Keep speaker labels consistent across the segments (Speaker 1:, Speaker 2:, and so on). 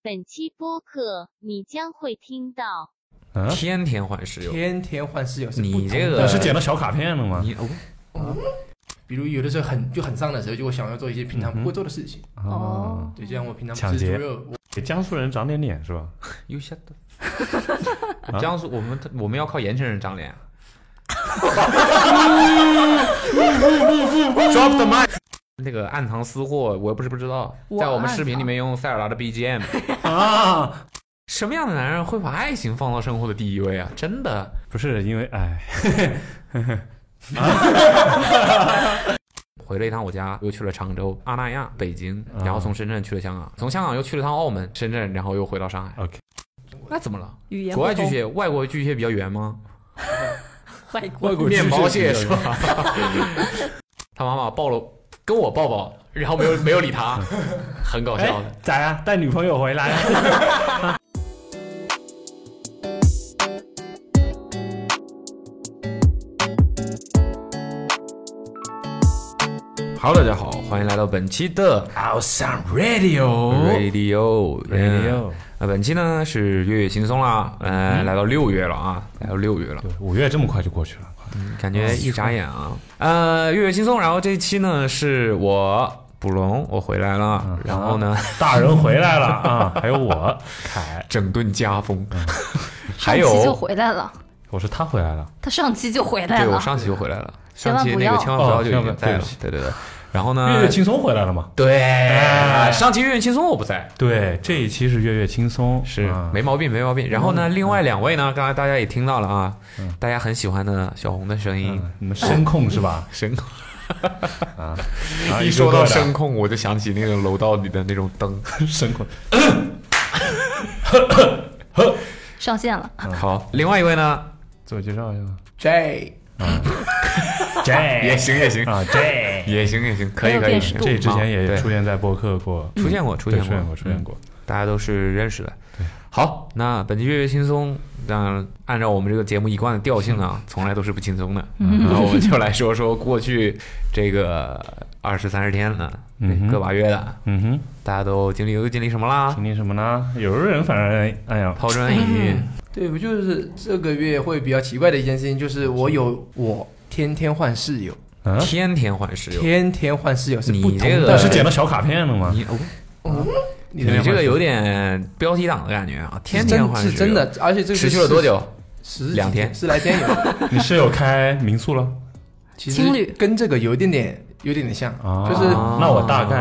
Speaker 1: 本期播客你将会听到
Speaker 2: 啊，
Speaker 3: 天天换室友，
Speaker 4: 天天换室友是
Speaker 3: 你
Speaker 4: 不同
Speaker 3: 这个
Speaker 4: 的
Speaker 2: 你是捡到小卡片了吗？
Speaker 3: 你哦
Speaker 4: 比如有的时候很就很丧的时候，就会想要做一些平常不会做的事情。
Speaker 2: 哦，
Speaker 4: 对，就像我平常
Speaker 2: 抢
Speaker 4: 不吃
Speaker 2: 劫
Speaker 4: 猪肉，我
Speaker 2: 给江苏人长点脸是吧？
Speaker 3: ，you shut up 江苏，我们我们要靠盐城人 长脸。啊
Speaker 2: Drop the mic
Speaker 3: 那个暗藏私货，我又不是不知道，
Speaker 5: 我
Speaker 3: 在我们
Speaker 5: 暗
Speaker 3: 视频里面用塞尔达的 BGM。
Speaker 2: 啊！
Speaker 3: 什么样的男人会把爱情放到生活的第一位啊？真的，
Speaker 2: 不是因为哎，
Speaker 3: 回了一趟我家，又去了常州、阿那亚、北京，
Speaker 2: 啊
Speaker 3: 然后从深圳去了香港，从香港又去了趟澳门、深圳，然后又回到上海。
Speaker 2: OK
Speaker 3: 那怎么了？
Speaker 5: 语言
Speaker 3: 国外
Speaker 5: 不
Speaker 3: 巨
Speaker 5: 通，
Speaker 3: 蟹，外国巨蟹比较圆吗？
Speaker 5: 外国
Speaker 2: 国
Speaker 3: 面包蟹
Speaker 2: 巨蟹比
Speaker 3: 是
Speaker 2: 较
Speaker 3: 吧？ 他妈妈抱了，跟我抱抱，然后没有没有理 他，很搞笑的。
Speaker 2: 咋呀？哎带女朋友回来啊？
Speaker 3: Hello，大家好，欢迎来到本期的
Speaker 4: Awesome Radio，
Speaker 3: Radio
Speaker 2: Radio
Speaker 3: 那本期呢是月月轻松啦，呃，来到六月了啊，来到六月了，
Speaker 2: 对，五月这么快就过去了，
Speaker 3: 感
Speaker 2: 哦
Speaker 3: 觉一眨眼啊，呃，月月轻松。然后这一期呢是我捕龙，我回来
Speaker 2: 嗯
Speaker 3: 了，然后呢
Speaker 2: 大人回来了啊！还有我凯，
Speaker 3: 整顿家风，
Speaker 2: 嗯
Speaker 3: 还
Speaker 5: 上期就
Speaker 3: 有
Speaker 5: 回来了，
Speaker 2: 我说他回来了，
Speaker 5: 他上期就回来
Speaker 3: 对我
Speaker 5: 了，
Speaker 3: 上期就回来 了，
Speaker 5: 千
Speaker 3: 上
Speaker 5: 万
Speaker 3: 期
Speaker 5: 不
Speaker 3: 那
Speaker 5: 要
Speaker 3: 个千万不要
Speaker 2: 哦
Speaker 3: 就已
Speaker 2: 千万不
Speaker 3: 经
Speaker 2: 要
Speaker 3: 在
Speaker 2: 对
Speaker 3: 了
Speaker 2: 不起，
Speaker 3: 对对对。然后呢，
Speaker 2: 月月轻松哎回来了嘛？
Speaker 3: 对，上期月月轻松我不在，
Speaker 2: 对，这一期是月月轻松，
Speaker 3: 是
Speaker 2: 啊
Speaker 3: 没毛病，没毛病。然后呢，
Speaker 2: 嗯
Speaker 3: 另外两位呢，刚才大家也听到了啊，大家很喜欢的小红的声音，
Speaker 2: 嗯你们声控是吧？
Speaker 3: 声控。
Speaker 2: 啊，
Speaker 3: 一说到
Speaker 2: 声
Speaker 3: 声控，我就想起那个楼道里的那种灯。
Speaker 2: 声控，
Speaker 5: 上线了，
Speaker 2: 嗯
Speaker 3: 好，另外一位呢，
Speaker 2: 自我介绍一下吧。
Speaker 4: J，
Speaker 2: 这
Speaker 3: 也行也行，
Speaker 2: 啊，这
Speaker 3: 也行也行，可以
Speaker 5: 没有
Speaker 3: 可以。
Speaker 5: 辨识度
Speaker 2: 这之前
Speaker 3: 啊
Speaker 2: 也
Speaker 3: 对
Speaker 2: 出现在播客过，
Speaker 3: 出现过，出
Speaker 2: 嗯对出
Speaker 3: 现
Speaker 2: 现过，
Speaker 3: 过，
Speaker 2: 出现过。
Speaker 3: 嗯，大家都是认识的。好，那本期月月轻松，那按照我们这个节目一贯的调性啊，从来都是不轻松的。然后我们就来说说过去这个二十三十天呢，
Speaker 2: 嗯哼
Speaker 3: 个把月的，
Speaker 2: 嗯哼，
Speaker 3: 大家都经历都经历什么啦？
Speaker 2: 经历什么呢？有的人反正哎呀，
Speaker 3: 抛砖引玉，
Speaker 4: 对我就是这个月会比较奇怪的一件事情，就是我有我天天换室友，
Speaker 2: 嗯，
Speaker 3: 天天换室友。
Speaker 4: 天天换室友是不
Speaker 3: 你
Speaker 4: 同
Speaker 3: 这
Speaker 4: 的。
Speaker 3: 个
Speaker 2: 但是捡到小卡片了 吗？
Speaker 3: 你哦
Speaker 4: 你
Speaker 3: 你这个有点标题党的感觉啊！天天换室
Speaker 4: 是
Speaker 3: 友
Speaker 4: 真的，而且这个
Speaker 3: 持续了多久？
Speaker 4: 十？十
Speaker 3: 两
Speaker 4: 几
Speaker 3: 天
Speaker 4: 十来天 有。
Speaker 2: 你室友开民宿了
Speaker 4: 其实
Speaker 5: 情侣
Speaker 4: 跟这个有一点点，有点点像，
Speaker 2: 啊？
Speaker 4: 就是
Speaker 2: 那我大概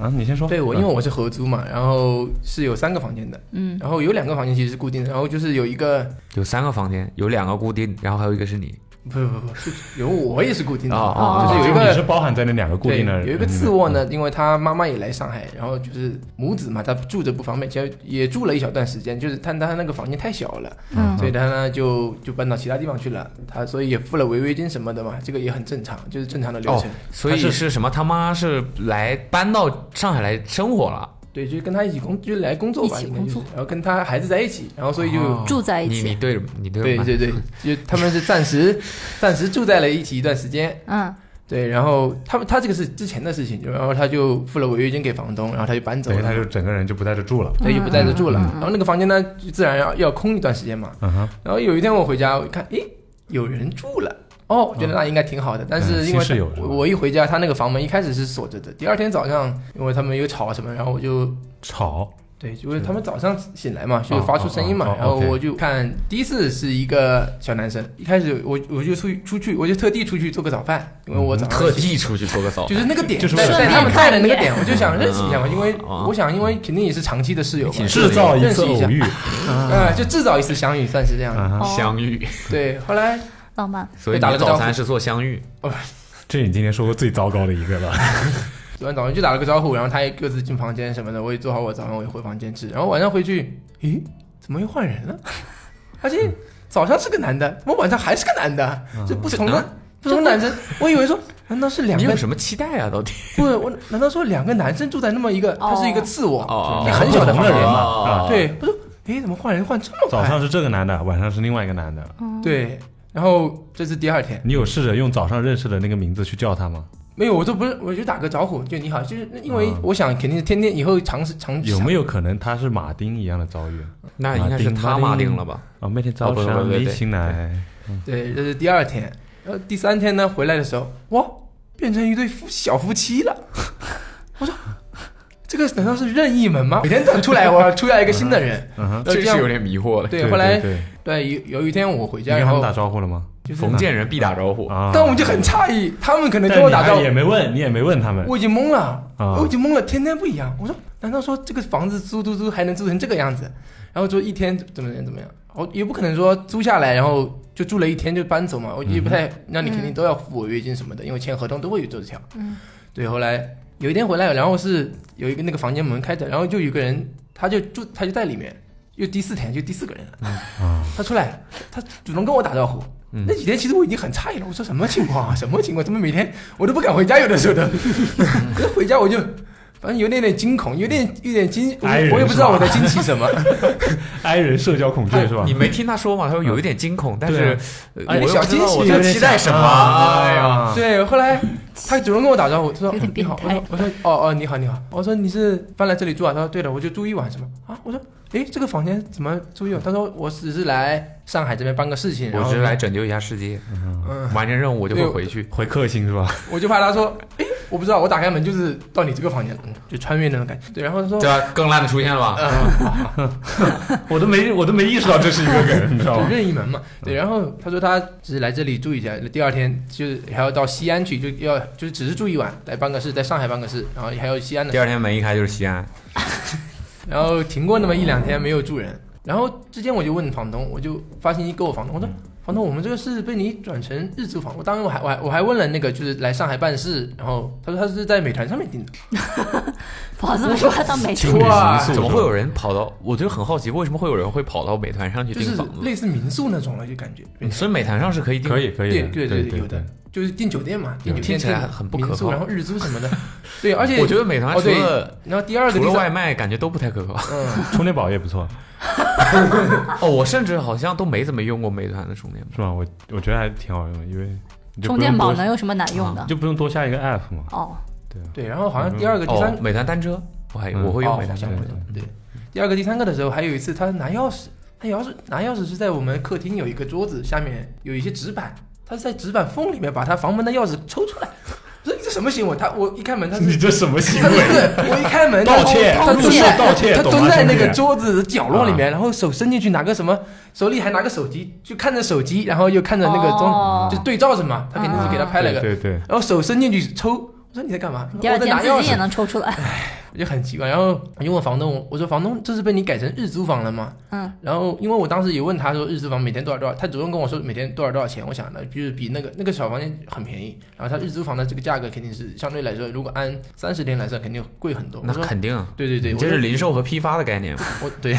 Speaker 2: 啊，你先说。
Speaker 4: 对我，因为我是合租嘛，然后是有三个房间的，
Speaker 5: 嗯，
Speaker 4: 然后有两个房间其实是固定的，然后就是有一个
Speaker 3: 有三个房间，有两个固定，然后还有一个是你。
Speaker 4: 不不不，是有我也是固定的，啊
Speaker 3: 哦
Speaker 5: 哦
Speaker 4: 就是有一
Speaker 2: 啊就你是
Speaker 4: 个
Speaker 2: 包含在那两个固
Speaker 4: 对
Speaker 2: 定的人里面，嗯
Speaker 4: 有一个次卧呢，因为他妈妈也来上海，然后就是母子嘛，他住着不方便，其实也住了一小段时间，就是但他那个房间太小了，
Speaker 5: 嗯
Speaker 4: 所以他呢就就搬到其他地方去了，他所以也付了违约金什么的嘛，这个也很正常，就是正常的流
Speaker 3: 哦
Speaker 4: 程。，
Speaker 3: 所以
Speaker 4: 他是
Speaker 3: 是什么？他妈是来搬到上海来生活了。
Speaker 4: 对，就是跟他一起工，就是来工作吧，
Speaker 5: 一起
Speaker 4: 应该就是
Speaker 5: 工作
Speaker 4: 然后跟他孩子在一起，然后所以就
Speaker 3: 哦
Speaker 5: 住在一
Speaker 3: 你你
Speaker 5: 起，
Speaker 3: 对着你对
Speaker 4: 对
Speaker 3: 着
Speaker 4: 对对，就他们是暂时 暂时住在了一起一段时间，
Speaker 5: 嗯，
Speaker 4: 对，然后他们他这个是之前的事情，然后他就付了违约金给房东，然后他就搬走
Speaker 2: 等于
Speaker 4: 了，
Speaker 2: 他就整个人就不在这住了。
Speaker 4: 对就不在这住了。
Speaker 5: 嗯嗯嗯
Speaker 4: 然后那个房间呢，就自然要要空一段时间嘛。
Speaker 2: 嗯哼，
Speaker 4: 然后有一天我回家，我一看，诶，有人住了。哦，我觉得那应该挺好的，但是因
Speaker 2: 新
Speaker 4: 为
Speaker 2: 室
Speaker 4: 他
Speaker 2: 友是吧
Speaker 4: 我我一回家，他那个房门一开始是锁着的。第二天早上，因为他们有吵什么，然后我就
Speaker 2: 吵，
Speaker 4: 对，就是他们早上醒来嘛，
Speaker 2: 哦
Speaker 4: 就发出声音嘛
Speaker 2: 哦哦，
Speaker 4: 然后
Speaker 2: OK
Speaker 4: 我就看第一次是一个小男生，一开始我我就出去出去，我就特地出去做个早饭，因为我早
Speaker 3: 嗯
Speaker 4: 上
Speaker 3: 特地出去做个扫
Speaker 4: 就，是那个点，
Speaker 2: 哦就是
Speaker 4: 在
Speaker 2: 为了
Speaker 4: 在他们
Speaker 5: 顺便
Speaker 4: 带的那个
Speaker 5: 看一
Speaker 4: 点，我就想认识一下嘛，
Speaker 3: 嗯
Speaker 4: 因为
Speaker 3: 哦
Speaker 4: 我想，因为肯定也是长期的室友嘛
Speaker 3: 挺，是
Speaker 2: 制造一次
Speaker 4: 认识一下
Speaker 2: 偶 遇。嗯
Speaker 4: 呃，就制造一次相遇，算是这样的。
Speaker 2: 啊，
Speaker 5: 哦，
Speaker 3: 相遇。
Speaker 4: 对，后来
Speaker 5: 浪漫，
Speaker 3: 所以
Speaker 4: 打
Speaker 3: 你
Speaker 4: 了个
Speaker 3: 早
Speaker 4: 招
Speaker 3: 餐
Speaker 4: 呼
Speaker 3: 是做相遇，
Speaker 2: 这是你今天说过最糟糕的一个 了。
Speaker 4: 昨天早上就打了个招呼，然后他也各自进房间什么的，我也做好我早上我也回房间吃，然后晚上回去，咦，怎么又换人了？ 而且早上是个男的，怎么晚上还是个男的？
Speaker 2: 嗯
Speaker 4: 这不 同的不同的男生，我以为说难道是两
Speaker 3: 你
Speaker 4: 个
Speaker 3: 有什么期待啊？到底？
Speaker 4: 不是我难道说两个男生住在那么一个，
Speaker 5: 哦
Speaker 4: 他是一个次卧
Speaker 3: 哦，
Speaker 4: 一个很小的
Speaker 2: 不同
Speaker 4: 房间
Speaker 2: 的人嘛
Speaker 4: 嘛？
Speaker 3: 哦
Speaker 2: 啊
Speaker 4: 对，我说诶，怎么换人换这么
Speaker 2: 早
Speaker 4: 快？
Speaker 2: 上是这个男的，晚上是另外一个
Speaker 4: 嗯
Speaker 2: 男的。
Speaker 4: 对，然后这是第二天，
Speaker 2: 你有试着用早上认识的那个名字去叫他吗？
Speaker 4: 没有，我这不是，我就打个招呼，就你好，就是因为
Speaker 6: 啊
Speaker 4: 我想肯定是天天以后尝试尝试
Speaker 6: 有没有可能他是马丁一样的遭遇？
Speaker 3: 那应该是他
Speaker 6: 马
Speaker 3: 骂
Speaker 6: 丁
Speaker 3: 定了
Speaker 2: 啊
Speaker 3: 吧？
Speaker 6: 哦，每天
Speaker 3: 哦
Speaker 6: 早
Speaker 3: 不不不
Speaker 6: 上
Speaker 3: 对
Speaker 6: 一
Speaker 3: 对
Speaker 6: 起来，
Speaker 4: 对，这是第二天，然后第三天呢，回来的时候，哇，变成一对夫小夫妻了。 我说，这个难道是任意门吗？每天等出来，我要出来一个新的人。
Speaker 6: 嗯哼，
Speaker 4: 要
Speaker 3: 这
Speaker 4: 这
Speaker 3: 是
Speaker 4: 样
Speaker 3: 有点迷惑了。
Speaker 4: 对，
Speaker 6: 对
Speaker 4: 后来
Speaker 6: 对对
Speaker 4: 对有有一天我回
Speaker 6: 你
Speaker 4: 家，
Speaker 6: 跟
Speaker 4: 然
Speaker 6: 他们
Speaker 4: 后
Speaker 6: 打招呼了吗？
Speaker 4: 就是
Speaker 3: 逢见人必打招呼，
Speaker 6: 啊，
Speaker 4: 但我就很诧异，他们可能
Speaker 6: 但
Speaker 4: 跟我打招
Speaker 6: 你
Speaker 4: 呼
Speaker 6: 还，也没问，你也没问他们。
Speaker 4: 我已经懵了，
Speaker 6: 啊
Speaker 4: 我已经懵了，天天不一样。我说，难道说这个房子租租租还能租成这个样子？然后就一天怎么样怎么样？我也不可能说租下来，然后就住了一天就搬走嘛。我也不
Speaker 6: 嗯
Speaker 4: 太，那你肯定都要付违约金什么的，因为签合同都会有这条。
Speaker 5: 嗯，
Speaker 4: 对。后来有一天回来，然后是有一个那个房间门开着，然后就有一个人，他就住，他就在里面。就第四天，就第四个人了。
Speaker 6: 啊
Speaker 4: 他出来，他主动跟我打招呼。
Speaker 3: 嗯
Speaker 4: 那几天其实我已经很诧异了，我说什么情况啊？ 什么情况？怎么每天我都不敢回家，有的时候都。可是回家我就反正有点点惊恐，有点有点惊，我
Speaker 6: 哀人
Speaker 4: 也我也不知道我在惊奇 什么。
Speaker 6: ，I 人社交恐惧是吧
Speaker 3: 你？没听他说吗？他说有一点惊恐，但
Speaker 6: 对
Speaker 3: 是
Speaker 6: 啊
Speaker 3: 呃
Speaker 4: 哎
Speaker 3: 我又
Speaker 4: 小
Speaker 3: 不知道
Speaker 4: 惊喜
Speaker 3: 我
Speaker 4: 有
Speaker 3: 在
Speaker 4: 点
Speaker 3: 期待什
Speaker 4: 像
Speaker 3: 么？
Speaker 6: 啊
Speaker 3: 哎呀，
Speaker 4: 对，后来他主动跟我打招呼，他说
Speaker 5: 有点
Speaker 4: 你
Speaker 5: 变
Speaker 4: 好，我
Speaker 5: 态
Speaker 4: 说我说哦哦你好你好，我说你是搬来这里住啊？他说对了，我就住一晚什么啊？我说诶，这个房间怎么住一晚？他说我只是来上海这边办个事情，然
Speaker 3: 我
Speaker 4: 后
Speaker 3: 只是来拯救一下世界，
Speaker 4: 嗯。
Speaker 3: 完成任务我就会回去。
Speaker 6: 回克星是吧？
Speaker 4: 我就怕他说，哎，我不知道，我打开门就是到你这个房间，嗯就穿越那种感觉。对，然后他说
Speaker 3: 对，吧？更烂的出现了吧？
Speaker 6: 我都没我都没意识到这是一个梗，你知道
Speaker 4: 就
Speaker 6: 吗？
Speaker 4: 任意门嘛。
Speaker 3: 嗯
Speaker 4: 对，然后他说他只是来这里住一下，第二天就是还要到西安去，就要就是只是住一晚，在办个事，在上海办个事，然后还有西安的
Speaker 3: 第，二天门一开就是西安，
Speaker 4: 然后停过那么一两天没有住人。然后之间我就问房东，我就发信息给我房东，我说房东，我们这个是被你转成日租房。我当时我还我还我还问了那个就是来上海办事，然后他说他是在美团上面订的。
Speaker 5: 不好这么说，他倒没
Speaker 6: 情
Speaker 5: 出
Speaker 6: 侣
Speaker 5: 啊。
Speaker 6: 民
Speaker 4: 哇
Speaker 2: 哎
Speaker 6: 宿
Speaker 3: 怎么会有人跑到？我就很好奇，为什么会有人会跑到美团上去
Speaker 4: 就
Speaker 3: 订
Speaker 4: 是
Speaker 3: 房子？
Speaker 4: 类似民宿那种了，就感觉。
Speaker 3: 所以美团上是可以订，
Speaker 6: 可以可以
Speaker 4: 对
Speaker 6: 的，
Speaker 4: 对
Speaker 6: 对
Speaker 4: 对，有的就是订酒店嘛，订
Speaker 3: 有
Speaker 4: 酒店
Speaker 3: 听起来
Speaker 4: 订
Speaker 3: 很不可
Speaker 4: 民宿
Speaker 3: 靠
Speaker 4: 然后日租什么的， 对，而且
Speaker 3: 我觉得美团
Speaker 4: 哦
Speaker 3: 除
Speaker 4: 对
Speaker 3: 了
Speaker 4: 然后第二个
Speaker 3: 除
Speaker 4: 地
Speaker 3: 了
Speaker 4: 方
Speaker 3: 外卖，感觉都不太可 靠。
Speaker 4: 嗯，
Speaker 6: 充电宝也不错，
Speaker 3: 哦，我甚至好像都没怎么用过美团的充电宝。
Speaker 6: 是吧？我我觉得还挺好用的，因为你就
Speaker 5: 充
Speaker 6: 不用
Speaker 5: 电宝
Speaker 6: 多
Speaker 5: 能有什么难用的
Speaker 2: 啊
Speaker 6: 你？就不用多下一个 app 嘛。
Speaker 5: 哦，
Speaker 4: 对，然后好像第二个、第三
Speaker 3: 哦，
Speaker 4: 个，
Speaker 3: 美团单车，我还
Speaker 6: 嗯
Speaker 3: 我会用
Speaker 4: 哦
Speaker 3: 美团
Speaker 4: 好像
Speaker 3: 单车
Speaker 4: 会。对，第二个、第三个的时候，还有一次他拿钥匙，他钥匙拿钥匙是在我们客厅有一个桌子下面有一些纸板，他是在纸板缝里面把他房门的钥匙抽出来， 不是这什么行为？他我一开门他是。
Speaker 6: 这什么行
Speaker 4: 他就是我一开门，
Speaker 6: 盗窃
Speaker 4: 他
Speaker 5: 入
Speaker 4: 蹲
Speaker 5: 室
Speaker 4: 在
Speaker 6: 盗窃
Speaker 4: 他
Speaker 6: 懂
Speaker 4: 蹲
Speaker 6: 吗
Speaker 4: 在
Speaker 6: 兄
Speaker 4: 那
Speaker 6: 弟
Speaker 4: 个桌子的角落里面，
Speaker 6: 啊
Speaker 4: 然后手伸进去拿个什么，手里还拿个手机，就看着手机，然后又看着那个
Speaker 5: 哦啊
Speaker 4: 东，就对照着嘛，他肯定是给他拍了个，
Speaker 6: 对对，
Speaker 4: 然后手伸进去抽，我说你在干嘛？
Speaker 5: 第二
Speaker 4: 我在
Speaker 5: 天
Speaker 4: 拿
Speaker 5: 自
Speaker 4: 钥
Speaker 5: 己也
Speaker 4: 匙，
Speaker 5: 能抽出来。
Speaker 4: 我就很奇怪。然后我就问房东，我说房东，这是被你改成日租房了吗？
Speaker 5: 嗯，
Speaker 4: 然后因为我当时也问他说日租房每天多少多少，他主动跟我说每天多少多少钱。我想呢，就是比那个那个小房间很便宜，然后他日租房的这个价格肯定是相对来说，如果按三十天来算，肯定贵很多。
Speaker 3: 那
Speaker 4: 我说
Speaker 3: 肯定啊，
Speaker 4: 对对对，
Speaker 3: 你
Speaker 4: 我
Speaker 3: 这是
Speaker 4: 说
Speaker 3: 零售和批发的概念嘛。
Speaker 4: 我对。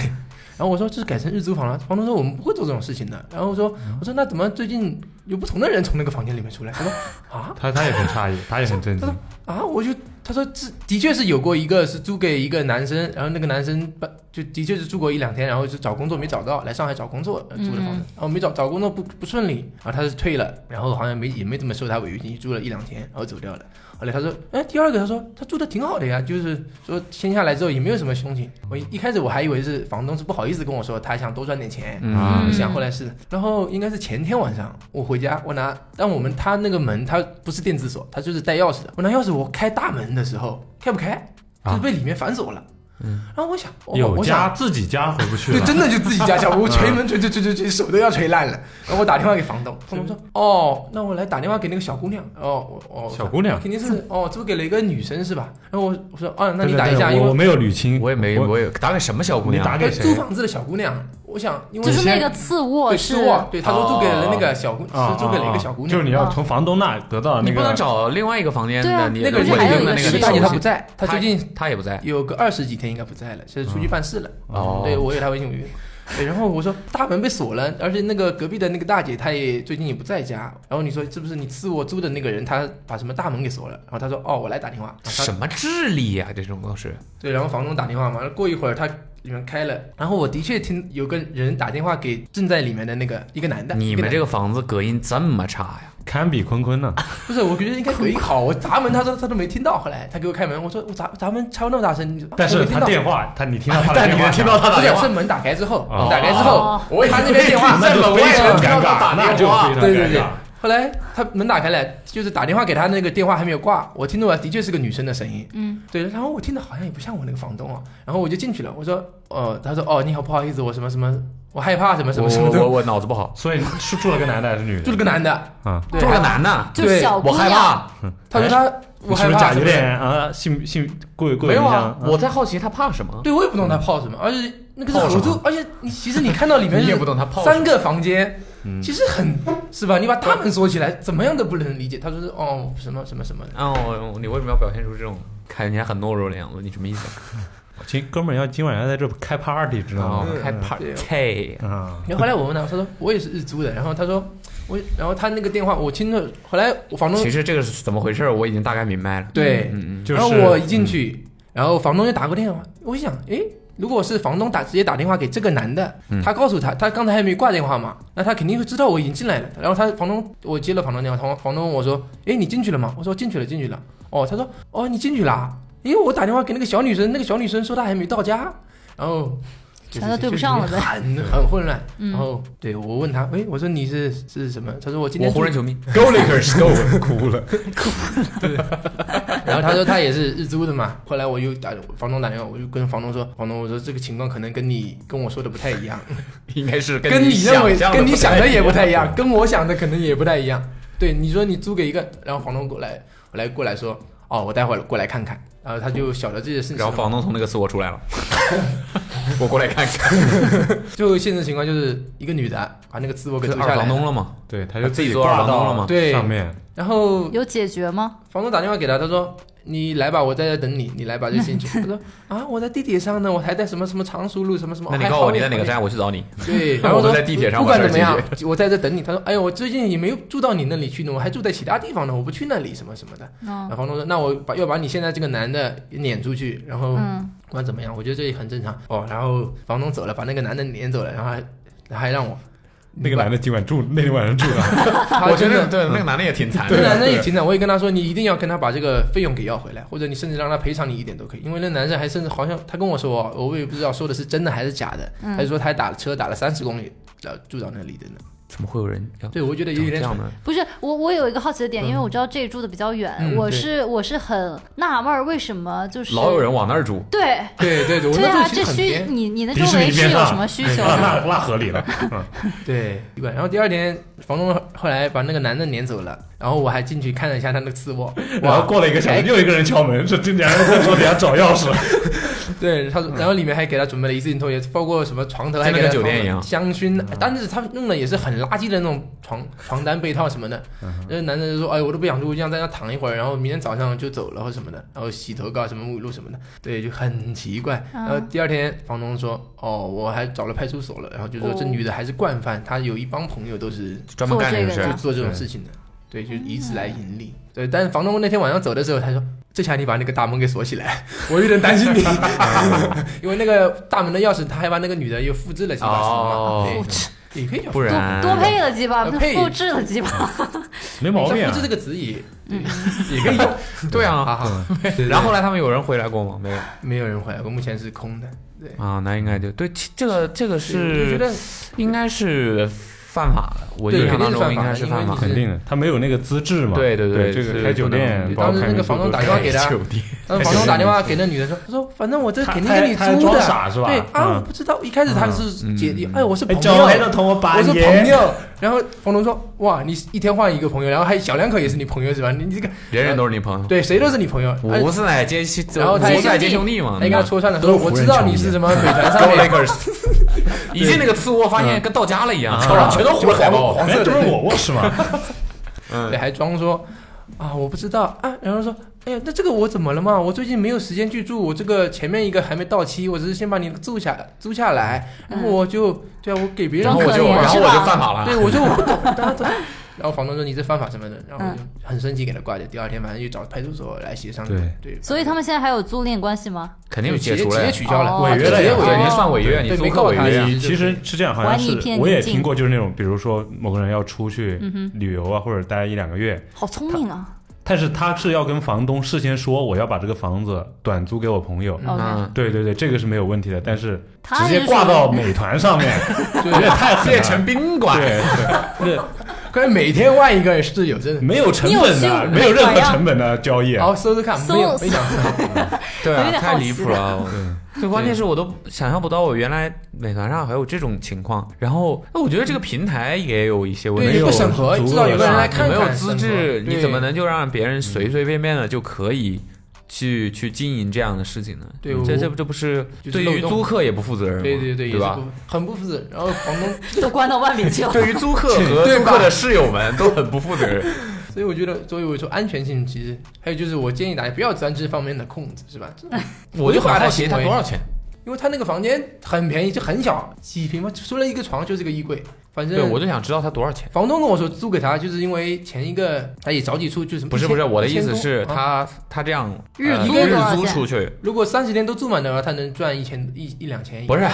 Speaker 4: 然后我说这是改成日租房了，房东说我们不会做这种事情的。然后我说我说那怎么最近有不同的人从那个房间里面出来？他说啊
Speaker 6: 他他也很诧异，他也很震 惊。
Speaker 4: 啊，我就他说这的确是有过一个是租给一个男生，然后那个男生把就的确是住过一两天，然后就找工作没找到，来上海找工作呃租的房子，然后没找找工作不不顺利，然后他是退了，然后好像没也没怎么收他违约金，住了一两天，然后走掉了。后来他说，哎，第二个他说他住的挺好的呀，就是说签下来之后也没有什么凶情。我一一开始我还以为是房东是不好意思跟我说，他想多赚点钱，
Speaker 6: 啊
Speaker 4: 我想后来是，然后应该是前天晚上我回家，我拿，但我们他那个门它不是电子锁，它就是带钥匙的。我拿钥匙，我开大门的时候开不开，
Speaker 6: 啊
Speaker 4: 就是被里面反锁了。嗯，然后我想，我
Speaker 6: 有
Speaker 4: 我
Speaker 6: 家
Speaker 4: 想，
Speaker 6: 自己家回不去
Speaker 4: 对，
Speaker 6: 了，
Speaker 4: 真的就自己家小屋捶门捶捶捶捶捶，手都要捶烂了。然后我打电话给房东，房东说，哦，那我来打电话给那个小姑娘，哦，我哦，
Speaker 6: 小姑娘
Speaker 4: 肯定是哦，租给了一个女生是吧？然后我我说，哦，那
Speaker 6: 对
Speaker 4: 你
Speaker 6: 对
Speaker 4: 打
Speaker 6: 对
Speaker 4: 一下，因
Speaker 6: 我我
Speaker 4: 为
Speaker 6: 没有捋清，
Speaker 3: 我也没，我也打给什么小姑娘？
Speaker 6: 你打给谁
Speaker 4: 租房子的小姑娘，我想，因为
Speaker 5: 就是那个次卧
Speaker 4: 对，
Speaker 5: 室
Speaker 4: 是，我，对，他说租给了那
Speaker 3: 哦
Speaker 4: 个小姑，
Speaker 6: 啊
Speaker 4: 是租给了一个小姑娘，
Speaker 6: 就是你要从房东那得到
Speaker 3: 你
Speaker 6: 那
Speaker 3: 不
Speaker 6: 个
Speaker 3: 能找另外一个房间
Speaker 5: 对啊
Speaker 3: 的你
Speaker 4: 那
Speaker 5: 不
Speaker 4: 个人
Speaker 5: 是
Speaker 3: 稳
Speaker 5: 还有
Speaker 3: 定
Speaker 5: 一
Speaker 3: 的
Speaker 5: 个
Speaker 3: 那
Speaker 5: 室
Speaker 3: 个
Speaker 5: 友
Speaker 4: 大
Speaker 5: 吗
Speaker 4: 姐，她
Speaker 3: 东
Speaker 4: 不
Speaker 3: 西
Speaker 4: 在，她最近
Speaker 3: 他也不在。
Speaker 4: 有个二十几天应该不在了，是出去办事了。嗯
Speaker 3: 哦
Speaker 4: 对，我有她微信我有对，然后我说大门被锁了，而且那个隔壁的那个大姐她也最近也不在家。然后你说是不是你次卧租的那个人他把什么大门给锁了？然后他说哦，我来打电话。然后她
Speaker 3: 什么智力呀、这种都是
Speaker 4: 对，然后房东打电话嘛，过一会儿他里面开了，然后我的确听有个人打电话给正在里面的那个一个男的。
Speaker 3: 你
Speaker 4: 一个
Speaker 3: 们
Speaker 4: 男
Speaker 3: 这个房子隔音这么差呀？
Speaker 2: 堪比坤坤呢？
Speaker 4: 不是，我觉得应该回考。我砸门，他说他都没听到。后来他给我开门，我说我砸砸门敲那么大声，你
Speaker 2: 但是
Speaker 4: 我没听
Speaker 2: 他
Speaker 4: 到
Speaker 2: 电话，他你听 到他的
Speaker 6: 但
Speaker 2: 电
Speaker 6: 你
Speaker 2: 话，啊
Speaker 6: 能听到他打
Speaker 4: 不是
Speaker 6: 电
Speaker 4: 是
Speaker 6: 话，
Speaker 4: 门打开之后，
Speaker 2: 哦
Speaker 4: 打开之后，我他那边电话
Speaker 2: 那
Speaker 4: 在
Speaker 2: 就
Speaker 4: 门
Speaker 2: 非
Speaker 4: 外
Speaker 2: 常
Speaker 4: 了。
Speaker 2: 尴
Speaker 6: 听到他
Speaker 2: 尬，
Speaker 6: 打
Speaker 2: 那
Speaker 6: 电
Speaker 2: 就
Speaker 6: 话
Speaker 2: 非常
Speaker 4: 对对
Speaker 2: 尴
Speaker 4: 对
Speaker 2: 尬。，
Speaker 4: 后来他门打开了，就是打电话给他那个电话还没有挂，我听到了的确是个女生的声音。
Speaker 5: 嗯，
Speaker 4: 对，然后我听的好像也不像我那个房东啊，然后我就进去了，我说，呃，他说，哦，你好，不好意思，我什么什么，我害怕什么什
Speaker 3: 我
Speaker 4: 么什么
Speaker 3: 我
Speaker 4: 的，
Speaker 2: 哦
Speaker 3: 我我脑子不好，
Speaker 2: 所以你是住了个男的还是女的？
Speaker 4: 就是个男的，
Speaker 2: 啊，
Speaker 4: 对
Speaker 3: 住了个男的，
Speaker 5: 就是小姑
Speaker 3: 我害
Speaker 5: 娘，
Speaker 3: 怕。
Speaker 4: 他说他，
Speaker 2: 哎你
Speaker 4: 我
Speaker 2: 是
Speaker 4: 害
Speaker 2: 不是
Speaker 4: 怕
Speaker 2: 假
Speaker 4: 什
Speaker 2: 有
Speaker 4: 么
Speaker 2: 点啊？性性过于过于
Speaker 3: 没有
Speaker 2: 影
Speaker 3: 啊
Speaker 2: 响，
Speaker 3: 我在好奇他怕什么。
Speaker 4: 对我也不懂他泡什么，而且那个是
Speaker 3: 嗯泡什
Speaker 4: 合
Speaker 3: 么
Speaker 4: 租，而且你其实你看到里 面
Speaker 3: 你也
Speaker 4: 是
Speaker 3: 不懂他泡什
Speaker 4: 三
Speaker 3: 么。嗯
Speaker 4: 个房间，其实很是吧？你把他们说起来，怎么样都不能理解。他说是哦什么什么什么的，
Speaker 3: 啊，我你为什么要表现出这种看起来很懦弱的样子？你什么意思？
Speaker 2: 其实哥们儿要今晚要在这开 party，知道
Speaker 3: 哦
Speaker 2: 吗？，嗯
Speaker 3: 开
Speaker 4: 嗯对
Speaker 3: party，
Speaker 2: 啊，
Speaker 4: 然后后来我问他，他说我也是日租的，然后他说我，然后他那个电话我听着，后来我房东
Speaker 3: 其实这个是怎么回事？我已经大概明白了。
Speaker 4: 对，
Speaker 3: 嗯嗯，
Speaker 2: 就是嗯
Speaker 4: 然后我一进去，然后房东就打过电话，我一想，诶，如果是房东打直接打电话给这个男的，
Speaker 2: 嗯
Speaker 4: 他告诉他，他刚才还没挂电话嘛，那他肯定会知道我已经进来了。然后他房东，我接了房东电话，房房东问我说，诶，你进去了吗？我说进去了，进去了。哦，他说，哦，你进去了啊。因为我打电话给那个小女生，那个小女生说她还没到家，然后
Speaker 5: 全都对不上了
Speaker 4: 就是
Speaker 5: 呗
Speaker 4: 很很混乱。然后对我问他，诶，我说你是是什么？他说我今
Speaker 3: 我
Speaker 4: 天
Speaker 3: 湖
Speaker 4: 住
Speaker 3: 人球迷，
Speaker 2: g o l i k e r s go 哭了，
Speaker 4: 然后他说他也是日租的嘛，后来我又打房东打电话，我就跟房东说，房东我说这个情况可能跟你跟我说的不太一样，
Speaker 3: 应该是
Speaker 4: 跟
Speaker 3: 你
Speaker 4: 认为
Speaker 3: 想象
Speaker 4: 跟你
Speaker 3: 不太
Speaker 4: 想的也不太一
Speaker 3: 一
Speaker 4: 样，跟我想的可能也不太一样。对，你说你租给一个，然后房东过来，我来过来说，哦，我待会儿过来看看，然后他就晓得这些事情，
Speaker 3: 然后房东从那个次卧出来了， 我过来看看，
Speaker 4: 最后现实情况就是一个女的把那个自我给
Speaker 3: 是
Speaker 4: 租下
Speaker 3: 二
Speaker 4: 来
Speaker 3: 房东
Speaker 4: 了，
Speaker 3: 了吗？
Speaker 2: 对，他
Speaker 3: 他
Speaker 2: 就
Speaker 3: 自己
Speaker 2: 己
Speaker 3: 做
Speaker 2: 挂
Speaker 3: 二房东了
Speaker 2: 到
Speaker 3: 吗？
Speaker 4: 对
Speaker 2: 上面，
Speaker 4: 然后
Speaker 5: 有解决吗？
Speaker 4: 房东打电话给他，他说：“你来吧，我在这等你，你来吧就进 去。”他说：“啊，我在地铁上呢，我还在什么什么常熟路什么什么。”哎
Speaker 3: 那你告诉我你在哪个站，我去找你。
Speaker 4: 对，然后
Speaker 3: 我
Speaker 4: 说
Speaker 3: 们在地铁上
Speaker 4: 不管
Speaker 3: 把
Speaker 4: 怎
Speaker 3: 事儿
Speaker 4: 么样
Speaker 3: 解，
Speaker 4: 我在这等你。他说：“哎呦，我最近也没有住到你那里去呢，我还住在其他地方呢，我不去那里什么什么的。”然
Speaker 5: 嗯
Speaker 4: 后房东说：“那我把要把你现在这个男的撵出去，然后
Speaker 5: 嗯，
Speaker 4: 不管怎么样，我觉得这也很正常哦。”然后房东走了，把那个男的撵走了，然后还还让我
Speaker 2: 那个男的今晚住，那天晚上住哪？
Speaker 4: 他
Speaker 3: 我觉
Speaker 4: 真的
Speaker 3: 得对那个啊男的也挺惨
Speaker 4: 那
Speaker 3: 的，
Speaker 4: 男生也挺惨，我也跟他说，你一定要跟他把这个费用给要回来，或者你甚至让他赔偿你一点都可以。因为那男生还甚至好像他跟我说哦，我也不知道说的是真的还是假的，
Speaker 5: 嗯
Speaker 4: 他就说他还打车打了三十公里，然后住到那里的呢。
Speaker 3: 怎么会有人要
Speaker 4: 对，我觉得有
Speaker 3: 这
Speaker 4: 点
Speaker 3: 样呢？
Speaker 5: 不是我，我有一个好奇的点，
Speaker 4: 嗯
Speaker 5: 因为我知道这里住的比较远，
Speaker 4: 嗯
Speaker 5: 我
Speaker 4: 对
Speaker 5: 是我是很纳闷儿，为什么就是
Speaker 3: 老有人往那儿住，
Speaker 5: 对
Speaker 4: 对对对，我
Speaker 5: 对
Speaker 4: 那
Speaker 5: 啊，
Speaker 4: 这
Speaker 5: 这
Speaker 4: 很
Speaker 5: 需
Speaker 4: 偏
Speaker 5: 你你的周
Speaker 2: 迪士尼
Speaker 5: 围是
Speaker 2: 边
Speaker 5: 有
Speaker 2: 上
Speaker 5: 什么需求
Speaker 2: 那
Speaker 5: 呢？
Speaker 2: 那那合理了，嗯
Speaker 4: 对，对吧？然后第二天，房东后来把那个男的撵走了，然后我还进去看了一下他那个次卧，
Speaker 2: 然后
Speaker 4: 哇，
Speaker 2: 过了一个小时，又一个人敲门，说这两个人说给他找钥匙，
Speaker 4: 对，他说，然后里面还给他准备了一次性拖鞋，包括什么床头，还
Speaker 3: 真的
Speaker 4: 给他
Speaker 3: 跟酒店
Speaker 4: 放
Speaker 3: 一样
Speaker 4: 香薰，但是他用的也是很垃圾的那种床床单被套什么的。那个男的就说：“哎，我都不想住，就想在那躺一会儿，然后明天早上就走了或什么的，然后洗头膏什么沐浴露什么的，对，就哎很奇怪。”
Speaker 5: 嗯
Speaker 4: 然后第二天房东说：“哦，我还找了派出所了，然后就说这
Speaker 5: 哦
Speaker 4: 女的还是惯犯，她有一帮朋友都是
Speaker 3: 专门干这个
Speaker 5: 做这
Speaker 3: 事
Speaker 5: 个
Speaker 4: 就
Speaker 5: 的
Speaker 3: 儿。
Speaker 4: 做这种事情的，对，就以此来盈利。对，但是房东那天晚上走的时候，他说：“这下你把那个大门给锁起来， 我有点 担心你，因为那个大门的钥匙，他还把那个女的又复制了几把
Speaker 3: 哦
Speaker 4: 什么
Speaker 5: 复
Speaker 4: 嘛，
Speaker 5: 制
Speaker 4: 对，也可以叫
Speaker 3: 不然
Speaker 5: 多多配了几把，
Speaker 4: 呃配
Speaker 5: 复制了几把，
Speaker 2: 没毛病
Speaker 4: 像
Speaker 2: 啊
Speaker 4: 复制这。个词也
Speaker 3: 也可以用，对啊。
Speaker 4: 啊，好对
Speaker 3: 然后后来他们有人回来过吗？没有
Speaker 4: 没有人回来，我目前是空的。对，
Speaker 3: 啊，那应该就对。其这个这个
Speaker 4: 我觉
Speaker 3: 是
Speaker 4: 得
Speaker 3: 应该是犯法的，我
Speaker 4: 对
Speaker 3: 印象
Speaker 4: 肯
Speaker 3: 当
Speaker 4: 定是
Speaker 3: 中
Speaker 4: 犯
Speaker 3: 应
Speaker 4: 法
Speaker 3: 该
Speaker 4: 的
Speaker 3: 是
Speaker 4: 因
Speaker 3: 犯
Speaker 4: 为
Speaker 3: 法
Speaker 4: 你
Speaker 3: 的。
Speaker 2: 肯定的，他没有那个资质嘛。
Speaker 3: 对对对
Speaker 2: 这个
Speaker 3: 是
Speaker 2: 开酒店，
Speaker 3: 不能
Speaker 2: 包括
Speaker 4: 当时那个房东打电话给他
Speaker 3: 酒店
Speaker 4: 然呃后房东打电话给那女的说，他说反正我这
Speaker 2: 他
Speaker 4: 肯定给你
Speaker 2: 他还
Speaker 4: 租
Speaker 2: 装
Speaker 4: 的，
Speaker 2: 傻是吧
Speaker 4: 对啊，
Speaker 2: 嗯
Speaker 4: 我不知道，一开始他是
Speaker 3: 嗯
Speaker 4: 姐弟，哎，我 是
Speaker 2: 哎，
Speaker 4: 朋
Speaker 2: 叫
Speaker 4: 友，
Speaker 2: 来的同我把
Speaker 4: 我是
Speaker 2: 爷
Speaker 4: 朋友。然后房东说：“哇，你一天换一个朋友，然后还小两口也是你朋友是吧？你你这个
Speaker 3: 人人都是你朋友。
Speaker 4: 对谁都是你朋友。哎”
Speaker 3: 五四奶接兄，
Speaker 4: 然后他
Speaker 3: 五
Speaker 4: 也
Speaker 3: 四奶接兄弟嘛，
Speaker 4: 他应该戳穿了，
Speaker 2: 都
Speaker 4: 说
Speaker 2: 是
Speaker 4: 我
Speaker 2: 福
Speaker 4: 知
Speaker 2: 人
Speaker 4: 道
Speaker 2: 成
Speaker 4: 你
Speaker 2: 也
Speaker 4: 是什么美团上
Speaker 3: Go
Speaker 4: 面
Speaker 3: Lakers！一 进那个次卧，发现跟到家了一样，墙上 全都糊了海报。
Speaker 2: 哎， 这不是我卧室吗？
Speaker 3: 嗯
Speaker 4: 对，还装说啊我不知道啊，然后说哎呀那这个我怎么了嘛？我最近没有时间去住，我这个前面一个还没到期，我只是先把你住下租下来，然后我就对啊我给别人
Speaker 3: 然后我
Speaker 5: 很
Speaker 3: 就，
Speaker 5: 可怜
Speaker 3: 然后我
Speaker 5: 是
Speaker 3: 就
Speaker 5: 吧
Speaker 3: 犯法了
Speaker 4: 对，。我说我不懂，大家都然后房东说你这犯法什么的，然后
Speaker 3: 嗯
Speaker 4: 我就很生气给他挂掉。第二天晚上又找派出所来协商。
Speaker 6: 对
Speaker 4: 对，
Speaker 5: 所以他们现在还有租赁关系吗？
Speaker 3: 肯定
Speaker 4: 就
Speaker 3: 解
Speaker 4: 直接
Speaker 3: 除
Speaker 4: 直
Speaker 3: 了
Speaker 4: 接
Speaker 3: 呀，
Speaker 4: 取消了，
Speaker 5: 哦
Speaker 6: 违约了
Speaker 4: 直接
Speaker 5: 呀
Speaker 4: 违约
Speaker 5: 对
Speaker 3: 哎你
Speaker 5: 哦
Speaker 3: 算违约，你
Speaker 4: 对
Speaker 3: 租
Speaker 4: 没
Speaker 3: 客
Speaker 4: 告
Speaker 3: 违
Speaker 4: 他
Speaker 3: 约呀。
Speaker 4: 对
Speaker 2: 其实啊是这样，好像
Speaker 5: 还你一片
Speaker 2: 是我也
Speaker 5: 宁静
Speaker 2: 听过，就是那种，比如说某个人要出去旅游啊，或者待一两个月，
Speaker 5: 好聪明啊
Speaker 2: 但是他是要跟房东事先说，我要把这个房子短租给我朋友。
Speaker 5: ！OK，
Speaker 3: 嗯，
Speaker 2: 对对对，这个是没有问题的，但是
Speaker 5: 他
Speaker 2: 直接
Speaker 5: 也
Speaker 2: 挂
Speaker 5: 属于
Speaker 2: 到美团上面，有点太狠
Speaker 3: 变
Speaker 2: 了。
Speaker 3: 成宾馆，
Speaker 2: 对对，
Speaker 4: 可是每天万一个室友真
Speaker 3: 嗯
Speaker 4: 的
Speaker 2: 那，没有成本
Speaker 5: 你有
Speaker 2: 的，
Speaker 5: 去
Speaker 2: 没有任
Speaker 5: 美团
Speaker 2: 何
Speaker 5: 呀
Speaker 2: 成本的交易。
Speaker 4: 然后搜搜看，
Speaker 5: 搜
Speaker 4: 没有没想到，
Speaker 3: 对
Speaker 5: 有
Speaker 3: 啊，
Speaker 5: 点
Speaker 3: 太
Speaker 5: 好
Speaker 3: 离
Speaker 5: 奇
Speaker 3: 谱
Speaker 5: 了
Speaker 3: 了。我 最关键是我都想象不到，我原来美团上还有这种情况。然后，那我觉得这个平台也有一些问
Speaker 4: 对，
Speaker 3: 题
Speaker 4: 你。不审核，
Speaker 2: 足
Speaker 4: 知道
Speaker 2: 够
Speaker 4: 有
Speaker 2: 的
Speaker 4: 个人
Speaker 2: 上
Speaker 4: 来
Speaker 3: 你
Speaker 4: 看看，
Speaker 3: 没有资质
Speaker 4: 审，核
Speaker 3: 你怎么？
Speaker 4: 对
Speaker 3: 能就让别人随随便便的就可以去去经营这样的事情呢？
Speaker 4: 对
Speaker 3: 这
Speaker 4: 我
Speaker 3: 这不这不是
Speaker 4: 就是
Speaker 3: 对于
Speaker 4: 漏洞
Speaker 3: 租客也不负责任吗？
Speaker 4: 对对对，
Speaker 3: 对
Speaker 4: 也是
Speaker 3: 吧
Speaker 4: 不？很不负责。然后房东，
Speaker 5: 都关到外面去了。
Speaker 3: 对于租客 和租客的室友们都很不负责任。
Speaker 4: 所以我觉得，所以我说安全性其实还有就是，我建议大家不要钻这方面的空子，是 吧？
Speaker 3: 我就
Speaker 4: 就很
Speaker 3: 把他
Speaker 4: 好
Speaker 3: 鞋
Speaker 4: 奇
Speaker 3: 他
Speaker 4: 我也
Speaker 3: 多少钱？
Speaker 4: 因为他那个房间很便宜，就很小，几平方，除了一个床就是个衣柜，反正
Speaker 3: 对，我就想知道他多少钱。
Speaker 4: 房东跟我说租给他，就是因为前一个他也着急出，就是
Speaker 3: 不是不是，
Speaker 4: 1000
Speaker 3: 我的意思
Speaker 4: 1000
Speaker 3: 是，
Speaker 4: 多啊
Speaker 3: 他他这样
Speaker 5: 嗯日
Speaker 3: 呃
Speaker 5: 租
Speaker 3: 日
Speaker 5: 多少
Speaker 3: 租
Speaker 5: 钱
Speaker 3: 出去
Speaker 4: 如果三十天都住满的话，他能赚一千一一两千一
Speaker 3: 不是
Speaker 4: 啊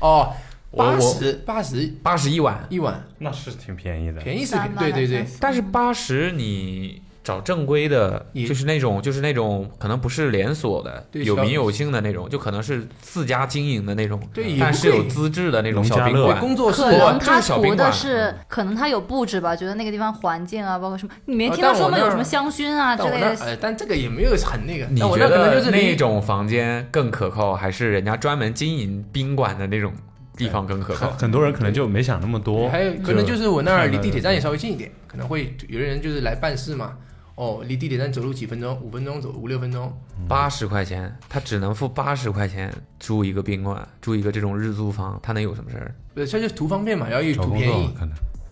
Speaker 4: 哦，
Speaker 3: 我
Speaker 4: 八
Speaker 3: 我
Speaker 4: 十八十
Speaker 3: 八十一晚，
Speaker 4: 一晚，
Speaker 2: 那是挺便宜的，
Speaker 4: 便宜是
Speaker 5: 三
Speaker 4: 便宜，
Speaker 5: 万
Speaker 4: 对对对，
Speaker 3: 但是八十你找正规的，
Speaker 4: 也
Speaker 3: 就是那种就是那种可能不是连锁的，
Speaker 4: 对
Speaker 3: 有
Speaker 4: 小
Speaker 3: 名有姓的那种，就可能是自家经营的那种，嗯
Speaker 4: 对也
Speaker 3: 但
Speaker 4: 不
Speaker 3: 是有
Speaker 4: 贵
Speaker 3: 资质的那种
Speaker 2: 农
Speaker 3: 小
Speaker 2: 家
Speaker 3: 宾
Speaker 2: 乐
Speaker 4: 对
Speaker 3: 馆。
Speaker 4: 工作室啊
Speaker 5: 可
Speaker 3: 我
Speaker 5: 能
Speaker 3: 这个
Speaker 5: 他
Speaker 3: 小
Speaker 5: 图
Speaker 3: 宾
Speaker 5: 的
Speaker 3: 馆
Speaker 5: 是，
Speaker 4: 嗯
Speaker 5: 可能他有布置吧，觉得那个地方环境啊，包括什么，你没
Speaker 4: 呃
Speaker 5: 听他
Speaker 4: 但
Speaker 5: 说
Speaker 4: 我
Speaker 5: 吗？
Speaker 4: 那
Speaker 5: 有
Speaker 4: 儿
Speaker 5: 什么香薰啊之
Speaker 4: 但我
Speaker 5: 类
Speaker 4: 那
Speaker 5: 的？
Speaker 4: 呃，但这个也没有很那个，
Speaker 3: 你
Speaker 4: 但
Speaker 3: 觉
Speaker 4: 我那可能就
Speaker 3: 得
Speaker 4: 是
Speaker 3: 那
Speaker 4: 离
Speaker 3: 种房间更可靠，还是人家专门经营宾馆的那种地方更可靠？
Speaker 2: 很多人可能就没想那么多。
Speaker 4: 还有可能就是我那
Speaker 2: 看
Speaker 4: 儿
Speaker 2: 了
Speaker 4: 离地铁站也稍微近一点，可能会有的人就是来办事嘛。哦，离地铁站走路几分钟，五分钟走，五六分钟。
Speaker 3: 八十块钱，他只能付八十块钱租一个宾馆，住一个这种日租房，他能有什么事儿？
Speaker 4: 不是，他就图方便嘛，然后也
Speaker 2: 找
Speaker 4: 图
Speaker 2: 工
Speaker 4: 便
Speaker 2: 作
Speaker 4: 宜，
Speaker 2: 可能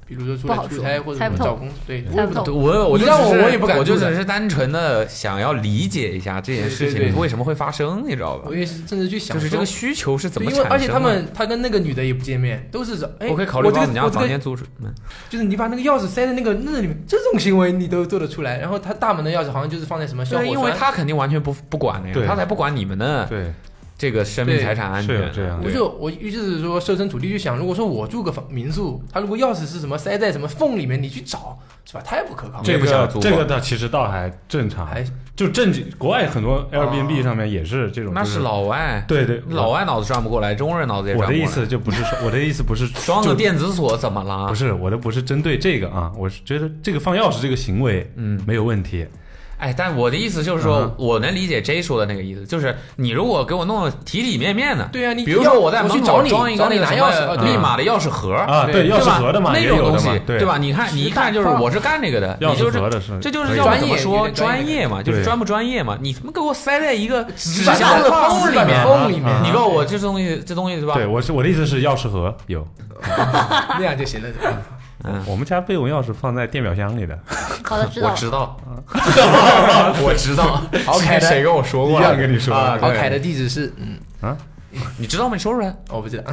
Speaker 4: 比如说出
Speaker 5: 不
Speaker 4: 来
Speaker 5: 好
Speaker 4: 出
Speaker 5: 说
Speaker 4: 差或者
Speaker 5: 猜
Speaker 4: 什
Speaker 5: 不
Speaker 4: 么
Speaker 5: 透
Speaker 4: 找工，对，
Speaker 5: 猜不
Speaker 3: 对
Speaker 5: 透。
Speaker 3: 我我
Speaker 4: 你
Speaker 3: 就
Speaker 4: 让我
Speaker 3: 只是
Speaker 4: 我也不敢
Speaker 3: 我就
Speaker 4: 住的
Speaker 3: 只是单纯的想要理解一下这件事
Speaker 4: 对对
Speaker 3: 情
Speaker 4: 对
Speaker 3: 为什么会发生，你知道吧
Speaker 4: 我？也是甚至去想
Speaker 3: 就是这
Speaker 4: 说
Speaker 3: 个需求是怎么
Speaker 4: 因
Speaker 3: 产生的？
Speaker 4: 为而且他们他跟那个女的也不见面，都是说，哎，
Speaker 3: 我可以考虑把
Speaker 4: 这
Speaker 3: 我
Speaker 4: 个
Speaker 3: 们家
Speaker 4: 我这
Speaker 3: 房
Speaker 4: 个
Speaker 3: 间租出。嗯
Speaker 4: 就是你把那个钥匙塞在那个那里面，这种行为你都做得出来。然后他大门的钥匙好像就是放在什么消
Speaker 3: 对，
Speaker 4: 火
Speaker 3: 因为
Speaker 4: 栓
Speaker 3: 他肯定完全不不管的呀，
Speaker 2: 对
Speaker 3: 他才不管你们的
Speaker 2: 对，
Speaker 3: 这个生命
Speaker 4: 对
Speaker 3: 财产安
Speaker 2: 是有
Speaker 3: 全。
Speaker 2: 这样
Speaker 4: 我
Speaker 3: 啊对
Speaker 4: 就我于是说设身处地去想，如果说我住个房民宿，他如果钥匙是什么塞在什么缝里面，你去找是吧？太不可靠了。哎
Speaker 2: 这
Speaker 3: 也不啊想
Speaker 2: 个
Speaker 3: 租
Speaker 2: 这
Speaker 3: 过
Speaker 2: 个倒其实倒还正常，
Speaker 4: 还
Speaker 2: 就正经国外很多 Airbnb
Speaker 4: 啊
Speaker 2: 上面也是这种，
Speaker 3: 那
Speaker 2: 就是
Speaker 3: 老外，
Speaker 2: 对对
Speaker 3: 老外脑子转不过来，中国人脑子也
Speaker 2: 我
Speaker 3: 转
Speaker 2: 的
Speaker 3: 不
Speaker 2: 意
Speaker 3: 过来。
Speaker 2: 思就不是 说，我的意思不是
Speaker 3: 装
Speaker 2: 就
Speaker 3: 个电子锁怎么了
Speaker 2: 不？是我的不是针对这个啊，我是觉得这个放钥匙这个行为，
Speaker 3: 嗯
Speaker 2: 没有问题。
Speaker 3: 哎，但我的意思就是说
Speaker 2: 嗯，
Speaker 3: 我能理解 J 说的那个意思，就是你如果给我弄得体体面面的，
Speaker 4: 对啊你
Speaker 3: 比如说
Speaker 4: 我
Speaker 3: 在
Speaker 4: 我去
Speaker 3: 门
Speaker 4: 找
Speaker 3: 口
Speaker 4: 你
Speaker 3: 装一个
Speaker 4: 找
Speaker 3: 那
Speaker 4: 你
Speaker 3: 个
Speaker 4: 拿
Speaker 3: 什么
Speaker 4: 钥匙啊对
Speaker 3: 密码的钥匙盒
Speaker 2: 哦啊对
Speaker 3: 吧
Speaker 2: 钥匙盒的嘛
Speaker 3: 那
Speaker 2: 也有
Speaker 3: 种
Speaker 2: 的
Speaker 3: 东西
Speaker 2: 嘛，对
Speaker 3: 对吧？你看，你一看就是，我是干这个的，
Speaker 2: 钥
Speaker 3: 你就
Speaker 2: 匙盒
Speaker 3: 是。
Speaker 2: 的是，
Speaker 3: 这就
Speaker 2: 可
Speaker 3: 是
Speaker 2: 以
Speaker 3: 叫
Speaker 4: 专
Speaker 3: 我怎
Speaker 4: 业
Speaker 3: 么说
Speaker 4: 有点专业
Speaker 3: 专业嘛，就是
Speaker 2: 对
Speaker 3: 专不专业嘛？你他妈给我塞在一个纸
Speaker 4: 把
Speaker 3: 箱
Speaker 4: 它
Speaker 3: 的
Speaker 4: 放
Speaker 3: 缝
Speaker 4: 纸
Speaker 3: 里
Speaker 4: 箱的
Speaker 3: 面，
Speaker 4: 缝里面啊
Speaker 3: 你告诉我这东西，这东西是吧？
Speaker 2: 嗯对，我是我的意思是钥匙盒有，
Speaker 3: 啊
Speaker 4: 那样就行了。
Speaker 3: 嗯
Speaker 2: 我们家备用钥匙放在电表箱里的，
Speaker 5: 好 的，知道
Speaker 3: 我
Speaker 5: 了。
Speaker 3: 知道，
Speaker 2: 嗯
Speaker 3: 我知道，
Speaker 4: 好凯的
Speaker 3: 谁跟我说过
Speaker 2: 一
Speaker 3: 了？
Speaker 2: 样跟你说
Speaker 3: 啊，
Speaker 4: 然后
Speaker 3: 对
Speaker 4: 凯的，地址是嗯，
Speaker 3: 你知道吗？你说出来。
Speaker 4: 我不知道。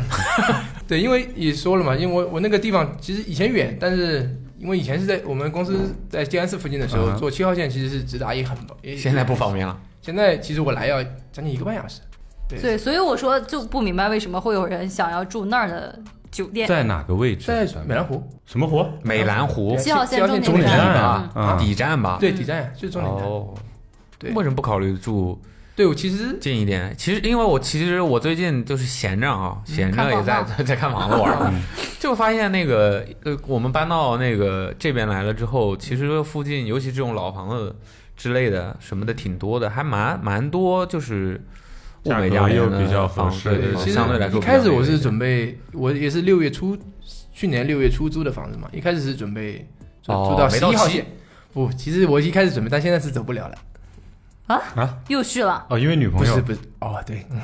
Speaker 4: 对，因为也说了嘛，因为我我那个地方其实以前远，但是因为以前是在我们公司在静安寺附近的时候，
Speaker 2: 嗯
Speaker 4: 坐七号线其实是直达也很也
Speaker 3: 啊现在不方便了。
Speaker 4: 现在其实我来要将近一个半小时。
Speaker 5: 对，所以我说就不明白为什么会有人想要住那儿的酒店。
Speaker 2: 在哪个位置？
Speaker 4: 在美兰湖，
Speaker 2: 什么湖？
Speaker 4: 嗯
Speaker 3: 美兰湖
Speaker 5: 七号线
Speaker 4: 七号线
Speaker 5: 终
Speaker 4: 终
Speaker 5: 点
Speaker 4: 点
Speaker 2: 站
Speaker 5: 站，
Speaker 2: 啊嗯
Speaker 3: 啊，底站吧？
Speaker 4: 对，底站就是中岭站。
Speaker 3: 哦，
Speaker 4: 对
Speaker 3: 为什么不考虑住
Speaker 4: 对，我其实
Speaker 3: 近一点？其实因为我其实我最近就是闲着啊，
Speaker 4: 嗯
Speaker 3: 闲着
Speaker 5: 看
Speaker 3: 也
Speaker 5: 房
Speaker 3: 在
Speaker 5: 吗
Speaker 3: 在看房子玩儿， 就发现那个呃，我们搬到那个这边来了之后，其实附近尤其这种老房子之类的什么的挺多的，还蛮蛮多就是物美
Speaker 2: 价
Speaker 3: 价
Speaker 2: 格
Speaker 3: 廉
Speaker 2: 又
Speaker 3: 的
Speaker 2: 比较合
Speaker 3: 房
Speaker 2: 适
Speaker 3: 对
Speaker 2: 的
Speaker 3: 对
Speaker 2: 房
Speaker 3: 对，
Speaker 4: 其实
Speaker 3: 相对来说
Speaker 4: 一
Speaker 3: 比
Speaker 4: 开
Speaker 3: 较
Speaker 4: 始我
Speaker 3: 便宜
Speaker 4: 是准备，我也是六月初，去年六月初租的房子嘛，一开始是准备住
Speaker 3: 哦
Speaker 4: 住到
Speaker 3: 没
Speaker 4: 十
Speaker 3: 到
Speaker 4: 一号
Speaker 3: 期
Speaker 4: 线。不，其实我一开始准备，但现在是走不了了。
Speaker 5: 嗯又续了。
Speaker 2: 哦，因为女
Speaker 4: 不
Speaker 2: 朋
Speaker 4: 是
Speaker 2: 友
Speaker 4: 不是，哦对，嗯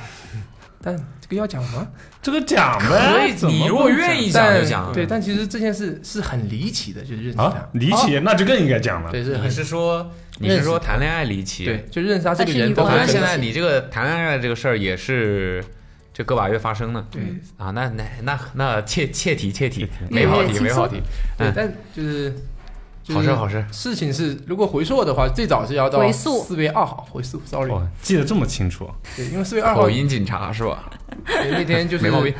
Speaker 4: 但这个要讲吗？
Speaker 2: 这个讲
Speaker 3: 可
Speaker 2: 呗
Speaker 3: 以，你如果愿意讲就讲啊
Speaker 4: 但。对，但其实这件事是很离奇的，就认识他，
Speaker 2: 啊，离奇那就更应该讲了。
Speaker 4: 对，是
Speaker 3: 你
Speaker 4: 很
Speaker 3: 是说你
Speaker 4: 认
Speaker 3: 是
Speaker 4: 识
Speaker 3: 说
Speaker 4: 他
Speaker 3: 谈恋爱离奇？
Speaker 4: 对，就认识他这
Speaker 5: 但
Speaker 4: 个
Speaker 5: 是
Speaker 4: 人
Speaker 5: 你
Speaker 4: 都
Speaker 5: 我
Speaker 3: 反
Speaker 5: 们
Speaker 3: 正
Speaker 5: 是
Speaker 3: 现
Speaker 4: 很
Speaker 3: 在你这个谈恋爱这个事儿也是这个把月发生的，
Speaker 4: 对
Speaker 5: 嗯
Speaker 3: 啊，那那那那切切题切题，
Speaker 2: 切题
Speaker 3: 没跑题
Speaker 5: 略略轻松
Speaker 3: 没跑题，
Speaker 4: 对
Speaker 3: 嗯，
Speaker 4: 但就是就是
Speaker 3: 好事好事，
Speaker 4: 事情是，如果回溯的话，最早是要到
Speaker 5: 回溯
Speaker 4: 四月二号回溯，sorry，
Speaker 2: 哇，记得这么清楚，
Speaker 4: 对，因为四月二号
Speaker 3: 哦口音警察是吧？
Speaker 4: 对那天就是
Speaker 3: 没毛病。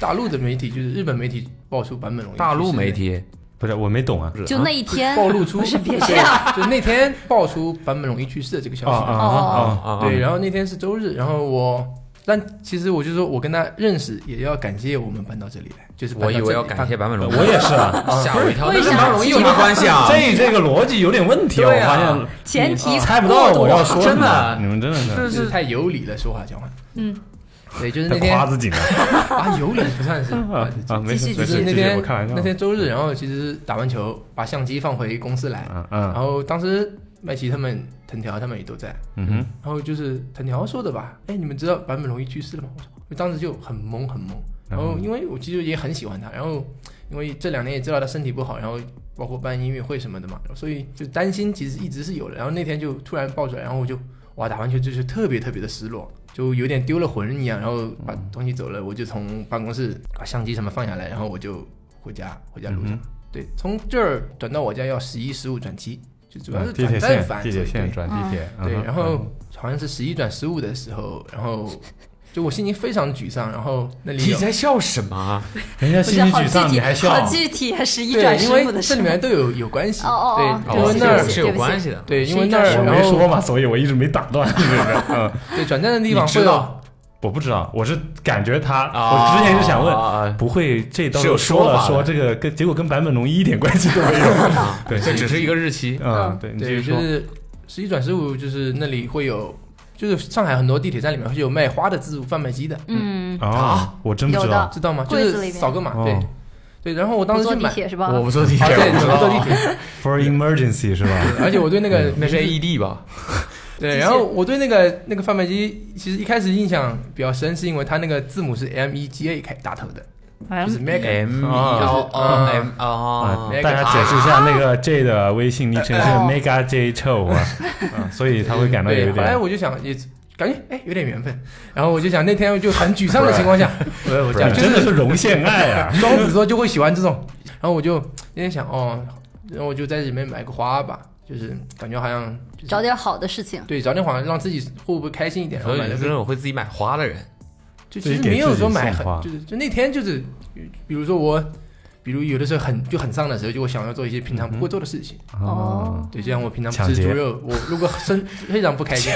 Speaker 4: 大陆的媒体就是日本媒体爆出坂本龙一去世
Speaker 3: 大陆媒体
Speaker 2: 不是我没懂啊。
Speaker 5: 就那一天
Speaker 4: 暴露出
Speaker 5: 不是别这样，
Speaker 4: 对，就那天爆出坂本龙一去世的这个消
Speaker 2: 啊
Speaker 4: 息。
Speaker 2: 啊
Speaker 5: 哦
Speaker 2: 啊
Speaker 3: 啊，
Speaker 4: 对，然后那天是周日，然后我，但其实我就说我跟他认识，也要感谢我们搬到这里来，就是搬
Speaker 3: 我
Speaker 4: 到
Speaker 3: 以为
Speaker 4: 这
Speaker 3: 要
Speaker 4: 里
Speaker 3: 感谢版本龙，
Speaker 2: 我也是 啊，
Speaker 3: 吓我一跳，
Speaker 5: 为
Speaker 3: 那跟
Speaker 5: 啥
Speaker 3: 版本龙有啥关系啊？
Speaker 2: 这这个逻辑有点问题，我
Speaker 3: 对啊
Speaker 2: 发现啊
Speaker 5: 前提
Speaker 2: 猜不到我要说什
Speaker 3: 真
Speaker 2: 么，
Speaker 3: 的
Speaker 2: 你们真的是
Speaker 4: 就是是太有理了，说话讲话。
Speaker 5: 嗯，
Speaker 4: 对，就是那
Speaker 2: 在
Speaker 4: 天
Speaker 2: 夸自己呢
Speaker 4: 啊，有理不算是，
Speaker 2: 啊啊，没事
Speaker 5: 继续
Speaker 2: 没
Speaker 4: 就是
Speaker 2: 事，
Speaker 4: 那
Speaker 2: 继续
Speaker 4: 天
Speaker 2: 我开
Speaker 3: 啊
Speaker 2: 玩笑，
Speaker 4: 那天周日，然后其实打完球把相机放回公司来，
Speaker 3: 啊
Speaker 2: 嗯嗯
Speaker 4: 然后当时麦琪他们、藤条他们也都在，
Speaker 2: 嗯哼，
Speaker 4: 然后就是藤条说的吧，哎，你们知道坂本龙一去世了吗？我说我当时就很懵很
Speaker 2: 嗯
Speaker 4: 懵，然后因为我其实也很喜欢他，然后因为这两年也知道他身体不好，然后包括办音乐会什么的嘛，所以就担心其实一直是有的，然后那天就突然爆出来，然后我就哇打完球就是特别特别的失落，就有点丢了魂一样，然后把东西走了，我就从办公室把相机什么放下来，然后我就回家，回家路
Speaker 2: 嗯
Speaker 4: 上，对，从这儿转到我家要十一十五转七，就主要是
Speaker 2: 啊嗯地铁
Speaker 4: 转站
Speaker 2: 线
Speaker 4: 反
Speaker 2: 地铁线转地铁，
Speaker 4: 对，
Speaker 2: 嗯哼
Speaker 4: 然后好像是十一转十五的时候，然后就我心情非常沮丧，然后那里
Speaker 3: 你
Speaker 4: 有
Speaker 3: 在笑什么？啊
Speaker 2: 人家
Speaker 5: 不是
Speaker 2: 心里
Speaker 5: 好
Speaker 2: 沮
Speaker 5: 具
Speaker 2: 丧，
Speaker 5: 体
Speaker 2: 你还笑，
Speaker 5: 好具体啊，十一
Speaker 4: 对，
Speaker 5: 转
Speaker 4: 因
Speaker 5: 十
Speaker 4: 为
Speaker 5: 五的
Speaker 4: 这
Speaker 5: 时
Speaker 4: 里
Speaker 5: 候，
Speaker 4: 面都有有关系，
Speaker 5: 哦哦
Speaker 4: 对，
Speaker 5: 哦
Speaker 4: 因
Speaker 5: 我对不
Speaker 4: 为
Speaker 5: 起
Speaker 4: 那
Speaker 5: 对
Speaker 4: 儿
Speaker 5: 不起
Speaker 3: 是有关系的。
Speaker 4: 对，因为
Speaker 5: 11
Speaker 4: 那
Speaker 5: 转15
Speaker 4: 儿
Speaker 2: 我
Speaker 4: 然
Speaker 2: 没
Speaker 4: 后
Speaker 2: 说嘛，所以我一直没打断，是不是？嗯，
Speaker 4: 对转站的地方
Speaker 3: 你知
Speaker 4: 会有
Speaker 3: 道
Speaker 2: 我不知道，我是感觉他，
Speaker 3: 啊
Speaker 2: 我之前是想问
Speaker 3: 啊啊啊，
Speaker 2: 不会这到时
Speaker 3: 是
Speaker 2: 候
Speaker 3: 有
Speaker 2: 说
Speaker 3: 说
Speaker 2: 了
Speaker 3: 法的
Speaker 2: 说这个跟结果跟坂本龙一一点关系都没有，
Speaker 3: 啊，
Speaker 2: 对
Speaker 3: 这只是一个日期。
Speaker 2: 嗯，对，你继续
Speaker 4: 对，
Speaker 2: 说
Speaker 4: 就，是十一转十五，就是那里会有，就是上海很多地铁站里面会有卖花的自助贩卖机的，
Speaker 5: 嗯，
Speaker 2: 啊，我真不知
Speaker 5: 有的
Speaker 2: 道，
Speaker 4: 知道吗？就
Speaker 5: 柜子里面
Speaker 4: 是扫个码，
Speaker 2: 哦
Speaker 4: 对对，然后我当
Speaker 5: 不
Speaker 4: 时
Speaker 5: 坐
Speaker 4: 去
Speaker 5: 地
Speaker 4: 买，
Speaker 5: 铁是吧？
Speaker 3: 不坐地
Speaker 4: 啊对，
Speaker 3: 我
Speaker 4: 你
Speaker 3: 不
Speaker 4: 不坐地铁，
Speaker 2: for emergency 是吧？
Speaker 4: 而且我对那个
Speaker 3: 那是 AED 吧？
Speaker 5: 谢
Speaker 4: 对，
Speaker 5: 谢
Speaker 4: 然后我对那个那个贩卖机，其实一开始印象比较深，是因为它那个字母是 M E G A 开打头的，
Speaker 2: E
Speaker 4: 就是 Mega。
Speaker 3: M E
Speaker 2: 啊
Speaker 3: L O M 啊
Speaker 2: 啊，，大家解释一下那
Speaker 4: 啊
Speaker 2: 个 J 的微信昵称是
Speaker 5: 哦
Speaker 2: Mega J Cho 啊，嗯所以他会感到有
Speaker 4: 对，
Speaker 2: 一
Speaker 4: 后来
Speaker 2: 点，
Speaker 4: 我就想，也感觉哎有点缘分，然后我就想那天就很沮丧的情 况下，我我讲
Speaker 2: 你
Speaker 4: 就
Speaker 2: 真的是
Speaker 4: 是
Speaker 2: 荣陷爱 啊！
Speaker 4: 双子座就会喜欢这种，然后我就那天想哦，然后我就在里面买个花吧，就是感觉好像就是
Speaker 5: 找点好的事情，
Speaker 4: 对找点花让自己会不会开心一点，然
Speaker 3: 所
Speaker 4: 后
Speaker 3: 以
Speaker 4: 买
Speaker 3: 你
Speaker 4: 了
Speaker 3: 是
Speaker 4: 个
Speaker 3: 那种会自己买花的人，
Speaker 4: 就
Speaker 2: 自
Speaker 4: 其
Speaker 2: 己
Speaker 4: 实
Speaker 2: 给
Speaker 4: 没有
Speaker 2: 自己
Speaker 4: 说买
Speaker 2: 送花
Speaker 4: 很，就是就那天就是，比如说我，比如有的时候很就很丧的时候，就我想要做一些平常
Speaker 2: 嗯
Speaker 4: 不会做的事情。
Speaker 5: 哦，
Speaker 4: 对，就像我平常
Speaker 2: 抢
Speaker 4: 不吃
Speaker 2: 劫
Speaker 4: 猪肉，我如果身非常不开心，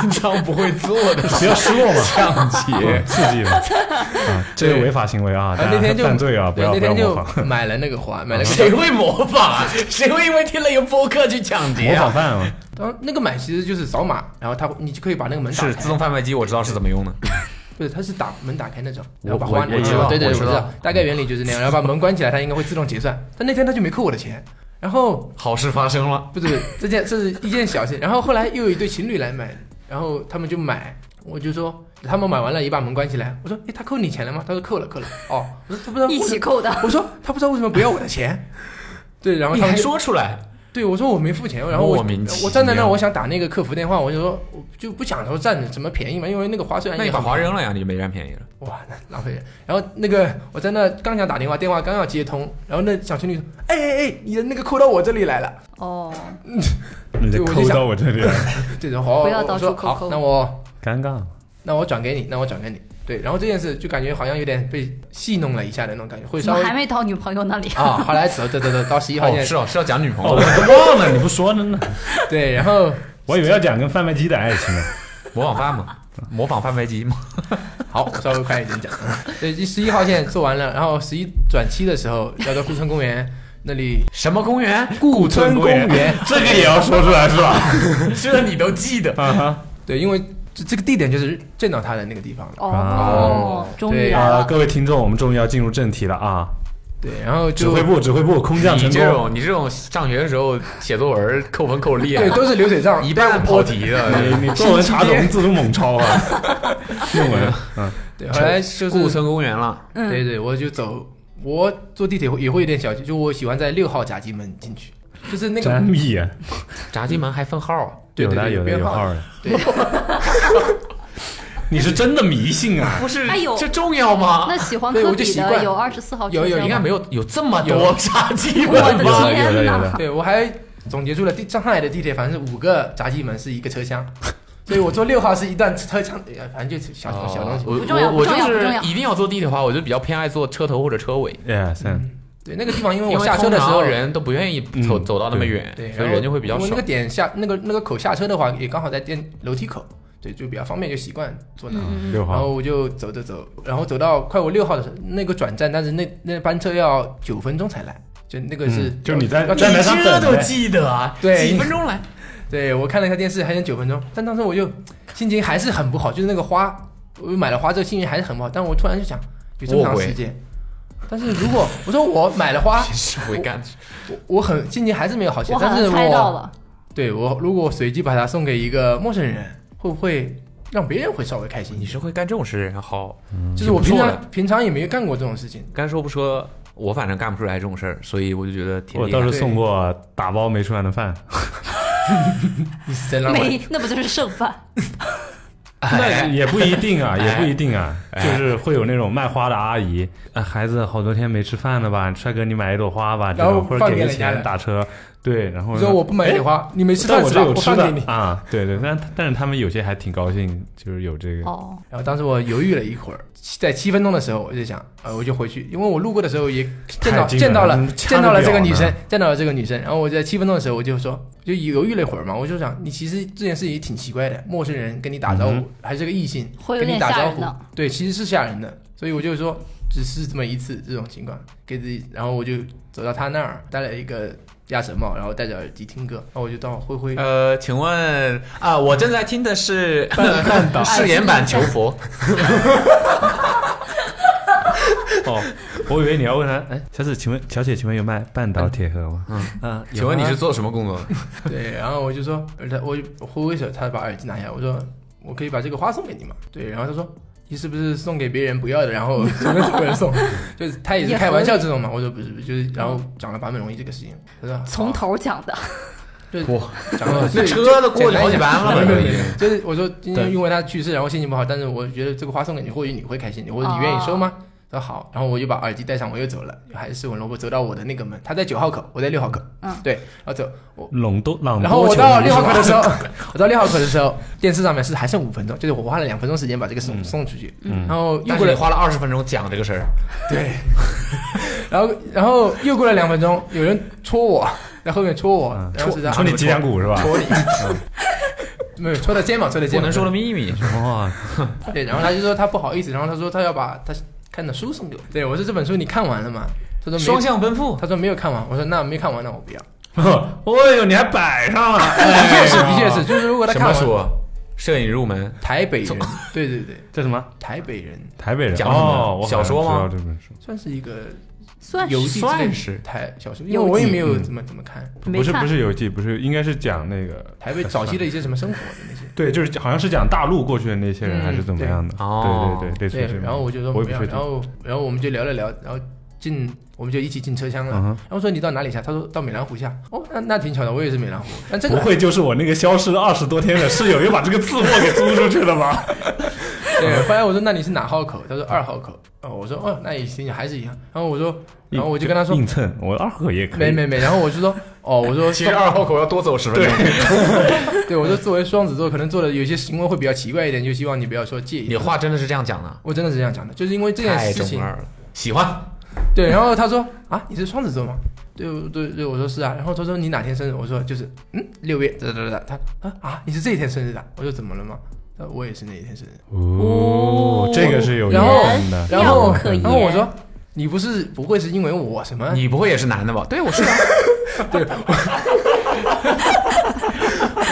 Speaker 3: 平常不会做的
Speaker 2: 不要失落嘛，
Speaker 3: 抢劫
Speaker 2: 嗯。刺激嘛， 啊，这是违法行为啊，
Speaker 4: 然
Speaker 2: 大
Speaker 4: 后
Speaker 2: 家
Speaker 4: 那天就
Speaker 2: 犯罪啊，不
Speaker 4: 对
Speaker 2: 要
Speaker 4: 那
Speaker 2: 不要
Speaker 4: 天
Speaker 2: 模
Speaker 4: 就
Speaker 2: 仿，
Speaker 4: 买了那 个花，买了个。
Speaker 3: 谁会模仿？谁会因为听了一个 播客去抢劫
Speaker 2: 模仿
Speaker 3: 啊？
Speaker 2: 犯啊，
Speaker 4: 然后那个买其实就是扫码，然后它你就可以把那个门打
Speaker 3: 是
Speaker 4: 开
Speaker 3: 自，动贩卖机，我知道是怎么用的。
Speaker 4: 不是它是打门打开那种，
Speaker 2: 我
Speaker 4: 然后把花
Speaker 2: 我
Speaker 4: 拿
Speaker 2: 哎我
Speaker 4: 出
Speaker 2: 知
Speaker 4: 来
Speaker 2: 道
Speaker 4: 对对，
Speaker 3: 我
Speaker 4: 我
Speaker 3: 知
Speaker 4: 知
Speaker 3: 道
Speaker 4: 道，大概原理就是那样，然后把门关起来，它应该会自动结算。但那天他就没扣我的钱，然后
Speaker 3: 好事发生 了，
Speaker 4: 不是这件，这是一件小事。然后后来又有一对情侣来买，然后他们就买，我就说他们买完了也把门关起来。我说，哎，他扣你钱了吗？他说扣了，扣了。哦，我说他不知道为
Speaker 5: 一
Speaker 4: 什
Speaker 5: 起扣的。
Speaker 4: 我说他不知道为什么不要我的钱。对，然后他们就，
Speaker 3: 出来，
Speaker 4: 对我说我没付钱，然后我
Speaker 3: 莫名其妙
Speaker 4: 我站在那儿，我想打那个客服电话，我就说我就不想说占什么便宜嘛，因为那个花虽然
Speaker 3: 那
Speaker 4: 也
Speaker 3: 你把
Speaker 4: 很
Speaker 3: 花扔了呀，你就没占便宜了。
Speaker 4: 哇，那浪费人。然后那个我在那刚想打电话，电话刚要接通，然后那小情侣说，哎哎哎，你的那个扣到我这里来了。
Speaker 5: 哦，
Speaker 2: 你得
Speaker 4: 对我就
Speaker 2: 抠
Speaker 4: 想
Speaker 2: 到我这里了，啊
Speaker 4: 对，然后
Speaker 5: 不要
Speaker 4: 我
Speaker 5: 到处
Speaker 4: 说
Speaker 5: 扣
Speaker 4: 好
Speaker 5: 扣，
Speaker 4: 那我。
Speaker 2: 尴尬。
Speaker 4: 那我转给你，那我转给你。对，然后这件事就感觉好像有点被戏弄了一下的那种感觉，会
Speaker 5: 怎
Speaker 4: 稍
Speaker 5: 么
Speaker 4: 微
Speaker 5: 还没到女朋友那里？
Speaker 4: 啊，后来走走走走到十一号
Speaker 3: 哦，
Speaker 4: 线，
Speaker 3: 是哦，是要讲女朋
Speaker 2: 哦，
Speaker 3: 友
Speaker 2: 我
Speaker 3: 的，
Speaker 2: 都忘了，你不说了呢？
Speaker 4: 对，然后
Speaker 2: 我以为要讲跟贩卖机的爱 情呢。
Speaker 3: 模仿犯嘛，模仿贩卖机嘛。
Speaker 4: 好，我稍微快一点讲， 对，十一号线做完了，然后十一转七的时候要到顾村公园那里，
Speaker 3: 什么公园？
Speaker 4: 顾村公园，
Speaker 2: 这个也要说出来是吧？
Speaker 3: 这你都记得？
Speaker 2: 啊哈
Speaker 4: 对，因为这这个地点就是见到他的那个地方了，
Speaker 5: 哦，终于
Speaker 4: 对
Speaker 5: 来
Speaker 2: 啊，
Speaker 5: 了，
Speaker 2: 各位听众，我们终于要进入正题了啊！
Speaker 4: 对，然后
Speaker 2: 指
Speaker 4: 就
Speaker 2: 挥部，指挥部，空降
Speaker 3: 你
Speaker 2: 成
Speaker 3: 这
Speaker 2: 功。
Speaker 3: 种你这种上学的时候写作文扣分扣厉害
Speaker 4: 对，，都是流水账，
Speaker 3: 一半跑题的。
Speaker 2: 你你作文查重字都猛抄 啊，论文。嗯，
Speaker 4: 对，后来就是
Speaker 3: 顾村公园了，
Speaker 5: 嗯
Speaker 4: 对对，我就走，我坐地铁会也会有点小，就我喜欢在六号闸机门进去，就是那个
Speaker 2: 詹米，
Speaker 3: 炸鸡门还分号，啊
Speaker 4: 对
Speaker 2: 啊有
Speaker 4: 对
Speaker 2: 的
Speaker 4: 对
Speaker 2: 有的
Speaker 4: 编
Speaker 2: 有
Speaker 4: 号
Speaker 2: 号的。
Speaker 4: 对，
Speaker 2: 你是真的迷信 啊！
Speaker 3: 不是
Speaker 5: 哎呦
Speaker 3: 这重要吗？
Speaker 5: 那喜欢
Speaker 4: 对
Speaker 5: 科
Speaker 4: 我就
Speaker 5: 比
Speaker 4: 习惯
Speaker 5: 的有二十四号
Speaker 4: 有
Speaker 5: 球
Speaker 4: 有
Speaker 5: 员
Speaker 3: 应该
Speaker 5: 吗
Speaker 3: 没有有这么
Speaker 4: 有
Speaker 3: 多杀 鸡
Speaker 5: 我
Speaker 3: 门
Speaker 5: 的
Speaker 3: 吧？
Speaker 5: 天
Speaker 2: 有的有
Speaker 5: 哪
Speaker 2: 的！
Speaker 4: 对我还总结出了地上海的地铁，反正是五个闸机门是一个车厢，所以我坐六号是一段车厢，哎呀反正就是小小小东西。
Speaker 3: 哦我
Speaker 5: 不重要
Speaker 3: 我
Speaker 5: 不
Speaker 3: 我就
Speaker 5: 重要不重
Speaker 3: 是
Speaker 5: 要
Speaker 3: 一定要坐地铁的话，我就比较偏爱坐车头或者车尾，
Speaker 2: Yes，
Speaker 4: 对那个地方，因为
Speaker 3: 因
Speaker 4: 我
Speaker 3: 为
Speaker 4: 下车的时
Speaker 3: 通
Speaker 4: 候
Speaker 3: 常人都不愿意走
Speaker 2: 嗯
Speaker 3: 走到那么远，
Speaker 4: 对，
Speaker 3: 所以
Speaker 4: 然后
Speaker 3: 人就会比较
Speaker 4: 我
Speaker 3: 少
Speaker 4: 那个。点下那个那个口下车的话，也刚好在电楼梯口，对，就比较方便，就习惯坐那。
Speaker 5: 嗯
Speaker 2: 六
Speaker 4: 然
Speaker 2: 号
Speaker 4: 后我就走走走，然后走到快我六号的时候，那个转站，但是那那班车要九分钟才来，就那个是、
Speaker 2: 嗯就是你在
Speaker 4: 要
Speaker 2: 站台上
Speaker 3: 这
Speaker 2: 等
Speaker 3: 都
Speaker 2: 呗
Speaker 3: 记得啊？
Speaker 4: 对
Speaker 3: 几分钟来，
Speaker 4: 对我看了一下电视，还剩九分钟，但当时我就心情还是很不好，就是那个花，我买了花之后心情还是很不好，但我突然就想，有这么长时间，但是如果我说我买了花，
Speaker 3: 是会干。
Speaker 4: 我我很心情还是没有好起
Speaker 5: 我
Speaker 4: 来，
Speaker 5: 好
Speaker 4: 但是
Speaker 5: 像
Speaker 4: 我
Speaker 5: 猜到了，
Speaker 4: 对我如果随机把它送给一个陌生人，会不会让别人会稍微开心一
Speaker 3: 你
Speaker 4: 些？
Speaker 3: 是会干这种事的人，好，
Speaker 2: 嗯
Speaker 4: 就是我平
Speaker 3: 挺不错
Speaker 4: 常平常也没有干过这种事情，
Speaker 3: 该说不说，我反正干不出来这种事儿，所以我就觉得挺
Speaker 2: 我
Speaker 3: 厉
Speaker 2: 倒
Speaker 3: 害
Speaker 2: 是
Speaker 3: 的。
Speaker 2: 送过打包没吃完的饭，
Speaker 4: 你是真让我
Speaker 5: 没，那不就是剩饭？
Speaker 2: 那也不一定啊，
Speaker 3: 哎
Speaker 2: 也不一定啊，
Speaker 3: 哎
Speaker 2: 就是会有那种卖花的阿姨，啊，孩子好多天没吃饭了吧，帅哥你买一朵花吧，这
Speaker 4: 然后
Speaker 2: 种或者
Speaker 4: 放
Speaker 2: 给
Speaker 4: 给
Speaker 2: 个
Speaker 4: 人家
Speaker 2: 钱
Speaker 4: 了
Speaker 2: 打车，对，然后
Speaker 4: 你说我不买你花，你没吃
Speaker 2: 哎但
Speaker 4: 饭
Speaker 2: 我
Speaker 4: 是
Speaker 2: 这
Speaker 4: 吧？
Speaker 2: 有
Speaker 4: 我
Speaker 2: 吃
Speaker 4: 放给
Speaker 2: 的
Speaker 4: 你。
Speaker 2: 啊，对对，但但是他们有些还挺高兴，就是有这个，
Speaker 5: 哦，
Speaker 4: 然后当时我犹豫了一会儿，在七分钟的时候，我就想，呃，我就回去，因为我路过的时候也见到
Speaker 2: 太近了
Speaker 4: 见到了
Speaker 2: 你掐
Speaker 4: 见到了
Speaker 2: 得
Speaker 4: 这个
Speaker 2: 了呢
Speaker 4: 女生，见到了这个女生。然后我在七分钟的时候，我就说，就犹豫了一会儿嘛，我就想，你其实这件事也挺奇怪的，陌生人跟你打招呼，
Speaker 2: 嗯哼
Speaker 4: 还是个异性，
Speaker 5: 会有
Speaker 4: 跟你
Speaker 5: 点
Speaker 4: 打
Speaker 5: 吓
Speaker 4: 招
Speaker 5: 人
Speaker 4: 呼
Speaker 5: 呢，
Speaker 4: 对，其实是吓人的。所以我就说，只是这么一次这种情况，给自己，然后我就走到她那儿，戴了一个鸭舌帽，然后戴着耳机听歌，然后我就到灰灰。
Speaker 3: 呃，请问啊，我正在听的是誓言版求佛，
Speaker 2: 哦，我以为你要问他，哎，小姐，请问小姐，请问有卖半岛铁盒吗？嗯啊，有
Speaker 3: 请问你
Speaker 2: 啊
Speaker 3: 是做什么工作的？
Speaker 4: 对，然后我就说，呃他我我挥挥手，他把耳机拿下来，我说我可以把这个花送给你吗？对，然后他说你是不是送给别人不要的，然后什么什么人送，就是他也是
Speaker 5: 也
Speaker 4: 开玩
Speaker 5: 合
Speaker 4: 笑这种嘛。我说不是不是，就是然后讲了坂本龙一这个事情，他说
Speaker 5: 从头讲的，
Speaker 3: 哇，
Speaker 4: 好 讲了
Speaker 3: 那车都过去好几班了吧
Speaker 4: 没有没有
Speaker 3: 已
Speaker 4: 没
Speaker 3: 经
Speaker 4: 有，就是我说今
Speaker 2: 对
Speaker 4: 天因为他去世，然后心情不好，但是我觉得这个花送给你，或许你会开心，或者你愿意收吗？他说好，然后我就把耳机戴上，我又走了，还是我萝卜走到我的那个门，他在九号口，我在六号口，
Speaker 5: 嗯
Speaker 4: 对，然后走，我
Speaker 2: 冷都朗多
Speaker 4: 然后我
Speaker 2: 嗯球
Speaker 4: 到
Speaker 2: 迷
Speaker 4: 六
Speaker 2: 是
Speaker 4: 号
Speaker 2: 吧
Speaker 4: 口的时候， 我到六号口的时候，电视上面是还剩五分钟，就是我花了两分钟时间把这个送、送出去，然后又
Speaker 3: 但
Speaker 4: 过
Speaker 3: 是你
Speaker 4: 了，
Speaker 3: 花了二十分钟讲这个事儿，
Speaker 4: 对， 然后然后又过了两分钟，有人戳我，在后面戳我，
Speaker 2: 嗯
Speaker 4: 然后是这样
Speaker 2: 戳你脊梁骨是吧？
Speaker 4: 戳你，没有戳的肩膀，戳的
Speaker 3: 不
Speaker 4: 肩膀，
Speaker 3: 能说的秘密。
Speaker 2: 哇，
Speaker 4: 对，然后他就说他不好意思，然后他说他要把他看的书送给我，对我说这本书你看完了吗？他说没有
Speaker 3: 双，向奔赴，
Speaker 4: 他说没有看完，我说那没看完那我不要，
Speaker 2: 哦呦，你还摆上了，
Speaker 4: 的 确
Speaker 2: 哎
Speaker 4: 是的确是，就是如果他
Speaker 3: 什
Speaker 4: 看
Speaker 3: 么
Speaker 4: 完
Speaker 3: 书？啊摄影入门，
Speaker 4: 台北人，对对对，
Speaker 2: 这什么？
Speaker 4: 台北人
Speaker 2: 台北人
Speaker 3: 讲什么
Speaker 2: 哦，我好像
Speaker 3: 小说吗
Speaker 2: 知道这本书
Speaker 4: 算是一个
Speaker 5: 算
Speaker 4: 游
Speaker 5: 是
Speaker 4: 记之类
Speaker 3: 算
Speaker 4: 的
Speaker 3: 是
Speaker 4: 台小说，因为
Speaker 5: 游
Speaker 4: 我也
Speaker 5: 记
Speaker 4: 没有
Speaker 2: 嗯
Speaker 4: 怎么怎么看
Speaker 5: 没
Speaker 2: 不是
Speaker 5: 看
Speaker 2: 不是游记，不是应该是讲那个
Speaker 4: 台北早期的一些什么生活的那些。
Speaker 2: 对，就是好像是讲大陆过去的那些人
Speaker 4: 嗯
Speaker 2: 还是怎么样的？
Speaker 3: 对哦
Speaker 2: 对对对，类似于这
Speaker 4: 对，
Speaker 2: 种
Speaker 4: 然后我就说
Speaker 2: 我
Speaker 4: 不
Speaker 2: 也
Speaker 4: 要，
Speaker 2: 不确
Speaker 4: 然
Speaker 2: 定。
Speaker 4: 后然后我们就聊了聊，然后进我们就一起进车厢了。
Speaker 2: 嗯哼
Speaker 4: 然后说你到哪里下？他说到美兰湖下。哦，那那挺巧的，我也是美兰湖。但这
Speaker 2: 不
Speaker 4: 个
Speaker 2: 会就是我那个消失二十多天的室友又把这个次货给租出去了吧？
Speaker 4: 对，后来我说那你是哪号口？他说二号口。哦，我说哦，那也行，还是一样。然后我说， 然后我就跟他说
Speaker 2: 硬蹭，我二合也可以。
Speaker 4: 没没没，然后我就说哦，我 说送
Speaker 3: 二号口要多走十分钟。
Speaker 4: 对，我说作为双子座，可能做的有些行为会比较奇怪一点，就希望你不要说介意。
Speaker 3: 你话真的是这样讲的，
Speaker 4: 我真的是这样讲的，就是因为这件
Speaker 3: 太
Speaker 4: 事情
Speaker 3: 中，二了。啊喜欢，
Speaker 4: 对，然后他说啊，你是双子座吗？对对对，我说是啊。然后他说你哪天生日？我说就是嗯六月哒哒哒。他啊啊，你是这一天生日的？我说怎么了吗？他说我也是那一天生日。
Speaker 2: 哦
Speaker 5: 哦，
Speaker 2: 这个是有原
Speaker 4: 然后
Speaker 2: 因的。
Speaker 4: 然后
Speaker 5: 妙不可言
Speaker 4: 然后我说你不是不会是因为我什么？
Speaker 3: 你不会也是男的吧？对，我是啊。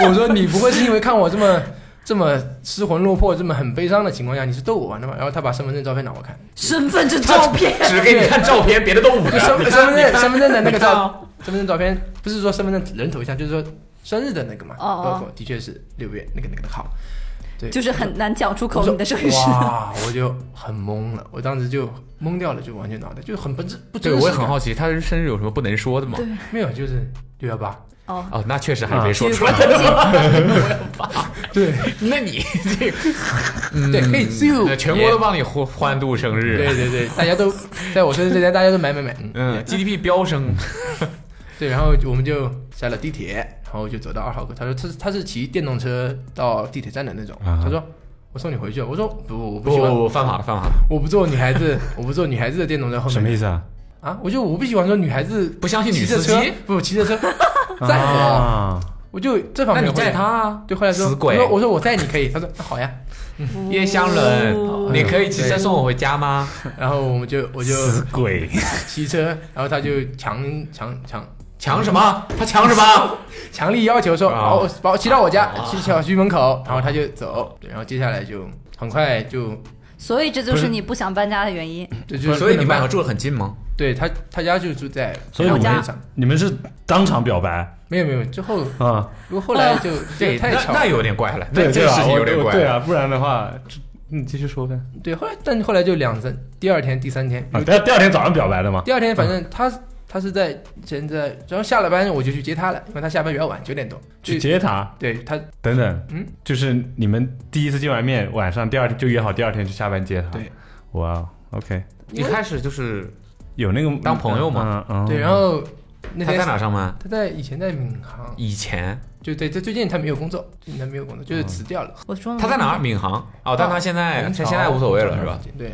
Speaker 4: 我说你不会是因为看我这么。这么失魂落魄，这么很悲伤的情况下，你是逗我玩的吗？然后他把身份证照片拿我看，
Speaker 5: 身份证照片，
Speaker 3: 只给 你看照片，别的都无
Speaker 4: 就身
Speaker 3: 聊。
Speaker 4: 身份证身份证的那个
Speaker 3: 你看
Speaker 4: 照
Speaker 3: 啊，
Speaker 4: 身份证照片不是说身份证人头像，就是说生日的那个嘛。
Speaker 5: 哦哦
Speaker 4: 包括的确是六月那个那个号。对，
Speaker 5: 就是很难讲出口
Speaker 4: 我说
Speaker 5: 你的身世。
Speaker 4: 哇，我就很懵了，我当时就懵掉了，就完全脑袋就很不知不知。
Speaker 3: 对，我也很好奇，他的生日有什么不能说的吗？
Speaker 5: 对
Speaker 4: 没有，就是六幺八，
Speaker 5: 哦，
Speaker 3: 哦，那确实还没说出来。啊
Speaker 4: 对
Speaker 3: 那你这个
Speaker 4: 对，可以自由
Speaker 3: 呃，全国都帮你欢欢度生日，
Speaker 4: 对对对，大家都在我生日这天，大家都买买买，嗯
Speaker 3: 嗯，GDP 飙升，
Speaker 4: 对，然后我们就下了地铁，然后就走到二号口。他说他是他是骑电动车到地铁站的那种。
Speaker 2: 啊
Speaker 4: 他说我送你回去。啊我说不，我不
Speaker 3: 不
Speaker 4: 喜欢，
Speaker 3: 不不，犯法了犯法了，
Speaker 4: 我不坐女孩子，我不坐女孩子的电动车后面。
Speaker 2: 什么意思啊？
Speaker 4: 啊？我就我不喜欢说女孩子
Speaker 3: 不相信女
Speaker 4: 骑着
Speaker 3: 司
Speaker 4: 车
Speaker 3: 机，，
Speaker 4: 不骑着车载我，
Speaker 2: 啊，
Speaker 4: 我就这方
Speaker 3: 那
Speaker 4: 面
Speaker 3: 你
Speaker 4: 会
Speaker 3: 载他。啊，
Speaker 4: 对，后来说，
Speaker 3: 死
Speaker 4: 我
Speaker 3: 鬼
Speaker 4: 说我说我载你可以，他说那好呀，
Speaker 3: 叶湘伦，你可以骑车
Speaker 4: 对
Speaker 3: 送我回家吗？
Speaker 4: 然后我们就我就
Speaker 2: 死鬼！
Speaker 4: 骑车，然后他就强强强
Speaker 3: 强什么？他强什么？
Speaker 4: 强力要求说，
Speaker 3: 啊
Speaker 4: 把我把我骑到我家，骑小区门口，然后他就走，对然后接下来就很快就
Speaker 5: 所以这就是你不想搬家的原因。
Speaker 4: 这就是
Speaker 3: 所以你们
Speaker 4: 们
Speaker 3: 两个住的很近吗？
Speaker 4: 对他他家就住在
Speaker 2: 所以
Speaker 5: 我
Speaker 4: 我
Speaker 5: 们
Speaker 4: 家上，
Speaker 2: 你们是当场表白
Speaker 4: 没有没有，之后
Speaker 2: 啊？
Speaker 4: 不过后来就
Speaker 3: 这
Speaker 4: 这
Speaker 3: 那
Speaker 4: 太巧
Speaker 3: 那
Speaker 4: 了，
Speaker 3: 有点怪 了，那这个事情有点怪。
Speaker 2: 对，啊，不然的话，你继续说呗。
Speaker 4: 对，后来但后来就两三，第二天第三天，
Speaker 2: 啊，第二第二天早上表白的嘛？
Speaker 4: 第二天反
Speaker 3: 嗯
Speaker 4: 正他他是在现在，然后下了班我就去接他了，因为他下班比较晚，九点多
Speaker 2: 去
Speaker 4: 就
Speaker 2: 接他，
Speaker 4: 对他
Speaker 3: 哦
Speaker 2: 等等，
Speaker 4: 嗯，
Speaker 2: 就是你们第一次见完面，晚上第二天就约好第二天去下班接他。
Speaker 4: 对，
Speaker 2: 哇哦，OK，
Speaker 3: 一开始就是
Speaker 2: 有那个
Speaker 3: 当朋友嘛？
Speaker 2: 嗯嗯，
Speaker 4: 对，然后那
Speaker 3: 他
Speaker 4: 天
Speaker 3: 在哪上班？
Speaker 4: 他在以前在闵行，
Speaker 3: 以前
Speaker 4: 就对，他最近他没有工作，最近他没有工作，就是
Speaker 3: 哦
Speaker 4: 辞掉了。
Speaker 5: 我说
Speaker 3: 他在哪儿？闵行哦，嗯但他现在
Speaker 4: 明
Speaker 3: 他
Speaker 4: 朝
Speaker 3: 现在无所谓了是吧？？
Speaker 4: 对，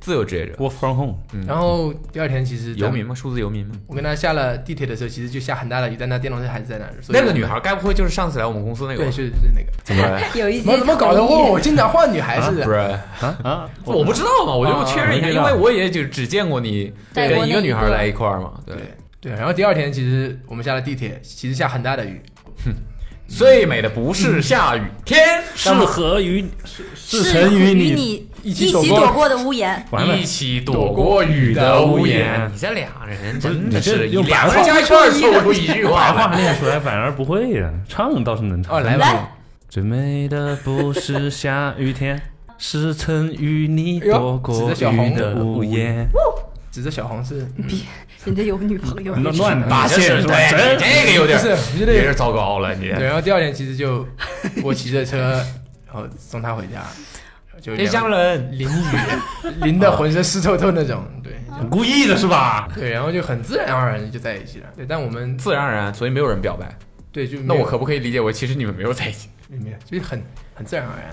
Speaker 3: 自由职业者，
Speaker 2: ？Work from home，
Speaker 3: 嗯
Speaker 4: 然后第二天其实
Speaker 3: 游民，吗？数字游民吗？
Speaker 4: 我跟他下了地铁的时候，其实就下很大的雨，但他电动车还是在那儿。所以
Speaker 3: 那个女孩该不会就是上次来我们公司那个
Speaker 4: 对，
Speaker 3: 吧？
Speaker 4: 是是那个，
Speaker 3: 怎么了？
Speaker 5: 嗯有一
Speaker 4: 怎
Speaker 5: 些
Speaker 4: 么怎么搞的？
Speaker 5: 同意
Speaker 4: 我我经常换女孩子
Speaker 3: 啊不
Speaker 4: 的，
Speaker 3: 是，
Speaker 2: 啊，
Speaker 3: 我不知道嘛，我就确认一下，
Speaker 2: 啊啊
Speaker 3: 因为我也就只见过你
Speaker 5: 带过
Speaker 3: 跟一个
Speaker 5: 那一
Speaker 3: 女孩
Speaker 5: 个
Speaker 3: 来一块儿嘛。对，
Speaker 4: 对对。然后第二天其实我们下了地铁，其实下很大的雨，
Speaker 3: 最美的不是下雨天，是
Speaker 2: 合于
Speaker 5: 是
Speaker 2: 是成于
Speaker 5: 你
Speaker 2: 你
Speaker 5: 一
Speaker 4: 起
Speaker 5: 起
Speaker 4: 躲
Speaker 5: 躲过的屋檐。
Speaker 2: 完了
Speaker 3: 一起躲过雨的屋檐。你这俩人真
Speaker 2: 不
Speaker 3: 的是
Speaker 2: 是你这用
Speaker 3: 俩
Speaker 2: 白
Speaker 3: 人
Speaker 2: 话
Speaker 3: 加一块儿凑出一句话
Speaker 2: 白话
Speaker 3: 来。
Speaker 2: 念出来反而不会呀，唱倒是能唱。
Speaker 4: 哦来吧
Speaker 5: 来，
Speaker 2: 最美的不是下雨天，是曾与你躲过雨的屋檐。
Speaker 4: 指着小红是，
Speaker 5: 人家有女朋友，
Speaker 2: 乱乱
Speaker 3: 你
Speaker 2: 搭
Speaker 3: 这
Speaker 2: 线
Speaker 3: 嗯是
Speaker 2: 是吧？
Speaker 3: 对，你
Speaker 2: 真
Speaker 3: 这个有点
Speaker 4: 不是你这
Speaker 3: 有点糟糕了，你
Speaker 4: 对。然后第二天其实 就我骑着车，然后送她回家，就哦
Speaker 3: 这乡人
Speaker 4: 淋雨，淋的浑身湿透透那种，对。
Speaker 2: 故意的是吧？
Speaker 4: 对，然后就很自然而然地就在一起了。对，但我们
Speaker 3: 自然而然，所以没有人表白。
Speaker 4: 对就没
Speaker 3: 那我
Speaker 4: 有
Speaker 3: 可不可以理解为其实你们没有在一起？
Speaker 4: 没有，就是很很自然而然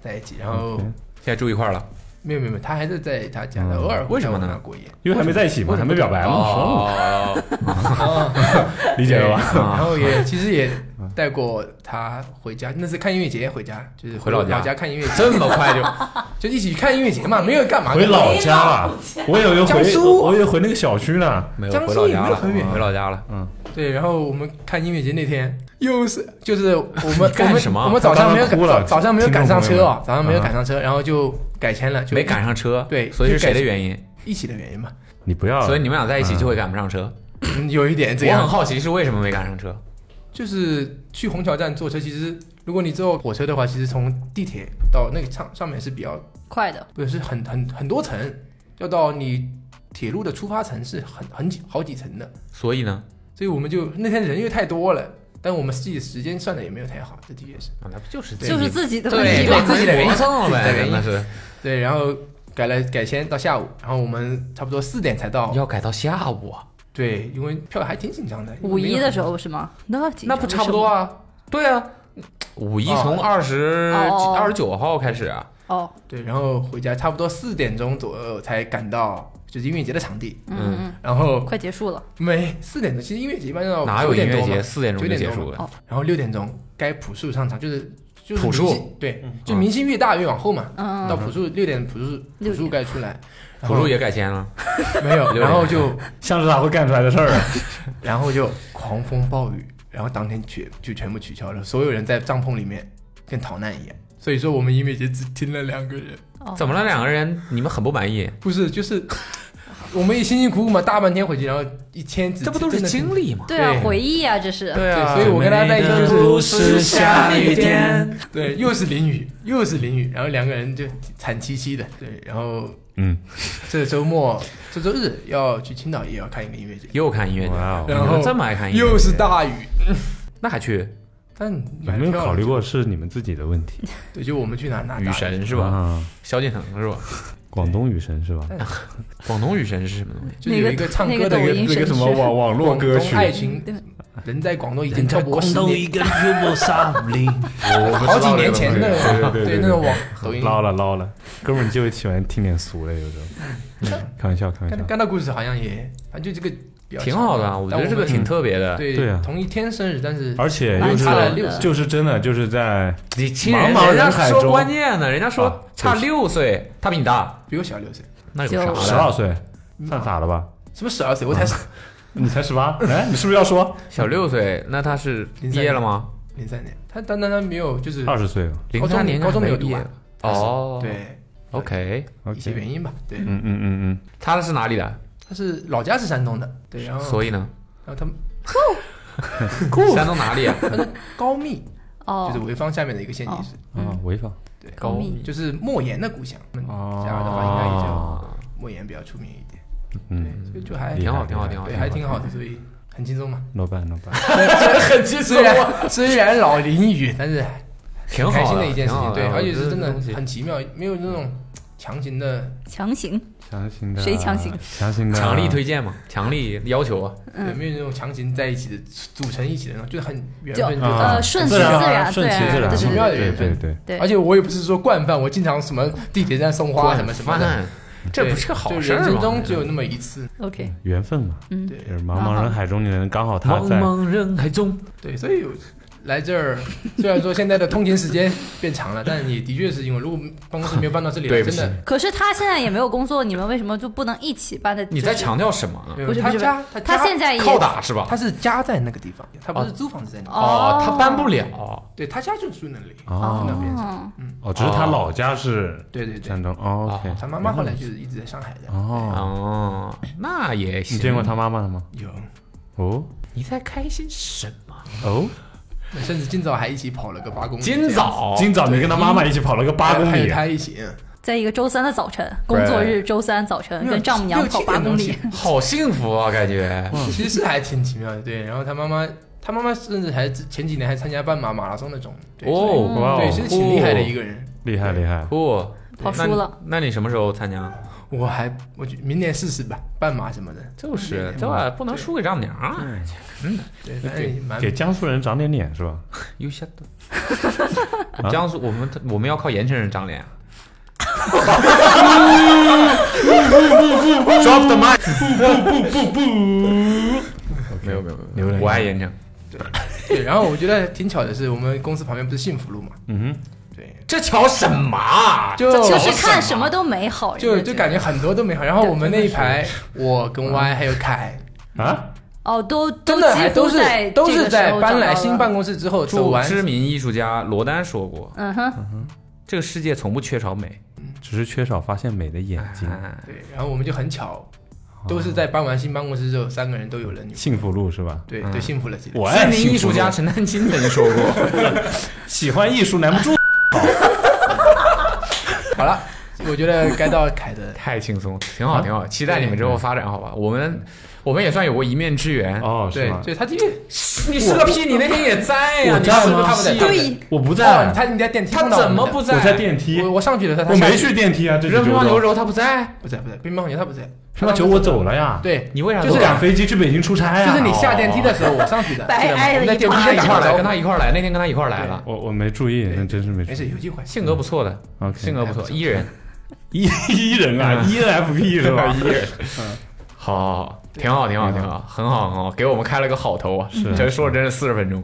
Speaker 4: 在一起，然后
Speaker 3: 现在住一块儿了，
Speaker 4: 没有没有，没有他还是在他家的，
Speaker 2: 嗯
Speaker 4: 偶尔会
Speaker 3: 为什么呢
Speaker 4: 在我那过夜，
Speaker 2: 因为还没在一起嘛，还没表
Speaker 3: 哎
Speaker 2: 白嘛，说了
Speaker 3: 哦，
Speaker 2: 嘛理解了吧？
Speaker 4: 对然后也其实也带过他回家，那次看音乐节回家，就是
Speaker 3: 回老家
Speaker 4: 家看音乐节，
Speaker 3: 这么快 就
Speaker 4: 就一起看音乐节嘛，没有干嘛
Speaker 2: 回
Speaker 4: 的。
Speaker 2: 老家了，我以为
Speaker 4: 江
Speaker 2: 回，
Speaker 4: 苏
Speaker 2: 我以为回那个小区呢。
Speaker 3: 没有嗯
Speaker 4: 江
Speaker 3: 回
Speaker 4: 苏
Speaker 3: 老
Speaker 4: 也
Speaker 3: 家
Speaker 4: 没有
Speaker 3: 了，
Speaker 4: 很远
Speaker 3: 回老家了。
Speaker 4: 对，然后我们看音乐节那天又是就是我 们
Speaker 3: 干
Speaker 4: 我们
Speaker 3: 什么
Speaker 4: 我们早上没有
Speaker 2: 他刚刚
Speaker 4: 赶
Speaker 2: 哭了
Speaker 4: 早早上没有赶上车啊，
Speaker 2: 听众朋友们嗯
Speaker 4: 早上没有赶上车，然后就改签了，就
Speaker 3: 没赶上车，
Speaker 4: 对
Speaker 3: 所以是
Speaker 4: 就
Speaker 3: 谁
Speaker 4: 改
Speaker 3: 的原因？
Speaker 4: 一起的原因嘛，
Speaker 2: 你不要，
Speaker 3: 所以你们俩在一起就会赶不上车。
Speaker 4: 嗯有一点这
Speaker 3: 我
Speaker 4: 样
Speaker 3: 很。好奇是为什么没赶上车？
Speaker 4: 就是去虹桥站坐车，其实如果你坐火车的话，其实从地铁到那个上上面是比较
Speaker 5: 快的，
Speaker 4: 不是是很很很多层，要到你铁路的出发层是很很几好几层的，
Speaker 3: 所以呢，
Speaker 4: 所以我们就那天人又太多了，但我们自己时间算的也没有太好，这的确是
Speaker 3: 啊，那不就是这
Speaker 5: 就是自己的问
Speaker 3: 对
Speaker 5: 题
Speaker 4: 对
Speaker 5: 吧？
Speaker 4: 自己的原因
Speaker 3: 磨蹭了
Speaker 4: 自己
Speaker 3: 呗，
Speaker 4: 的原
Speaker 3: 真
Speaker 4: 因
Speaker 3: 哦的是
Speaker 4: 对，然后改了改签到下午，然后我们差不多四点才到，
Speaker 3: 要改到下午啊，
Speaker 4: 对，因为票还挺紧张的，
Speaker 5: 五一的时
Speaker 4: 候，
Speaker 5: 候是吗？那紧
Speaker 3: 那
Speaker 5: 张
Speaker 3: 不差不多啊？对啊，五一从二十
Speaker 5: 哦
Speaker 3: 二十九号开始啊，
Speaker 5: 什么哦，
Speaker 4: 对，然后回家差不多四点钟左右才赶到就是音乐节的场地，
Speaker 5: 嗯嗯嗯，
Speaker 4: 然后
Speaker 5: 快结束了，
Speaker 4: 没四点钟，其实音乐节一般要
Speaker 3: 哪有
Speaker 4: 9
Speaker 3: 音
Speaker 4: 哦点
Speaker 3: 乐
Speaker 4: 多嘛
Speaker 3: 节四点钟
Speaker 4: 9
Speaker 3: 就
Speaker 4: 点
Speaker 3: 结
Speaker 4: 钟
Speaker 3: 束
Speaker 4: 嘛
Speaker 3: 了？
Speaker 4: 然后六点钟该朴树上场，就是就是
Speaker 3: 朴树嗯
Speaker 4: 明星对，就明星越大越往后嘛，
Speaker 5: 嗯
Speaker 4: 到朴树六点朴树朴
Speaker 5: 六
Speaker 4: 树
Speaker 5: 点
Speaker 4: 该出来，
Speaker 3: 朴
Speaker 4: 然后
Speaker 3: 树也改签了，
Speaker 4: 没有，
Speaker 3: 点
Speaker 4: 然后就
Speaker 2: 像是他会干出来的事儿。
Speaker 4: 然后就狂风暴雨，然后当天全就全部取消了，所有人在帐篷里面跟逃难一样。所以说我们音乐节只听了两个人，
Speaker 5: 哦
Speaker 3: 怎么了？两个人你们很不满意？
Speaker 4: 不是就是 我们也辛辛苦苦嘛，大半天回去，然后一天只
Speaker 3: 这不都是
Speaker 4: 真的
Speaker 3: 经历吗？
Speaker 5: 对啊
Speaker 4: 对，
Speaker 5: 回忆啊，这是。
Speaker 4: 对啊，所以我跟他在一起
Speaker 2: 最美的
Speaker 4: 就
Speaker 2: 故
Speaker 4: 是
Speaker 2: 事下雨天，
Speaker 4: 对，又是淋雨，又是淋雨，然后两个人就惨兮兮的。对，然后
Speaker 2: 嗯，
Speaker 4: 这周末这周日要去青岛，也要看一个音乐节，
Speaker 3: 又看音乐节，
Speaker 2: 哇哦
Speaker 3: 你们
Speaker 4: 然后
Speaker 3: 这么爱看音乐节，
Speaker 4: 又是大雨。
Speaker 3: 那还去
Speaker 4: 但
Speaker 2: 有
Speaker 4: 买
Speaker 2: 没有
Speaker 4: 票了
Speaker 2: 考虑？过是你们自己的问题？
Speaker 4: 对，就我们去哪哪
Speaker 3: 雨
Speaker 4: 打
Speaker 3: 神是
Speaker 4: 嗯
Speaker 3: 吧？
Speaker 2: 吧？
Speaker 3: 萧敬腾是吧？
Speaker 2: 广东雨神是吧？
Speaker 3: 广东雨神是什么东西？
Speaker 4: 就有一个唱歌的
Speaker 5: 那个抖音
Speaker 4: 一
Speaker 5: 神曲
Speaker 4: 个
Speaker 2: 网网
Speaker 4: 广东爱情， 人在广东已经漂泊十年，
Speaker 2: 个漂泊三五年，
Speaker 3: 我我不知道
Speaker 4: 好几年前
Speaker 3: 这
Speaker 4: 那
Speaker 3: 个东西
Speaker 4: 种，
Speaker 2: 对对对对
Speaker 4: 那种网 抖音。
Speaker 2: 捞了捞了，哥们儿你就喜欢听点俗的，有时候。开玩笑，开玩
Speaker 4: 干
Speaker 2: 笑。
Speaker 4: 干到故事好像也，反正就这个比较
Speaker 3: 挺好的啊，
Speaker 4: 长
Speaker 3: 我觉
Speaker 4: 但
Speaker 3: 得这个
Speaker 4: 们嗯
Speaker 3: 挺特别的。
Speaker 4: 对
Speaker 2: 对啊
Speaker 4: 同一天生日，但是
Speaker 2: 而且
Speaker 5: 蛮
Speaker 2: 又是
Speaker 4: 差了六
Speaker 5: 岁
Speaker 2: 就是真的就是在
Speaker 3: 你亲人
Speaker 2: 茫茫
Speaker 3: 人家
Speaker 2: 人海
Speaker 3: 说
Speaker 2: 中
Speaker 3: 关键呢，人家
Speaker 2: 啊
Speaker 3: 说差
Speaker 2: 对
Speaker 3: 六岁，他比你大，
Speaker 4: 比我小六
Speaker 2: 啊
Speaker 4: 岁，
Speaker 3: 那有
Speaker 5: 就
Speaker 2: 十
Speaker 3: 啥的？
Speaker 2: 二岁，犯法了吧？
Speaker 4: 什么十二岁，我才
Speaker 2: 你才十八，哎，你是不是要 说
Speaker 3: 小六岁，那他是毕业了吗？
Speaker 4: 零三年，他但但他没有就是
Speaker 2: 二十岁了？
Speaker 3: 零
Speaker 4: 高
Speaker 3: 三
Speaker 4: 中
Speaker 3: 年就
Speaker 4: 高中没有
Speaker 3: 毕
Speaker 4: 读
Speaker 3: 业
Speaker 4: 完
Speaker 3: 哦，
Speaker 4: 对
Speaker 3: ，OK，
Speaker 4: 一些原因吧，对，
Speaker 2: 哦嗯嗯嗯
Speaker 3: 他是哪里的？
Speaker 4: 他是老家是山东的，对，然后
Speaker 3: 所以呢，
Speaker 4: 然后他们
Speaker 3: 山东哪里啊？
Speaker 4: 高密就是
Speaker 5: 哦，
Speaker 4: 潍坊下面的一个县级市，
Speaker 2: 嗯，啊，违法
Speaker 4: 对，
Speaker 5: 高密
Speaker 4: 就是莫言的故乡，我们这样的话应该也叫
Speaker 2: 哦，
Speaker 4: 莫言比较出名一点，
Speaker 2: 嗯，
Speaker 4: 对，所以就还
Speaker 2: 厉
Speaker 3: 挺
Speaker 2: 害
Speaker 3: 好，挺好，挺好，
Speaker 4: 对还挺好的，所以很轻 松嘛，
Speaker 2: no bad no bad。
Speaker 4: 很轻松，虽然虽然老淋雨，但是
Speaker 3: 啊挺好的
Speaker 4: 开心的一件事
Speaker 3: 挺好的
Speaker 4: 情，对，而且
Speaker 3: 我觉得
Speaker 4: 是真的
Speaker 3: 这东西
Speaker 4: 很奇妙，没有那种强行的，
Speaker 5: 强行
Speaker 2: 强行的，
Speaker 5: 谁强行？
Speaker 2: 强行的，
Speaker 3: 强力推荐嘛，强力要求啊，
Speaker 5: 嗯
Speaker 4: 对，没有那种强行在一起的组成一起的那种，就是很缘
Speaker 5: 就
Speaker 4: 分，就
Speaker 2: 啊
Speaker 5: 呃顺其
Speaker 2: 自然
Speaker 5: 然
Speaker 2: 顺其自
Speaker 5: 对
Speaker 2: 然，啊
Speaker 5: 对
Speaker 4: 奇
Speaker 5: 对
Speaker 4: 妙的
Speaker 2: 对对
Speaker 4: 缘分
Speaker 2: 对，
Speaker 5: 对
Speaker 4: 而且我也不是说惯犯，我经常什么地铁站送花什么什么的，
Speaker 3: 饭这不是个好
Speaker 4: 对
Speaker 3: 事儿
Speaker 4: 人
Speaker 3: 吗？
Speaker 4: 生中只有那么一次，
Speaker 5: ，OK，
Speaker 2: 缘分嘛，
Speaker 5: 嗯，
Speaker 4: 对
Speaker 2: 就是茫茫人海中，你能刚好他
Speaker 3: 茫
Speaker 2: 在，
Speaker 3: 茫人海中，
Speaker 4: 对，所以我来这儿，虽然说现在的通勤时间变长了，但也的确是因为如果办公室没有搬到这里来，
Speaker 3: 对不
Speaker 4: 真
Speaker 3: 起
Speaker 4: 的
Speaker 5: 可是他现在也没有工作，你们为什么就不能一起搬在？
Speaker 3: 你在强调什么呢
Speaker 4: 没？有
Speaker 5: 不是不
Speaker 4: 他
Speaker 5: 是
Speaker 4: 家他
Speaker 5: 他
Speaker 4: 家
Speaker 5: 现在也
Speaker 3: 靠打是吧
Speaker 4: 他？是家在那个地
Speaker 2: 哦
Speaker 4: 方，他不是租房子在那，
Speaker 5: 哦，
Speaker 3: 他搬不了，
Speaker 4: 对他家就住那里，
Speaker 2: 哦
Speaker 4: 住那边上，
Speaker 2: 哦，只是他老家是
Speaker 4: 对对对
Speaker 2: 山，东，哦，OK，
Speaker 4: 他妈妈后来就是一直在上海的，
Speaker 2: 哦，
Speaker 3: 哦，那也行。
Speaker 2: 你见过？他妈妈了吗？
Speaker 4: 有，
Speaker 2: 哦
Speaker 3: 你在开心什么？
Speaker 2: 哦，
Speaker 4: 甚至今早还一起跑了个八公里，啊
Speaker 3: 今早，
Speaker 2: 今早你跟他妈妈一起跑了个八公
Speaker 4: 还有
Speaker 2: 里，啊
Speaker 4: 他一起，嗯
Speaker 5: 在一个周三的早晨，工作日周三早晨跟嗯丈母娘跑八公里，
Speaker 3: 好幸福啊，感觉。
Speaker 2: 嗯
Speaker 4: 其实是还挺奇妙的，对。然后他妈妈，他妈妈甚至还前几年还参加半马马拉松那种，对，所以嗯
Speaker 3: 哦，
Speaker 2: 哇
Speaker 4: 对，
Speaker 2: 哦，
Speaker 4: 其实挺厉害的一个人。
Speaker 2: 厉害厉害，
Speaker 3: 不，
Speaker 5: 跑输了。
Speaker 3: 那你什么时候参加？
Speaker 4: 我还我觉明年试试吧，半马什么的，
Speaker 3: 就是这玩意儿不能输给丈母娘啊！
Speaker 4: 对，反正也蛮
Speaker 2: 给江苏人长点脸是吧？
Speaker 3: 优秀的。 江苏，我们我们要靠盐城人长脸啊。Drop the mic！不不不不不！没有没有没
Speaker 2: 有
Speaker 3: 有，我爱盐城。
Speaker 4: 对。然后我觉得挺巧的是，我们公司旁边不是幸福路嘛，
Speaker 2: 嗯
Speaker 4: 对，
Speaker 3: 这瞧什么啊？
Speaker 4: 就
Speaker 5: 就是看什么都美好，
Speaker 4: 就
Speaker 5: 人家
Speaker 4: 就
Speaker 5: 觉
Speaker 4: 感
Speaker 5: 得
Speaker 4: 觉很多都没好。然后我们那一排， 我跟 Y 还有凯，
Speaker 2: 哼啊，
Speaker 5: 哦，都嗯都
Speaker 4: 真的
Speaker 5: 几
Speaker 4: 还
Speaker 5: 乎
Speaker 4: 都是
Speaker 5: 在
Speaker 4: 都
Speaker 5: 这
Speaker 4: 是
Speaker 5: 个
Speaker 4: 在
Speaker 5: 时候
Speaker 4: 搬
Speaker 5: 找
Speaker 4: 来
Speaker 5: 到
Speaker 4: 新
Speaker 5: 了
Speaker 4: 办公室之后走
Speaker 3: 著
Speaker 4: 完，
Speaker 3: 知名艺术家罗丹说过
Speaker 5: 嗯哼，：“
Speaker 3: 这个世界从不缺少美。
Speaker 2: 只是缺少发现美的眼睛。
Speaker 3: 哎
Speaker 4: 对，然后我们就很巧，都是在搬完新办公室之后，三个人都有了女朋友。
Speaker 2: 幸福路是吧？
Speaker 4: 对对，幸福了起来。
Speaker 2: 嗯我
Speaker 3: 知
Speaker 2: 爱
Speaker 3: 名艺
Speaker 2: 幸
Speaker 3: 术
Speaker 2: 福路
Speaker 3: 家陈丹青曾经说过
Speaker 2: 喜欢艺术难不住，
Speaker 4: 好了，我觉得该到凯的：“
Speaker 3: 太轻松，挺好，挺好，期待你们之后发展，好吧？我们我们也算有过一面之缘。
Speaker 2: 哦，是
Speaker 4: 对
Speaker 2: 吗？
Speaker 4: 对，他的确
Speaker 3: 你是个屁！你那天也在呀？
Speaker 2: 我
Speaker 3: 你
Speaker 2: 在
Speaker 3: 是
Speaker 2: 吗
Speaker 3: 个
Speaker 4: 他不在，
Speaker 3: 屁
Speaker 4: 他不在
Speaker 5: 对
Speaker 2: 我不
Speaker 4: 哦，
Speaker 2: 在，
Speaker 4: 他你在电梯
Speaker 3: 他
Speaker 4: 碰到我
Speaker 3: 怎
Speaker 4: 们
Speaker 3: 么
Speaker 4: 的
Speaker 3: 不在？
Speaker 2: 我在电梯
Speaker 4: 我，我上去的时候，
Speaker 2: 我
Speaker 4: 他下
Speaker 2: 没
Speaker 4: 去
Speaker 2: 去电梯啊，这
Speaker 3: 扔
Speaker 2: 是
Speaker 3: 乒
Speaker 2: 九
Speaker 3: 乓球
Speaker 2: 州
Speaker 3: 的时。候他不在，
Speaker 4: 不在不在，乒乓球他不在，
Speaker 2: 乒乓球我走了呀，，
Speaker 4: 对
Speaker 3: 你为啥
Speaker 4: 就
Speaker 3: 走
Speaker 4: 是
Speaker 2: 我
Speaker 3: 啊
Speaker 2: 赶飞机去北京出哎差呀。
Speaker 4: 就是你下电梯的时候我上去的，
Speaker 5: 白
Speaker 4: 记得吗
Speaker 5: 挨了
Speaker 4: 我们在
Speaker 5: 一
Speaker 3: 跟
Speaker 4: 电梯
Speaker 3: 他
Speaker 4: 间
Speaker 3: 一
Speaker 4: 打
Speaker 3: 块儿
Speaker 4: 过
Speaker 3: 来，
Speaker 4: 招
Speaker 3: 跟他
Speaker 4: 呼，
Speaker 3: 一块儿来，那天跟他一块儿来了，
Speaker 2: 我我没注意，那真是没注
Speaker 4: 没事
Speaker 2: 意。
Speaker 4: 有机会。
Speaker 3: 性格不错的，
Speaker 2: OK，
Speaker 3: 性格不错，
Speaker 4: 还不错
Speaker 3: 伊人，
Speaker 2: 一一人啊
Speaker 3: 嗯
Speaker 2: ，E N F P 是吧？
Speaker 3: 伊人，好好好，挺好，挺好，挺好，很好，很好，给我们开了个好头啊！
Speaker 2: 是
Speaker 3: 这说的真是四十分钟，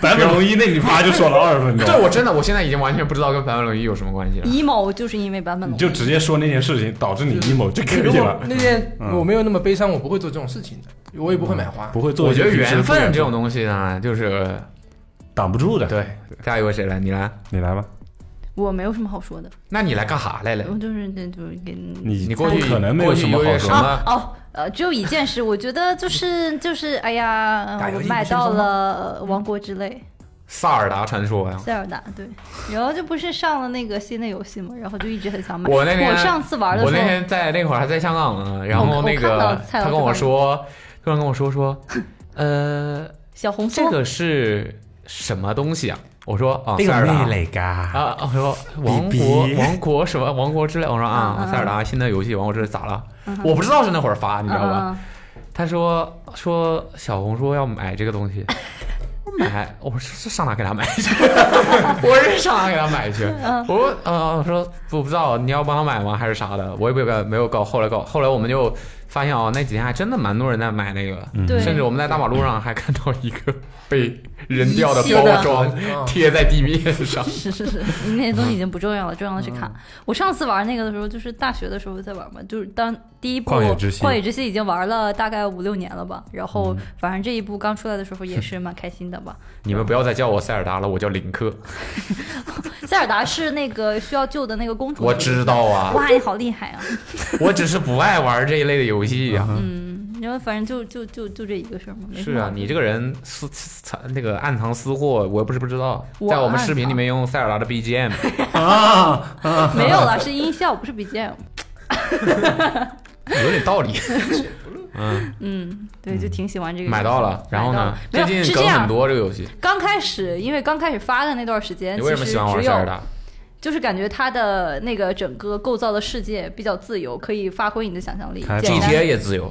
Speaker 2: 版本龙一那你啪就说了二十 分钟，
Speaker 3: 对我真的，我现在已经完全不知道跟白文龙一有什么关系了。
Speaker 5: emo 就是因为版本
Speaker 2: 你
Speaker 5: 龙
Speaker 2: 就直接说那件事情导致你 emo 就可
Speaker 4: 如
Speaker 2: 以
Speaker 4: 果
Speaker 2: 了。
Speaker 4: 那天
Speaker 2: 嗯
Speaker 4: 我没有那么悲伤，我不会做这种事情的，我也不会
Speaker 3: 嗯
Speaker 4: 买花。
Speaker 2: 不会做
Speaker 3: 我
Speaker 2: 一
Speaker 3: 觉
Speaker 2: 些
Speaker 3: 得
Speaker 2: 平时不敢做，
Speaker 3: 缘分这种东西呢，就是
Speaker 2: 挡不住的。
Speaker 3: 对，下一位谁来？你来，
Speaker 2: 你来吧，
Speaker 5: 我没有什么好说的，
Speaker 3: 那你来干啥来了？
Speaker 5: 我就是那就给
Speaker 2: 你
Speaker 3: 你过去
Speaker 2: 不可能没有
Speaker 3: 过去
Speaker 2: 什么
Speaker 3: 有
Speaker 2: 好
Speaker 3: 点
Speaker 2: 说
Speaker 3: 什
Speaker 2: 的
Speaker 3: 么。
Speaker 5: 啊哦，呃，只有一件事，我觉得 就是就是，哎呀，
Speaker 4: 打游
Speaker 5: 我
Speaker 4: 戏
Speaker 5: 买
Speaker 4: 不轻松
Speaker 5: 到
Speaker 4: 吗
Speaker 5: 了《王国之泪
Speaker 3: 萨尔达传说呀》、
Speaker 5: 塞尔达，对，然后这不是上了那个新的游戏嘛，然后就一直很想买。
Speaker 3: 我那天
Speaker 5: 上次玩的
Speaker 3: 我
Speaker 5: 时
Speaker 3: 那
Speaker 5: 候，
Speaker 3: 天在那会儿还在香港呢，然
Speaker 5: 我
Speaker 3: 后
Speaker 5: 看
Speaker 3: 那
Speaker 5: 我看到
Speaker 3: 个
Speaker 5: 蔡老
Speaker 3: 他
Speaker 5: 师
Speaker 3: 跟我说，突然跟我说 说，呃，
Speaker 5: 小红
Speaker 3: 这
Speaker 5: 梭，
Speaker 3: 个是什么东西啊？我说啊，
Speaker 2: 这
Speaker 3: 塞尔
Speaker 2: 个
Speaker 3: 达
Speaker 2: 妹嘞嘎，
Speaker 3: 啊，我说王
Speaker 2: 比
Speaker 3: 国
Speaker 2: 比
Speaker 3: 王国什么王国之泪，我说
Speaker 5: 嗯
Speaker 3: 啊，
Speaker 5: 嗯
Speaker 3: 塞尔达新的游戏王国之泪咋了
Speaker 5: 嗯？哼
Speaker 3: 我不知道是那会儿发，你知道
Speaker 5: 嗯？
Speaker 3: 吧？
Speaker 5: 嗯
Speaker 3: 他说说小红说要买这个东 西，我买，我说是上哪给他买去？我是上哪给他买去？
Speaker 5: 嗯
Speaker 3: 我说呃，我说我不知道你要帮他买吗？还是啥的？我也没有搞，没有搞。后来搞，后来我们就发现哦，那几天还真的蛮多人在买那个，
Speaker 5: 嗯对，
Speaker 3: 甚至我们在大马路上还看到一 个被扔掉的
Speaker 5: 遗弃的
Speaker 3: 包装
Speaker 4: 嗯
Speaker 3: 贴在地面上。
Speaker 5: 嗯是是是，那些东西已经不重要了，重要的是
Speaker 3: 嗯
Speaker 5: 看。我上次玩那个的时候，就是大学的时候在玩嘛，就是当第一部《
Speaker 2: 旷野之息
Speaker 5: 旷野之息》已经玩了大概五六年了吧，然
Speaker 3: 嗯
Speaker 5: 后反正这一部刚出来的时候也是蛮开心的吧。
Speaker 3: 你们不要再叫我塞尔达了，我叫林克。
Speaker 5: 塞尔达是那个需要救的那个公主，
Speaker 3: 我知道啊，
Speaker 5: 哇，你好厉害啊！
Speaker 3: 我只是不爱玩这一类的游戏啊呀、
Speaker 5: 嗯，然后反正就就就就这一个事儿嘛。没什
Speaker 3: 是
Speaker 5: 么好
Speaker 3: 啊，
Speaker 5: 说
Speaker 3: 你这个人私私藏那个暗藏私货，我又不是不知道，
Speaker 5: 我
Speaker 3: 在我们
Speaker 5: 暗
Speaker 3: 视频
Speaker 5: 藏
Speaker 3: 里面用塞尔达的 BGM，
Speaker 2: 嗯
Speaker 5: 啊 没有了，是音效，不是 BGM。
Speaker 3: 有点道理。
Speaker 5: 嗯，对，就挺喜欢这个。
Speaker 3: 买到了，然后呢？
Speaker 5: 买到
Speaker 3: 最
Speaker 5: 了没有
Speaker 3: 近
Speaker 5: 是
Speaker 3: 梗
Speaker 5: 这
Speaker 3: 很
Speaker 5: 样。
Speaker 3: 多这个游戏，
Speaker 5: 刚开始，因为刚开始发的那段时间，
Speaker 3: 你
Speaker 5: 其
Speaker 3: 为
Speaker 5: 实
Speaker 3: 什么喜欢玩
Speaker 5: 只
Speaker 3: 塞尔
Speaker 5: 有嗯
Speaker 3: 达？
Speaker 5: 就是感觉它的那个整个构造的世界比较自由，可以发挥你的想象力
Speaker 2: 开。
Speaker 5: 简
Speaker 2: 放
Speaker 5: 单
Speaker 3: ？GTA 也自由，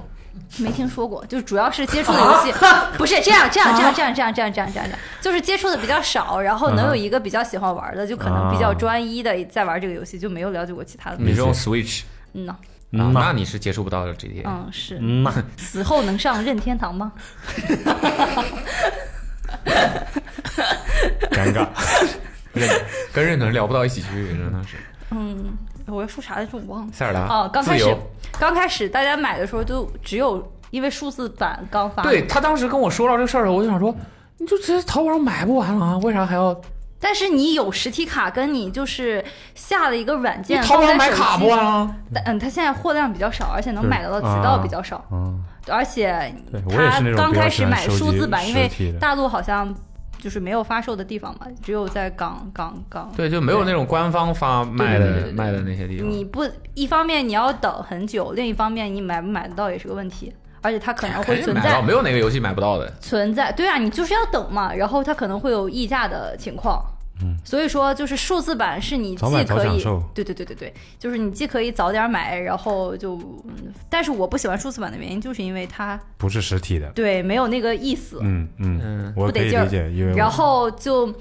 Speaker 5: 没听说过，就主要是接触的游戏，不是这样这样这样这样这样这样这样这样这样，就是接触的比较少，然后能有一个比较喜欢玩的，就可能比较专一的在玩这个游戏，就没有了解过其他的东
Speaker 3: 你
Speaker 5: 西。
Speaker 3: 是用 Switch，
Speaker 5: 嗯呐，
Speaker 3: 啊
Speaker 2: 嗯
Speaker 3: 那你是接触不到的 GTA。
Speaker 5: 嗯是，
Speaker 2: 嗯呐，
Speaker 5: 死后能上任天堂吗？
Speaker 2: 尴 尬，
Speaker 3: 任跟任何人聊不到一起去，真的是。
Speaker 5: 嗯，我要说啥来着？我忘了。
Speaker 3: 塞尔达
Speaker 5: 哦，刚开
Speaker 3: 自
Speaker 5: 始
Speaker 3: 由，
Speaker 5: 刚开始大家买的时候就只有因为数字版刚发，
Speaker 3: 对，他当时跟我说到这个事儿的时候，我就想说，你就直接淘宝上买不完了
Speaker 5: 嗯
Speaker 3: 啊？为啥还要？
Speaker 5: 但是你有实体卡，跟你就是下了一个软
Speaker 3: 你
Speaker 5: 件，
Speaker 3: 淘宝
Speaker 5: 放在
Speaker 3: 上买
Speaker 5: 手
Speaker 3: 卡
Speaker 5: 机
Speaker 3: 不完啊？
Speaker 5: 但嗯，它现在货量比较少，而且能买得到
Speaker 2: 啊
Speaker 5: 渠道比较少，
Speaker 2: 嗯，
Speaker 5: 而且
Speaker 2: 对我也
Speaker 5: 它
Speaker 2: 是那种
Speaker 5: 刚
Speaker 2: 比较
Speaker 5: 开
Speaker 2: 喜
Speaker 5: 始
Speaker 2: 欢
Speaker 5: 买
Speaker 2: 收
Speaker 5: 数
Speaker 2: 集
Speaker 5: 字版，因
Speaker 2: 实
Speaker 5: 为
Speaker 2: 体的
Speaker 5: 大陆好像就是没有发售的地方嘛，只有在港港港。
Speaker 3: 对，就没有那种官方发卖
Speaker 5: 对对对
Speaker 3: 的
Speaker 5: 对
Speaker 3: 卖的那些地方。
Speaker 5: 你不一方面你要等很久，另一方面你买不买得到也是个问题，而且它可能
Speaker 3: 肯
Speaker 5: 会
Speaker 3: 定
Speaker 5: 存
Speaker 3: 哎买到，
Speaker 5: 在
Speaker 3: 没有哪个游戏买不到的。
Speaker 5: 存在，对啊，你就是要等嘛，然后它可能会有溢价的情况。嗯，所以说就是数字版是你
Speaker 2: 早
Speaker 5: 既
Speaker 2: 买早
Speaker 5: 可
Speaker 2: 享
Speaker 5: 以
Speaker 2: 受，
Speaker 5: 对对对对对，就是你既可以早点买，然后就，嗯但是我不喜欢数字版的原因就是因为它
Speaker 2: 不是实体的，
Speaker 5: 对没有那个意思，
Speaker 2: 嗯嗯
Speaker 3: 嗯，
Speaker 2: 我
Speaker 5: 不
Speaker 2: 可
Speaker 5: 得
Speaker 2: 以
Speaker 5: 劲儿
Speaker 2: 理解，因为
Speaker 5: 然
Speaker 2: 我
Speaker 5: 后就，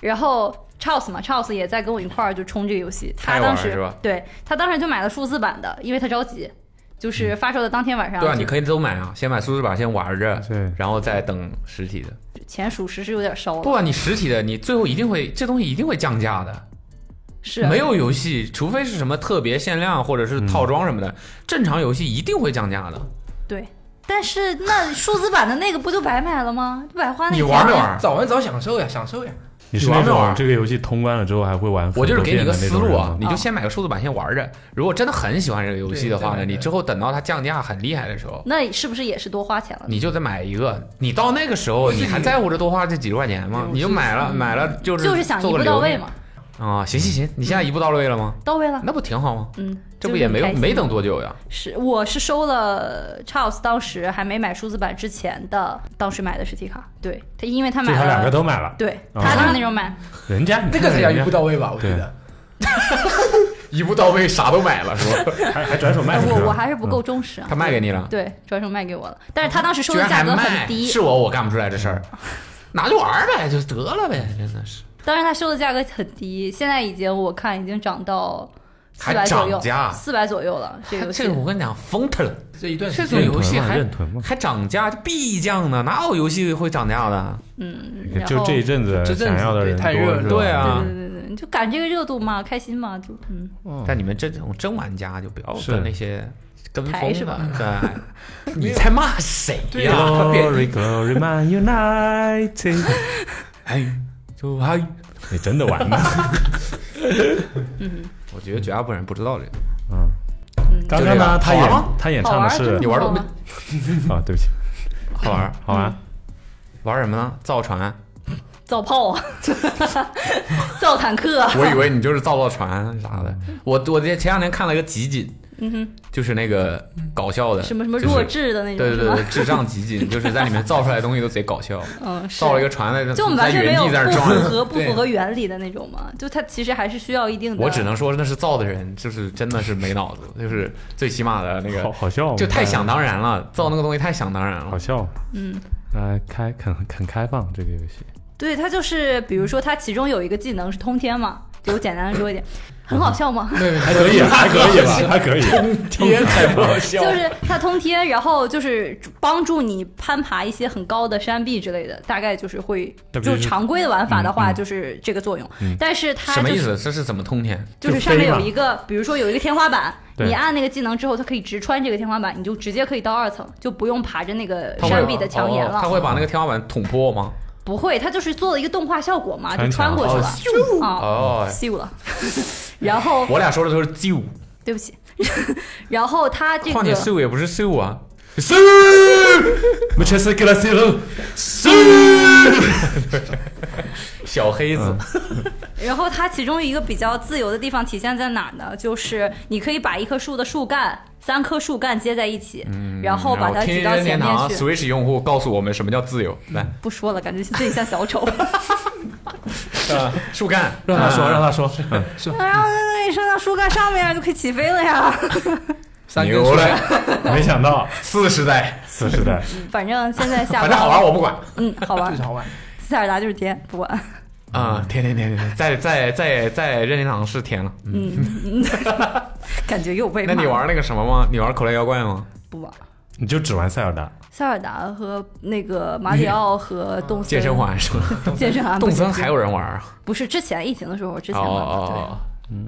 Speaker 5: 然后 Charles 嘛，Charles 也在跟我一块儿就冲这个游戏，
Speaker 3: 他
Speaker 5: 他
Speaker 3: 也玩
Speaker 5: 当
Speaker 3: 儿啊是
Speaker 5: 时
Speaker 3: 吧
Speaker 5: 对他当时就买了数字版的，因为他着急，就是发售的当天晚上就，
Speaker 3: 对啊，你可以都买啊，先买数字版先玩着，
Speaker 2: 对
Speaker 3: 然后再等实体的。
Speaker 5: 钱属实是有点烧
Speaker 3: 不
Speaker 5: 了，
Speaker 3: 啊，你实体的，你最后一定会这东西一定会降价的。
Speaker 5: 是啊
Speaker 3: 没有游戏，除非是什么特别限量或者是套装什么的，正常游戏一定会降价的。
Speaker 5: 对，但是那数字版的那个不就白买了吗？就白花那
Speaker 3: 你
Speaker 5: 个
Speaker 3: 玩没
Speaker 5: 钱了啊
Speaker 3: 玩？
Speaker 4: 啊早玩早享受呀，享 受呀。
Speaker 2: 你是
Speaker 3: 你
Speaker 2: 那
Speaker 3: 玩没
Speaker 2: 种
Speaker 3: 玩
Speaker 2: 这个游戏通关了之后还会玩很多
Speaker 3: 我就是给
Speaker 2: 遍
Speaker 3: 你一个
Speaker 2: 的那
Speaker 3: 思
Speaker 2: 种
Speaker 3: 路
Speaker 2: 人
Speaker 3: 啊
Speaker 2: 吗，
Speaker 3: 你就先买个数字版先玩着。如果真的很喜欢这个游戏的话
Speaker 4: 对
Speaker 3: 呢，
Speaker 4: 对对
Speaker 3: 你之后等到它降价很厉害的时候，
Speaker 5: 那是不是也是多花钱了？
Speaker 3: 你就再买一个。你到那个时候，你还在乎这多花这几十块钱吗
Speaker 4: 对？我
Speaker 3: 你就买了，买了就是
Speaker 5: 就是想一
Speaker 3: 做个
Speaker 5: 步到
Speaker 3: 留
Speaker 5: 位
Speaker 3: 念
Speaker 5: 嘛，
Speaker 3: 啊，行行行，你现在一步到位了吗？
Speaker 5: 到位了。
Speaker 3: 那不挺好吗？
Speaker 5: 嗯，
Speaker 3: 这
Speaker 5: 就
Speaker 3: 不也没
Speaker 5: 很
Speaker 3: 有
Speaker 5: 开心
Speaker 3: 没等多久呀？
Speaker 5: 是，我是收了 Charles 当时还没买数字版之前的，当时买的实体卡。对他，因为他
Speaker 2: 就
Speaker 5: 买
Speaker 2: 他
Speaker 5: 了，
Speaker 2: 两个都买了，
Speaker 5: 对，
Speaker 2: 啊
Speaker 5: 他就是那种
Speaker 3: 哦
Speaker 5: 买，
Speaker 2: 人 家
Speaker 4: 这个才叫一步
Speaker 2: 到，
Speaker 4: 到位吧？我觉得
Speaker 3: 一步到位，啥都买了是吧？嗯
Speaker 2: 还还转手卖
Speaker 5: 哎
Speaker 2: 出去
Speaker 5: 我
Speaker 2: 了
Speaker 5: 我还是不够忠实啊。
Speaker 3: 他卖给你了，
Speaker 5: 对，转手卖给我了，但是他当时收
Speaker 3: 居
Speaker 5: 的
Speaker 3: 然
Speaker 5: 价
Speaker 3: 还
Speaker 5: 格
Speaker 3: 卖
Speaker 5: 很，低，嗯
Speaker 3: 是我我干不出来这事儿， 拿去玩儿呗，就得了呗，真的是。
Speaker 5: 当时他收的价格很低，现在已经我看已经涨到四
Speaker 3: 还
Speaker 5: 百左
Speaker 3: 涨
Speaker 5: 右，
Speaker 3: 价
Speaker 5: 四百左右了。这个游戏
Speaker 3: 这个我跟你讲，疯他了！
Speaker 4: 这一段
Speaker 3: 这
Speaker 4: 时
Speaker 3: 种
Speaker 4: 间
Speaker 2: 认
Speaker 3: 游
Speaker 2: 屯
Speaker 3: 戏
Speaker 2: 嘛
Speaker 3: 还
Speaker 2: 认屯嘛
Speaker 3: 嗯还涨价，这必降的，哪有游戏会涨价的？
Speaker 5: 嗯，然
Speaker 2: 就
Speaker 3: 哦
Speaker 5: 后
Speaker 2: 这一阵子
Speaker 4: 这阵
Speaker 2: 想
Speaker 4: 子
Speaker 2: 要的人
Speaker 4: 对太热
Speaker 2: 多
Speaker 4: 了
Speaker 3: 对，啊，
Speaker 5: 对对对，就赶这个热度嘛，开心嘛，就嗯，
Speaker 3: 但你们这种真玩家就不要
Speaker 2: 是
Speaker 3: 跟那些跟
Speaker 5: 抬
Speaker 3: 风
Speaker 5: 是吧
Speaker 3: 的，对，你在骂谁
Speaker 4: 对
Speaker 3: 呀？
Speaker 4: 啊别
Speaker 2: 嗯 Glory, glory, man united！
Speaker 3: 哎，就哎，
Speaker 2: 你真的玩吗？
Speaker 3: 我觉得绝大部分人不知道这个。
Speaker 2: 嗯，
Speaker 5: 嗯，
Speaker 2: 刚刚呢，他
Speaker 3: 好玩
Speaker 2: 演
Speaker 3: 吗
Speaker 2: 他演
Speaker 5: 好
Speaker 2: 唱的
Speaker 5: 玩儿
Speaker 2: 是
Speaker 5: 真的
Speaker 3: 你玩儿都没
Speaker 5: 好玩
Speaker 2: 啊，对不 起，
Speaker 3: 好玩
Speaker 5: 嗯
Speaker 3: 儿，
Speaker 2: 好玩，
Speaker 3: 玩儿什么呢？造船。
Speaker 5: 造炮啊， 造坦克，啊
Speaker 3: 我以为你就是造 造船啥的。我我前前两天看了个集锦，就是那个搞笑的，
Speaker 5: 嗯什么什么
Speaker 3: 就是
Speaker 5: 弱智的那种，
Speaker 3: 对对
Speaker 5: 是
Speaker 3: 对
Speaker 5: 吧
Speaker 3: 对，智障 集锦，就是在里面造出来的东西都贼搞笑。
Speaker 5: 嗯，是
Speaker 3: 造了一个船在
Speaker 5: 就我们
Speaker 3: 在
Speaker 5: 完全没
Speaker 3: 原
Speaker 5: 有
Speaker 3: 地在那
Speaker 5: 不
Speaker 3: 转
Speaker 5: 符，合不
Speaker 4: 对
Speaker 5: 符合原理的那种嘛，就它其实还是需要一定的。
Speaker 3: 我只能说那是造的人，就是真的是没脑子，就是最起码的那
Speaker 2: 好
Speaker 3: 个
Speaker 2: 好笑，
Speaker 3: 就太想当然了，造那个东西太想当然
Speaker 2: 好
Speaker 3: 了。
Speaker 2: 笑，啊
Speaker 5: 嗯，
Speaker 2: 呃，开很很开放这个游戏，
Speaker 5: 对，它就是比如说它其中有一个技能是通天嘛，就我简单的说一点，很好笑吗？
Speaker 2: 还可以，啊还可以吧，还 可以，
Speaker 4: 天才不好笑
Speaker 5: 就是它通天，然后就是帮助你攀爬一些很高的山壁之类的，大概就是会
Speaker 2: 那不
Speaker 5: 就
Speaker 2: 就
Speaker 5: 是常规的玩法的话，
Speaker 3: 嗯
Speaker 5: 就是这个作用。但是它
Speaker 3: 什么
Speaker 5: 就
Speaker 3: 意
Speaker 5: 是
Speaker 3: 思？这是怎么通天？
Speaker 5: 就是
Speaker 2: 就
Speaker 5: 上面
Speaker 2: 飞嘛
Speaker 5: 有一个，比如说有一个天花板，
Speaker 2: 对
Speaker 5: 你按那个技能之后，它可以直穿这个天花板，你就直接可以到二层，就不用爬着那个
Speaker 3: 他会
Speaker 5: 山壁的墙沿
Speaker 3: 哦他
Speaker 5: 了。
Speaker 3: 会把那个天花板捅破吗？
Speaker 5: 不会，它就是做了一个动画效果嘛，就
Speaker 2: 穿
Speaker 5: 穿
Speaker 2: 墙
Speaker 5: 过去了啊，
Speaker 3: 哦，
Speaker 5: 咻 了。然后
Speaker 3: 我俩说的都是旧，
Speaker 5: 对不起， 然后它这
Speaker 3: 况且
Speaker 5: 个
Speaker 3: 秀也不是秀啊。
Speaker 2: 是，没吃死给他死了，
Speaker 3: 小黑
Speaker 2: 嗯
Speaker 3: 子，
Speaker 5: 然后它其中一个比较自由的地方体现在哪儿呢？就是你可以把一棵树的树干。三棵树干接在一起，然后把它
Speaker 3: 天
Speaker 5: 举到
Speaker 3: 天
Speaker 5: 前
Speaker 3: 嗯天
Speaker 5: 面
Speaker 3: 堂
Speaker 5: 去。
Speaker 3: Switch 用户告诉我们什么叫自由。
Speaker 2: 嗯
Speaker 3: 来，
Speaker 5: 不说了，感觉自己像小 丑。
Speaker 3: 树干，啊
Speaker 2: 让他说，让他说，嗯
Speaker 5: 然后那你升到树干上面就可以起飞了 呀。
Speaker 4: 三根
Speaker 3: 牛
Speaker 4: 树
Speaker 3: 了，
Speaker 2: 没想 到，
Speaker 3: 四时代，
Speaker 2: 四时代，
Speaker 5: 反正现在下
Speaker 3: 反
Speaker 5: 班，
Speaker 3: 正好玩，我不管。
Speaker 5: 嗯，好玩
Speaker 4: 就是。好玩。
Speaker 5: 塞尔达就是甜，不管。
Speaker 2: 嗯
Speaker 3: 啊，甜甜甜甜甜，在在在在任天堂是甜了。
Speaker 5: 嗯，嗯感觉又被
Speaker 3: 那
Speaker 5: 骂
Speaker 3: 你玩那个什么吗？你玩口袋妖怪吗？
Speaker 5: 不玩？
Speaker 2: 你就只玩塞尔达，
Speaker 5: 塞尔达和那个马里奥和动森
Speaker 3: 健身，环 是吗？
Speaker 5: 健 身环啊不
Speaker 3: 动
Speaker 5: 行
Speaker 3: 森还有人玩啊？
Speaker 5: 不是之前疫情的时候，之前
Speaker 3: 哦
Speaker 5: 玩的
Speaker 3: 哦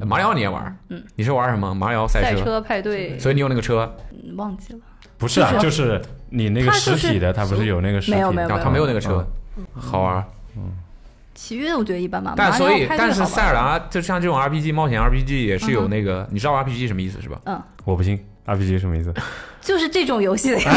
Speaker 3: 哦，马里奥你也玩？
Speaker 5: 嗯，
Speaker 3: 你是玩什么？马里奥
Speaker 5: 对。赛
Speaker 3: 赛车，
Speaker 5: 车派对，
Speaker 3: 所以你有那个车，
Speaker 5: 嗯忘记了。
Speaker 2: 不是啊，
Speaker 5: 就
Speaker 2: 就是你那个
Speaker 5: 它
Speaker 2: 实
Speaker 5: 就是
Speaker 2: 体的，它不是有那个实体
Speaker 5: 没
Speaker 2: 的，啊嗯
Speaker 5: 有没有
Speaker 3: 然后他没有那个车，好玩。
Speaker 5: 其余的我觉得一般般。嗯
Speaker 3: 但
Speaker 5: 马里
Speaker 3: 所以
Speaker 5: 奥，派对
Speaker 3: 但是
Speaker 5: 好玩
Speaker 3: 塞尔达就像这种 RPG 冒险 RPG 也是有那个，你知道 RPG 什么意思是吧？
Speaker 5: 嗯，
Speaker 2: 嗯，我不信 RPG 什么意思？
Speaker 5: 就是这种游戏的呀。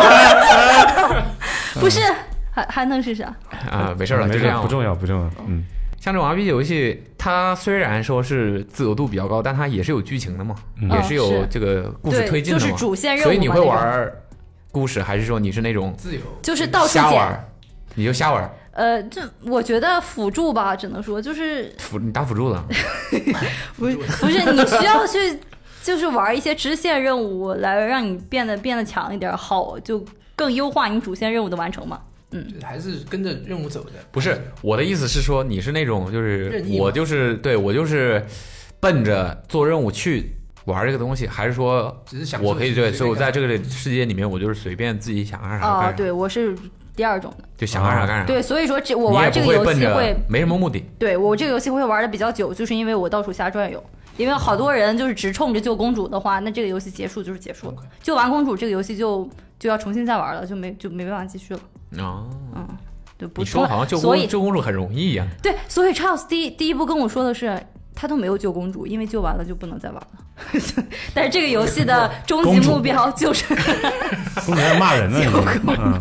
Speaker 3: 哎
Speaker 5: 不是，
Speaker 3: 嗯
Speaker 5: 还还能是啥？
Speaker 3: 啊，没事了，
Speaker 2: 嗯没
Speaker 3: 就
Speaker 2: 事
Speaker 3: 这样
Speaker 2: 不
Speaker 3: 吧。
Speaker 2: 重要，不 重要，嗯，
Speaker 3: 像这种 RPG 游戏，它虽然说是自由度比较高，但它也是有剧情的嘛，
Speaker 2: 嗯
Speaker 3: 也是有
Speaker 5: 哦是
Speaker 3: 这个故事
Speaker 5: 对，
Speaker 3: 推进
Speaker 5: 就
Speaker 3: 的嘛。
Speaker 5: 是主线任务嘛。
Speaker 3: 所以你会
Speaker 5: 那个
Speaker 3: 玩故事，还是说你是那种
Speaker 4: 自由，
Speaker 5: 就是到处
Speaker 3: 瞎
Speaker 5: 捡
Speaker 3: 玩？你就瞎玩，
Speaker 5: 呃，这我觉得辅助吧，只能说就是
Speaker 3: 辅你打辅助的，
Speaker 5: 不是不是你需要去就是玩一些支线任务来让你变得变得强一点，好就更优化你主线任务的完成嘛。
Speaker 4: 就是还是跟着任务走的。
Speaker 3: 不是我的意思是说你是那种就是
Speaker 4: 任意嘛
Speaker 3: 我就是对我就是奔着做任务去玩这个东西，还是说
Speaker 4: 只是想
Speaker 3: 我可以对，所以我在这个世界里面，我就是随便自己想干啥
Speaker 5: 啊、
Speaker 3: 干啥，
Speaker 5: 对我是第二种的，
Speaker 3: 就想干啥干啥。
Speaker 5: 对，所以说这我
Speaker 3: 啊
Speaker 5: 玩这个
Speaker 3: 你也不会
Speaker 5: 游
Speaker 3: 奔
Speaker 5: 戏
Speaker 3: 着
Speaker 5: 会，
Speaker 3: 没什么目的，
Speaker 5: 对我这个游戏会玩的比较久，就是因为我到处瞎转悠。因为好多人就是只冲着救公主的话，那这个游戏结束就是结束了，救完公主这个游戏就就要重新再玩了，就没就没办法继续了，
Speaker 3: 哦，
Speaker 5: 就不
Speaker 3: 你说
Speaker 5: 冲
Speaker 3: 好像救
Speaker 5: 所以
Speaker 3: 公救公主很容易呀、
Speaker 5: 对，所以 Charles 第一第一步跟我说的是，他都没有救公主，因为救完了就不能再玩了。 但是这个游戏的终极
Speaker 2: 公主
Speaker 5: 目标就是，
Speaker 2: 公主在骂人呢，嗯，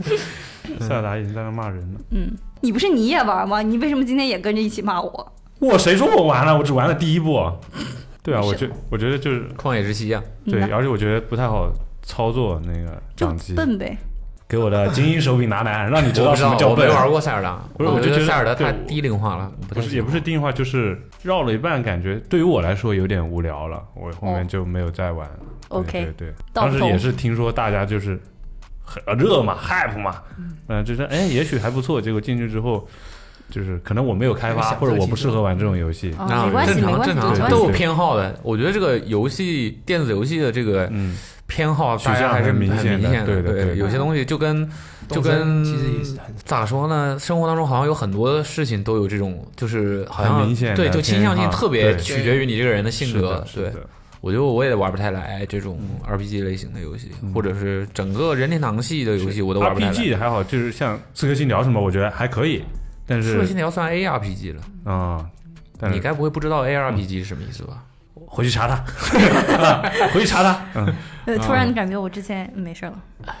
Speaker 2: 塞尔达已经在那骂人 了。
Speaker 5: 你不是你也玩吗？你为什么今天也跟着一起骂我？
Speaker 2: 我谁说我玩了？我只玩了第一部。对啊，我觉我觉得就是
Speaker 3: 旷野之息呀、
Speaker 2: 对
Speaker 5: 嗯，呐
Speaker 2: 而且我觉得不太好操作那个
Speaker 5: 就
Speaker 2: 掌机。
Speaker 5: 笨呗。
Speaker 2: 给我的精英手柄拿来， 让你知
Speaker 3: 我
Speaker 2: 道
Speaker 3: 不知
Speaker 2: 什么
Speaker 3: 道，
Speaker 2: 叫
Speaker 3: 我没
Speaker 2: 笨。
Speaker 3: 玩过塞尔达，
Speaker 2: 不是我
Speaker 3: 觉
Speaker 2: 就觉得
Speaker 3: 塞尔达
Speaker 2: 对
Speaker 3: 太
Speaker 2: 我
Speaker 3: 低龄化了，不
Speaker 2: 不
Speaker 3: 太
Speaker 2: 是
Speaker 3: 行
Speaker 2: 也不是定化，就是绕了一半，感觉对于我来说有点无聊了，我后面就没有再玩。对
Speaker 5: OK，
Speaker 2: 对对，
Speaker 5: 到
Speaker 2: 当时
Speaker 5: 头
Speaker 2: 也是听说大家就是很呃热嘛，hype 嘛，嗯、就是哎，也许还不错。结果进去之后，就是可能我没有开
Speaker 4: 没
Speaker 2: 发，
Speaker 4: 想
Speaker 2: 或者
Speaker 4: 这个
Speaker 2: 我不
Speaker 4: 节
Speaker 2: 适
Speaker 4: 奏
Speaker 2: 合玩这种游戏。
Speaker 5: 哦，
Speaker 3: 啊
Speaker 5: 没关系，
Speaker 3: 正
Speaker 5: 没
Speaker 3: 常
Speaker 5: 关系，
Speaker 3: 正
Speaker 5: 没关
Speaker 3: 常
Speaker 5: 系。
Speaker 2: 对
Speaker 3: 都有
Speaker 2: 对
Speaker 3: 偏好的。我觉得这个游戏电子游戏的这个
Speaker 2: 嗯，
Speaker 3: 偏好，
Speaker 2: 取
Speaker 3: 大家
Speaker 2: 向
Speaker 3: 还是
Speaker 2: 很明
Speaker 3: 明
Speaker 2: 显的
Speaker 3: 的。
Speaker 2: 对的对的
Speaker 3: 有些东西就跟就
Speaker 4: 动森
Speaker 3: 跟
Speaker 4: 其实也是很
Speaker 3: 咋说呢？生活当中好像有很多事情都有这种，就是好像
Speaker 2: 很明显的
Speaker 3: 对，就倾向性
Speaker 2: 偏好
Speaker 3: 特别
Speaker 2: 对
Speaker 3: 取决于你这个人的性
Speaker 2: 是
Speaker 3: 格
Speaker 2: 的，。是嗯
Speaker 3: 对
Speaker 2: 的，
Speaker 3: 我觉得我也玩不太来这种 RPG 类型的游戏，
Speaker 2: 嗯
Speaker 3: 或者是整个任天堂系的游戏，我都玩不太来。
Speaker 2: RPG 还好，就是像《刺客信条》什么，我觉得还可以，但
Speaker 3: 刺客信
Speaker 2: 是
Speaker 3: 条算 ARPG 了，
Speaker 2: 啊、但
Speaker 3: 你
Speaker 2: 是
Speaker 3: 该不会不知道 ARPG 是什么意思吧？
Speaker 2: 回去查他， 回去查他。嗯，
Speaker 5: 呃，突然感觉我之前嗯没事了，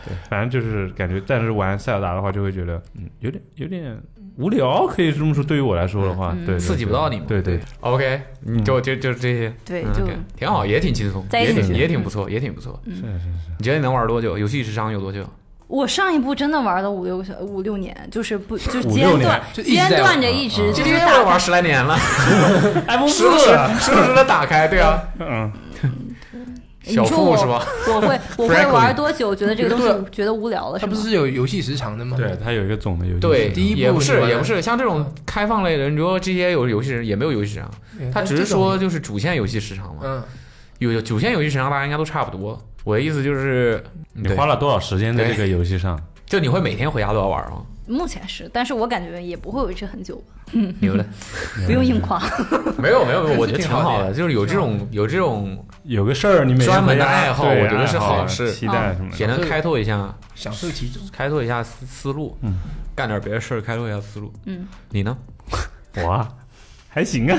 Speaker 2: 对，反正就是感觉，但是玩塞尔达的话，就会觉得嗯，有点有点无聊，可以这么说。对于我来说的话，对对，对
Speaker 3: 刺激不到你嘛
Speaker 2: 对对，
Speaker 3: OK，你
Speaker 2: 嗯
Speaker 3: 就就就这些，
Speaker 5: 对，
Speaker 3: 嗯
Speaker 5: 就
Speaker 3: OK，挺好，也挺轻松，
Speaker 5: 在一
Speaker 3: 也
Speaker 5: 起嗯
Speaker 3: 挺
Speaker 5: 学
Speaker 3: 也挺不错，也挺不错。
Speaker 2: 是是是，
Speaker 3: 你觉得你能玩多久？游戏时长有多久？
Speaker 5: 我上一部真的玩了五六五六年，就是不就
Speaker 2: 五
Speaker 5: 间
Speaker 2: 六年
Speaker 5: 断
Speaker 4: 就一直
Speaker 5: 间
Speaker 4: 在玩
Speaker 5: 断着一直就
Speaker 3: 因
Speaker 5: 是
Speaker 3: 为
Speaker 5: 打
Speaker 3: 我玩十来年了，
Speaker 2: iPhone
Speaker 3: 时不时时不时的打开，对啊，
Speaker 2: 嗯，
Speaker 5: 你
Speaker 3: 小
Speaker 5: 说
Speaker 3: 付
Speaker 5: 我
Speaker 3: 是吧？
Speaker 5: 我 会我会
Speaker 3: Frankly
Speaker 5: 玩多久？觉得这个东
Speaker 4: 对
Speaker 5: 西觉得无聊了
Speaker 4: 它
Speaker 5: 是
Speaker 4: 不
Speaker 5: 吗？
Speaker 4: 是有游戏时长的吗？呃
Speaker 2: 对，，它有一个总的游戏时长，
Speaker 3: 对，
Speaker 4: 第一部
Speaker 3: 也不
Speaker 4: 你
Speaker 3: 是
Speaker 4: 玩
Speaker 3: 也不是，像这种开放类的，你说这些有游戏人也没有游戏时长，他只是说，就是主线游戏时长嘛，
Speaker 4: 哎嗯，
Speaker 3: 有有主线游戏时长大家应该都差不多。我的意思就是，
Speaker 2: 你
Speaker 3: 对
Speaker 2: 花了多少时间在这个游戏上？
Speaker 3: 就你会每天回家都要玩吗？
Speaker 5: 目前是，但是我感觉也不会维持很久吧，
Speaker 3: 牛的，
Speaker 2: 嗯
Speaker 5: 不用硬框。
Speaker 3: 没有没有，没有，我觉得
Speaker 4: 挺
Speaker 3: 挺
Speaker 4: 好
Speaker 3: 好
Speaker 4: 的
Speaker 3: 的，就是有这种有这种
Speaker 2: 有个事儿，你每天
Speaker 3: 专门的
Speaker 2: 回家
Speaker 3: 爱好
Speaker 2: 对
Speaker 3: 我觉得是
Speaker 2: 爱好
Speaker 3: 好事
Speaker 2: 期待什么
Speaker 3: 也
Speaker 2: 的。
Speaker 3: 能开拓一下
Speaker 4: 享受其中。
Speaker 3: 开拓一下思思路，
Speaker 2: 嗯
Speaker 3: 干点别的事儿开拓一下思路。
Speaker 5: 嗯，
Speaker 3: 你呢？
Speaker 2: 我啊还行啊，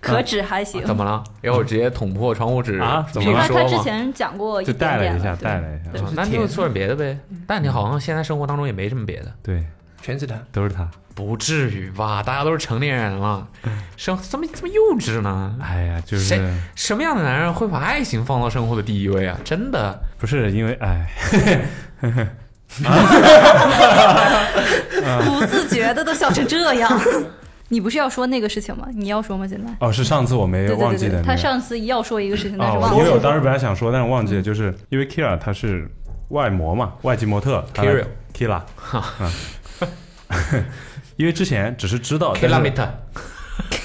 Speaker 5: 可止还行。
Speaker 3: 怎么了？要我直接捅破窗户纸
Speaker 2: 啊怎么
Speaker 3: 这
Speaker 2: 了
Speaker 3: 个
Speaker 5: 他
Speaker 3: 说
Speaker 5: 他
Speaker 3: 嘛
Speaker 5: 之前讲过一
Speaker 2: 就带
Speaker 5: 点点
Speaker 2: 了一下，
Speaker 5: 对
Speaker 2: 带了一下
Speaker 5: 对，
Speaker 3: 啊那你就做点别的呗。但你好像现在生活当中也没什么别的，
Speaker 2: 对，
Speaker 4: 全是他，
Speaker 2: 都是他。
Speaker 3: 不至于吧？大家都是成年人了，生怎么这么幼稚呢？
Speaker 2: 哎呀，就
Speaker 3: 谁
Speaker 2: 是
Speaker 3: 什么样的男人会把爱情放到生活的第一位啊？真的，
Speaker 2: 不是因为哎，嗯
Speaker 5: 不自觉的都笑成这 样。你不是要说那个事情吗？你要说吗？现在？
Speaker 2: 哦，是上次我没
Speaker 5: 对
Speaker 2: 忘
Speaker 5: 对
Speaker 2: 记
Speaker 5: 对
Speaker 2: 的
Speaker 5: 对，
Speaker 2: 那
Speaker 5: 他
Speaker 2: 个。
Speaker 5: 上次要说一个事情，但是
Speaker 2: 哦，
Speaker 5: 忘
Speaker 2: 因为我
Speaker 5: 记了。
Speaker 2: 当时本来想说，但是忘记了，就是因为 Kira 他是外模嘛，外籍模特
Speaker 3: Kira
Speaker 2: Kira，嗯 因为之前只是知道
Speaker 3: k i l o m e t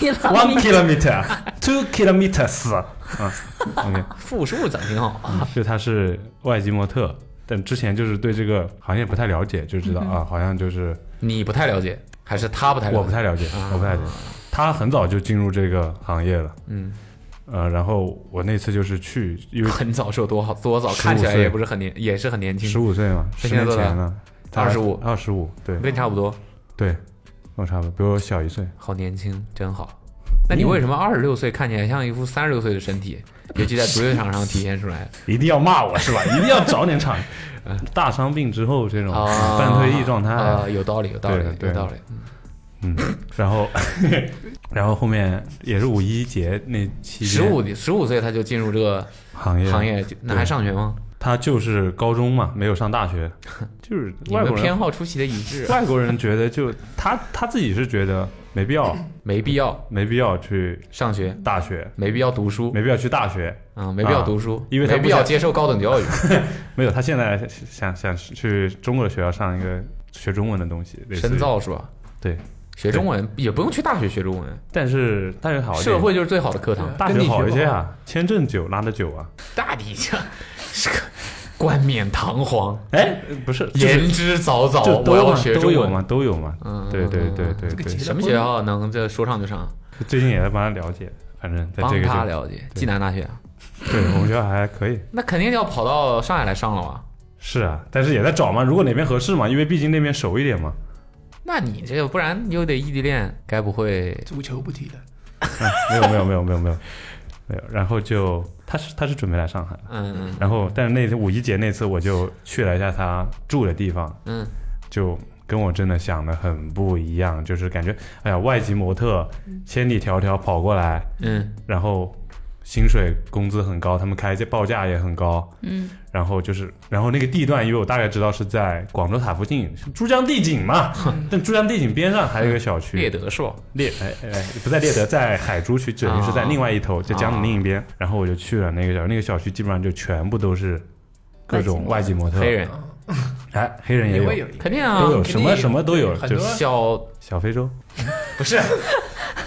Speaker 3: e
Speaker 2: one kilometer two kilometers，嗯，OK，
Speaker 3: 啊复数讲挺好。
Speaker 2: 就他是外籍模特，但之前就是对这个行业不太了解，就知
Speaker 5: 嗯
Speaker 2: 道啊，好像就是
Speaker 3: 你不太了解，还是他不太了解？啊
Speaker 2: 我不太了解，我不太了解。他很早就进入这个行业了，
Speaker 3: 嗯，
Speaker 2: 呃，然后我那次就是去，因 为
Speaker 3: 很早是有多好多早，
Speaker 2: 15
Speaker 3: 看起来
Speaker 2: 岁
Speaker 3: 也不是很年，也是很年
Speaker 2: 十
Speaker 3: 轻，
Speaker 2: 五岁嘛，
Speaker 3: 他
Speaker 2: 十
Speaker 3: 现在
Speaker 2: 年
Speaker 3: 多大
Speaker 2: 前了，
Speaker 3: 25
Speaker 2: 二十五，对
Speaker 3: 跟你差不多，
Speaker 2: 对，跟我差不多，比我小一岁。
Speaker 3: 好年轻，真好。
Speaker 2: 嗯
Speaker 3: 那你为什么二十六岁看起来像一副三十六岁的身体，尤其在足球场上体现出来？
Speaker 2: 一定要骂我 是吧？一定要找点场。大伤病之后这种
Speaker 3: 呃啊，
Speaker 2: 半退役状态，
Speaker 3: 啊，有道理，有道理
Speaker 2: 对，对
Speaker 3: 有道理。
Speaker 2: 嗯，然后 然后后面也是五一节那期
Speaker 3: 十
Speaker 2: 间
Speaker 3: 五十五岁他就进入这个
Speaker 2: 行业
Speaker 3: 行，业，就那还上学吗？
Speaker 2: 他就是高中嘛，没有上大 学，就是
Speaker 3: 你
Speaker 2: 外
Speaker 3: 们
Speaker 2: 国
Speaker 3: 偏
Speaker 2: 人
Speaker 3: 好出奇的一致，
Speaker 2: 外国人觉得就他他自己是觉得没必要
Speaker 3: 没必要
Speaker 2: 没必要去
Speaker 3: 上学，
Speaker 2: 大学，
Speaker 3: 没必要读书，
Speaker 2: 没必要去大学，
Speaker 3: 啊，没必要
Speaker 2: 啊
Speaker 3: 读书，
Speaker 2: 因为他
Speaker 3: 没
Speaker 2: 不
Speaker 3: 必要
Speaker 2: 想
Speaker 3: 接受高等教育。
Speaker 2: 没有他现在想想去中国的学校上一个学中文的东西，类似于
Speaker 3: 深造是吧？
Speaker 2: 对，
Speaker 3: 学中文也不用去大学学中文，
Speaker 2: 但是大学好一点
Speaker 3: 社会就是最好的课堂。
Speaker 2: 大
Speaker 3: 跟
Speaker 2: 学
Speaker 3: 你
Speaker 2: 好一
Speaker 3: 学
Speaker 2: 些
Speaker 3: 不，
Speaker 2: 啊，签证久拉的久啊。
Speaker 3: 大你这是个冠冕堂皇，
Speaker 2: 哎，不是，
Speaker 3: 言之凿
Speaker 2: 就
Speaker 3: 凿，
Speaker 2: 都
Speaker 3: 我要
Speaker 2: 嘛
Speaker 3: 学
Speaker 2: 都
Speaker 3: 中
Speaker 2: 有
Speaker 3: 文
Speaker 2: 嘛，。都有嘛。
Speaker 3: 嗯，
Speaker 2: 对对对
Speaker 3: 嗯，
Speaker 2: 对对，
Speaker 3: 什么学校能这说上就上？
Speaker 2: 最近也在帮他了解，反正在
Speaker 3: 帮
Speaker 2: 这个
Speaker 3: 他
Speaker 2: 就
Speaker 3: 了解，暨南大学啊，
Speaker 2: 对我们学校还可以。
Speaker 3: 那肯定要跑到上海来上了吧？
Speaker 2: 是啊，但是也在找嘛，如果哪边合适嘛，因为毕竟那边熟一点嘛。
Speaker 3: 那你这个不然又得异地恋，该不会
Speaker 4: 足球不踢了，
Speaker 2: 嗯没有没有没有没有没有没有，然后就他是他是准备来上海了，
Speaker 3: 嗯
Speaker 2: 然后但是那次五一节那次我就去了一下他住的地方，
Speaker 3: 嗯
Speaker 2: 就跟我真的想的很不一样，就是感觉哎呀，外籍模特千里迢迢跑过来，
Speaker 3: 嗯
Speaker 2: 然后薪水工资很高，他们开价报价也很高，
Speaker 5: 嗯，
Speaker 2: 然后就是，然后那个地段，因为我大概知道是在广州塔附近，珠江地景嘛，但珠江地景边上还有一个小区，
Speaker 3: 猎德是吧？
Speaker 2: 猎哎哎不在猎德，在海珠区，只能是在
Speaker 3: 哦
Speaker 2: 另外一头，在江的另一边，然后我就去了那个小区，那个小区基本上就全部都是各种外籍模特，
Speaker 3: 黑人
Speaker 2: 哎黑人也
Speaker 4: 也
Speaker 2: 有
Speaker 4: 会，有一个
Speaker 3: 肯定
Speaker 2: 嗯
Speaker 3: 啊，
Speaker 2: 都有
Speaker 4: 肯
Speaker 2: 什
Speaker 4: 定
Speaker 2: 么
Speaker 4: 有
Speaker 2: 什么都有，
Speaker 4: 很
Speaker 2: 就
Speaker 4: 多
Speaker 2: 是
Speaker 3: 小
Speaker 2: 小非洲、
Speaker 3: 不是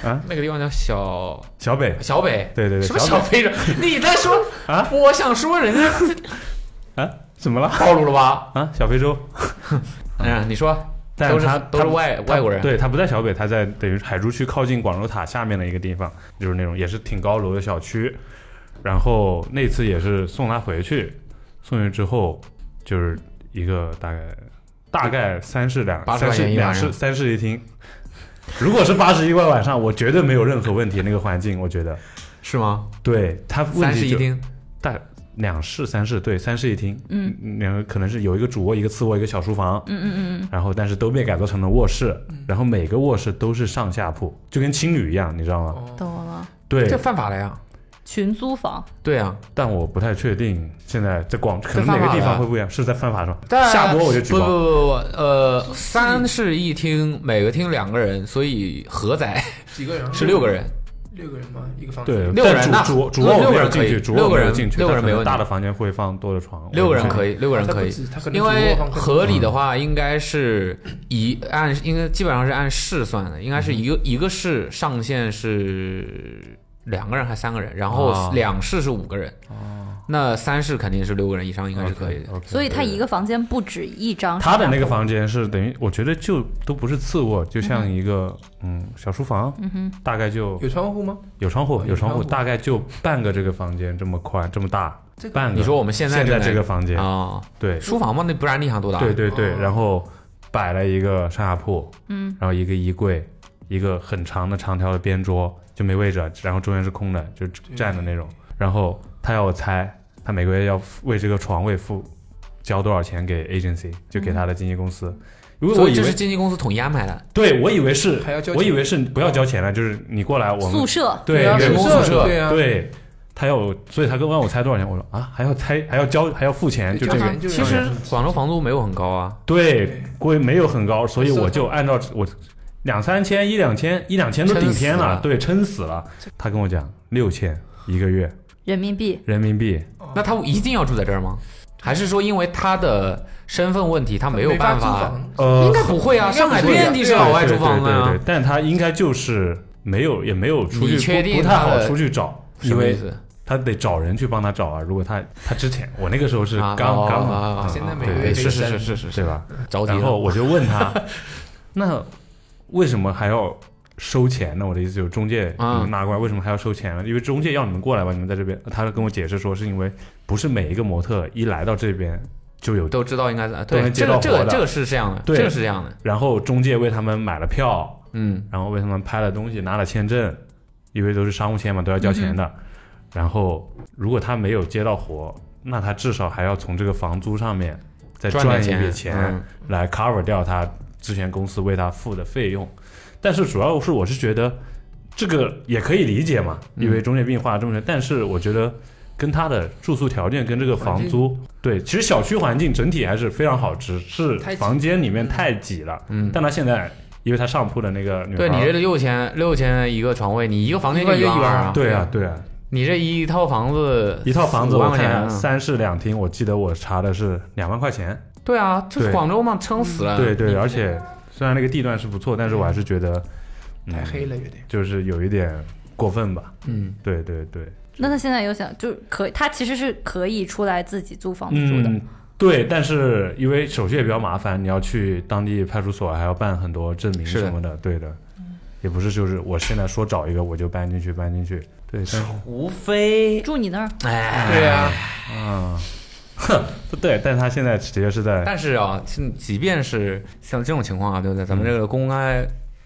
Speaker 2: 啊
Speaker 3: 那个地方叫小
Speaker 2: 小北，
Speaker 3: 小北，
Speaker 2: 对对对，
Speaker 3: 什么
Speaker 2: 小
Speaker 3: 小非洲？ 你在说
Speaker 2: 啊？
Speaker 3: 我想说人家
Speaker 2: 北啊？怎么了
Speaker 3: 暴露了吧？
Speaker 2: 啊？小非洲，
Speaker 3: 嗯，你说
Speaker 2: 但
Speaker 3: 都是
Speaker 2: 他
Speaker 3: 都是
Speaker 2: 他
Speaker 3: 外
Speaker 2: 他
Speaker 3: 外国人，
Speaker 2: 对他不在小北，他在等于是海珠区靠近广州塔下面的一个地方，就是那种也是挺高楼的小区。然后那次也是送他回去，送去之后就是一个大概大概三室两
Speaker 3: 80
Speaker 2: 三室
Speaker 3: 块钱一
Speaker 2: 两
Speaker 3: 晚上
Speaker 2: 室三室一厅，如果是八十一块晚上，我绝对没有任何问题。那个环境，我觉得，
Speaker 3: 是吗？
Speaker 2: 对他问
Speaker 3: 三室
Speaker 2: 题
Speaker 3: 一
Speaker 2: 就
Speaker 3: 厅，
Speaker 2: 大两室三室，对，三室一厅，
Speaker 5: 嗯，
Speaker 2: 两个可能是有一个主卧，一个次卧，一个小厨房，
Speaker 5: 嗯嗯嗯
Speaker 2: 然后但是都被改造成了卧室，
Speaker 3: 嗯
Speaker 2: 然后每个卧室都是上下铺，就跟青旅一样，你知道吗？
Speaker 5: 嗯，懂了，
Speaker 2: 对
Speaker 3: 哦这，犯法了呀！
Speaker 5: 群租房，
Speaker 3: 对啊呀，
Speaker 2: 但我不太确定现在在广，可能
Speaker 3: 犯
Speaker 2: 哪个
Speaker 3: 法
Speaker 2: 地
Speaker 3: 了
Speaker 2: 方会不一样，是在犯法上
Speaker 3: 但
Speaker 2: 下播我就举
Speaker 3: 不不
Speaker 2: 报，
Speaker 3: 不不，呃，三室一厅，每个厅两个人，所以合宅
Speaker 4: 几个人？
Speaker 3: 是六个人。
Speaker 4: 六个人吗？一个房间。
Speaker 2: 对，
Speaker 3: 六
Speaker 2: 但
Speaker 3: 人
Speaker 2: 主
Speaker 3: 呐
Speaker 2: 主主
Speaker 3: 六
Speaker 2: 卧我
Speaker 3: 六
Speaker 2: 没
Speaker 3: 个
Speaker 2: 有
Speaker 3: 人
Speaker 2: 进
Speaker 3: 可以
Speaker 2: 去，主
Speaker 3: 六
Speaker 2: 卧
Speaker 3: 个
Speaker 2: 我没有
Speaker 3: 人
Speaker 2: 进去，
Speaker 3: 六个
Speaker 2: 但可
Speaker 3: 人
Speaker 2: 能
Speaker 3: 没问题
Speaker 2: 大的房间会放多的床，
Speaker 3: 六个人
Speaker 2: 我不知道
Speaker 3: 可以，六个人
Speaker 4: 啊他
Speaker 3: 可
Speaker 4: 不
Speaker 3: 以，
Speaker 4: 止，他可能
Speaker 3: 因为
Speaker 4: 主卧房更
Speaker 3: 合
Speaker 2: 嗯
Speaker 3: 理的话，应该是一按应该基本上是按室算的，应该
Speaker 2: 嗯
Speaker 3: 是一个一个室上限是两个人还三个人，然后
Speaker 2: 哦
Speaker 3: 两室是五个人，那三室肯定是六个人以上应该是可以的。
Speaker 2: OK，OK
Speaker 5: 所以它一个房间不止一张上
Speaker 2: 他
Speaker 5: 下铺。
Speaker 2: 的那个房间是等于，我觉得就都不是次卧，就像一个嗯小书房，大概就
Speaker 4: 有窗户吗？
Speaker 2: 有窗户，
Speaker 4: 有
Speaker 2: 有窗户，
Speaker 4: 窗户
Speaker 2: 大概就半个这个房间这么宽这么大
Speaker 4: 这，个
Speaker 2: 半个。
Speaker 3: 你说我们现
Speaker 2: 现
Speaker 3: 在
Speaker 2: 这个房间，
Speaker 3: 啊，
Speaker 2: 对
Speaker 3: 书房嘛，那不然你想多大？
Speaker 2: 对，对对
Speaker 4: 哦，
Speaker 2: 然后摆了一个上下铺，嗯，然后一个衣柜，一个很长的长条的边桌，就没位置，然后中间是空的，就站的那种。然后他要我猜，他每个月要为这个床位付交多少钱给 agency，就给他的经纪公司。因为
Speaker 3: 所
Speaker 2: 我
Speaker 3: 以
Speaker 2: 以
Speaker 3: 这
Speaker 2: 为
Speaker 3: 是经纪公司统一安排的。
Speaker 2: 对，我以为是
Speaker 4: 还要交，钱
Speaker 2: 我以为是不要交钱了，就是你过来我们
Speaker 5: 宿舍，
Speaker 2: 对
Speaker 4: 啊
Speaker 2: 员工
Speaker 3: 宿舍
Speaker 4: 对啊，
Speaker 2: 对，他要我，所以他跟问我猜多少钱，我说啊还要猜还要交还要付钱，就
Speaker 4: 交
Speaker 2: 这个
Speaker 4: 钱就
Speaker 3: 其实广州房租没有很高啊，
Speaker 2: 对
Speaker 4: 对
Speaker 2: 贵没有很高，所以
Speaker 4: 是
Speaker 2: 我就按照我两三千一两千一两千都顶天
Speaker 3: 撑死了
Speaker 2: 对，撑死了。他跟我讲六千一个月
Speaker 5: 人民币，
Speaker 2: 人民币，
Speaker 3: 那他一定要住在这儿吗？还是说因为他的身份问题，他没有
Speaker 4: 没
Speaker 3: 办
Speaker 4: 法租
Speaker 3: 法？
Speaker 4: 房，
Speaker 2: 呃
Speaker 3: 应该不会啊，
Speaker 4: 应该
Speaker 3: 上
Speaker 4: 不会
Speaker 3: 海
Speaker 4: 啊
Speaker 3: 遍地是
Speaker 2: 对
Speaker 3: 老外
Speaker 2: 对
Speaker 3: 租房
Speaker 2: 对
Speaker 3: 的
Speaker 2: 对
Speaker 3: 呀
Speaker 2: 对。，但他应该就是没有也没有出去
Speaker 3: 你确
Speaker 2: 不
Speaker 3: 定
Speaker 2: 不太
Speaker 3: 他
Speaker 2: 好
Speaker 3: 的
Speaker 2: 出去找，
Speaker 3: 什
Speaker 2: 因
Speaker 3: 么意
Speaker 2: 为
Speaker 3: 思？
Speaker 2: 他得找人去帮他找啊。如果他他之前我那个时候是
Speaker 3: 啊
Speaker 2: 刚
Speaker 3: 哦
Speaker 2: 刚
Speaker 3: 啊啊啊啊
Speaker 4: 现在每
Speaker 2: 个月
Speaker 3: 对是
Speaker 4: 这
Speaker 3: 是
Speaker 4: 个
Speaker 3: 是是是是
Speaker 2: 对吧？
Speaker 3: 着急
Speaker 2: 然后
Speaker 3: 了。
Speaker 2: 我就问他，那为什么还要收钱呢？我的意思就是中介你
Speaker 3: 啊
Speaker 2: 们拿过来，为什么还要收钱呢？因为中介要你们过来吧，你们在这边。他跟我解释说，是因为不是每一个模特一来到这边就有，
Speaker 3: 都知道应该是
Speaker 2: 都
Speaker 3: 对
Speaker 2: 能接
Speaker 3: 这
Speaker 2: 到
Speaker 3: 个这
Speaker 2: 活
Speaker 3: 个
Speaker 2: 的
Speaker 3: 这个是这样的，
Speaker 2: 对
Speaker 3: 这个是这样的，
Speaker 2: 然后中介为他们买了票，
Speaker 3: 嗯，
Speaker 2: 然后为他们拍了东西，拿了签证，因为都是商务签嘛，都要交
Speaker 3: 嗯
Speaker 2: 钱的。然后如果他没有接到活，那他至少还要从这个房租上面再
Speaker 3: 赚
Speaker 2: 赚
Speaker 3: 点
Speaker 2: 一笔
Speaker 3: 钱
Speaker 2: 钱，
Speaker 3: 嗯
Speaker 2: 来 cover 掉他之前公司为他付的费用。但是主要是我是觉得这个也可以理解嘛，因
Speaker 3: 嗯
Speaker 2: 为中介病花了这么多钱，但是我觉得。跟他的住宿条件跟这个
Speaker 4: 环
Speaker 2: 房
Speaker 4: 境
Speaker 2: 租，对，其实小区环境整体还是非常好，只是
Speaker 4: 太挤
Speaker 2: 房间里面太挤了。
Speaker 3: 嗯
Speaker 2: 但他现在因为他上铺的那个女孩，
Speaker 3: 对你这六千六千一个床位，你一个房间就
Speaker 4: 一个
Speaker 3: 万
Speaker 4: 一万
Speaker 3: 二
Speaker 4: 二
Speaker 3: 啊，
Speaker 2: 对啊，对啊，
Speaker 3: 你这一套房子
Speaker 2: 一套房子
Speaker 3: 五万
Speaker 2: 我
Speaker 3: 块钱
Speaker 2: 看
Speaker 3: 啊，
Speaker 2: 三室两厅，我记得我查的是两万块钱。
Speaker 3: 对啊，就是
Speaker 2: 对
Speaker 3: 广州嘛，撑死了，
Speaker 2: 对对，而且虽然那个地段是不错，但是我还是觉得
Speaker 4: 太黑了有点。
Speaker 2: 就是有一点过分吧。
Speaker 3: 嗯，
Speaker 2: 对对对，
Speaker 5: 那他现在有想就是可以，他其实是可以出来自己租房子住的。
Speaker 2: 嗯，对，但是因为手续也比较麻烦，你要去当地派出所还要办很多证明
Speaker 3: 是的
Speaker 2: 什么的，对的。也不是，就是我现在说找一个我就搬进去，搬进去。对，但是
Speaker 3: 无非
Speaker 5: 住你那儿，
Speaker 3: 哎，
Speaker 4: 对啊，
Speaker 2: 对，但他现在直接是在
Speaker 3: 但是啊，是即便是像这种情况啊，对不对？咱们这个公开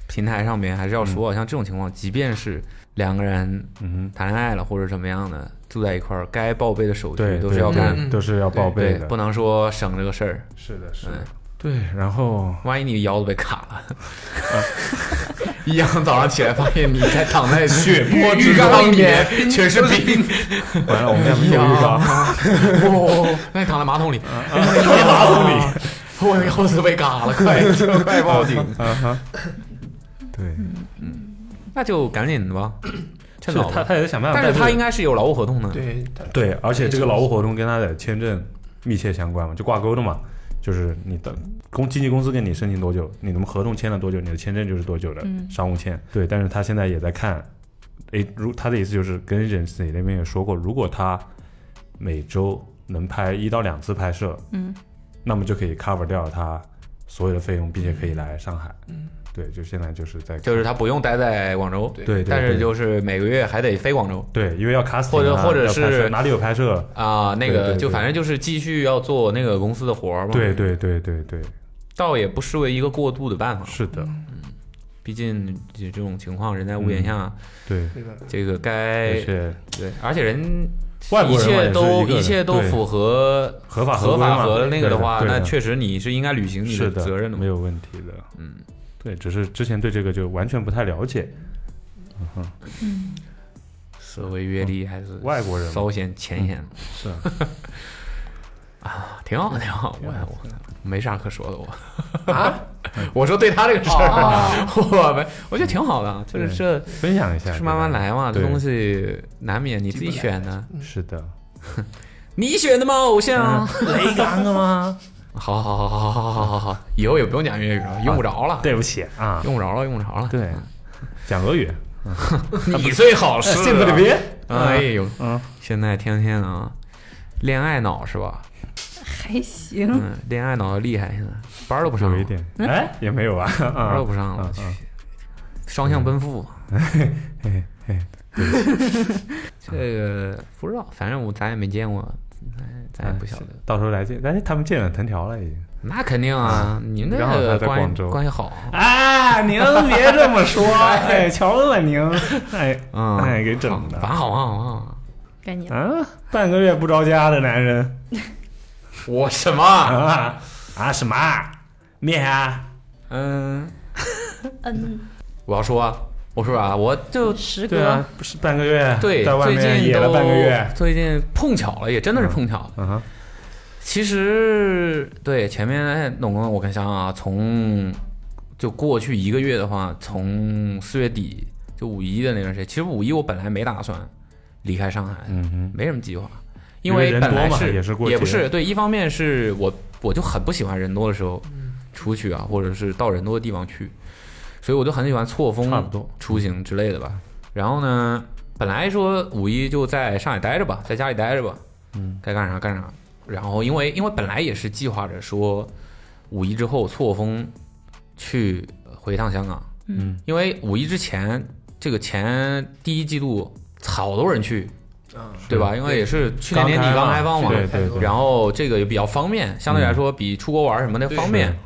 Speaker 3: 平台上面还是要说啊，像这种情况，即便是两个人
Speaker 2: 嗯
Speaker 3: 谈恋爱了或者怎么样的，住在一块儿，该报备的手
Speaker 2: 哼，
Speaker 3: 续
Speaker 2: 对，
Speaker 3: 都是要
Speaker 2: 对
Speaker 3: 办，
Speaker 2: 都是要报备
Speaker 3: 对，
Speaker 2: 的
Speaker 3: 不。能说省这个事儿，
Speaker 2: 是的，是
Speaker 3: 嗯
Speaker 2: 的，对。然后
Speaker 3: 万一你腰子被卡了，嗯 一样早上起来发现你在躺在 血泊之中里面，全是冰，
Speaker 2: 完了，我们家没
Speaker 3: 一
Speaker 2: 有
Speaker 3: 样
Speaker 2: 浴缸，
Speaker 3: 哦，那你躺在马桶里，
Speaker 2: 马桶里。
Speaker 3: 我腰子被嘎了，快救 快报警！
Speaker 2: 啊 哈，对，
Speaker 3: 那就赶紧的 吧，趁
Speaker 2: 是
Speaker 3: 早
Speaker 2: 他
Speaker 3: 吧。
Speaker 2: 他也想办法，
Speaker 3: 但
Speaker 2: 但
Speaker 3: 是他应该是有劳务合同的，
Speaker 4: 对，他
Speaker 2: 对，而哎且这个劳务合同跟他的签证密切相关嘛，就挂钩的嘛，就是你的公经纪公司跟你申请多久，你们合同签了多久，你的签证就是多久的、商务签。对，但是他现在也在看，诶，如他的意思就是跟人事那边也说过，如果他每周能拍一到两次拍摄，
Speaker 5: 嗯，
Speaker 2: 那么就可以 cover 掉他所有的费用，并且可以来上海。嗯，对，就现在就是在
Speaker 3: 就是他不用待在广州，
Speaker 4: 对
Speaker 2: 对，对
Speaker 3: 但是
Speaker 2: 对
Speaker 3: 就是每个月还得飞广州
Speaker 2: 对，因为要 casting，
Speaker 3: 或者
Speaker 2: 啊
Speaker 3: 或者
Speaker 2: 要拍摄
Speaker 3: 是
Speaker 2: 哪里有拍摄，
Speaker 3: 啊。那
Speaker 2: 对对
Speaker 3: 个
Speaker 2: 对
Speaker 3: 就反正就是继续要做那个公司的活儿嘛，
Speaker 2: 对，对对对对，
Speaker 3: 倒也不失为一个过渡的办法。
Speaker 2: 是的，
Speaker 3: 毕竟这这种情况，人在屋檐下，
Speaker 2: 对，
Speaker 4: 对吧？
Speaker 3: 这个该
Speaker 2: 而且
Speaker 3: 对，而且人
Speaker 2: 外国人
Speaker 3: 一
Speaker 2: 嘛也
Speaker 3: 切
Speaker 2: 是
Speaker 3: 都
Speaker 2: 一个人
Speaker 3: 一切都
Speaker 2: 对
Speaker 3: 符合
Speaker 2: 合法
Speaker 3: 合
Speaker 2: 规
Speaker 3: 法
Speaker 2: 嘛
Speaker 3: 和那个的话，
Speaker 2: 对
Speaker 3: 那
Speaker 2: 的
Speaker 3: 确实你是应该履行你
Speaker 2: 是的
Speaker 3: 责任的嘛
Speaker 2: 没。有问题的。
Speaker 3: 嗯，
Speaker 2: 对，只是之前对这个就完全不太了解。
Speaker 3: 社会阅历还是
Speaker 2: 嗯外国人嘛
Speaker 3: 稍显浅显，
Speaker 2: 是啊，
Speaker 3: 啊挺好挺好。我
Speaker 2: 挺好
Speaker 3: 我没啥可说的，我
Speaker 4: 啊，
Speaker 3: 我说对他这个事儿，
Speaker 5: 哦，
Speaker 3: 我没我觉得挺好的，就是这
Speaker 2: 分享一下，
Speaker 3: 是慢慢来嘛，这
Speaker 2: 嗯对
Speaker 3: 东西难免你自己选的，
Speaker 2: 是的，
Speaker 3: 你选的吗，偶
Speaker 2: 嗯
Speaker 3: 像？
Speaker 2: 雷刚的吗？
Speaker 3: 好好好好好好好好好，以后也不用讲粤语了，用不着了，
Speaker 2: 啊对不起啊，
Speaker 3: 用不着了，用不着了。
Speaker 2: 对，讲俄语，
Speaker 3: 你最好是啊
Speaker 2: 信不得别
Speaker 3: 哎呦，
Speaker 2: 嗯，
Speaker 3: 现在天天啊，恋爱脑是吧？
Speaker 5: 还行，
Speaker 3: 嗯，恋爱脑厉害，现在班儿都不上了
Speaker 2: 有一，点，哎，也没有啊，
Speaker 3: 班儿
Speaker 2: 啊
Speaker 3: 都，不上了
Speaker 2: 嗯嗯，
Speaker 3: 双向奔赴。
Speaker 2: 哎哎，
Speaker 3: 这个不知道，反正我咱也没见过，咱咱也不晓得。
Speaker 2: 到时候来见，哎，他们见了藤条了已经。
Speaker 3: 那肯定啊，你那
Speaker 2: 刚好
Speaker 3: 个
Speaker 2: 他在
Speaker 3: 关
Speaker 2: 广
Speaker 3: 系
Speaker 2: 州
Speaker 3: 关系好，啊
Speaker 2: 哎，您别这么说， 哎，乔恩了您，哎，
Speaker 3: 嗯，
Speaker 2: 哎，给整的
Speaker 3: 好完好完好完好。
Speaker 5: 该
Speaker 3: 嗯
Speaker 5: 你了。
Speaker 2: 啊，半个月不着家的男人
Speaker 3: 我什么？
Speaker 2: 啊啊什么面啊？
Speaker 3: 嗯，
Speaker 5: 嗯，
Speaker 3: 我要说啊，我说啊，我就
Speaker 5: 十
Speaker 2: 对
Speaker 5: 哥
Speaker 2: 啊，不是半个月，
Speaker 3: 对
Speaker 2: 在外
Speaker 3: 最
Speaker 2: 面
Speaker 3: 近
Speaker 2: 野
Speaker 3: 都
Speaker 2: 了半个月，
Speaker 3: 最近碰巧了，也真的是碰巧了。
Speaker 2: 嗯哼，
Speaker 3: 其实对前面哎弄工，我跟想想啊，从就过去一个月的话，从四月底就五一的那段时间，其实五一我本来没打算离开上海，
Speaker 2: 嗯哼，
Speaker 3: 没什么计划，
Speaker 2: 因
Speaker 3: 因
Speaker 2: 为
Speaker 3: 为
Speaker 2: 人
Speaker 3: 本来
Speaker 2: 多嘛
Speaker 3: 是
Speaker 2: 也是过节
Speaker 3: 不是对，一方面是我我就很不喜欢人多的时候出去啊，或者是到人多的地方去，所以我就很喜欢错峰
Speaker 2: 差不多
Speaker 3: 出行之类的吧。然后呢，本来说五一就在上海待着吧，在家里待着吧，
Speaker 2: 嗯，
Speaker 3: 该干啥干啥。然后因为因为本来也是计划着说五一之后错峰去回一趟香港，
Speaker 2: 嗯，
Speaker 3: 因为五一之前这个前第一季度好多人去，
Speaker 4: 啊，
Speaker 3: 对吧？因为也是去年年底刚开啊放嘛，
Speaker 2: 对对对，
Speaker 3: 然后这个也比较方便，相对来说比出国玩什么的
Speaker 4: 对
Speaker 3: 方便
Speaker 2: 是。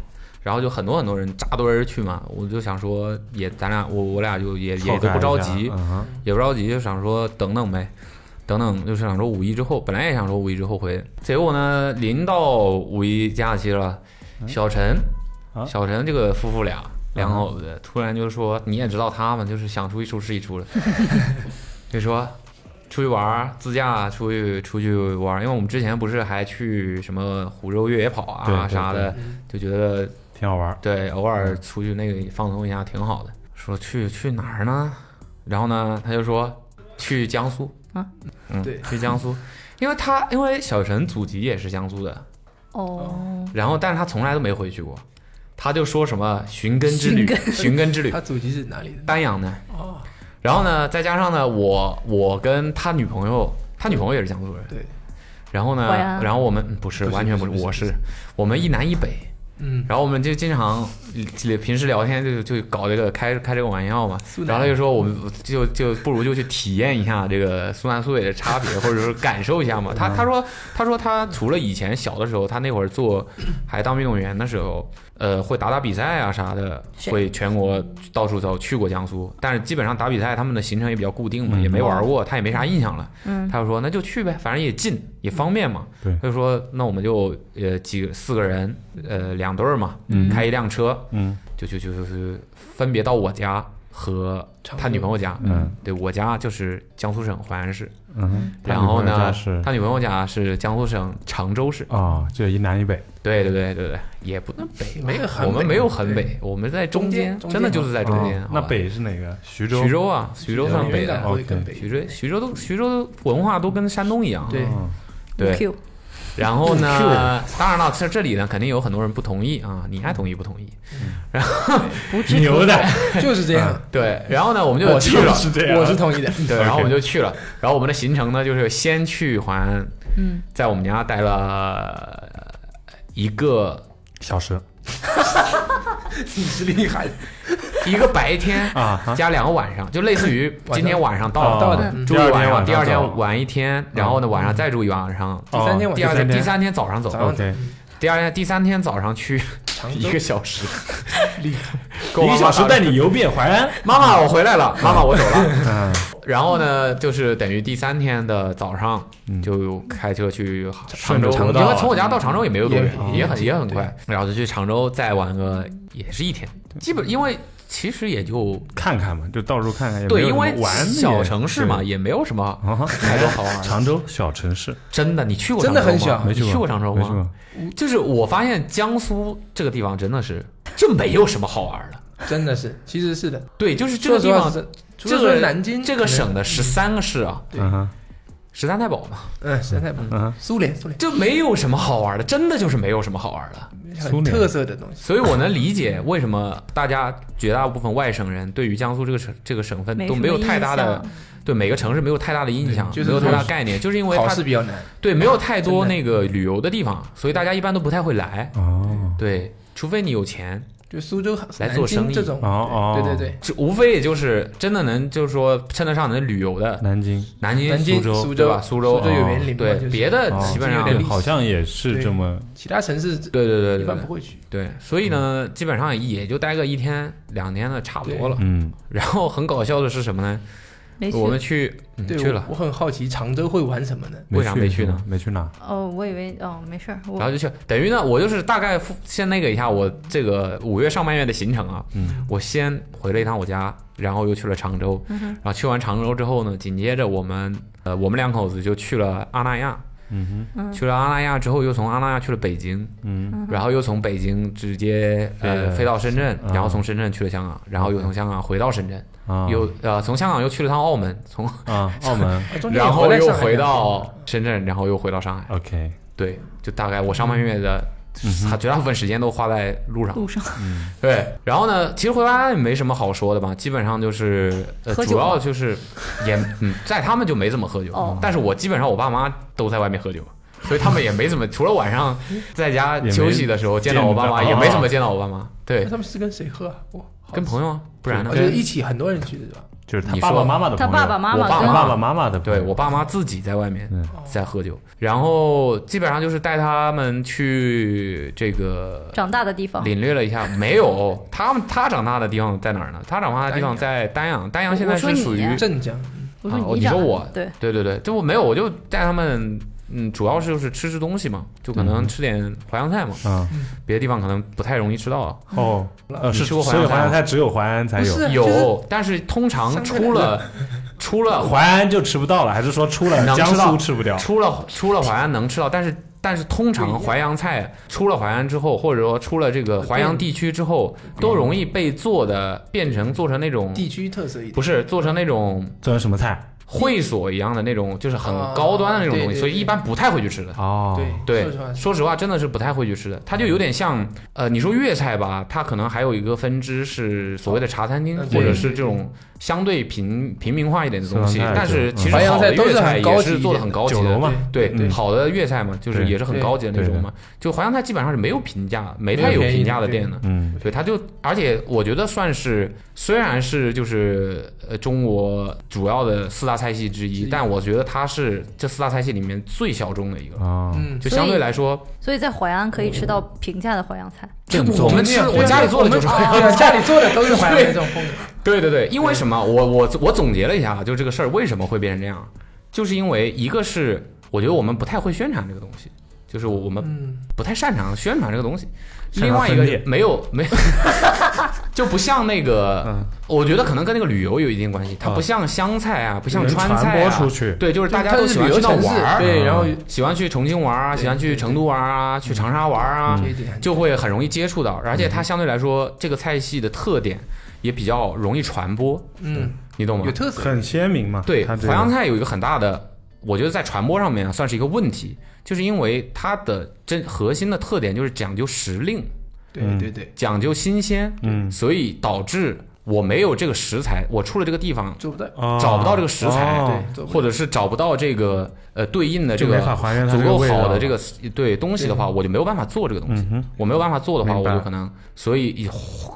Speaker 3: 然后就很多很多人扎堆儿去嘛，我就想说也咱俩我我俩就也
Speaker 2: 后
Speaker 3: 也都不着急，
Speaker 2: 嗯哼，
Speaker 3: 也不着急，就想说等等呗，等等就是想说五一之后，本来也想说五一之后回，结果呢临到五一假期了，小陈，
Speaker 2: 嗯啊
Speaker 3: 小陈这个夫妇俩两口子突然就说，你也知道他们就是想出一出是 一出了，就说出去玩儿自驾出去出去玩儿，因为我们之前不是还去什么湖州越野跑
Speaker 2: 对
Speaker 3: 啊
Speaker 2: 对
Speaker 3: 啥的，就觉得
Speaker 2: 挺好玩儿，
Speaker 3: 对，偶
Speaker 4: 嗯
Speaker 3: 尔出去那个放松一下挺好的。说去去哪儿呢？然后呢，他就说去江苏
Speaker 5: 啊，
Speaker 3: 嗯，
Speaker 4: 对
Speaker 3: 去江苏， 因为他因为小陈祖籍也是江苏的，
Speaker 5: 哦，
Speaker 3: 然后但是他从来都没回去过，他就说什么寻根之旅
Speaker 5: 寻，
Speaker 3: 寻根之旅
Speaker 4: 他，祖籍是哪里的？
Speaker 3: 丹阳的。
Speaker 4: 哦，
Speaker 3: 然后呢，再加上呢，我我跟他女朋友，他女朋友也是江苏人，
Speaker 4: 对，
Speaker 3: 然后呢
Speaker 5: 淮安，
Speaker 3: 然后我们嗯不是
Speaker 4: 不是
Speaker 3: 完全
Speaker 4: 不是
Speaker 3: 不是，我
Speaker 4: 不是
Speaker 3: 是我们一南一北。
Speaker 4: 嗯，
Speaker 3: 然后我们就经常嗯平时聊天就就搞这个开开这个玩笑嘛，
Speaker 4: 南
Speaker 3: 然后他就说我们就就不如就去体验一下这个苏南苏北的差别，或者说感受一下嘛。他他说他说他除了以前小的时候，他那会儿做还当运动员的时候，呃，会打打比赛啊啥的，
Speaker 5: 是
Speaker 3: 会全国到处走，去过江苏，但是基本上打比赛他们的行程也比较固定嘛，
Speaker 2: 嗯
Speaker 3: 也没玩过，他也没啥印象了。
Speaker 5: 嗯，
Speaker 3: 他就说那就去呗，反正也近也方便嘛。
Speaker 2: 嗯对
Speaker 3: 他就说那我们就呃几个四个人呃两队儿嘛，
Speaker 2: 嗯
Speaker 3: 开一辆车
Speaker 2: 嗯
Speaker 3: 就就就就就分别到我家和他女朋友家。
Speaker 2: 嗯
Speaker 3: 对我家就是江苏省淮安市，
Speaker 2: 嗯哼，
Speaker 3: 然后
Speaker 2: 他女朋友家
Speaker 3: 呢
Speaker 2: 是，
Speaker 3: 他女朋友家是江苏省常州市。
Speaker 2: 哦，就一南一北，
Speaker 3: 对对对对对，也不能北吧，
Speaker 4: 没有很北
Speaker 3: 我们没有很
Speaker 4: 对
Speaker 3: 北，我们在中间，
Speaker 4: 中间
Speaker 3: 真的就是在中间
Speaker 2: 哦。
Speaker 3: 好吧
Speaker 2: 那北是哪个？徐州，
Speaker 3: 徐州啊，徐州算北
Speaker 4: 的
Speaker 3: 的，
Speaker 4: 会更北
Speaker 3: 徐。州徐州都徐州文化都跟山东一样。啊
Speaker 4: 对
Speaker 2: 哦，
Speaker 3: 对，
Speaker 5: Q，
Speaker 3: 然后呢，当然了，在这里呢，肯定有很多人不同意啊，你爱同意不同意？
Speaker 5: 不知
Speaker 2: 牛的，
Speaker 4: 就是这样，
Speaker 3: 对，然后呢，嗯我们就
Speaker 4: 我
Speaker 3: 去了
Speaker 2: 就，是这样，
Speaker 4: 我是同意的。
Speaker 3: 对，
Speaker 2: OK
Speaker 3: 然后我们就去了，然后我们的行程呢，就是先去淮安，
Speaker 5: 嗯，
Speaker 3: 在我们家待了一个
Speaker 2: 小时
Speaker 4: 你是厉害的，
Speaker 3: 一个白天
Speaker 2: 啊哈，
Speaker 3: 加两个晚上，就类似于今天晚上到
Speaker 2: 哦
Speaker 3: 了，
Speaker 4: 到的
Speaker 3: 住一晚
Speaker 2: 晚上
Speaker 3: 上，第二
Speaker 2: 走
Speaker 3: 天玩一天，然后呢晚上再住一晚上，
Speaker 2: 哦
Speaker 4: 第三天晚
Speaker 3: 第二天
Speaker 2: 第三天
Speaker 3: 第三天早上走，
Speaker 4: 早上
Speaker 2: ，OK，
Speaker 3: 第二天、第三天早上去
Speaker 4: 常州
Speaker 3: 一个小时，
Speaker 4: 厉
Speaker 3: 给我
Speaker 2: 一
Speaker 3: 妈
Speaker 2: 个小
Speaker 3: 妈
Speaker 2: 时
Speaker 3: 打
Speaker 2: 带你游遍淮安，
Speaker 3: 妈妈，我回来了，妈妈，我走了。
Speaker 2: 嗯，
Speaker 3: 然后呢，就是等于第三天的早上
Speaker 2: 嗯
Speaker 3: 就开车去
Speaker 2: 顺着
Speaker 3: 常州，
Speaker 2: 常
Speaker 3: 因
Speaker 2: 道哦啊
Speaker 3: 为从我家到常州也没有多远，
Speaker 4: 也
Speaker 3: 也很也很快，然后就去常州再玩个也是一天，基本因为其实也就
Speaker 2: 看看嘛，就到处看看，也
Speaker 3: 对，
Speaker 2: 没有
Speaker 3: 因为
Speaker 2: 什么玩的也
Speaker 3: 小城市嘛，
Speaker 2: 对
Speaker 3: 也没有什么
Speaker 2: 啊哈，
Speaker 3: 太多好玩的。
Speaker 2: 常州小城市，
Speaker 3: 真的，你去过
Speaker 4: 真的
Speaker 3: 常州
Speaker 4: 很
Speaker 3: 吗
Speaker 4: 小
Speaker 2: 没
Speaker 3: 你
Speaker 2: 去过，
Speaker 3: 去过常州
Speaker 2: 没去
Speaker 3: 吗？
Speaker 2: 过，
Speaker 3: 就是我发现江苏这个地方真的是就没有什么好玩的。
Speaker 4: 害，真的是，其实是的。
Speaker 3: 对，就是这
Speaker 4: 说
Speaker 3: 个
Speaker 4: 实
Speaker 3: 地
Speaker 4: 话
Speaker 3: 方，
Speaker 4: 是，除
Speaker 3: 这
Speaker 4: 了说
Speaker 3: 个
Speaker 4: 南京
Speaker 3: 这个省的十三个市啊，
Speaker 4: 对
Speaker 2: 嗯哼，
Speaker 3: 十三太保嘛，
Speaker 4: 嗯，实在不
Speaker 2: 嗯哼，
Speaker 4: 苏联，苏联
Speaker 3: 就没有什么好玩的，真的就是没有什么好玩的。
Speaker 2: 苏联
Speaker 4: 很特色的东西，
Speaker 3: 所以我能理解为什么大家绝大部分外省人对于江苏这个省这个省份
Speaker 5: 没
Speaker 3: 都
Speaker 5: 什
Speaker 3: 没有
Speaker 5: 么
Speaker 3: 太
Speaker 5: 印
Speaker 3: 大的
Speaker 5: 象
Speaker 3: 对每个城市没有太大的印象，
Speaker 4: 对就是
Speaker 3: 没有太
Speaker 4: 考
Speaker 3: 大
Speaker 4: 试
Speaker 3: 概念，就是因为
Speaker 4: 考
Speaker 3: 它
Speaker 4: 试比较难。
Speaker 3: 对没有太多
Speaker 4: 真的
Speaker 3: 那个旅游的地方，所以大家一般都不太会来。
Speaker 2: 哦，
Speaker 3: 对，除非你有钱，
Speaker 4: 就苏州、
Speaker 3: 来
Speaker 4: 南
Speaker 3: 做生
Speaker 4: 京
Speaker 3: 意
Speaker 4: 这种，
Speaker 2: 哦哦
Speaker 4: 对对
Speaker 3: 这无非也就是真的能就是说称得上能旅游的
Speaker 2: 南京，
Speaker 3: 南
Speaker 4: 对，
Speaker 3: 京、
Speaker 4: 南京、
Speaker 3: 州
Speaker 4: 苏
Speaker 3: 对吧？
Speaker 4: 苏
Speaker 3: 苏州啊
Speaker 4: 有园林嘛，
Speaker 3: 对
Speaker 4: 就是
Speaker 3: 别的
Speaker 2: 哦
Speaker 3: 基本上
Speaker 4: 有点历史
Speaker 2: 好像也是
Speaker 4: 对
Speaker 2: 这么，
Speaker 4: 其他城市
Speaker 3: 对对对
Speaker 4: 一
Speaker 3: 对
Speaker 4: 般
Speaker 3: 对
Speaker 4: 不会去。
Speaker 3: 对，所以呢，基本上也就待个一天两天的差不多了。
Speaker 2: 嗯，
Speaker 3: 然后很搞笑的是什么呢？
Speaker 5: 没去。
Speaker 3: 我们去嗯
Speaker 4: 对，
Speaker 3: 去
Speaker 4: 我
Speaker 3: 了，
Speaker 4: 我很好奇常州会玩什么呢？
Speaker 3: 为啥没去呢？
Speaker 2: 没去哪？
Speaker 5: 哦，我以为哦，没事儿，我
Speaker 3: 然后就去，等于呢，我就是大概复先那个一下我这个五月上半月的行程啊，
Speaker 2: 嗯，
Speaker 3: 我先回了一趟我家，然后又去了常州，
Speaker 5: 嗯
Speaker 3: 然后去完常州之后呢，紧接着我们呃我们两口子就去了阿那亚，
Speaker 2: 嗯
Speaker 5: 嗯
Speaker 3: 去了阿那亚之后又从阿那亚去了北京，
Speaker 2: 哼，嗯，
Speaker 3: 然后又从北京直接
Speaker 2: 飞
Speaker 3: 呃
Speaker 2: 了
Speaker 3: 飞到深圳，
Speaker 2: 啊
Speaker 3: 然后从深圳去了香港，然后又从香港回到深圳，
Speaker 2: 啊，
Speaker 3: 又呃从香港又去了趟澳门，从
Speaker 2: 啊，澳门
Speaker 4: 啊中间
Speaker 3: 然
Speaker 4: 也
Speaker 3: 后
Speaker 4: 在
Speaker 3: 又
Speaker 4: 上海
Speaker 3: 回
Speaker 4: 两天
Speaker 3: 到深圳，然后又回到上海。
Speaker 2: ，OK，
Speaker 3: 对，就大概我上半月的
Speaker 2: 嗯
Speaker 3: 绝大部分时间都花在路上。
Speaker 5: 路上
Speaker 3: 对，然后呢，其实回来也没什么好说的吧，基本上就是呃，
Speaker 5: 喝酒
Speaker 3: 主要
Speaker 5: 吗
Speaker 3: 就是也嗯，在他们就没怎么喝酒，
Speaker 5: 哦
Speaker 3: 但是我基本上我爸妈都在外面喝酒。所以他们也没怎么，除了晚上在家
Speaker 2: 也没
Speaker 3: 休息的时候见到我爸妈，
Speaker 2: 见
Speaker 3: 也
Speaker 2: 到哦
Speaker 3: 没怎么见到我爸妈。对
Speaker 4: 那，哎他们是跟谁喝啊？我
Speaker 3: 跟朋
Speaker 4: 友，
Speaker 3: 友啊，不然呢
Speaker 4: 我？觉得一起很多人去的是吧？
Speaker 2: 就是他
Speaker 3: 你
Speaker 2: 爸爸
Speaker 3: 说
Speaker 2: 妈妈的朋
Speaker 5: 他
Speaker 2: 友，
Speaker 5: 爸爸妈
Speaker 3: 我爸
Speaker 5: 妈
Speaker 2: 他
Speaker 5: 跟
Speaker 2: 爸爸妈妈的朋
Speaker 3: 对
Speaker 2: 友，
Speaker 3: 我爸妈自己在外面
Speaker 2: 嗯
Speaker 3: 在喝酒，然后基本上就是带他们去这个
Speaker 5: 长大的地方，
Speaker 3: 领略了一下，没有他们他长大的地方在哪儿呢？他长大的地方在丹阳，丹阳现在
Speaker 5: 我说
Speaker 3: 是
Speaker 5: 你
Speaker 3: 属于
Speaker 4: 镇江，
Speaker 5: 我
Speaker 3: 啊
Speaker 5: 说
Speaker 3: 哦
Speaker 5: 你
Speaker 3: 你
Speaker 5: 长
Speaker 3: 说
Speaker 5: 大
Speaker 3: 我
Speaker 5: 对，
Speaker 3: 对对对，就我没有，我就带他们，嗯，主要是就是吃吃东西嘛，就可能吃点淮扬菜嘛，
Speaker 2: 嗯，
Speaker 3: 别的地方可能不太容易吃到啊。
Speaker 2: 哦，呃，
Speaker 3: 你
Speaker 2: 是
Speaker 3: 吃过淮
Speaker 2: 所以
Speaker 3: 安菜
Speaker 2: 淮安
Speaker 4: 啊
Speaker 3: 吗
Speaker 2: 菜只有淮安才
Speaker 4: 不
Speaker 2: 有，
Speaker 4: 是
Speaker 3: 有，但是通常出了出了
Speaker 2: 淮安就吃不到了，还是说出了
Speaker 3: 能
Speaker 2: 江
Speaker 3: 吃
Speaker 2: 苏
Speaker 3: 到
Speaker 2: 吃不
Speaker 4: 啊
Speaker 2: 掉？
Speaker 3: 出了出了淮安能吃到，但是但是通常淮扬菜出了淮安之后，或者说出了这个淮扬地区之后，都容易被做的变成做成那种
Speaker 4: 地区特色一点
Speaker 3: 不。是做成那种
Speaker 2: 这是什么菜？
Speaker 3: 会所一样的那种，就是很高端的那种东
Speaker 4: 啊对
Speaker 3: 西，
Speaker 4: 对
Speaker 3: 所以一般不太会去吃的。
Speaker 2: 哦
Speaker 3: 对
Speaker 4: 对说实话，是
Speaker 3: 说实话，真的是不太会去吃的。它就有点像，呃，你说粤菜吧，它可能还有一个分支是所谓的茶餐厅，
Speaker 4: 嗯
Speaker 3: 或者
Speaker 4: 对
Speaker 3: 是这种相对平平民化一点的东西
Speaker 2: 是吧。
Speaker 3: 但是
Speaker 2: 嗯
Speaker 3: 其实
Speaker 4: 淮
Speaker 3: 好
Speaker 4: 扬
Speaker 3: 的
Speaker 4: 菜都
Speaker 3: 粤
Speaker 4: 是
Speaker 3: 菜
Speaker 4: 很高
Speaker 3: 也
Speaker 4: 级
Speaker 3: 是
Speaker 4: 一
Speaker 3: 做的
Speaker 4: 点
Speaker 3: 很
Speaker 4: 的
Speaker 3: 高级
Speaker 2: 酒楼
Speaker 3: 的
Speaker 2: 嘛，
Speaker 3: 对
Speaker 4: 对
Speaker 3: 好的粤菜嘛，就是
Speaker 2: 对
Speaker 3: 也是很
Speaker 4: 对
Speaker 3: 高级的那种
Speaker 2: 对
Speaker 3: 嘛。就淮扬菜基本上是没有平价，没太
Speaker 4: 没有
Speaker 3: 有
Speaker 4: 便宜
Speaker 3: 平
Speaker 4: 的
Speaker 3: 价的
Speaker 4: 对
Speaker 3: 店的。
Speaker 2: 嗯，
Speaker 3: 对，他就，而且我觉得算是，虽然是就是呃中国主要的四大菜系之
Speaker 4: 之
Speaker 3: 一，
Speaker 4: 一
Speaker 3: 但我觉得它是这四大菜系里面最小众的一个，
Speaker 2: 哦，
Speaker 4: 嗯，
Speaker 3: 就
Speaker 5: 所以
Speaker 3: 相对来说，
Speaker 5: 所以在淮安可以吃到平价的淮扬菜。
Speaker 3: 这
Speaker 2: 正
Speaker 3: 我
Speaker 2: 宗
Speaker 3: 们吃我家里做的就是淮
Speaker 4: 对
Speaker 3: 扬
Speaker 4: 啊
Speaker 3: 菜。
Speaker 4: 家里做的都是淮扬那种风格，
Speaker 3: 对对对，因为什么？我我我总结了一下，啊就这个事儿为什么会变成这样，就是因为一个是我觉得我们不太会宣传这个东西，就是我我们
Speaker 4: 嗯，
Speaker 3: 不太擅长宣传这个东西。
Speaker 2: 擅长
Speaker 3: 另外一
Speaker 2: 分
Speaker 3: 个
Speaker 2: 裂
Speaker 3: 没有没有， 就不像那个
Speaker 2: 嗯，
Speaker 3: 我觉得可能跟那个旅游有一定关系。它
Speaker 2: 啊
Speaker 3: 不像湘菜啊，不像
Speaker 2: 能
Speaker 3: 川
Speaker 2: 传
Speaker 3: 菜
Speaker 2: 播
Speaker 3: 啊，
Speaker 2: 出去嗯
Speaker 3: 对，就是大家
Speaker 4: 它
Speaker 3: 都
Speaker 4: 是
Speaker 3: 喜
Speaker 4: 旅
Speaker 3: 欢
Speaker 4: 游
Speaker 3: 去那
Speaker 4: 城市
Speaker 3: 玩儿，
Speaker 4: 对，然后
Speaker 3: 喜欢去重庆玩儿啊，喜欢去成都玩儿啊，
Speaker 2: 嗯
Speaker 3: 去长沙玩儿啊
Speaker 4: 嗯这，一点
Speaker 3: 就会很容易接触到。而且它相对来说，这个菜系的特点也比较容易传播，
Speaker 4: 嗯
Speaker 3: 你懂吗
Speaker 4: 有？特色，
Speaker 2: 很鲜明嘛。
Speaker 3: 对，
Speaker 2: 它啊这个
Speaker 3: 淮扬菜有一个很大的，我觉得在传播上面啊算是一个问题，就是因为它的真核心的特点就是讲究时令，
Speaker 4: 对
Speaker 2: 嗯
Speaker 4: 对对，
Speaker 3: 讲究新鲜，
Speaker 2: 嗯，
Speaker 3: 所以导致我没有这个食材，我出了这个地方
Speaker 4: 做不到，
Speaker 2: 哦
Speaker 3: 找不到这个食材
Speaker 2: 哦
Speaker 4: 对，做不
Speaker 3: 或
Speaker 4: 到
Speaker 3: 者是找不到这个呃对应的这
Speaker 2: 就没法
Speaker 3: 个
Speaker 2: 还原它
Speaker 3: 足
Speaker 2: 这个
Speaker 3: 够
Speaker 2: 味
Speaker 3: 好的
Speaker 2: 道
Speaker 3: 这个对东西的话，我就没有办法做这个东西
Speaker 2: 嗯。哼，
Speaker 3: 我没有办法做的话，
Speaker 2: 明
Speaker 3: 我
Speaker 2: 白
Speaker 3: 就可能，所以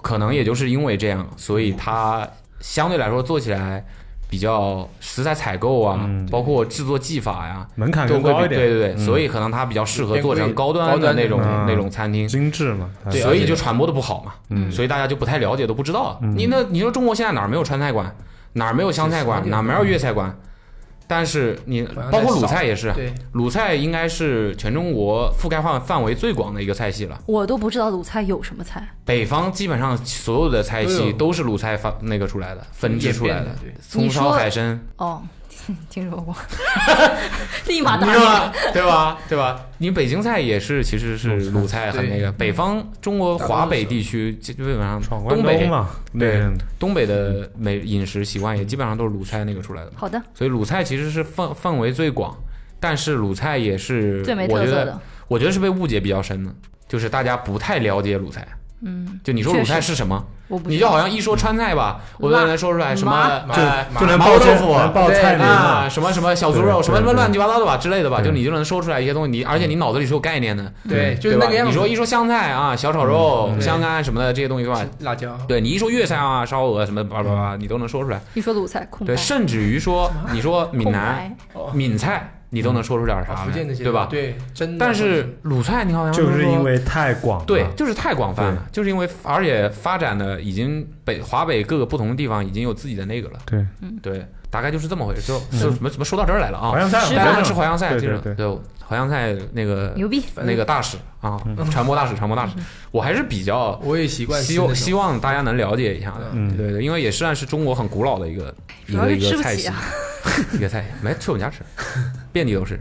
Speaker 3: 可能也就是因为这样，所以它相对来说做起来比较食材采购啊，
Speaker 2: 嗯
Speaker 3: 包括制作技法呀、
Speaker 2: 门槛
Speaker 3: 都
Speaker 2: 更
Speaker 3: 会
Speaker 2: 高一
Speaker 3: 比
Speaker 2: 点，
Speaker 3: 对对对，
Speaker 2: 嗯
Speaker 3: 所以可能它比较适合做成
Speaker 4: 更贵
Speaker 3: 高端
Speaker 4: 高端的
Speaker 3: 那种
Speaker 2: 嗯
Speaker 3: 那种餐厅。
Speaker 2: 精致嘛，它
Speaker 4: 对
Speaker 3: 所以就传播的不好嘛，
Speaker 5: 嗯
Speaker 3: 所以大家就不太了解，都不知道。
Speaker 2: 嗯
Speaker 3: 你那你说中国现在哪儿没有川菜馆，哪儿没有湘菜馆，哪儿没有粤菜馆？但是你
Speaker 4: 好像
Speaker 3: 包括
Speaker 4: 嗯在
Speaker 3: 鲁
Speaker 4: 少
Speaker 3: 菜也是，
Speaker 4: 对，
Speaker 3: 鲁菜应该是全中国覆盖范范围最广的一个菜系了。
Speaker 5: 我都不知道鲁菜有什么菜，
Speaker 3: 北方基本上所有的菜
Speaker 4: 都
Speaker 3: 系
Speaker 4: 有
Speaker 3: 都是鲁菜发那个出来的，分支出来的嗯
Speaker 4: 演变的对，
Speaker 3: 葱烧海参，
Speaker 5: 哦， 听说过， 立马
Speaker 3: 你
Speaker 5: 打
Speaker 3: 知道
Speaker 5: 脸。
Speaker 3: 吧？对吧？对吧？你北京菜也是，其实是鲁菜很那个。北方中国华北地区基本上
Speaker 2: 闯关
Speaker 3: 东北
Speaker 2: 嗯东嘛，那
Speaker 3: 对
Speaker 2: 人
Speaker 3: 东北的美饮食习惯也基本上都是鲁菜那个出来的嘛，
Speaker 5: 好的，
Speaker 3: 所以鲁菜其实是范范围最广，但是鲁菜也是
Speaker 5: 最没
Speaker 3: 我
Speaker 5: 特
Speaker 3: 觉
Speaker 5: 色
Speaker 3: 得
Speaker 5: 的，
Speaker 3: 我觉得是被误解比较深的，就是大家不太了解鲁菜。
Speaker 5: 嗯，
Speaker 3: 就你说
Speaker 5: 确
Speaker 3: 鲁
Speaker 5: 实
Speaker 3: 菜是什么，
Speaker 5: 我不知道
Speaker 3: 你就好像一说川菜吧，我
Speaker 5: 辣
Speaker 3: 就能说出来什么
Speaker 4: 麻
Speaker 2: 就
Speaker 4: 麻
Speaker 2: 就能
Speaker 3: 麻
Speaker 2: 报
Speaker 3: 婆
Speaker 2: 菜
Speaker 3: 豆腐
Speaker 2: 能报
Speaker 4: 对
Speaker 2: 菜名
Speaker 3: 啊，
Speaker 2: 嘛，
Speaker 3: 什么什么小猪肉，
Speaker 2: 对
Speaker 3: 什么什
Speaker 2: 对
Speaker 3: 么乱七八糟的吧之类的吧，
Speaker 2: 对
Speaker 3: 就你就能说出来一些东西，你而且你脑子里是有概念的，
Speaker 4: 对，就是
Speaker 3: 吧
Speaker 4: 那个样？子。
Speaker 3: 你说一说湘菜啊，小炒
Speaker 2: 嗯
Speaker 3: 肉、
Speaker 4: 对
Speaker 3: 香干什么的这些东西的话，
Speaker 4: 辣椒，
Speaker 3: 对你一说粤菜啊，烧鹅什么叭叭
Speaker 2: 嗯
Speaker 3: 叭，你都能说出来。
Speaker 5: 一说鲁菜，空白
Speaker 3: 对，，甚至于说你说闽
Speaker 5: 空
Speaker 3: 南
Speaker 5: 白，
Speaker 4: 哦
Speaker 3: 闽菜，你都能说出点啥
Speaker 4: 啊
Speaker 3: 来，
Speaker 4: 福建那些
Speaker 3: 对吧？
Speaker 4: 对，真的。
Speaker 3: 但是鲁菜，你好像
Speaker 2: 啊就是
Speaker 3: 说
Speaker 2: 因为太广了，
Speaker 3: 对，就是太广泛了，就是因为而且发展的已经北华北各个不同的地方已经有自己的那个了，
Speaker 2: 对，
Speaker 3: 对，大概就是这么回事。就就怎么怎么说到这儿来了
Speaker 2: 好
Speaker 3: 啊？
Speaker 2: 像嗯菜
Speaker 5: 吃
Speaker 3: 大
Speaker 5: 饭
Speaker 3: 家吃淮扬菜，
Speaker 2: 对
Speaker 3: 这
Speaker 2: 对
Speaker 3: 种
Speaker 2: 对，
Speaker 3: 对淮扬菜那个
Speaker 5: 牛逼，
Speaker 3: 呃
Speaker 5: 嗯
Speaker 3: 那个大使啊，
Speaker 2: 嗯
Speaker 3: 传播大使，传播大使，我还是比较
Speaker 4: 我也习惯
Speaker 3: 希
Speaker 4: 吃那
Speaker 3: 望
Speaker 4: 种
Speaker 3: 希望大家能了解一下的，
Speaker 2: 嗯
Speaker 3: 对对，因为也算是中国很古老的一个一
Speaker 5: 主要
Speaker 3: 个
Speaker 5: 是
Speaker 3: 一
Speaker 5: 吃
Speaker 3: 个
Speaker 5: 不
Speaker 3: 菜
Speaker 5: 起
Speaker 3: 系
Speaker 5: 啊，，
Speaker 3: 一个菜系，没去我们家吃，遍地都是。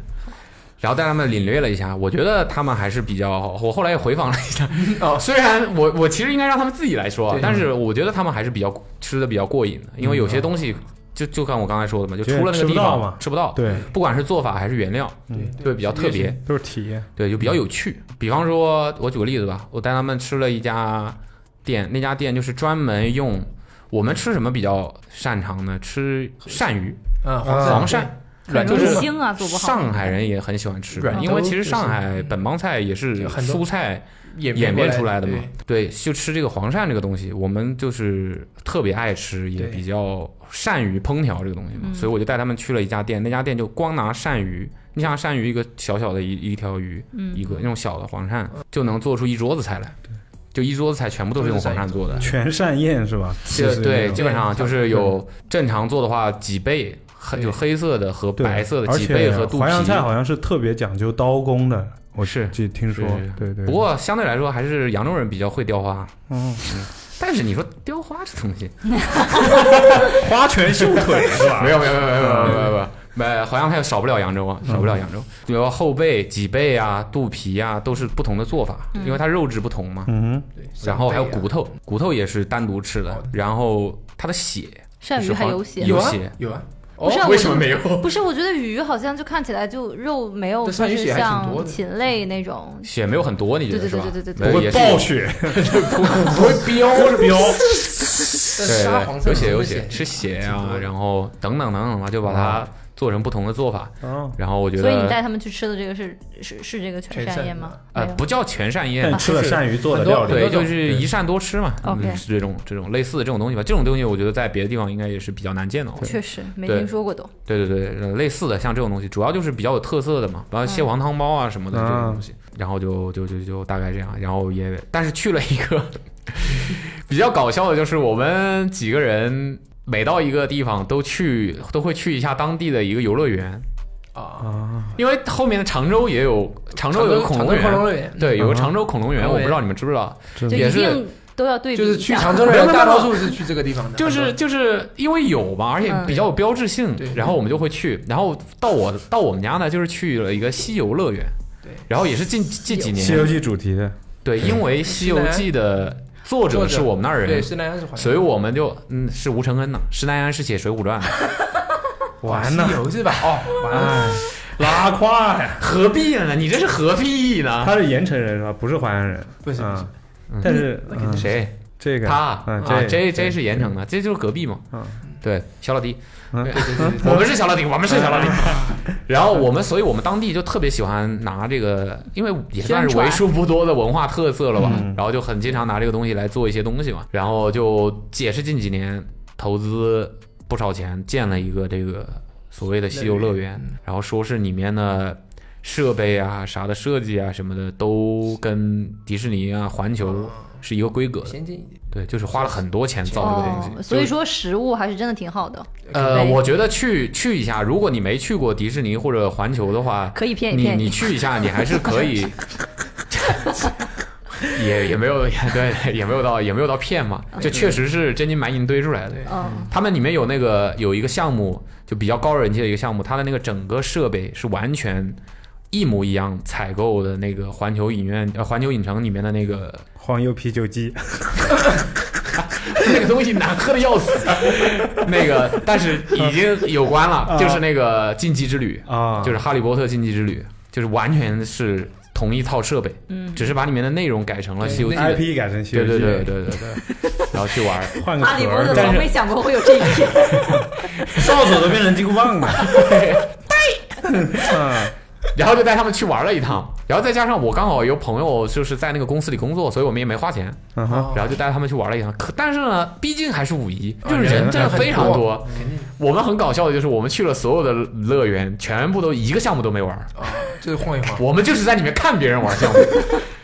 Speaker 3: 然后带他们领略了一下，我觉得他们还是比较，我后来也回访了一下，
Speaker 4: 哦
Speaker 3: 虽然我我其实应该让他们自己来说
Speaker 4: 对，
Speaker 3: 但是我觉得他们还是比较吃的比较过瘾的，因为有些东西就就像我刚才说的嘛，就
Speaker 2: 其实
Speaker 3: 出了那
Speaker 2: 吃
Speaker 3: 个
Speaker 2: 不
Speaker 3: 地
Speaker 2: 到
Speaker 3: 方
Speaker 2: 嘛
Speaker 3: 吃不到，
Speaker 2: 对，
Speaker 3: 不管是做法还是原料，
Speaker 4: 对
Speaker 2: 嗯
Speaker 3: 对比较特别，，
Speaker 2: 都是体验，
Speaker 3: 对，就比较有趣。比方说，我举个例子吧，我带他们吃了一家店，那家店就是专门用我们吃什么比较擅长呢？吃鳝鱼，
Speaker 4: 嗯，
Speaker 3: 黄
Speaker 4: 黄
Speaker 3: 鳝
Speaker 4: 鳝，
Speaker 5: 很
Speaker 4: 软
Speaker 5: 容
Speaker 3: 就
Speaker 5: 易
Speaker 3: 是
Speaker 5: 腥啊，做不好。
Speaker 3: 上海人也很喜欢吃
Speaker 4: 软，
Speaker 3: 因
Speaker 4: 豆
Speaker 3: 为其
Speaker 4: 就
Speaker 3: 实
Speaker 4: 是
Speaker 3: 上海本帮菜也是
Speaker 4: 有很多
Speaker 3: 蔬菜
Speaker 4: 演
Speaker 3: 演变
Speaker 4: 变
Speaker 3: 出来的嘛
Speaker 4: 对。
Speaker 3: 对，就吃这个黄鳝这个东西，我们就是特别爱吃，也
Speaker 4: 对
Speaker 3: 比较善于烹调这个东西嘛，
Speaker 5: 嗯
Speaker 3: 所以我就带他们去了一家店，那家店就光拿鳝鱼，你想鳝鱼一个小小的一一条鱼，
Speaker 5: 嗯
Speaker 3: 一个那种小的黄鳝，就能做出一桌子菜来。就一桌子菜全部都是用黄鳝做的，
Speaker 2: 全善宴是吧？
Speaker 3: 这对，基本上就是
Speaker 4: 对
Speaker 3: 有正常做的话几倍，黑
Speaker 4: 对
Speaker 3: 就黑色的和
Speaker 2: 对
Speaker 3: 白色的
Speaker 2: 而
Speaker 3: 几
Speaker 2: 且
Speaker 3: 倍和肚皮
Speaker 2: 淮。扬菜好像是特别讲究刀工的，我
Speaker 3: 是
Speaker 2: 记听说
Speaker 3: 是，
Speaker 2: 对对。
Speaker 3: 不，过相对来说，还是扬州人比较会雕花。
Speaker 2: 嗯，
Speaker 3: 但是你说雕花这东西，
Speaker 2: 花拳绣腿是吧？
Speaker 3: 没有没有没有没有没有没有没有没有，没好像还有少不了扬州啊，少不了扬州。比如后背、脊背啊、肚皮啊，都是不同的做法，因为它肉质不同嘛。
Speaker 2: 嗯，
Speaker 4: 对
Speaker 3: 然后还有
Speaker 4: 上辈啊
Speaker 3: 骨头，骨头也是单独吃
Speaker 2: 哦
Speaker 3: 的。然后它的血，
Speaker 5: 鳝鱼还有血，
Speaker 3: 有
Speaker 4: 有啊
Speaker 3: 血
Speaker 4: 有啊，
Speaker 5: 不是啊
Speaker 4: 哦
Speaker 5: 我
Speaker 4: 为什么没有？
Speaker 5: 不是？我觉得鱼好像就看起来就肉没有，
Speaker 4: 这
Speaker 5: 就
Speaker 4: 鳝鱼
Speaker 5: 是
Speaker 4: 血还挺多
Speaker 5: 像
Speaker 4: 的
Speaker 5: 禽类那种，
Speaker 3: 血没有很多，你觉得
Speaker 5: 对
Speaker 3: 是
Speaker 5: 对
Speaker 3: 吧？
Speaker 5: 对对对对
Speaker 2: 不
Speaker 5: 对
Speaker 2: 会暴 血，
Speaker 3: 不会飙，
Speaker 2: 不是标，
Speaker 3: 对
Speaker 4: 但沙
Speaker 3: 对
Speaker 4: 皇
Speaker 3: 对，有
Speaker 4: 上
Speaker 3: 血有
Speaker 4: 的
Speaker 3: 血，吃血
Speaker 4: 挺
Speaker 3: 啊
Speaker 4: 多，的
Speaker 3: 然后等等等等吧，就把它做成不同的做法。
Speaker 2: 哦
Speaker 3: 然后我觉得，
Speaker 5: 哦所以你带他们去吃的这个是是是这个全
Speaker 4: 全
Speaker 5: 善
Speaker 4: 善
Speaker 5: 宴
Speaker 4: 宴
Speaker 5: 吗？哎
Speaker 3: 呃
Speaker 5: 没有
Speaker 3: 不叫全善宴
Speaker 2: 但，吃了鳝鱼做的
Speaker 4: 很多
Speaker 2: 料理，
Speaker 3: 对，
Speaker 4: 很多
Speaker 3: 就
Speaker 4: 种
Speaker 3: 是一善多吃嘛。
Speaker 5: OK
Speaker 3: 嗯是这种这种类似的这种东西吧，这种东西我觉得在别的地方应该也是比较难见到的。哦
Speaker 5: 确实没
Speaker 3: 对
Speaker 5: 听说过都。
Speaker 3: 对对对，呃类似的像这种东西，主要就是比较有特色的嘛，然后蟹黄汤包啊什么的
Speaker 2: 嗯
Speaker 3: 这种东西，然后就就就就大概这样，然后也但是去了一个 比较搞笑的，就是我们几个人每到一个地方都去都会去一下当地的一个游乐园，
Speaker 4: 啊，
Speaker 2: 啊，
Speaker 3: 因为后面的常州也有常州有个恐龙
Speaker 4: 长洲恐
Speaker 3: 园，
Speaker 4: 龙园，
Speaker 3: 对，有个
Speaker 2: 嗯
Speaker 3: 常州恐龙园，
Speaker 4: 嗯
Speaker 3: 我不知道你们知不知道，
Speaker 5: 就
Speaker 3: 嗯也
Speaker 5: 一
Speaker 3: 是
Speaker 5: 定都要对比
Speaker 4: 就是
Speaker 5: 一
Speaker 4: 去
Speaker 5: 下。
Speaker 4: 长洲
Speaker 3: 没有
Speaker 4: 人
Speaker 3: 没有
Speaker 4: 大多数是去这个地方的，
Speaker 3: 就是就是因为有嘛，而且
Speaker 5: 嗯
Speaker 3: 比较有标志性，
Speaker 4: 对
Speaker 3: 然后我们就会去。然后到我到我们家呢，就是去了一个西游乐园，
Speaker 4: 对
Speaker 3: 然后也是近近几
Speaker 2: 《西游
Speaker 3: 年，
Speaker 2: 记》主题的，
Speaker 3: 对，因为《西游记》的作者是我们那儿
Speaker 4: 对，
Speaker 3: 人，
Speaker 4: 是南阳是淮扬，
Speaker 3: 所以我们就嗯是吴承恩呐，施耐庵是写《水浒传》，
Speaker 2: 完了
Speaker 4: 西，游是吧？哦，完了，
Speaker 2: 哎，拉胯呀！
Speaker 3: 何必呢？你这是何必呢？
Speaker 2: 他是盐城人是吧？不是淮安人，
Speaker 4: 不是不是
Speaker 2: 嗯，但是嗯
Speaker 3: 谁？
Speaker 2: 这个
Speaker 3: 他啊
Speaker 2: 嗯，
Speaker 3: ，J J 是盐城的，这就是隔壁嘛
Speaker 2: 嗯。
Speaker 3: 对，小老弟，
Speaker 4: 对对对对
Speaker 3: 我们是小老弟，我们是小老弟。然后我们，所以我们当地就特别喜欢拿这个，因为也算是为数不多的文化特色了吧
Speaker 2: 嗯。
Speaker 3: 然后就很经常拿这个东西来做一些东西嘛。然后就也是近几年投资不少钱建了一个这个所谓的西游乐
Speaker 4: 乐
Speaker 3: 园
Speaker 4: 园嗯，
Speaker 3: 然后说是里面的设备啊、啥的设计啊什么的都跟迪士尼啊、环球是一个规格的，
Speaker 4: 先进一点。
Speaker 3: 对，就是花了很多钱造这个东
Speaker 5: 哦，
Speaker 3: 西。
Speaker 5: 所以说食物还是真的挺好的，
Speaker 3: 呃，
Speaker 5: 对
Speaker 3: 我觉得去去一下，如果你没去过迪士尼或者环球的话，
Speaker 5: 可以骗一
Speaker 3: 你
Speaker 5: 骗
Speaker 3: 你去一下，你还是可以，也也没有 也对，也没有到也没有到骗嘛，这确实是真金白银堆出来的。
Speaker 5: 嗯，
Speaker 3: 他们里面有那个有一个项目，就比较高人气的一个项目，它的那个整个设备是完全一模一样采购的那个环球影院呃环球影城里面的那个
Speaker 7: 黄油啤酒 机，
Speaker 3: 那个东西难喝的要死，啊 那个但是已经有关了，就是那个禁忌之旅
Speaker 7: 啊
Speaker 3: 就是《哈利波特禁忌之旅》，就是完全是同一套设备，嗯，只是把里面的内容改成了《西游记》的，
Speaker 7: IP 改成西游
Speaker 3: 对
Speaker 7: 记，
Speaker 3: 对对对对对， 然后去玩儿，
Speaker 7: 换个
Speaker 5: 哈利
Speaker 7: 壳
Speaker 5: 波特
Speaker 7: 儿，
Speaker 3: 嗯
Speaker 5: 从没想过会有这一天，
Speaker 7: 扫帚都变成金箍棒了。
Speaker 2: 啊
Speaker 3: 然后就带他们去玩了一趟，然后再加上我刚好有朋友就是在那个公司里工作，所以我们也没花钱，
Speaker 2: 啊
Speaker 7: 嗯哼，
Speaker 3: 然后就带他们去玩了一趟。可但是呢，毕竟还是五一，
Speaker 4: 啊
Speaker 3: 就是哦人真的非常
Speaker 4: 人很
Speaker 3: 多。
Speaker 4: 肯定
Speaker 3: 我们很搞笑的就是，我们去了所有的乐园，全部都一个项目都没玩儿，
Speaker 4: 啊，就是晃一 晃。
Speaker 3: 我们就是在里面看别人 玩项目，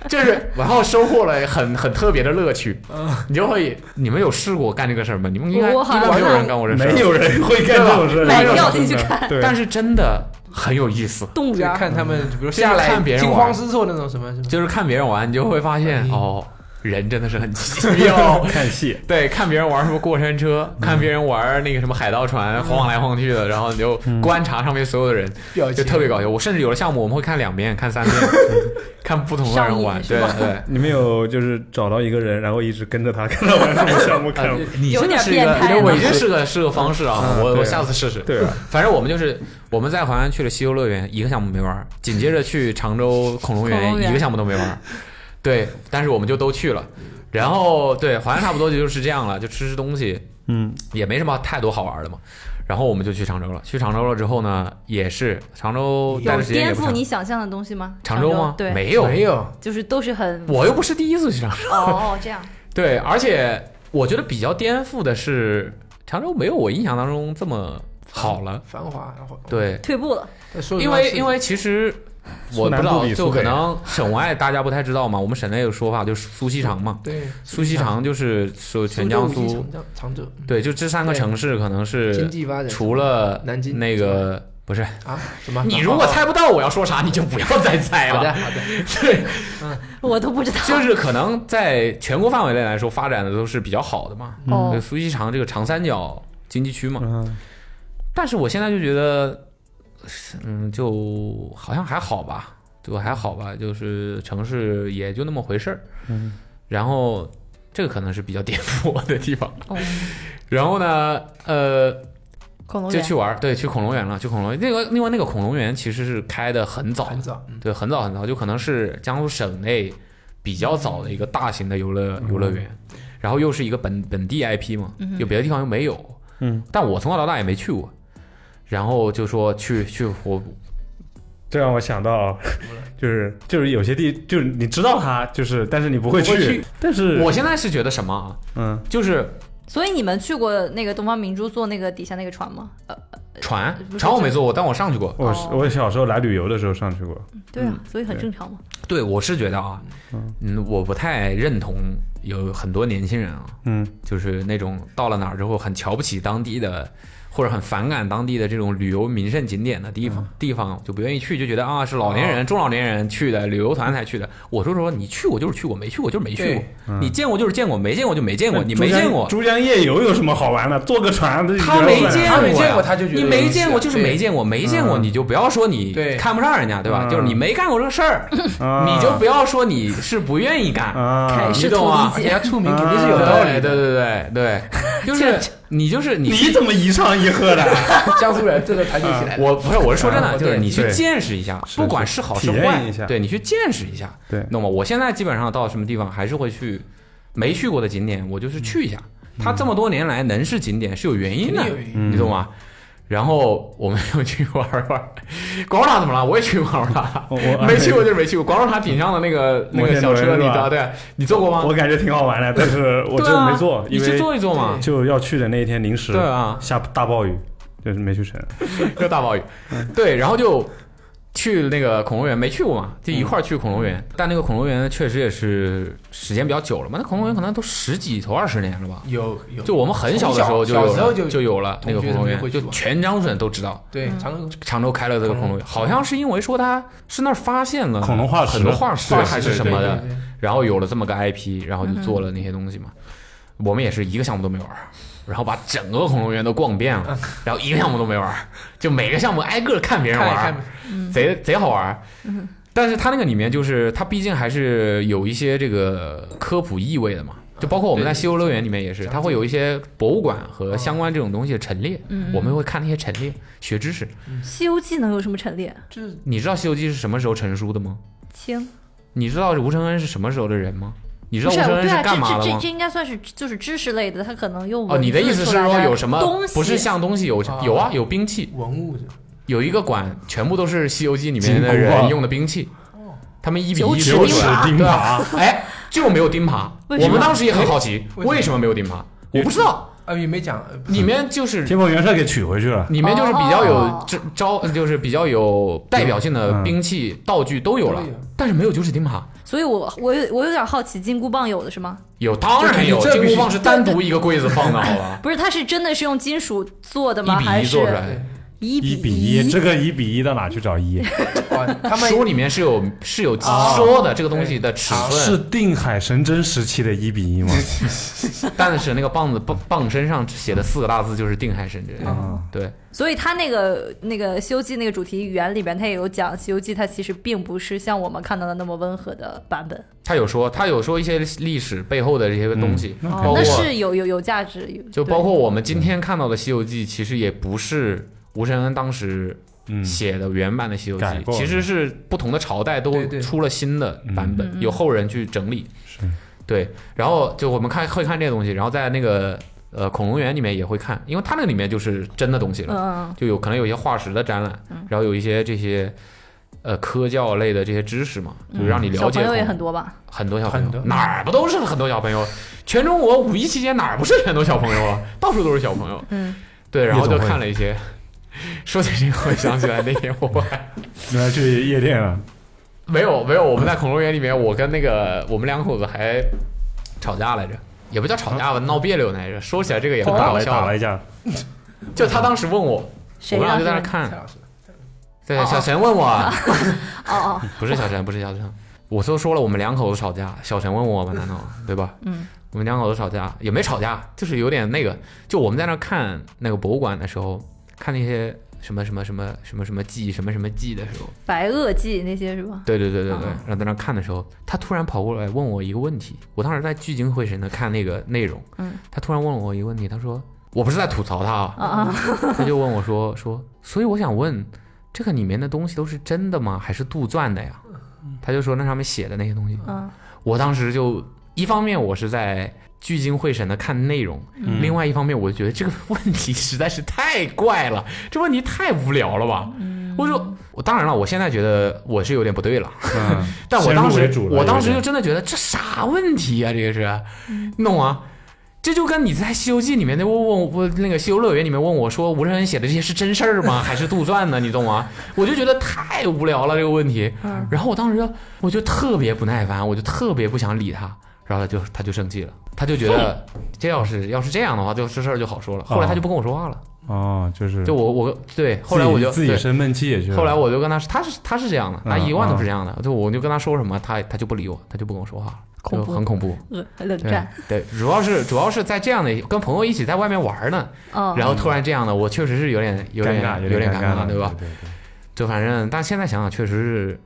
Speaker 3: 就是然后收获了很很特别的乐趣。你就会，你们有试过干这个事儿吗？你们应该
Speaker 5: 嗯我好
Speaker 3: 应
Speaker 5: 像
Speaker 3: 该没有人干过这事儿，
Speaker 7: 没有人会干这种事儿，
Speaker 5: 买票进去看
Speaker 7: 对，
Speaker 3: 但是真的很有意思。
Speaker 5: 动物
Speaker 4: 就
Speaker 5: 园 儿。
Speaker 4: 是看他们，比如
Speaker 3: 下
Speaker 4: 下
Speaker 3: 来
Speaker 4: 来
Speaker 3: 看别人
Speaker 4: 惊
Speaker 3: 玩
Speaker 4: 慌失措那种什么什么，
Speaker 3: 就是看别人玩，你就会发
Speaker 5: 哎
Speaker 3: 现哦，人真的是很奇 妙。
Speaker 7: 看戏，
Speaker 3: 对，看别人玩什么过山车，
Speaker 5: 嗯
Speaker 3: 看别人玩那个什么海盗船，晃晃来晃去的，然后你就
Speaker 5: 嗯
Speaker 3: 观察上面所有的人，
Speaker 4: 表
Speaker 3: 就
Speaker 4: 情
Speaker 3: 特别搞笑。我甚至有的项目我们会看两遍、看三 遍，看不同的人玩。
Speaker 5: 上
Speaker 3: 对
Speaker 5: 瘾是吧
Speaker 3: 对，
Speaker 2: 你们有就是找到一个人，然后一直跟着他，看他玩什么项目，看
Speaker 3: 啊你
Speaker 5: 呃有
Speaker 3: 真的
Speaker 5: 点
Speaker 3: 是一个
Speaker 5: 变态
Speaker 3: 有点
Speaker 5: 了
Speaker 3: 我觉得是个是个方式啊，我
Speaker 2: 对
Speaker 3: 我
Speaker 2: 啊
Speaker 3: 下次试试。
Speaker 2: 对啊，
Speaker 3: 反正我们就是我们在淮安去了西游乐园，一个项目没玩儿，紧接着去常州恐龙
Speaker 5: 恐龙
Speaker 3: 园，
Speaker 5: 园
Speaker 3: 一个项目都没 玩儿。对，但是我们就都去了。然后对淮安差不多就是这样了，就吃吃东西，
Speaker 7: 嗯，
Speaker 3: 也没什么太多好玩的嘛。然后我们就去常州了。去常州了之后呢，也是常州待
Speaker 5: 有
Speaker 3: 的时间也
Speaker 5: 颠
Speaker 3: 不
Speaker 5: 覆
Speaker 3: 长
Speaker 5: 你。想象的东西吗？
Speaker 3: 常
Speaker 5: 州
Speaker 3: 州吗？
Speaker 5: 对，
Speaker 3: 没有，
Speaker 4: 没有，
Speaker 5: 就是都是很
Speaker 3: 我又不是第一次去常州。
Speaker 5: 哦这样，
Speaker 3: 对，而且我觉得比较颠覆的是，常州没有我印象当中这么好了。
Speaker 4: 繁华。然后，
Speaker 3: 对，
Speaker 5: 退步了，
Speaker 4: 但嗯说实
Speaker 3: 因
Speaker 4: 话
Speaker 3: 为
Speaker 4: 是
Speaker 3: 因为其实我
Speaker 2: 苏
Speaker 3: 不知
Speaker 2: 南
Speaker 3: 道
Speaker 2: 不，比
Speaker 3: 就
Speaker 2: 苏北
Speaker 3: 可能省外大家不太知道嘛。我们省内有说法，就是苏锡常嘛。
Speaker 4: 对
Speaker 3: 苏锡常就是说全江
Speaker 4: 苏州
Speaker 3: 苏
Speaker 4: 五，常常州
Speaker 3: 对，就这三个
Speaker 4: 对
Speaker 3: 城市可能
Speaker 4: 经
Speaker 3: 是
Speaker 4: 济发展
Speaker 3: 除了
Speaker 4: 南京
Speaker 3: 那个不是。
Speaker 4: 啊什么？
Speaker 3: 你如果猜不到我要说啥，你就不要再猜
Speaker 4: 好的
Speaker 3: 了。
Speaker 4: 好的，
Speaker 3: 对，
Speaker 5: 我都不知道。
Speaker 3: 就是可能在全国范围内来说，发展的都是比较好的嘛。
Speaker 5: 哦
Speaker 3: 就苏锡常这个长三角经济区嘛。
Speaker 2: 啊
Speaker 7: 嗯，
Speaker 3: 但是我现在就觉得，嗯，就好像还好吧，就还好吧，就是城市也就那么回事儿。
Speaker 7: 嗯，
Speaker 3: 然后这个可能是比较颠覆我的地方。
Speaker 5: 哦，
Speaker 3: 然后呢，呃，
Speaker 5: 恐龙
Speaker 3: 就
Speaker 5: 园
Speaker 3: 去玩儿，对，去恐龙园了，去恐龙园。那个另外那个恐龙园其实是开的很早，
Speaker 4: 很早，嗯
Speaker 3: 对，很早很早，就可能是江苏省内比较早的一个大型的游乐、游乐园，然后又是一个本本地 IP 嘛，
Speaker 5: 嗯
Speaker 3: 有别的地方又没有，
Speaker 7: 嗯，
Speaker 3: 但我从小到大也没去过，然后就说去去我
Speaker 2: 这让我想到，就是就是有些地，就是你知道它，就是但是你不会
Speaker 3: 不会
Speaker 2: 去
Speaker 3: 去，
Speaker 2: 但是
Speaker 3: 我现在是觉得什么啊，
Speaker 7: 嗯，
Speaker 3: 就是
Speaker 5: 所以你们去过那个东方明珠坐那个底下那个船吗？呃，
Speaker 3: 船
Speaker 5: 不是
Speaker 3: 船我没
Speaker 5: 就
Speaker 3: 坐过，但我上去过，
Speaker 2: 我是我小时候来旅游的时候上去过，
Speaker 5: 对啊，所以很正常嘛。
Speaker 3: 嗯对我是觉得啊，嗯，我不太认同有很多年轻人啊，
Speaker 7: 嗯，
Speaker 3: 就是那种到了哪儿之后很瞧不起当地的，或者很反感当地的这种旅游名胜景点的地方，地方就不愿意去，就觉得啊是老年人、中老年人去的，旅游团才去的。我说说你去过就是去过，没去过就是没去过
Speaker 4: 对，
Speaker 3: 你见过就是见过，没见过就没见过，你没见过。
Speaker 2: 珠江夜游有什么好玩的？坐个船，
Speaker 3: 他没见过呀，
Speaker 4: 他没见过他就觉得
Speaker 3: 你
Speaker 4: 有
Speaker 3: 没
Speaker 4: 意思
Speaker 3: 见过就是
Speaker 4: 对
Speaker 3: 没见过，没见过你就不要说你
Speaker 4: 对
Speaker 3: 看不上人家，对吧？
Speaker 2: 嗯
Speaker 3: 就是你没干过这个事儿，你
Speaker 2: 你
Speaker 3: 就不要说你是不愿意干，
Speaker 2: 啊
Speaker 5: 开，
Speaker 3: 你
Speaker 5: 始
Speaker 3: 懂吗
Speaker 5: 图理
Speaker 4: 人
Speaker 5: 解
Speaker 4: 家出名肯定是有
Speaker 3: 对
Speaker 4: 道理
Speaker 3: 对
Speaker 4: 的。
Speaker 3: 对对 对，就是你就是你
Speaker 2: 你
Speaker 3: 去，
Speaker 2: 怎么一唱一和的？
Speaker 4: 江苏人这个团结起来了，
Speaker 3: 啊我不是我是 说真的，
Speaker 4: 嗯
Speaker 3: 就是
Speaker 4: 对
Speaker 3: 你去
Speaker 2: 啊对
Speaker 3: 见识一下，不管是好是
Speaker 2: 体
Speaker 3: 坏
Speaker 2: 验一下，
Speaker 3: 对你去见识一下，
Speaker 2: 对
Speaker 3: 那么我现在基本上到什么地方还是会去没去过的
Speaker 2: 嗯
Speaker 3: 景点，我就是去一下。它这么多年来能是景点是有原因的
Speaker 4: 肯定有原，
Speaker 3: 你懂吗？然后我们又去玩儿玩儿，广州塔怎么了？ 我也去过广州塔，
Speaker 2: 我我
Speaker 3: 没去过就是没去过。广州塔顶上的那个那
Speaker 2: 摩
Speaker 3: 个
Speaker 2: 天
Speaker 3: 小
Speaker 2: 轮
Speaker 3: 车，
Speaker 2: 是
Speaker 3: 你
Speaker 2: 吧
Speaker 3: 知道对？你坐过吗？
Speaker 2: 我感觉挺好玩的，但是我
Speaker 3: 对
Speaker 2: 就
Speaker 3: 啊
Speaker 2: 没做，
Speaker 3: 你
Speaker 2: 因
Speaker 3: 去
Speaker 2: 为
Speaker 3: 坐一坐嘛。
Speaker 2: 就要去的那一天临时
Speaker 3: 对啊，
Speaker 2: 下大暴雨，就是没去成。
Speaker 3: 又大暴雨，
Speaker 4: 嗯
Speaker 3: 对，然后就去那个恐龙园，没去过嘛，就一块儿去恐龙园。
Speaker 4: 嗯
Speaker 3: 但那个恐龙园确实也是时间比较久了嘛，那恐龙园可能都十几头二十年了吧。
Speaker 4: 有有，
Speaker 3: 就我们很小的时候就有
Speaker 4: 小
Speaker 3: 了，
Speaker 4: 时候
Speaker 3: 就有了那个恐龙
Speaker 4: 同学什
Speaker 3: 园，
Speaker 4: 么会去
Speaker 3: 就嗯
Speaker 4: 玩
Speaker 3: 全江省都知道。
Speaker 4: 对常州
Speaker 3: 常州开了这个恐龙
Speaker 4: 恐
Speaker 3: 园，
Speaker 4: 龙
Speaker 3: 好像是因为说它是那儿发现了
Speaker 2: 恐龙化石
Speaker 3: 很多化石
Speaker 2: 对
Speaker 3: 还是
Speaker 2: 对
Speaker 3: 什么
Speaker 4: 对
Speaker 3: 的
Speaker 4: 对对，
Speaker 3: 然后有了这么个 IP，然后就做了那些东西嘛。我们也是一个项目都没玩儿，然后把整个恐龙园都逛遍了，然后一个项目都没玩儿，就每个项目挨个看别人
Speaker 4: 看
Speaker 3: 玩
Speaker 4: 一
Speaker 3: 儿
Speaker 4: 看，，
Speaker 3: 贼贼好玩儿。但是它那个里面就是它毕竟还是有一些这个科普意味的嘛。就包括我们在
Speaker 4: 对
Speaker 3: 西游乐园里面也是，
Speaker 4: 讲
Speaker 3: 它会有一些博物馆和相关这种东西的陈列，我们会看那些陈列学知识。
Speaker 5: 《西游记》能有什么陈列？
Speaker 4: 这
Speaker 3: 你知道《西游记》是什么时候成书的吗？
Speaker 5: 清
Speaker 3: 你知道吴承恩是什么时候的人吗？你知
Speaker 5: 不
Speaker 3: 道
Speaker 5: 是
Speaker 3: 吴承恩
Speaker 5: 对啊，
Speaker 3: 干嘛
Speaker 5: 这
Speaker 3: 的
Speaker 5: 这
Speaker 3: 吗
Speaker 5: 这？这应该算是就是知识类的，他可能用
Speaker 3: 哦，你的意思是说有什么
Speaker 5: 东西？
Speaker 3: 不是像东西有
Speaker 4: 啊
Speaker 3: 有啊，有兵器，
Speaker 4: 文物是吧
Speaker 3: 有一个馆全部都是《西游记》里面的
Speaker 2: 金箍棒
Speaker 3: 人用的兵器，
Speaker 4: 哦
Speaker 3: 他们一比
Speaker 5: 九
Speaker 3: 一
Speaker 5: 齿
Speaker 3: 做出
Speaker 5: 钉耙
Speaker 3: 来对啊，哎，就没有钉耙。
Speaker 5: 为什
Speaker 3: 我
Speaker 5: 么
Speaker 3: 们当时也很好奇，
Speaker 4: 为什么
Speaker 3: 为什么没有钉耙？我不知道，
Speaker 4: 啊也没讲，呃不
Speaker 3: 里面就是
Speaker 2: 天蓬元帅给取回去了，
Speaker 3: 里面就是比较有
Speaker 5: 哦
Speaker 3: 这招，就是比较有代表性的
Speaker 2: 嗯
Speaker 3: 兵器道具都有了
Speaker 4: 都有，
Speaker 3: 但是没有九齿钉耙。
Speaker 5: 所以我我有我有点好奇，金箍棒有的是吗？
Speaker 3: 有，当然有。
Speaker 4: 这
Speaker 3: 金
Speaker 4: 必须
Speaker 3: 箍棒是单独一个柜子 放的，好吧？
Speaker 5: 不是，它是真的是用金属做的吗？
Speaker 3: 一比
Speaker 5: 还
Speaker 3: 一
Speaker 5: 是
Speaker 3: 做出来的。
Speaker 5: 一
Speaker 2: 一比
Speaker 5: 比
Speaker 2: 一，这个一比一到哪去找一？
Speaker 4: 哇啊他们
Speaker 3: 书里面是有是有说的这个东西的尺
Speaker 2: 是
Speaker 3: 寸，
Speaker 2: 定海神针时期的一比一 吗？
Speaker 3: 但是那个棒子棒棒身上写的四个大字就是“定海神针”。
Speaker 5: 啊
Speaker 3: 对，
Speaker 5: 所以它那个那个《西游记》那个主题园里边，它也有讲，《西游记》它其实并不是像我们看到的那么温和的版本，
Speaker 3: 他有说他有说一些历史背后的这些东西，
Speaker 2: 嗯
Speaker 3: 包括
Speaker 5: 哦那是有有有价值，有
Speaker 3: 就包
Speaker 5: 对
Speaker 3: 括我们今天看到的《西游记》，其实也不是吴承恩当时
Speaker 2: 嗯，
Speaker 3: 写的原版的《西游记
Speaker 2: 改》，过
Speaker 3: 其实是不同的朝代都
Speaker 4: 对对
Speaker 3: 出了新的版本，
Speaker 5: 嗯嗯
Speaker 3: 有后人去整理。
Speaker 2: 是
Speaker 3: 对，然后就我们看会看这些东西，然后在那个呃恐龙园里面也会看，因为它那个里面就是真的东西了，
Speaker 5: 嗯
Speaker 3: 就有可能有一些化石的展览，然后有一些这些呃科教类的这些知识嘛，就让你
Speaker 5: 嗯，小
Speaker 3: 了解
Speaker 5: 朋友也
Speaker 3: 恐
Speaker 5: 很多吧？
Speaker 3: 很多小朋友
Speaker 4: 很多
Speaker 3: 哪儿不都是很多小朋友？全中国五一期间哪儿不是全都小朋友啊？ 到处都是小朋友。
Speaker 5: 嗯，
Speaker 3: 对，然后
Speaker 2: 夜
Speaker 3: 就
Speaker 2: 总会
Speaker 3: 看了一些。 说起这个，我想起来那天我还
Speaker 2: 原来去夜店啊了，
Speaker 3: 没有没有，我们在恐龙园里面，我跟那个我们两口子还吵架来着，也不叫吵架吧，闹别扭来着。说起来这个也很
Speaker 2: 打
Speaker 3: 搞
Speaker 2: 了啊哦打
Speaker 3: 笑
Speaker 2: 了，一架，
Speaker 3: 就他当时问我，我
Speaker 5: 谁
Speaker 3: 们俩
Speaker 5: 让
Speaker 3: 就在那
Speaker 5: 他
Speaker 3: 看
Speaker 4: 蔡，老师
Speaker 3: 对，
Speaker 5: 哦
Speaker 2: 啊
Speaker 3: 小陈问我，啊
Speaker 5: 哦哦，
Speaker 3: 不是小陈，不是小陈，我都说了我们两口子吵架，小陈问我吧，难道对吧？
Speaker 5: 嗯，
Speaker 3: 我们两口子吵架也没吵架，就是有点那个，就我们在那儿看那个博物馆的时候，看那些什么什么什么什么什么记什么什么记的时候，
Speaker 5: 白垩纪那些是吧？
Speaker 3: 对对对对对
Speaker 5: 啊，
Speaker 3: 然后在那儿看的时候，他突然跑过来问我一个问题，我当时在聚精会神的看那个内容，
Speaker 5: 嗯，
Speaker 3: 他突然问我一个问题，他说我不是在吐槽他啊，
Speaker 5: 啊啊，
Speaker 3: 他就问我说说，所以我想问，这个里面的东西都是真的吗？还是杜撰的呀？他就说那上面写的那些东西，
Speaker 5: 嗯
Speaker 3: 我当时就一方面我是在聚精会神的看内容，
Speaker 2: 嗯
Speaker 3: 另外一方面我就觉得这个问题实在是太怪了，这问题太无聊了吧？我说我当然了，我现在觉得我是有点不对了，
Speaker 2: 嗯，
Speaker 3: 但我当
Speaker 2: 先入为
Speaker 3: 时
Speaker 2: 主了
Speaker 3: 我当时
Speaker 2: 有
Speaker 3: 就
Speaker 2: 点
Speaker 3: 真的觉得这啥问题啊？这个是弄啊。这就跟你在《西游记》里面那问问我那个《西游乐园》里面问我说吴承恩写的这些是真事儿吗？还是杜撰的？你懂吗？我就觉得太无聊了这个问题。
Speaker 5: 嗯
Speaker 3: 然后我当时就我就特别不耐烦，我就特别不想理他。然后他就他就生气了，他就觉得这要是要是这样的话，就这事儿就好说了。后来他就不跟我说话了。
Speaker 2: 哦，就是
Speaker 3: 就我我对，后来我就
Speaker 2: 自己自
Speaker 3: 对
Speaker 2: 己生闷气也去了。
Speaker 3: 后来我就跟他说，他是他是这样的，他
Speaker 2: 嗯
Speaker 3: 一贯都是这样的。就我就跟他说什么，他他就不理我，他就不跟我说话了，
Speaker 5: 恐
Speaker 3: 就
Speaker 5: 怖
Speaker 3: 很恐怖。
Speaker 5: 呃冷
Speaker 3: 对
Speaker 5: 战，
Speaker 3: 对，主要是主要是在这样的跟朋友一起在外面玩呢，
Speaker 5: 嗯，
Speaker 3: 然后突然这样的，我确实是有点有
Speaker 2: 尴
Speaker 3: 点
Speaker 2: 尬，
Speaker 3: 点
Speaker 2: 点
Speaker 3: 尴
Speaker 2: 尬了，嗯
Speaker 3: 对吧？
Speaker 2: 对对
Speaker 3: 就反正，但现在想想确实是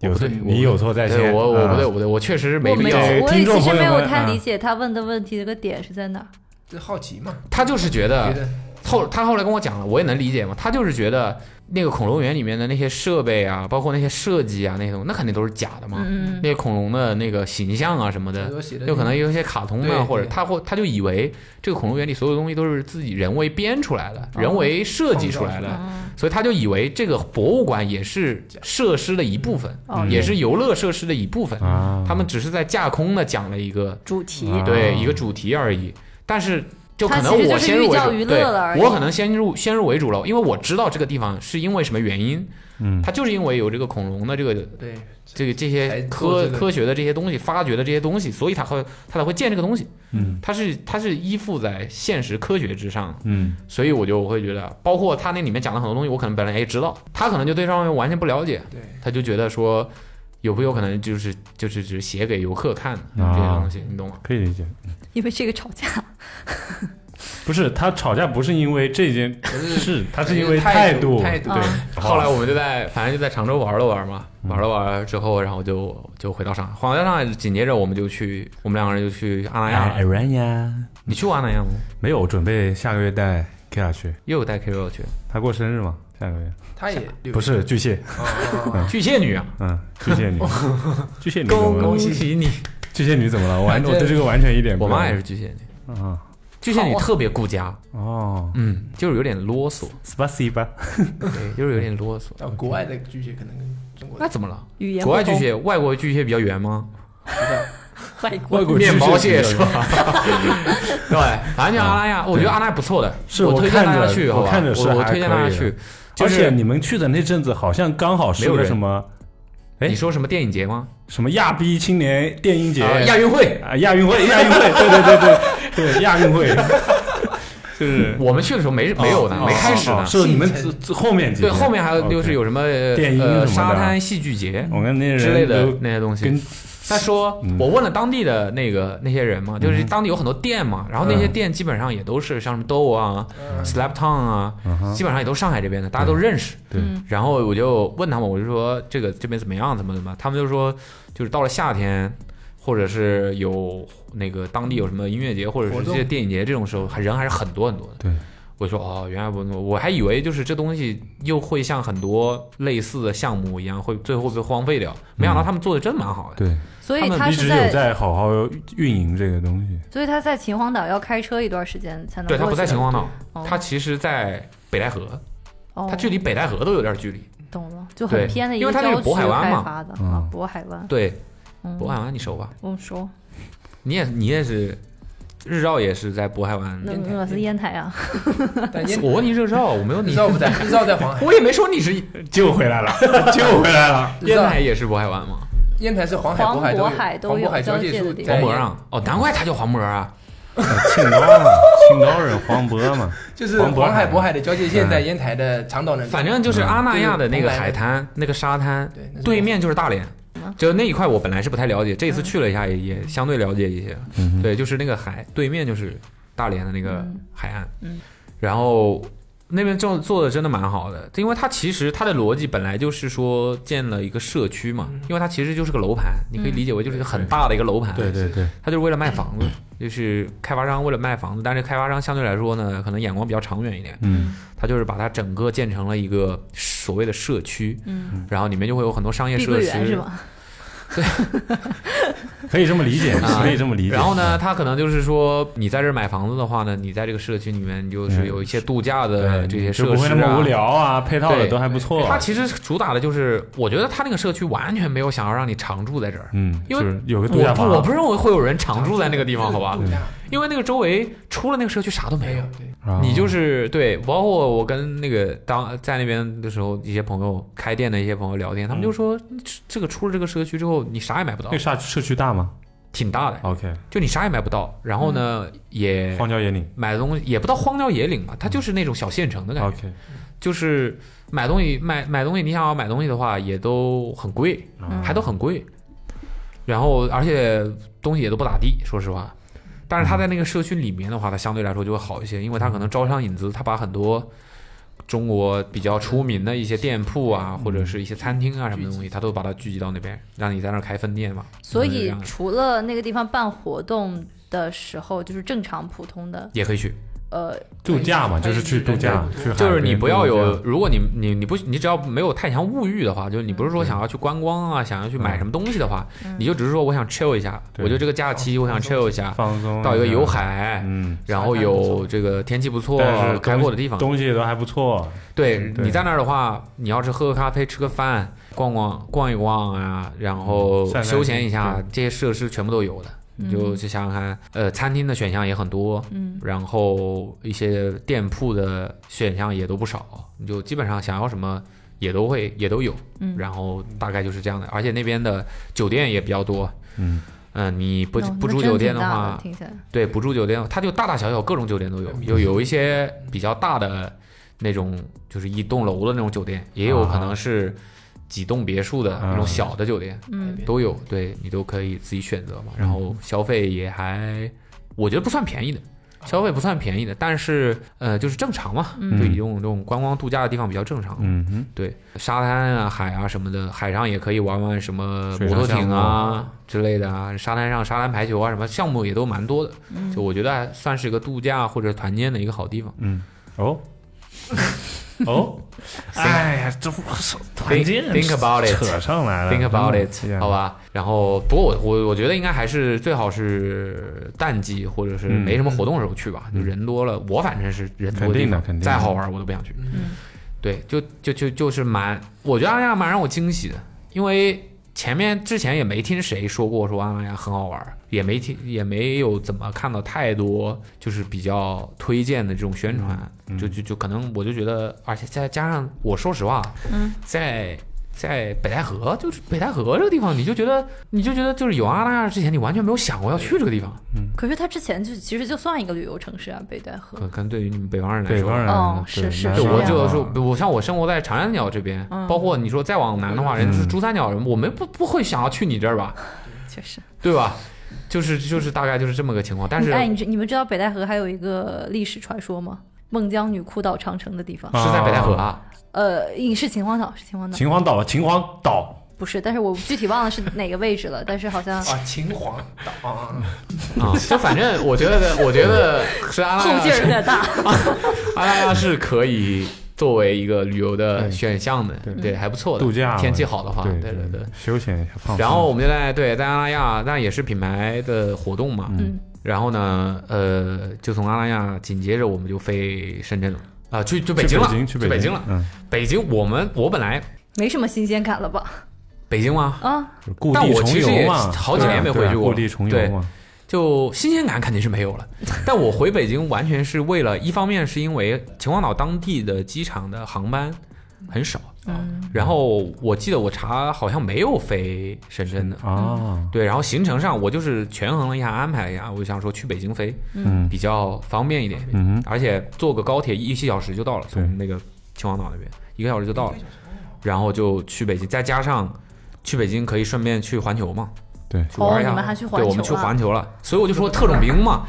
Speaker 2: 有
Speaker 3: 我不对，
Speaker 2: 错
Speaker 3: 我
Speaker 2: 你有错在
Speaker 3: 对
Speaker 2: 先
Speaker 3: 我我不对
Speaker 2: 嗯
Speaker 3: 我不对，我确实没
Speaker 5: 我
Speaker 3: 必
Speaker 5: 没
Speaker 3: 要。
Speaker 5: 有，我
Speaker 2: 听
Speaker 5: 也
Speaker 2: 众
Speaker 5: 其实
Speaker 2: 朋友
Speaker 5: 没有
Speaker 2: 们
Speaker 5: 太
Speaker 2: 嗯
Speaker 5: 理解他问的问题这个点是在哪儿。
Speaker 4: 这好奇嘛，
Speaker 3: 他就是觉
Speaker 4: 觉
Speaker 3: 得
Speaker 4: 得
Speaker 3: 后他后来跟我讲了，我也能理解嘛。他就是觉得那个恐龙园里面的那些设备啊，包括那些设计啊，那些东西，那肯定都是假的嘛。
Speaker 5: 嗯
Speaker 3: 那些恐龙的那个形象啊什么的，
Speaker 4: 有写的
Speaker 3: 有可能有一些卡通
Speaker 4: 对
Speaker 3: 啊，或者
Speaker 4: 对
Speaker 3: 他或他就以为这个恐龙园里所有东西都是自己人为编出来的、
Speaker 5: 哦
Speaker 3: 人为设计出来
Speaker 4: 创
Speaker 3: 的
Speaker 4: 造，
Speaker 5: 嗯，
Speaker 3: 所以他就以为这个博物馆也是设施的一部分，
Speaker 5: 哦，
Speaker 3: 也是游乐设施的一部分。
Speaker 2: 啊
Speaker 3: 他们只是在架空的讲了一个
Speaker 5: 主题，哦
Speaker 2: 啊
Speaker 3: 对一个主题而已，但是。就可
Speaker 5: 它
Speaker 3: 能
Speaker 5: 其实
Speaker 3: 我
Speaker 5: 就是
Speaker 3: 先入
Speaker 5: 寓
Speaker 3: 为
Speaker 5: 教
Speaker 3: 主，
Speaker 5: 于乐
Speaker 3: 对
Speaker 5: 了而，已
Speaker 3: 我可能先入先入为主了，因为我知道这个地方是因为什么原因，
Speaker 2: 嗯
Speaker 3: 它就是因为有这个恐龙的这个
Speaker 4: 对，
Speaker 3: 这个这
Speaker 4: 才
Speaker 3: 些
Speaker 4: 做
Speaker 3: 科
Speaker 4: 这个
Speaker 3: 科学的这些东西，发掘的这些东西，所以它会它才会建这个东西，
Speaker 2: 嗯
Speaker 3: 它是它是依附在现实科学之上的，
Speaker 2: 嗯
Speaker 3: 所以我就会觉得，包括他那里面讲的很多东西，我可能本来也知道，他可能就对这方面完全不了解，
Speaker 4: 对，
Speaker 3: 他就觉得说有没有可能就是就是只写给游客看的这些东西，你懂吗？
Speaker 2: 可以理解。
Speaker 5: 因为这个吵架，
Speaker 2: 不是他吵架不是因为这件
Speaker 4: 可是
Speaker 2: 事，他是因为
Speaker 4: 态
Speaker 2: 度。
Speaker 4: 态度
Speaker 5: 啊
Speaker 3: 后来我们就在，反正就在常州玩了玩嘛，玩了玩之后，然后就就回到上海，回到上海，紧接着我们就去，我们两个人就去阿那亚了。
Speaker 2: 然呀，
Speaker 3: 哎你去过阿那亚吗？
Speaker 2: 没有准备下个月带 Kira 去，
Speaker 3: 又带 Kiro 去，
Speaker 2: 他过生日嘛，下个月
Speaker 4: 他也
Speaker 2: 不是巨蟹，
Speaker 4: 哦哦哦
Speaker 3: 巨蟹女啊，
Speaker 2: 嗯，巨 蟹女，巨蟹女怎么
Speaker 3: 恭恭
Speaker 2: 了？
Speaker 3: 喜你！嗯
Speaker 2: 巨蟹女怎么了？我完，
Speaker 4: 反 正
Speaker 2: 我对这个完全一点不
Speaker 3: 我
Speaker 2: 了解。
Speaker 3: 妈也是巨蟹女，
Speaker 2: 啊，
Speaker 3: 巨蟹女特别顾家，
Speaker 2: 哦
Speaker 3: 嗯，就是有点啰嗦，
Speaker 2: s p a c i 吧，
Speaker 3: 对，就是有点啰嗦。
Speaker 4: 哦，国外的巨蟹可能跟 中国
Speaker 3: 那
Speaker 4: 的
Speaker 3: 怎么了？
Speaker 5: 语言
Speaker 3: 国外
Speaker 5: 不
Speaker 3: 巨
Speaker 5: 通，
Speaker 3: 蟹，外国巨蟹比较圆 吗？
Speaker 5: 外
Speaker 2: 外
Speaker 5: 国
Speaker 2: 国
Speaker 3: 面包
Speaker 2: 巨
Speaker 3: 蟹
Speaker 2: 比
Speaker 3: 是
Speaker 2: 较嗯
Speaker 3: 吧？ 对，反正就阿拉亚，我觉得阿拉亚不错的，
Speaker 2: 是
Speaker 3: 我
Speaker 2: 我
Speaker 3: 推
Speaker 2: 看
Speaker 3: 荐大家
Speaker 2: 着
Speaker 3: 去，
Speaker 2: 我
Speaker 3: 好吧？
Speaker 2: 看着是
Speaker 3: 我
Speaker 2: 还
Speaker 3: 推荐大家
Speaker 2: 可以的
Speaker 3: 去，就
Speaker 2: 而
Speaker 3: 是
Speaker 2: 且你们去的那阵子好像刚好是
Speaker 3: 没有
Speaker 2: 个
Speaker 3: 人
Speaker 2: 什么哎
Speaker 3: 你说什么电影节吗？
Speaker 2: 什么亚逼青年电音节
Speaker 3: 啊亚运会，
Speaker 2: 啊亚运会亚运会，对对对对对亚运 会，就是
Speaker 3: 我们去的时候没没有呢，
Speaker 2: 哦
Speaker 3: 没开始
Speaker 2: 哦
Speaker 3: 呢
Speaker 2: 哦。是你们这这后面几
Speaker 3: 对，
Speaker 2: 天
Speaker 3: 后面还有
Speaker 2: OK
Speaker 3: 就是有什么
Speaker 2: 电音什么
Speaker 3: 呃
Speaker 2: 的
Speaker 3: 沙滩戏剧节
Speaker 2: 我跟那人
Speaker 3: 之类的
Speaker 2: 都
Speaker 3: 那些东西，
Speaker 2: 跟
Speaker 3: 他说
Speaker 2: 嗯，
Speaker 3: 我问了当地的那个那些人嘛，就是
Speaker 2: 嗯
Speaker 3: 当地有很多店嘛，然后那些店基本上也都是像什么 d o 啊、Slap Town 啊，
Speaker 2: 嗯哼
Speaker 3: 基本上也都上海这边的，大家都认识。
Speaker 2: 对
Speaker 5: 嗯
Speaker 3: 然后我就问他们，我就说这个这边怎么样，怎么怎么样，他们就说就是到了夏天，或者是有那个当地有什么音乐节或者
Speaker 4: 活
Speaker 3: 是
Speaker 4: 动
Speaker 3: 这些电影节这种时候，还人还是很多很多的。
Speaker 2: 对，
Speaker 3: 我说哦，原来不，我还以为就是这东西又会像很多类似的项目一样，会最后被荒废掉，没
Speaker 2: 嗯
Speaker 3: 想到他们做的真蛮好的。
Speaker 2: 对，
Speaker 5: 所
Speaker 3: 他
Speaker 5: 以
Speaker 3: 们
Speaker 5: 他
Speaker 2: 一
Speaker 5: 是
Speaker 2: 直有
Speaker 5: 在，
Speaker 2: 在好好运营这个东 西，
Speaker 5: 所以他在秦皇岛要开车一段时间才能
Speaker 3: 对，他
Speaker 5: 过
Speaker 3: 不在
Speaker 5: 去
Speaker 3: 秦皇岛，
Speaker 5: 哦
Speaker 3: 他其实在北戴河，
Speaker 5: 哦，
Speaker 3: 他距离北戴河都有点距离。
Speaker 5: 懂了，就很
Speaker 3: 对
Speaker 5: 偏的一
Speaker 3: 因为它那
Speaker 5: 郊
Speaker 3: 个渤
Speaker 5: 区
Speaker 3: 海湾
Speaker 5: 开
Speaker 3: 嘛
Speaker 5: 发的
Speaker 2: 嗯
Speaker 5: 啊，渤海湾，
Speaker 3: 对，
Speaker 5: 嗯
Speaker 3: 渤海湾你熟吧？
Speaker 5: 我们说，
Speaker 3: 你也你也是，日照也是在渤海湾。哎
Speaker 5: 那
Speaker 4: 烟台
Speaker 5: 我是烟台啊，
Speaker 4: 但烟
Speaker 3: 我问你日照，我没有
Speaker 4: 日
Speaker 3: 你
Speaker 4: 照不在，日照在黄海，
Speaker 3: 我也没说你是
Speaker 2: 救回来了， 救回来了，
Speaker 4: 日
Speaker 3: 烟
Speaker 4: 照
Speaker 3: 台也是渤海湾吗？
Speaker 4: 烟台是黄海、
Speaker 5: 黄
Speaker 4: 渤海都
Speaker 5: 渤海都
Speaker 4: 黄
Speaker 5: 有
Speaker 4: 渤海
Speaker 5: 交界
Speaker 4: 界
Speaker 5: 的
Speaker 4: 处
Speaker 5: 地
Speaker 4: 在
Speaker 5: 方
Speaker 3: 黄
Speaker 5: 哎
Speaker 3: 渤
Speaker 4: 烟
Speaker 3: 啊，哦，难怪他叫黄渤啊，
Speaker 2: 哎庆高嘛， 庆高人黄渤嘛，
Speaker 4: 就是
Speaker 2: 黄渤
Speaker 4: 黄海、
Speaker 2: 海
Speaker 4: 渤海的交界线在烟台的长岛那边。
Speaker 3: 嗯反正就是阿那亚的那个
Speaker 4: 嗯
Speaker 3: 海滩、那个沙滩
Speaker 4: 对那是
Speaker 3: 对面就是大连
Speaker 5: 嗯。
Speaker 3: 就那一块，我本来是不太了解，这次去了一下也，也相对了解一些。
Speaker 2: 嗯哼
Speaker 3: 对，就是那个海对面就是大连的那个
Speaker 5: 嗯
Speaker 3: 海岸，
Speaker 5: 嗯
Speaker 3: 然后那边做做的真的蛮好的，因为它其实它的逻辑本来就是说建了一个社区嘛，
Speaker 5: 嗯
Speaker 3: 因为它其实就是个楼盘，你可以理解为就是一个很大的一个楼盘，
Speaker 2: 对对对，
Speaker 3: 它就是为了卖房子，就是开发商为了卖房子，但是开发商相对来说呢，可能眼光比较长远一点，
Speaker 2: 嗯
Speaker 3: 它就是把它整个建成了一个所谓的社区，
Speaker 5: 嗯，
Speaker 3: 然后里面就会有很多商业
Speaker 5: 碧
Speaker 3: 设
Speaker 5: 桂园
Speaker 3: 施
Speaker 5: 是，吧？
Speaker 2: 嗯可以这么理解，
Speaker 3: 啊
Speaker 2: 可以这么理解。
Speaker 3: 然后呢，他可能就是说，你在这儿买房子的话呢，你在这个社区里面，你就是有一些度假的
Speaker 2: 对
Speaker 3: 呃这些
Speaker 2: 就
Speaker 3: 设
Speaker 2: 不会
Speaker 3: 施
Speaker 2: 那么无
Speaker 3: 啊。
Speaker 2: 聊啊，配套的
Speaker 3: 对
Speaker 2: 都还不错。啊
Speaker 3: 他其实主打的就是，我觉得他那个社区完全没有想要让你常住在这儿。
Speaker 2: 嗯，
Speaker 3: 因为
Speaker 2: 就是有个度假
Speaker 3: 我不
Speaker 2: 房，
Speaker 3: 我不认为会有人常住在那个地方，好吧嗯
Speaker 4: 度？假
Speaker 3: 因为那个周围除了那个社区啥都没
Speaker 4: 没
Speaker 3: 有
Speaker 4: 有。对，
Speaker 2: 啊
Speaker 3: 你就是对，包括我跟那个当在那边的时候，一些朋友开店的一些朋友聊天，他们就说，这个出了这个社区之后，你啥也买不到
Speaker 2: 那个，社社区大吗
Speaker 3: 挺大的，
Speaker 2: ？OK，
Speaker 3: 就你啥也买不到。然后呢，也
Speaker 2: 荒郊野岭。
Speaker 3: 买东西也不到荒郊野岭吧，它就是那种小县城的感觉，
Speaker 2: OK，
Speaker 3: 就是买东西买买东西，你想要买东西的话也都很贵，
Speaker 5: 嗯
Speaker 3: 还都很贵，然后而且东西也都不咋地，说实话。但是它在那个社区里面的话，它相对来说就会好一些，因为它可能招商引资，它把很多中国比较出名的一些店铺啊，或者是一些餐厅啊什么的东西，它都把它聚集到那边，让你在那儿开分店嘛。
Speaker 5: 所
Speaker 3: 就是这
Speaker 5: 以
Speaker 3: 样的
Speaker 5: 除了那个地方办活动的时候，就是正常普通的，
Speaker 3: 也可以去，
Speaker 5: 呃
Speaker 2: 度假嘛，就是去度假，去海
Speaker 3: 就是你
Speaker 2: 边
Speaker 3: 不要
Speaker 2: 度假
Speaker 3: 有，如果你你你不你只要没有太强物欲的话，就是你不是说想要去观光啊，想要去买什么东西的话，你就只是说我想 chill 一下，
Speaker 2: 嗯对
Speaker 3: 我就这个假期我想 chill 一下，
Speaker 2: 放松，
Speaker 3: 到一个有，海，
Speaker 2: 嗯，
Speaker 3: 然后有这个天气不错
Speaker 2: 但是、东
Speaker 3: 开阔的地方。
Speaker 2: 东西都还不错，
Speaker 3: 对，
Speaker 2: 对
Speaker 3: 你在那儿的话，你要是喝个咖啡、吃个饭、逛逛逛一逛啊，然后
Speaker 2: 嗯散散
Speaker 3: 休闲一下
Speaker 2: 心，
Speaker 3: 这些设施全部都有的。
Speaker 5: 嗯
Speaker 3: 你就去想想看，呃，餐厅的选项也很多，嗯，然后一些店铺的选项也都不少，你就基本上想要什么也都会也都有，嗯，
Speaker 5: 哦
Speaker 3: 然后大概就是这样的，而且那边的酒店也比较多，
Speaker 2: 嗯
Speaker 3: 嗯、你不
Speaker 5: 哦那
Speaker 3: 不
Speaker 5: 那
Speaker 3: 住
Speaker 5: 真
Speaker 3: 酒店
Speaker 5: 挺
Speaker 3: 的
Speaker 5: 大的
Speaker 3: 话，
Speaker 5: 听起来
Speaker 3: 对，不住酒店，它就大大小小各种酒店都有，有有一些比较大的那种，就是一栋楼的那种酒店，也有可能是几栋别墅的那种小的酒店，
Speaker 5: 嗯
Speaker 3: 都有，对你都可以自己选择嘛。然后消费也还，我觉得不算便宜的，消费不算便宜的，但是呃，就是正常嘛，
Speaker 5: 嗯
Speaker 3: 对，用这种观光度假的地方比较正常。
Speaker 2: 嗯哼，
Speaker 3: 对，沙滩啊、海啊什么的，海上也可以玩玩什么
Speaker 2: 水
Speaker 3: 摩
Speaker 2: 上
Speaker 3: 托艇
Speaker 2: 项目
Speaker 3: 啊之类的啊，沙滩上沙滩排球啊什么项目也都蛮多的，
Speaker 2: 嗯
Speaker 3: 就我觉得还算是一个度假或者团建的一个好地方。
Speaker 2: 哦，哦，哎呀，这不团建
Speaker 3: Think- think about it
Speaker 2: 扯上来了
Speaker 3: Think about it，、
Speaker 2: 嗯
Speaker 3: 好吧。然后，不过我我我觉得应该还是最好是淡季或者是
Speaker 2: 嗯
Speaker 3: 没什么活动的时候去吧，就人多了。我反正是人多
Speaker 2: 肯定
Speaker 3: 地
Speaker 2: 的
Speaker 3: 方，
Speaker 2: 肯定的
Speaker 3: 再好玩我都不想去。对，就就就就是蛮，我觉得阿那亚蛮让我惊喜的，因为前面之前也没听谁说过说阿那亚很好玩，也没听也没有怎么看到太多就是比较推荐的这种宣传，
Speaker 2: 嗯
Speaker 3: 就就就可能我就觉得，而且再加上我说实话，
Speaker 5: 嗯，
Speaker 3: 在。在北戴河，就是北戴河这个地方，你就觉得，你就觉得，就是有阿那亚之前，你完全没有想过要去这个地方。
Speaker 5: 可是它之前就其实就算一个旅游城市啊，北戴河
Speaker 3: 可。可能对于你们北方人来说，
Speaker 2: 北方人
Speaker 5: 哦
Speaker 2: 对
Speaker 5: 是是
Speaker 2: 南
Speaker 5: 是
Speaker 3: 对，
Speaker 2: 方
Speaker 3: 我
Speaker 5: 这样
Speaker 3: 就是我像我生活在长三角这边，
Speaker 5: 嗯
Speaker 3: 包括你说再往南的话，人
Speaker 2: 嗯
Speaker 3: 就是珠三角人，我们不不会想要去你这儿吧，
Speaker 5: 确实。
Speaker 3: 对吧？就是就是大概就是这么个情况，但是
Speaker 5: 哎，你知你们知道北戴河还有一个历史传说吗？孟姜女哭倒长城的地方，
Speaker 3: 是在北戴河啊，
Speaker 5: 呃，影是秦皇岛，是秦皇岛，
Speaker 2: 秦皇岛，秦皇岛，
Speaker 5: 不是，但是我具体忘了是哪个位置了，但是好 像
Speaker 3: 哦
Speaker 4: 啊，秦皇岛啊，
Speaker 2: 哦
Speaker 3: 啊，就反正我觉得我觉得是阿
Speaker 5: 后
Speaker 3: 拉
Speaker 5: 劲儿有
Speaker 3: 亚，
Speaker 5: 点大。
Speaker 3: 阿拉亚是可以作为一个旅游的
Speaker 2: 对
Speaker 3: 选项的，对，还不错的，
Speaker 2: 度假嘛
Speaker 3: 天气好的话，
Speaker 2: 对
Speaker 3: 对对对。
Speaker 2: 休闲一下，放松
Speaker 3: 然后我们就在对在阿拉亚，那也是品牌的活动嘛。
Speaker 5: 嗯。
Speaker 3: 然后呢，呃，就从阿拉亚紧接着我们就飞深圳了啊、去去北
Speaker 2: 去
Speaker 3: 京了，
Speaker 2: 京，去北
Speaker 3: 京
Speaker 2: 京
Speaker 3: 了。
Speaker 2: 嗯，
Speaker 3: 北京，我们我本来
Speaker 5: 没什么新鲜感了吧？
Speaker 3: 北京吗？
Speaker 5: 啊，
Speaker 2: 就是故
Speaker 3: 但
Speaker 2: 地
Speaker 3: 我
Speaker 2: 重
Speaker 3: 其实
Speaker 2: 游
Speaker 3: 也
Speaker 2: 嘛，
Speaker 3: 好几年没
Speaker 2: 对啊
Speaker 3: 回去过
Speaker 2: 故地重
Speaker 3: 对
Speaker 2: 游嘛，
Speaker 3: 就新鲜感肯定是没有了， 但我回北京完全是为了，一方面是因为秦皇岛当地的机场的航班很少，
Speaker 5: 嗯，
Speaker 3: 然后我记得我查好像没有飞深圳的，
Speaker 2: 啊，
Speaker 3: 对，然后行程上我就是权衡了一下，安排了一下，我就想说去北京飞，
Speaker 2: 嗯
Speaker 3: 比较方便一点，
Speaker 2: 嗯
Speaker 3: 而且坐个高铁一个小时就到了，从那个秦皇岛那边一个小时就到了，
Speaker 5: 哦
Speaker 3: 然后就去北京，再加上去北京可以顺便去环球嘛，
Speaker 2: 对
Speaker 3: 去玩一
Speaker 5: 哦
Speaker 3: 下，
Speaker 5: 你们还去环球啊
Speaker 3: 对，我们去环球了，所以我就说特种兵 嘛，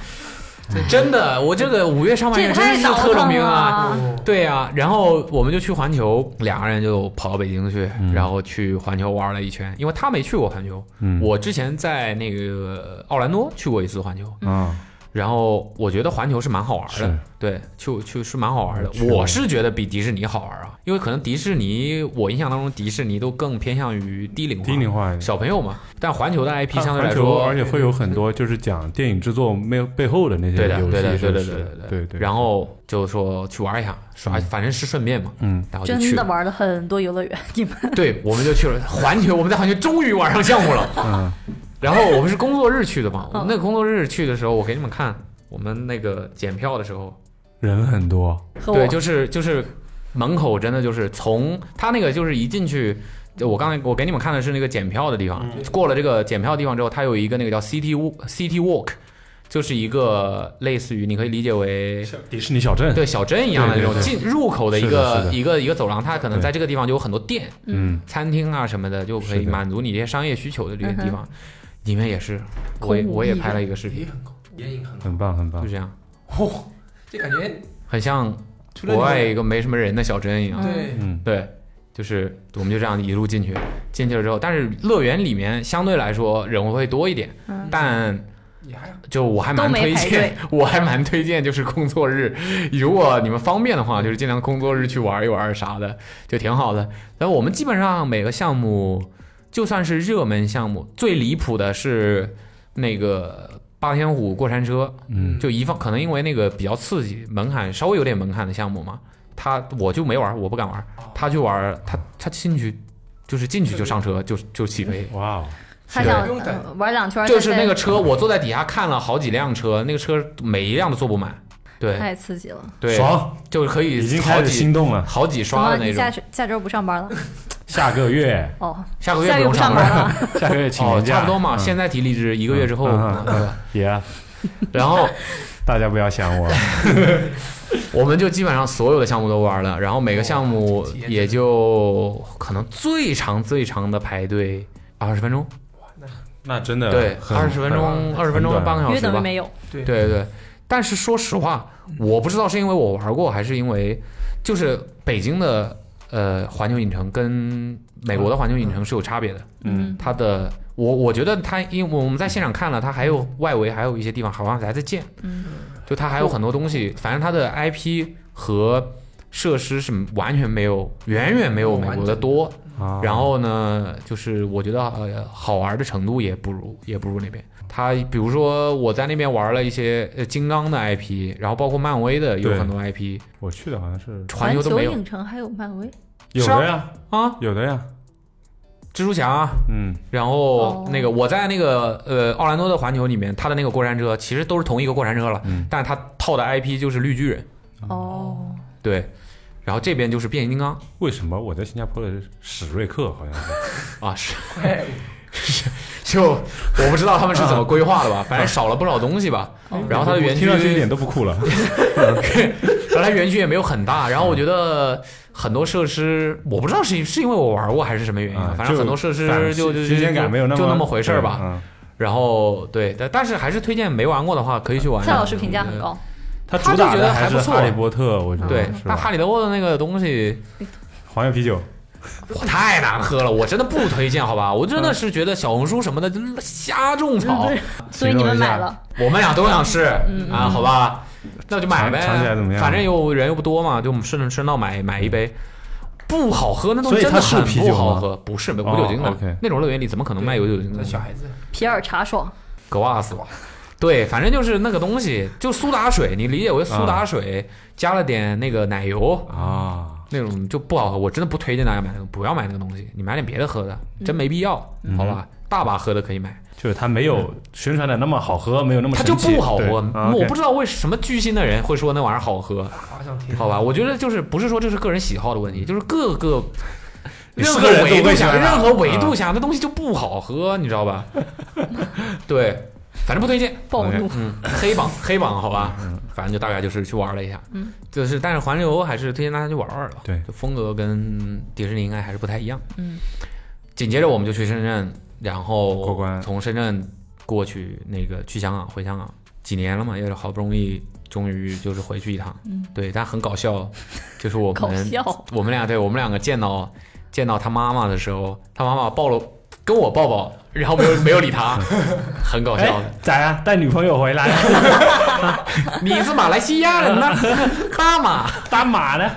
Speaker 3: 真的，我哦这个五月上半
Speaker 5: 这也
Speaker 3: 月真
Speaker 5: 太
Speaker 3: 是
Speaker 5: 倒
Speaker 3: 特种
Speaker 5: 腾
Speaker 3: 兵啊。
Speaker 5: 了。
Speaker 4: 哦
Speaker 3: 对啊，然后我们就去环球，两个人就跑到北京去，然后去环球玩了一圈，因为他没去过环球，
Speaker 2: 嗯
Speaker 3: 我之前在那个奥兰多去过一次环球，
Speaker 2: 啊，
Speaker 3: 然后我觉得环球是蛮好玩的
Speaker 2: 是，
Speaker 3: 对，去去是蛮好玩的
Speaker 2: 去。过
Speaker 3: 我是觉得比迪士尼好玩啊，因为可能迪士尼，我印象当中迪士尼都更偏向于低龄化、
Speaker 2: 低龄化一点。
Speaker 3: 小朋友嘛，但环球的 IP
Speaker 2: 它
Speaker 3: 嗯相对来
Speaker 2: 环球
Speaker 3: 说
Speaker 2: 而且会有很多就是讲电影制作没有背后的那些
Speaker 3: 对的，
Speaker 2: 游
Speaker 3: 对的，
Speaker 2: 戏设
Speaker 3: 对的，
Speaker 2: 施，
Speaker 3: 对的
Speaker 2: 对
Speaker 3: 对的
Speaker 2: 对。
Speaker 3: 然后就说去玩一下，耍，反正是顺便嘛，
Speaker 2: 嗯，
Speaker 3: 然后就去
Speaker 5: 真的
Speaker 3: 了。
Speaker 5: 玩了很多游乐园，你们
Speaker 3: 对，我们就去了环球，我们在环球终于玩上项 目了。
Speaker 2: 嗯，
Speaker 3: 然后我们是工作日去的嘛，
Speaker 5: 哦
Speaker 3: 我们那个工作日去的时候，我给你们看我们那个检票的时候，
Speaker 2: 人很多，
Speaker 5: 和我
Speaker 3: 对，就是就是门口真的就是从他那个就是一进去，就我刚才我给你们看的是那个检票的地方，
Speaker 2: 嗯
Speaker 3: 过了这个检票地方之后，它有一个那个叫 City Walk City Walk，就是一个类似于你可以理 解为。
Speaker 2: 迪士尼小镇，
Speaker 3: 对小镇一样的
Speaker 2: 对
Speaker 3: 那
Speaker 2: 对
Speaker 3: 种
Speaker 2: 对
Speaker 3: 进入口的一
Speaker 2: 是的是
Speaker 3: 个
Speaker 2: 的
Speaker 3: 一个一个走廊，它可能
Speaker 2: 对
Speaker 3: 在这个地方就有很多店、
Speaker 2: 嗯，
Speaker 3: 餐厅啊什么的，就可以
Speaker 2: 是的
Speaker 3: 满足你这些商业需求的这些地方。里面也是，我也
Speaker 5: 空无
Speaker 3: 我也
Speaker 5: 一人
Speaker 3: 拍了一个视频
Speaker 4: 也，很高，眼影
Speaker 3: 嗯
Speaker 4: 很高，
Speaker 2: 很棒很棒
Speaker 3: 就，这样，
Speaker 4: 哦，这感觉
Speaker 3: 很像
Speaker 4: 除了
Speaker 3: 国外一
Speaker 4: 你
Speaker 3: 个没什么人的小镇一样。
Speaker 4: 对
Speaker 2: 嗯，
Speaker 3: 对，就是我们就这样一路进去，进去了之后，但是乐园里面相对来说人会多一点，但
Speaker 4: 也还好
Speaker 3: 就我还
Speaker 5: 嗯
Speaker 3: 蛮
Speaker 5: 都没
Speaker 3: 推
Speaker 5: 排
Speaker 3: 荐，我还蛮推荐，就是工作日，如果你们方便的话，就是尽量工作日去玩一玩啥的，就挺好的。但我们基本上每个项目，就算是热门项目，最离谱的是那个霸天虎过山车，
Speaker 2: 嗯，
Speaker 3: 就一放可能因为那个比较刺激，门槛稍微有点门槛的项目嘛，他我就没玩，我不敢玩，
Speaker 2: 哦
Speaker 3: 他去玩，他他进去就是进去就上车就就起飞，
Speaker 2: 哇哦，
Speaker 5: 他
Speaker 3: 是
Speaker 5: 想
Speaker 4: 不用等
Speaker 5: 呃玩两圈儿，
Speaker 3: 就是
Speaker 5: 再
Speaker 3: 那个车，我坐在底下看了好几辆车，那个车每一辆都坐不满。对
Speaker 5: 太刺激了。
Speaker 3: 对，
Speaker 2: 爽，
Speaker 3: 就是可以
Speaker 2: 已经
Speaker 3: 好
Speaker 2: 开始心
Speaker 3: 几
Speaker 2: 动了。
Speaker 3: 好几
Speaker 5: 怎
Speaker 3: 刷
Speaker 5: 么
Speaker 3: 的那
Speaker 5: 你下
Speaker 3: 种。
Speaker 5: 周下周不上班了？
Speaker 2: 下个 月，
Speaker 5: 哦，
Speaker 3: 下个月
Speaker 5: 下
Speaker 3: 不
Speaker 5: 月
Speaker 3: 用
Speaker 5: 不上
Speaker 3: 班
Speaker 5: 班了，
Speaker 2: 下个月请
Speaker 3: 哦，
Speaker 2: 年假，
Speaker 3: 差不多嘛。
Speaker 2: 嗯
Speaker 3: 现在提离职，一个月之后。
Speaker 2: 嗯嗯
Speaker 3: 对
Speaker 2: 也啊，
Speaker 3: 然后
Speaker 2: 大家不要想我，
Speaker 3: 我们就基本上所有的项目都玩了，然后每个项目也就可能最长最长的排队二十分钟，
Speaker 2: 那真的
Speaker 3: 对，
Speaker 2: 很
Speaker 3: 二十分钟，二十分钟
Speaker 2: 很短
Speaker 3: 半个小
Speaker 5: 约
Speaker 3: 时
Speaker 5: 等于
Speaker 3: 吧。
Speaker 5: 没有。
Speaker 4: 对
Speaker 3: 对对对，但是说实话，我不知道是因为我玩过，还是因为就是北京的呃环球影城跟美国的环球影城是有差别的。
Speaker 5: 嗯，
Speaker 3: 它的我我觉得它，因为我们在现场看了，它还有外围还有一些地方好像还在建，
Speaker 5: 嗯，
Speaker 3: 就它还有很多东西，反正它的 IP 和设施是完全没有，远远没有美国的多。
Speaker 2: 啊
Speaker 3: 然后呢，就是我觉得呃好玩的程度也不如也不如那边。它比如说我在那边玩了一些呃金刚的 IP，然后包括漫威的有
Speaker 2: 对
Speaker 3: 很多 IP，
Speaker 2: 我去的好像是
Speaker 3: 环球都没有
Speaker 5: 影城还有漫威，
Speaker 2: 有
Speaker 3: 是啊
Speaker 2: 的呀，
Speaker 3: 啊。
Speaker 2: 有的呀，
Speaker 3: 蜘蛛侠啊，
Speaker 2: 嗯，
Speaker 3: 然后
Speaker 5: 哦
Speaker 3: 那个我在那个呃奥兰多的环球里面，它的那个过山车其实都是同一个过山车了，
Speaker 2: 嗯
Speaker 3: 但是它套的 IP 就是绿巨人，
Speaker 5: 哦，
Speaker 3: 对，然后这边就是变形金刚
Speaker 2: 为什么我在新加坡的史瑞克好像是？
Speaker 3: 啊，是
Speaker 4: 快
Speaker 3: 就我不知道他们是怎么规划的吧，反正少了不少东西吧，
Speaker 5: 哦
Speaker 3: 然后它的园
Speaker 2: 嗯
Speaker 3: 区
Speaker 2: 听上去一点都不酷 了，
Speaker 3: 本来园区也没有很大，然后我觉得很多设施，我不知道是是因为我玩过还是什么原因
Speaker 2: 啊，
Speaker 3: 啊反正很多设施就就
Speaker 2: 新鲜感没有
Speaker 3: 就
Speaker 2: 么
Speaker 3: 就
Speaker 2: 就
Speaker 3: 那么回事儿吧。。
Speaker 2: 嗯
Speaker 3: 然后对，但但是还是推荐没玩过的话可以去玩。
Speaker 5: 蔡老师评价很高，
Speaker 2: 他
Speaker 3: 他
Speaker 2: 主
Speaker 3: 就
Speaker 2: 打
Speaker 3: 觉
Speaker 2: 的
Speaker 3: 得还
Speaker 2: 还
Speaker 3: 不
Speaker 2: 是
Speaker 3: 错
Speaker 2: 哈利波特，我觉得
Speaker 3: 对，
Speaker 2: 嗯是
Speaker 3: 那
Speaker 2: 吧
Speaker 3: 哈利波特那个东西，
Speaker 2: 黄油啤酒，
Speaker 3: 我太难喝了，我真的不推荐，好吧？我真
Speaker 2: 嗯
Speaker 3: 的是觉得小红书什么的就是瞎种草，
Speaker 5: 所以你们买了，
Speaker 3: 我们俩都想试
Speaker 2: 嗯
Speaker 3: 啊，好吧？那就买呗，
Speaker 2: 尝尝起来怎么样
Speaker 3: 反正又人又不多嘛，就我们顺顺道买买一杯。不好喝，那东
Speaker 2: 所
Speaker 3: 西
Speaker 2: 以
Speaker 3: 真
Speaker 2: 它
Speaker 3: 的
Speaker 2: 是
Speaker 3: 很
Speaker 2: 啤
Speaker 3: 不
Speaker 2: 酒吗
Speaker 3: 好喝，不是无酒精的、
Speaker 2: 哦，OK
Speaker 3: 那种乐园里怎么可能卖有酒嗯精的
Speaker 4: 那
Speaker 3: 东西
Speaker 4: 小？孩子
Speaker 5: 皮尔茶爽，
Speaker 3: 格瓦斯，对，反正就是那个东西，就苏打水，你理解为
Speaker 2: 嗯
Speaker 3: 苏打水、加了点那个奶油
Speaker 2: 啊，
Speaker 3: 那种就不好喝，我真的不推荐大家买那种，不要买那个东西，你买点别的喝的，
Speaker 2: 嗯
Speaker 3: 真没必要，好吧？大把喝的可以买，
Speaker 2: 就是它没有宣传的那么好喝，没有那么
Speaker 3: 它就
Speaker 2: 神奇
Speaker 3: 不好
Speaker 2: 对
Speaker 3: 喝。嗯
Speaker 2: 啊
Speaker 3: 我
Speaker 2: OK
Speaker 3: 不知道为什么居心的人会说那玩意儿好喝，
Speaker 4: 爬上天，
Speaker 3: 好吧？我觉得就是不是说这是个人喜好的问题，就是各个
Speaker 2: 你
Speaker 3: 任
Speaker 2: 是
Speaker 3: 何
Speaker 2: 个人都
Speaker 3: 维度
Speaker 2: 会喜
Speaker 3: 下，
Speaker 2: 欢它嗯
Speaker 3: 任何维度下，那东西就不好喝，你知道吧？对，反正不推荐。
Speaker 5: 暴怒。
Speaker 3: 嗯，黑榜黑榜好吧，反正就大概就是去玩了一下，
Speaker 5: 嗯，
Speaker 3: 就是但是环球还是推荐大家去玩玩吧，
Speaker 2: 对
Speaker 3: 就风格跟迪士尼应该还是不太一样，
Speaker 5: 嗯。
Speaker 3: 紧接着我们就去深圳，然后
Speaker 2: 过关
Speaker 3: 从深圳过去那个去香港回香港，几年了嘛，也是好不容易终于就是回去一趟，
Speaker 5: 嗯，
Speaker 3: 对，但很搞笑， 就是我
Speaker 5: 搞
Speaker 3: 们
Speaker 5: 笑，
Speaker 3: 我们俩对我们两个见到见到他妈妈的时候，他妈妈抱了跟我抱抱，然后没有没有理他， 很搞笑。
Speaker 2: 哎咋呀？带女朋友回来，
Speaker 3: 你是马来西亚人 呐，大马，
Speaker 2: 打马呢？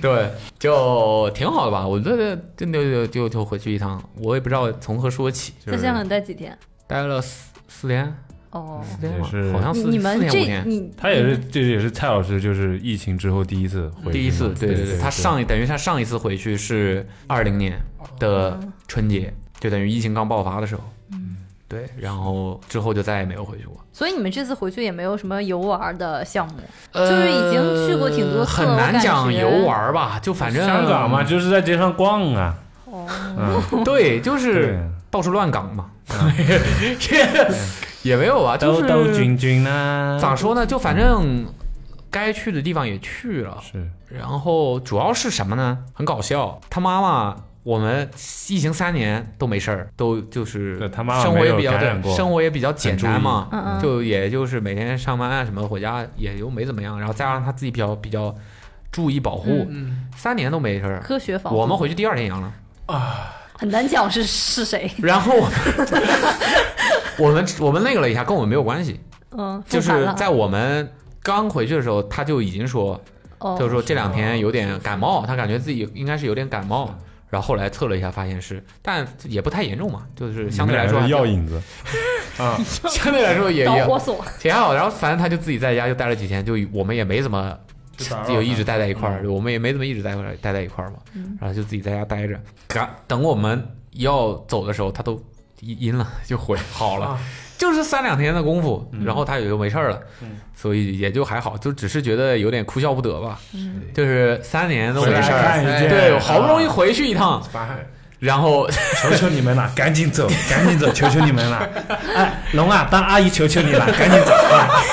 Speaker 3: 对，就挺好的吧？我这这就就就就回去一趟，我也不知道从何说起，就
Speaker 5: 在
Speaker 3: 是
Speaker 5: 香港待几天？
Speaker 3: 待了四四天，
Speaker 5: 哦，
Speaker 3: 四天吧
Speaker 2: 也是
Speaker 3: 好像
Speaker 5: 你
Speaker 3: 四
Speaker 5: 你们
Speaker 3: 四天五
Speaker 5: 这
Speaker 3: 天，
Speaker 5: 你嗯
Speaker 2: 他也是，这也是蔡老师，就是疫情之后第一次回去嘛，
Speaker 3: 第一次，对
Speaker 2: 对
Speaker 3: 对，他上一等于他上一次回去是二零年的春节，就等于疫情刚爆发的时候，
Speaker 5: 嗯
Speaker 3: 对，然后之后就再也没有回去过。
Speaker 5: 所以你们这次回去也没有什么游玩的项目，
Speaker 3: 呃
Speaker 5: 就是已经去过挺多次
Speaker 3: 很
Speaker 5: 了我
Speaker 3: 难
Speaker 5: 感
Speaker 3: 讲
Speaker 5: 觉
Speaker 3: 游玩吧，就反正
Speaker 2: 香港嘛，，就是在街上逛啊，
Speaker 5: 哦，
Speaker 2: 嗯，
Speaker 3: 对，就是
Speaker 2: 对，
Speaker 3: 到处乱港 嘛，也没有吧，就
Speaker 2: 兜
Speaker 3: 是
Speaker 2: 兜啊君君啦，
Speaker 3: 咋说呢？就反正该去的地方也去了，
Speaker 2: 是
Speaker 3: 然后主要是什么呢？很搞笑，他妈妈。我们疫情三年都没事儿，都就是
Speaker 2: 对他妈妈
Speaker 3: 生活
Speaker 2: 没
Speaker 3: 也
Speaker 2: 有
Speaker 3: 比较
Speaker 2: 感染过
Speaker 3: 生活也比较简单嘛，
Speaker 5: 嗯嗯，
Speaker 3: 就也就是每天上班啊什么，回家也就没怎么样，然后再加上他自己比较比较注意保护，
Speaker 4: 嗯
Speaker 3: 三年都没事儿。
Speaker 5: 科学房，
Speaker 3: 我们回去第二天阳了，
Speaker 4: 啊，
Speaker 5: 很难讲是是谁，
Speaker 3: 然后我 我们我们那个了一下，跟我们没有关系。
Speaker 5: 嗯，
Speaker 3: 就
Speaker 5: 复盘
Speaker 3: 是
Speaker 5: 了
Speaker 3: 在我们刚回去的时候，他就已经说，
Speaker 5: 哦，
Speaker 3: 就是说这两天有点感冒，他感觉自己应该是有点感冒。然后后来测了一下，发现是，但也不太严重嘛，就是相对来说还
Speaker 2: 药引子，
Speaker 3: 相对来说也
Speaker 5: 导
Speaker 3: 也
Speaker 5: 火索，
Speaker 3: 挺好。然后反正他就自己在家就待了几天，就我们也没怎么就一直待在一块儿，
Speaker 2: 嗯
Speaker 3: 我们也没怎么一直待在待在一块儿嘛。然后就自己在家待着，赶等我们要走的时候，他都阴阴了，就回好了。
Speaker 4: 啊
Speaker 3: 就是三两天的功夫，
Speaker 2: 嗯
Speaker 3: 然后他也就没事儿了，所以也就还好，就只是觉得有点哭笑不得吧。
Speaker 5: 嗯
Speaker 3: 就是三年都
Speaker 2: 回
Speaker 3: 没
Speaker 2: 来
Speaker 3: 事儿，
Speaker 2: 看啊
Speaker 4: 一见
Speaker 3: 对，好不容易回去一趟，
Speaker 4: 反而
Speaker 3: 然后
Speaker 2: 求求你们了，赶紧走，赶紧走，求求你们了！哎，龙啊，当阿姨求求你了，赶紧走啊！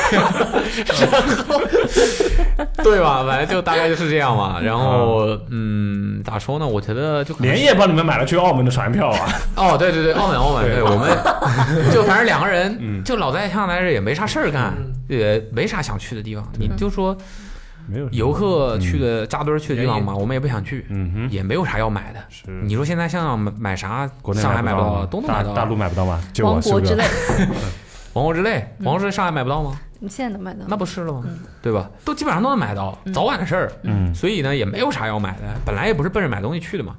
Speaker 3: 对吧？反正就大概就是这样嘛。然
Speaker 2: 啊
Speaker 3: 后，嗯，咋说呢？我觉得就可能
Speaker 2: 连夜帮你们买了去澳门的船票啊！
Speaker 3: 哦，对对对，澳门澳门，
Speaker 2: 对
Speaker 3: 对我们 就反正两个人
Speaker 2: 嗯
Speaker 3: 就老在香港待着，也没啥事儿干，也没啥想去的地方。你就说
Speaker 2: 没有
Speaker 3: 游，客去的扎堆儿去的地方嘛，我们也不想去，
Speaker 2: 嗯哼，
Speaker 3: 也没有啥要买的。
Speaker 2: 是
Speaker 3: 你说现在香港买买啥？
Speaker 2: 国内
Speaker 3: 上海买不
Speaker 2: 到
Speaker 3: 到
Speaker 2: 吗，，
Speaker 3: 东东
Speaker 2: 大
Speaker 3: 买不到，啊
Speaker 2: 大陆买不到吗？就
Speaker 5: 王
Speaker 2: 我
Speaker 5: 国之类，，
Speaker 3: 王国之泪，
Speaker 2: 嗯
Speaker 3: 王国之泪上海买不到吗？
Speaker 5: 你现在能买到吗？
Speaker 3: 那不是了吗？对吧？都基本上都能买到，早晚的事儿。
Speaker 2: 嗯
Speaker 3: 所以呢，也没有啥要买的，本来也不是奔着买东西去的嘛，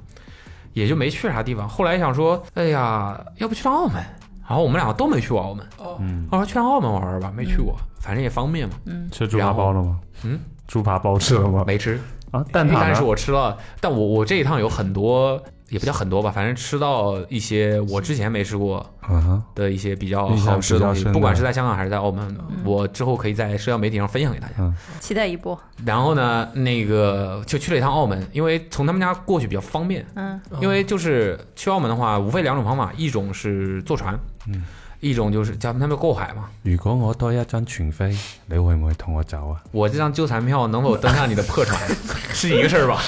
Speaker 3: 也就没去啥地方。后来想说，哎呀，要不去趟澳门？然后我们两个都没去过澳门，
Speaker 2: 嗯
Speaker 3: 我，说去趟澳门玩玩吧，没去过，反正也方便嘛，
Speaker 2: 吃猪扒包了吗？
Speaker 3: 嗯，
Speaker 2: 猪扒包吃了吗？
Speaker 3: 没吃。
Speaker 2: 啊，蛋挞
Speaker 3: 但是
Speaker 2: 呢？
Speaker 3: 我吃了，但我我这一趟有很多，也不叫很多吧，反正吃到一些我之前没吃过
Speaker 2: 嗯哼，
Speaker 3: 的一些比较
Speaker 2: 印象
Speaker 3: 好吃的东
Speaker 2: 比较
Speaker 3: 西，
Speaker 2: 深的
Speaker 3: 不管是在香港还是在澳门，我之后可以在社交媒体上分享给大家。
Speaker 5: 期待一波，
Speaker 3: 然后呢，那个就去了一趟澳门，因为从他们家过去比较方便，
Speaker 5: 嗯，
Speaker 3: 因为就是去澳门的话，无非两种方法，一种是坐船，
Speaker 2: 嗯，
Speaker 3: 一种就是叫他们过海嘛。
Speaker 2: 如果我多一张船飞，你会唔会同我走啊？
Speaker 3: 我这张纠缠票能否登上你的破船， 是一个事儿吧？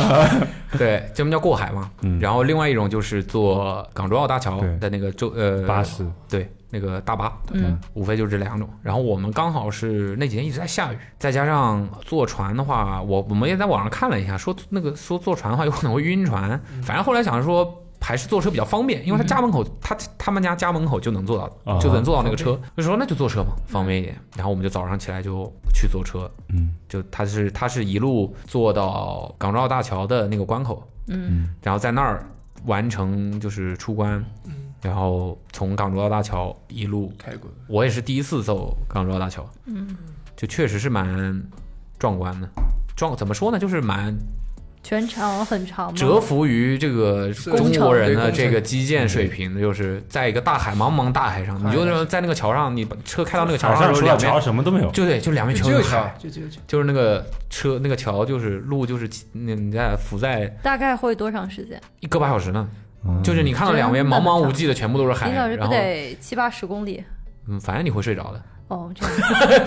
Speaker 3: 对，这么叫过海嘛。
Speaker 2: 嗯
Speaker 3: 然后另外一种就是坐港珠澳大桥
Speaker 2: 对
Speaker 3: 的那个舟呃
Speaker 2: 巴，士，
Speaker 3: 对，那个大巴，
Speaker 5: 嗯，
Speaker 3: 无非就是这两种。然后我们刚好是那几天一直在下雨，再加上坐船的话，我我们也在网上看了一下，说那个说坐船的话有可能会晕船，反正后来想着说。还是坐车比较方便，因为他家门口，他他们家家门口就能坐到，
Speaker 2: 啊
Speaker 3: 就能坐到那个车。就说那就坐车嘛，方便一点。然后我们就早上起来就去坐车，
Speaker 2: 嗯，
Speaker 3: 就他是他是一路坐到港珠澳大桥的那个关口，
Speaker 5: 嗯，
Speaker 3: 然后在那儿完成就是出关，然后从港珠澳大桥一路，
Speaker 4: 开过，
Speaker 3: 我也是第一次走港珠澳大桥，嗯，就确实是蛮壮观的。壮怎么说呢？就是蛮
Speaker 5: 全长很长吗？
Speaker 3: 折服于这个
Speaker 4: 是
Speaker 3: 中国人的
Speaker 4: 工程
Speaker 3: 这个基建水平，就是在一个大海茫茫大海上，你就是在那个桥上，你把车开到那个桥
Speaker 2: 桥
Speaker 3: 上
Speaker 2: 上
Speaker 3: 的时
Speaker 2: 除
Speaker 3: 候，
Speaker 2: 了
Speaker 3: 两
Speaker 2: 桥
Speaker 3: 边
Speaker 2: 什么都没有。
Speaker 3: 就对，就两边
Speaker 4: 就
Speaker 3: 全
Speaker 4: 只
Speaker 3: 是
Speaker 4: 有
Speaker 3: 海
Speaker 4: 桥，，就只有桥，
Speaker 3: 就是那个车那个桥，就是路就是那你在浮在
Speaker 5: 大概会多长时间？
Speaker 3: 一个把小时呢，
Speaker 2: 嗯
Speaker 3: 就是你看到两边
Speaker 5: 真的
Speaker 3: 茫
Speaker 5: 很
Speaker 3: 茫无际的全部都是
Speaker 5: 一
Speaker 3: 海
Speaker 5: 个小，时
Speaker 3: 然
Speaker 5: 不
Speaker 3: 后
Speaker 5: 得七八十公里？
Speaker 3: 嗯，反正你会睡着的，
Speaker 5: 哦，这 样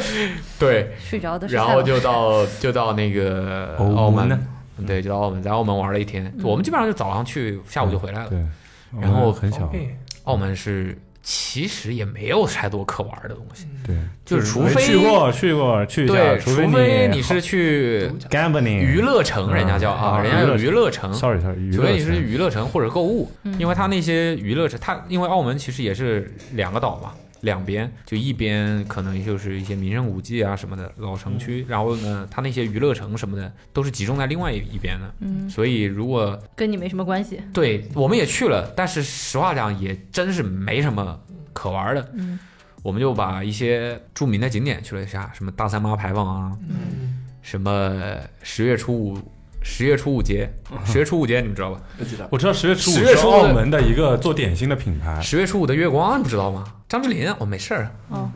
Speaker 3: 对，
Speaker 5: 睡着的时
Speaker 3: 然
Speaker 5: 候，
Speaker 3: 后就到就到那个
Speaker 2: 澳门
Speaker 3: 澳门
Speaker 2: 呢，嗯
Speaker 3: 对，就到澳门，在澳门玩了一天，我们基本上就早上去，下午就回来了。
Speaker 2: 嗯对，
Speaker 3: 然后
Speaker 2: 我们很小，
Speaker 4: OK，
Speaker 3: 澳门是其实也没有太多可玩的东西，
Speaker 2: 对，
Speaker 3: 就是除
Speaker 2: 没
Speaker 3: 非
Speaker 2: 去过去过去一下，
Speaker 3: 对，除非你是去
Speaker 4: 独角
Speaker 2: gambling
Speaker 3: 娱乐城，人家叫啊，
Speaker 2: 啊
Speaker 3: 人家有
Speaker 2: 娱
Speaker 3: 娱乐城，
Speaker 2: ，sorry sorry，娱
Speaker 3: 除
Speaker 2: 乐
Speaker 3: 非你是
Speaker 2: 城
Speaker 3: 娱乐城或者购物，
Speaker 5: 嗯
Speaker 3: 因为它那些娱乐城，它因为澳门其实也是两个岛嘛，两边就一边可能就是一些名胜古迹啊什么的老城
Speaker 5: 嗯
Speaker 3: 区，然后呢，它那些娱乐城什么的都是集中在另外一一边的，
Speaker 5: 嗯，
Speaker 3: 所以如果
Speaker 5: 跟你没什么关系。
Speaker 3: 对我们也去了，但是实话讲也真是没什么可玩的，
Speaker 5: 嗯
Speaker 3: 我们就把一些著名的景点去了一下，什么大三妈牌坊啊，
Speaker 4: 嗯，
Speaker 3: 什么十月初五。十月初 五节，十月初五节你们知道吧？
Speaker 4: 不知道，
Speaker 2: 我知道十月初
Speaker 3: 10
Speaker 2: 五
Speaker 3: 月
Speaker 2: 是
Speaker 3: 初五
Speaker 2: 澳门的一个做点心的品牌，
Speaker 3: 哎十月初五的月光，你不知道吗？张智霖，哦，没事儿，
Speaker 5: 哦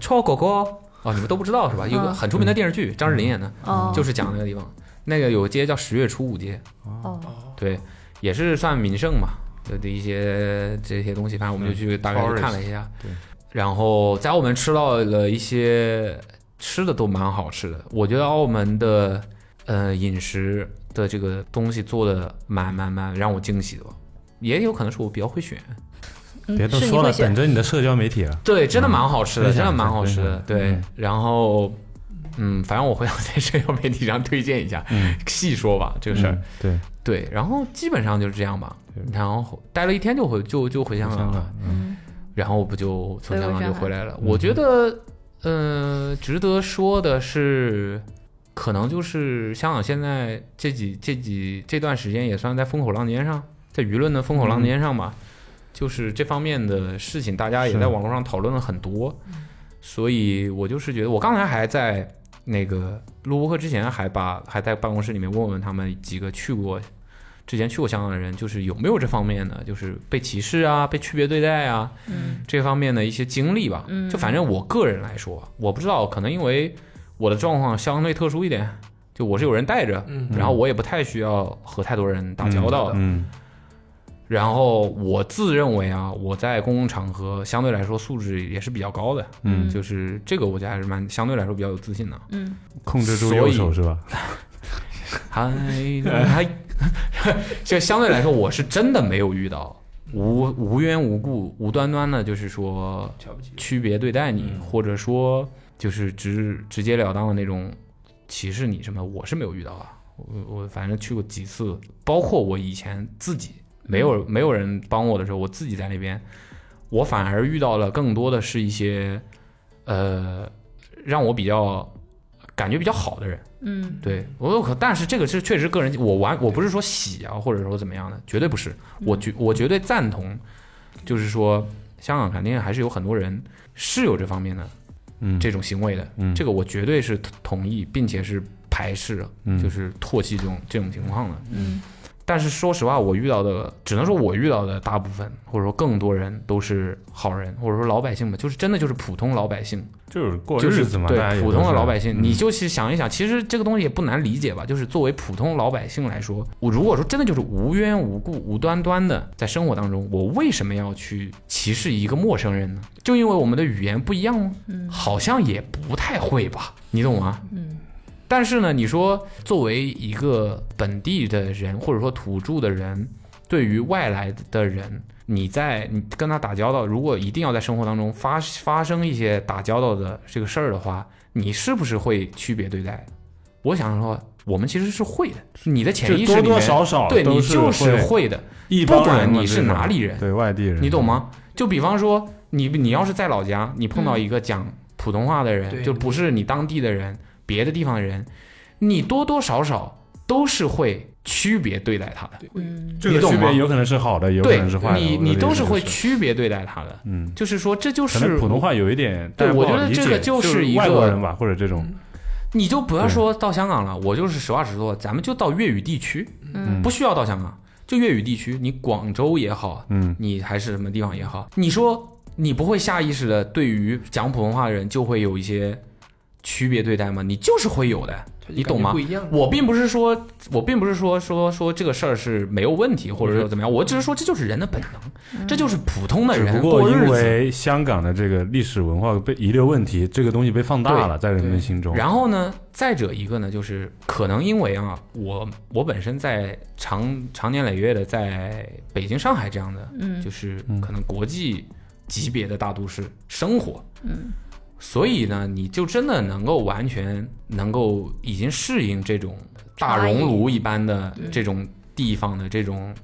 Speaker 3: 超狗狗，哦，你们都不知道是吧？有个
Speaker 5: 嗯
Speaker 3: 很出名的电视剧，张智霖演的，
Speaker 5: 哦，
Speaker 3: 嗯就是是讲那个地方，那个有个街叫十月初五街，
Speaker 5: 哦，
Speaker 3: 对，也是算名胜嘛，就的一些这些东西，反正我们就去大概去看了一下，
Speaker 2: 对，
Speaker 3: 然后在澳门吃到了一些吃的都蛮好吃的，我觉得澳门的呃饮食的这个东西做的蛮蛮蛮让我惊喜的吧，也有可能是我比较会选，
Speaker 5: 嗯
Speaker 2: 别都
Speaker 5: 是你
Speaker 2: 说
Speaker 5: 会
Speaker 2: 了，
Speaker 5: 选
Speaker 2: 等着你的社交媒体了。
Speaker 3: 对，真的蛮好吃的，
Speaker 2: 分享
Speaker 3: 真的
Speaker 2: 一下
Speaker 3: 蛮好吃的。
Speaker 2: 嗯分享一
Speaker 3: 对
Speaker 2: 下嗯，
Speaker 3: 然后，嗯，反正我回头在社交媒体上推荐一下，
Speaker 2: 嗯
Speaker 3: 细说吧这个事儿。
Speaker 2: 嗯，对，
Speaker 3: 对，然后基本上就是这样吧。然后待了一天就回就就回香港啊
Speaker 2: 香
Speaker 3: 了
Speaker 2: 港。
Speaker 5: 嗯
Speaker 3: 然后不就从
Speaker 5: 回
Speaker 3: 香港
Speaker 5: 上
Speaker 3: 就
Speaker 5: 海
Speaker 3: 回来了。我觉得，嗯，值得说的是，可能就是香港现在这几这几这段时间也算在风口浪尖上，在舆论的风口浪尖上吧，就是这方面的事情，大家也
Speaker 2: 是
Speaker 3: 在网络上讨论了很多。
Speaker 5: 嗯
Speaker 3: 所以我就是觉得，我刚才还在那个录播课之前，还把还在办公室里面问问他们几个去过。之前去过香港的人，就是有没有这方面的，就是被歧视啊、被区别对待啊，
Speaker 5: 嗯
Speaker 3: 这方面的一些经历吧。
Speaker 5: 嗯
Speaker 3: 就反正我个人来说，我不知道，可能因为我的状况相对特殊一点，就我是有人带着，
Speaker 4: 嗯
Speaker 3: 然后我也不太需要和太多人打交道。
Speaker 2: 嗯
Speaker 3: 然后我自认为啊，我在公共场合相对来说素质也是比较高的，
Speaker 2: 嗯，
Speaker 3: 就是这个我觉得还是蛮相对来说比较有自信的。
Speaker 5: 嗯，
Speaker 2: 控制住右手是吧？
Speaker 3: 还还， 就相对来说，我是真的没有遇到无无缘无故、无端端的，就是说
Speaker 4: 瞧不起
Speaker 3: 区别对待你，或者说就是直直截了当的那种歧视你什么，我是没有遇到啊。我我反正去过几次，包括我以前自己没有没有人帮我的时候，我自己在那边，我反而遇到了更多的是一些呃让我比较感觉比较好的人。
Speaker 5: 嗯
Speaker 3: 对我可，但是这个是确实个人，我完我不是说喜啊，或者说怎么样的，绝对不是，
Speaker 2: 嗯
Speaker 3: 我绝我绝对赞同，就是说香港肯定还是有很多人是有这方面的
Speaker 2: 嗯，
Speaker 3: 这种行为的，
Speaker 2: 嗯
Speaker 3: 这个我绝对是同意，并且是排斥，
Speaker 2: 嗯
Speaker 3: 就是唾弃这种这种情况的。
Speaker 5: 嗯
Speaker 3: 但是说实话，我遇到的只能说我遇到的大部分，或者说更多人都是好人，或者说老百姓吧，就是真的就是普通老百姓，
Speaker 2: 就是过
Speaker 3: 就是
Speaker 2: 日子嘛，大家
Speaker 3: 对
Speaker 2: 也
Speaker 3: 普
Speaker 2: 都
Speaker 3: 通的
Speaker 2: 是
Speaker 3: 老百姓，
Speaker 2: 嗯
Speaker 3: 你就是想一想，其实这个东西也不难理解吧。就是作为普通老百姓来说，我如果说真的就是无缘无故、无端端的在生活当中，我为什么要去歧视一个陌生人呢？就因为我们的语言不一样吗？
Speaker 5: 嗯
Speaker 3: 好像也不太会吧，你懂吗？
Speaker 5: 嗯。
Speaker 3: 但是呢，你说作为一个本地的人，或者说土著的人，对于外来的人，你在你跟他打交道，如果一定要在生活当中发发生一些打交道的这个事儿的话，你是不是会区别对待？我想说，我们其实是会的，你的潜意
Speaker 2: 就
Speaker 3: 识
Speaker 2: 多
Speaker 3: 里面，
Speaker 2: 多少少
Speaker 3: 对
Speaker 2: 都
Speaker 3: 你就是
Speaker 2: 会
Speaker 3: 会的，
Speaker 2: 一
Speaker 3: 不
Speaker 2: 帮
Speaker 3: 管
Speaker 2: 人嘛
Speaker 3: 你是
Speaker 2: 这种
Speaker 3: 哪里人
Speaker 2: 对外地人，
Speaker 3: 你懂？吗？就比方说，你你要是在老家，你碰到一个讲普通话的人，
Speaker 4: 对
Speaker 3: 就不是你当地的人，别的地方的人，你多多少少都是会区别对待他的。
Speaker 4: 对，
Speaker 5: 嗯
Speaker 2: 这个
Speaker 3: 你懂
Speaker 2: 区
Speaker 3: 吗
Speaker 2: 别有可能是好的，有可
Speaker 3: 对
Speaker 2: 能是坏的，
Speaker 3: 你
Speaker 2: 我的
Speaker 3: 你
Speaker 2: 理
Speaker 3: 都
Speaker 2: 解
Speaker 3: 是会
Speaker 2: 是
Speaker 3: 区别对待他的。
Speaker 2: 嗯，
Speaker 3: 就是说，这就
Speaker 2: 可
Speaker 3: 是
Speaker 2: 能普通，话有一点，
Speaker 3: 对
Speaker 2: 但是
Speaker 3: 我
Speaker 2: 不好
Speaker 3: 觉得
Speaker 2: 理
Speaker 3: 这
Speaker 2: 解
Speaker 3: 个就
Speaker 2: 就是
Speaker 3: 一
Speaker 2: 外
Speaker 3: 个
Speaker 2: 国人吧，或者这种，
Speaker 3: 你就不要
Speaker 2: 对
Speaker 3: 说到香港了，我就是实话实说，咱们就到粤语地区，
Speaker 5: 嗯
Speaker 3: 不需要到香港，就粤语地区，你广州也好，
Speaker 2: 嗯
Speaker 3: 你还是什么地方也好，你说你不会下意识的对于讲普通话的人就会有一些区别对待吗？你就是会有的，你懂吗
Speaker 4: 不？一样，
Speaker 3: 我并不是说，我并不是说说说这个事儿是没有问题，或者
Speaker 2: 嗯
Speaker 3: 说怎么样，我只是说这就是人的本能，这就是普通的
Speaker 2: 只
Speaker 3: 人
Speaker 2: 不过
Speaker 3: 过
Speaker 2: 因
Speaker 3: 日子。
Speaker 2: 为香港的这个历史文化被遗留问题，这个东西被放大
Speaker 3: 对
Speaker 2: 了，在人们心中。
Speaker 3: 然后呢，再者一个呢，就是可能因为啊，我我本身在长长年累月的在北京、上海这样的
Speaker 5: 嗯
Speaker 3: 就是
Speaker 2: 嗯
Speaker 3: 可能国际级别的大都市生活，
Speaker 5: 嗯，
Speaker 3: 所以呢，你就真的能够完全能够已经适应这种大
Speaker 5: 差异
Speaker 3: 熔炉一般的
Speaker 5: 对
Speaker 3: 这种地方的这种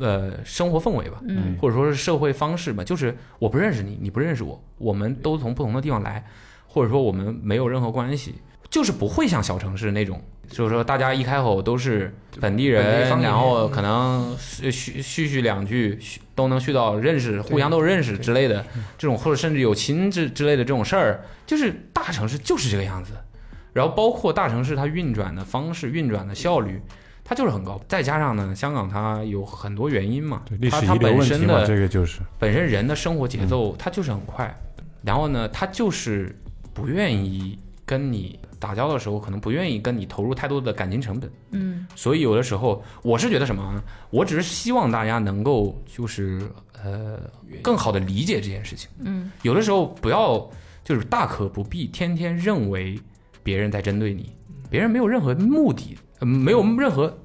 Speaker 3: 呃生活氛围吧，
Speaker 5: 嗯
Speaker 3: 或者说是社会方式吧，就是我不认识你，你不认识我，我们都从不同的地方来，或者说我们没有任何关系，就是不会像小城市那种，就是说大家一开口都是本地
Speaker 4: 本
Speaker 3: 人
Speaker 4: 地，方言
Speaker 3: 然后可能絮絮絮絮两句，絮都能絮到认识，互相都认识之类的
Speaker 4: 嗯
Speaker 3: 这种，或者甚至有亲之之类的这种事儿，就是大城市就是这个样子。然后包括大城市它运转的方式、运转的效率，它就是很高。再加上呢，香港它有很多原因嘛
Speaker 2: 对，历
Speaker 3: 它
Speaker 2: 史
Speaker 3: 它
Speaker 2: 遗留
Speaker 3: 本
Speaker 2: 问题
Speaker 3: 身
Speaker 2: 嘛，
Speaker 3: 的啊
Speaker 2: 这个就是
Speaker 3: 本身人的生活节奏它就是很快，然后呢，他就是不愿意跟你打交道的时候，可能不愿意跟你投入太多的感情成本，
Speaker 5: 嗯
Speaker 3: 所以有的时候我是觉得什么啊，我只是希望大家能够就是呃更好的理解这件事情，
Speaker 5: 嗯，
Speaker 3: 有的时候不要就是大可不必天天认为别人在针对你，别人没有任何目的，呃没有任何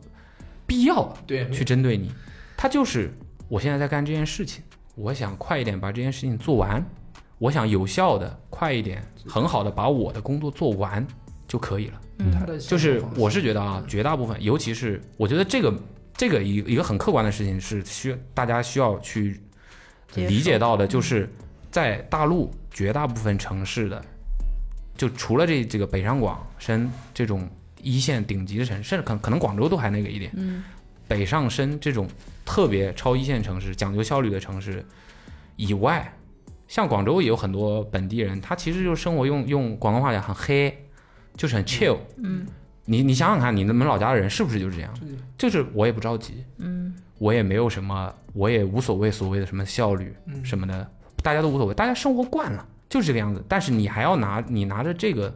Speaker 3: 必要
Speaker 4: 对，
Speaker 3: 去针对你，他就是我现在在干这件事情，我想快一点把这件事情做完，我想有效的、快一点、很好的把我的工作做完就可以了。
Speaker 4: 他的
Speaker 3: 就是我
Speaker 4: 是
Speaker 3: 是觉得啊，绝大部分，尤其是我觉得这个这个一一个很客观的事情是需大家需要去
Speaker 5: 接受
Speaker 3: 理解到的就是在大陆绝大部分城市的，就除了这这个北上广深这种一线顶级的城市，甚至可可能广州都还那个一点，
Speaker 5: 嗯
Speaker 3: 北上深这种特别超一线城市、讲究效率的城市以外，像广州也有很多本地人，他其实就是生活用用广东话讲很黑，就是很 chill。
Speaker 5: 嗯
Speaker 3: 你你想想看，你们老家的人是不是就这样？就是我也不着急，
Speaker 5: 嗯
Speaker 3: 我也没有什么，我也无所谓所谓的什么效率
Speaker 4: 嗯
Speaker 3: 什么的，大家都无所谓，大家生活惯了就是这个样子。但是你还要拿你拿着这个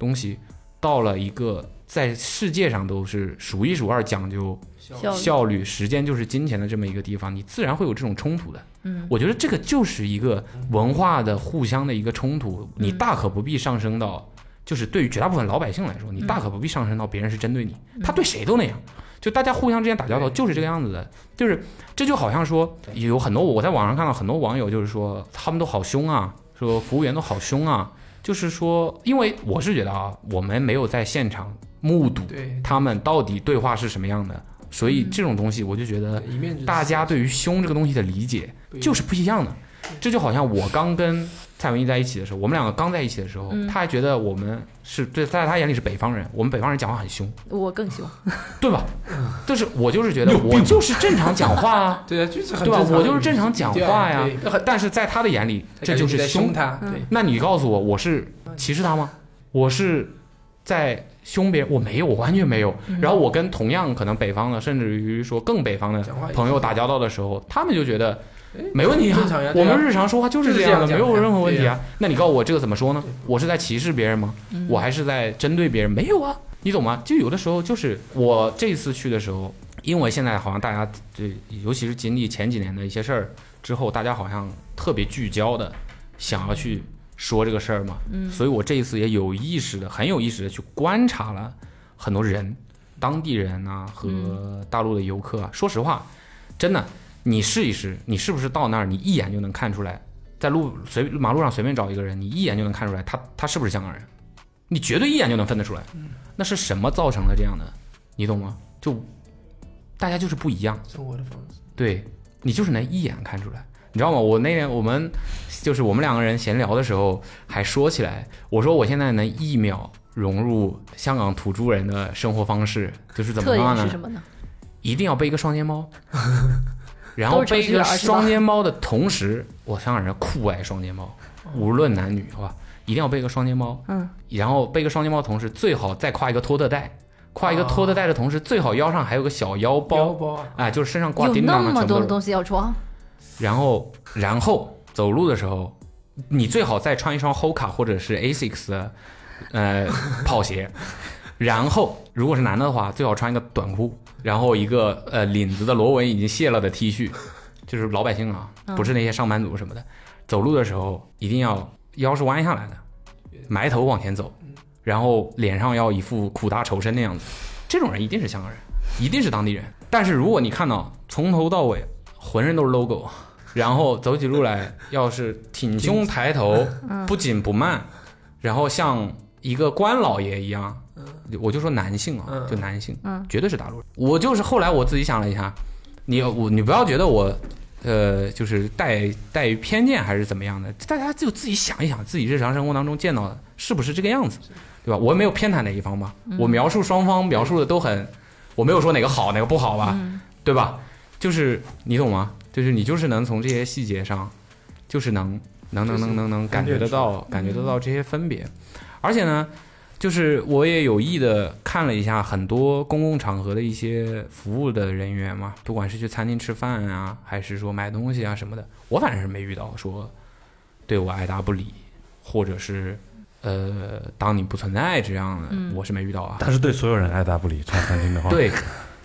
Speaker 3: 东西，到了一个在世界上都是数一数二讲究
Speaker 5: 效率
Speaker 3: 效率、时间就是金钱的这么一个地方，你自然会有这种冲突的。
Speaker 5: 嗯
Speaker 3: 我觉得这个就是一个文化的互相的一个冲突，
Speaker 5: 嗯
Speaker 3: 你大可不必上升到，就是对于绝大部分老百姓来说，
Speaker 5: 嗯
Speaker 3: 你大可不必上升到别人是针对你，他对谁都那样，就大家互相之间打交道就是这个样子的，就是这就好像说有很多我在网上看到很多网友就是说他们都好凶啊，说服务员都好凶啊，就是说，因为我是觉得啊，我们没有在现场目睹
Speaker 4: 对，
Speaker 3: 他们到底对话是什么样的，所以
Speaker 5: 嗯
Speaker 3: 这种东西我就觉得
Speaker 4: 一面之词
Speaker 3: 大家对于凶这个东西的理解。
Speaker 4: 不一样，
Speaker 3: 就是不一样的。这就好像我刚跟蔡文艺在一起的时候，我们两个刚在一起的时候，
Speaker 5: 嗯
Speaker 3: 他还觉得我们是对，在他眼里是北方人，我们北方人讲话很凶，
Speaker 5: 我更凶，
Speaker 3: 对吧？就是我就是觉得我就是正常讲话啊
Speaker 4: 对啊，就是很
Speaker 3: 对吧？
Speaker 4: 正常
Speaker 3: 我就是正常讲话呀
Speaker 4: 对很。
Speaker 3: 但是在他的眼里，这就是
Speaker 4: 在
Speaker 3: 凶
Speaker 4: 凶。他，
Speaker 5: 嗯
Speaker 4: 对，
Speaker 3: 那你告诉我，我是歧视他吗？我是在凶别人？我没有，我完全没有。
Speaker 4: 嗯
Speaker 3: 然后我跟同样可能北方的，甚至于说更北方的
Speaker 4: 讲话也
Speaker 3: 朋友打交道的时候，他们就觉得
Speaker 4: 哎
Speaker 3: 没问题啊
Speaker 4: 正常呀，对
Speaker 3: 我
Speaker 4: 啊
Speaker 3: 们日常说话就是这样的，没
Speaker 4: 就是这样讲
Speaker 3: 有任何问题
Speaker 4: 对嗯
Speaker 3: 啊。那你告诉我这个怎么说呢？我是在歧视别人吗？我还是在针对别人？没有啊，你懂吗？就有的时候就是我这次去的时候，因为现在好像大家这，尤其是经历前几年的一些事儿之后，大家好像特别聚焦的想要去说这个事儿嘛。嗯，所以我这一次也有意识的、很有意识的去观察了很多人，当地人呐、和大陆的游客啊。说实话，真的，你试一试，你是不是到那儿，你一眼就能看出来，在路随马路上随便找一个人，你一眼就能看出来他他是不是香港人，你绝对一眼就能分得出来。那是什么造成了这样的？你懂吗？就大家就是不一样。
Speaker 4: 生活的方式，
Speaker 3: 对你就是能一眼看出来，你知道吗？我那天我们就是我们两个人闲聊的时候还说起来，我说我现在能一秒融入香港土著人的生活方式，就是怎么
Speaker 5: 特
Speaker 3: 样
Speaker 5: 点是
Speaker 3: 呢
Speaker 5: 什？么呢？
Speaker 3: 一定要背一个双 肩包，然后
Speaker 5: 都是程
Speaker 3: 背
Speaker 5: 序
Speaker 3: 一个
Speaker 5: 员是吧
Speaker 3: 双肩包的同时，我香港人酷爱双肩包，
Speaker 5: 哦
Speaker 3: 无论男女，好吧，一定要背一个双肩包。
Speaker 5: 嗯，
Speaker 3: 然后背个双肩包的同时，最好再挎一个拖特带，挎一
Speaker 5: 哦
Speaker 3: 个拖特带的同时，最好腰上还有个小腰
Speaker 4: 腰
Speaker 3: 包，
Speaker 4: 包啊，
Speaker 3: 哎，就是身上挂
Speaker 5: 有
Speaker 3: 叮
Speaker 5: 那
Speaker 3: 当的
Speaker 5: 么
Speaker 3: 全部
Speaker 5: 多
Speaker 3: 都
Speaker 5: 的
Speaker 3: 是
Speaker 5: 东西要装，
Speaker 3: 然后然后走路的时候，你最好再穿一双 Hoka 或者是 Asics 的呃跑鞋， 然后如果是男的的话，最好穿一个短裤，然后一个呃领子的螺纹已经卸了的 T 恤，就是老百姓啊，不是那些上班族什么的。走路的时候一定要腰是弯下来的，埋头往前走，然后脸上要一副苦大仇深的样子。这种人一定是香港人，一定是当地人。但是如果你看到从头到尾浑身都是 logo，然后走起路来要是挺胸抬头，不紧不慢，然后像一个官老爷一样，我就说男性啊
Speaker 4: 嗯，
Speaker 3: 就男性
Speaker 5: 嗯，
Speaker 3: 绝对是大陆人。我就是后来我自己想了一下，你我你不要觉得我。呃，就是带带于偏见还是怎么样的？大家就自己想一想，自己日常生活当中见到的是不是这个样子，对吧？我也没有偏袒哪一方吧，我描述双方描述的都很，我没有说哪个好哪个不好吧，对吧？就是你懂吗？就是你就是能从这些细节上，就是能能能能能能感觉得到感觉得到这些分别，而且呢，就是我也有意的看了一下很多公共场合的一些服务的人员嘛，不管是去餐厅吃饭啊，还是说买东西啊什么的，我反正是没遇到说对我爱答不理，或者是呃当你不存在这样的，
Speaker 5: 嗯
Speaker 3: 我是没遇到啊。
Speaker 2: 但是对所有人爱答不理，茶餐厅的话，，
Speaker 3: 对，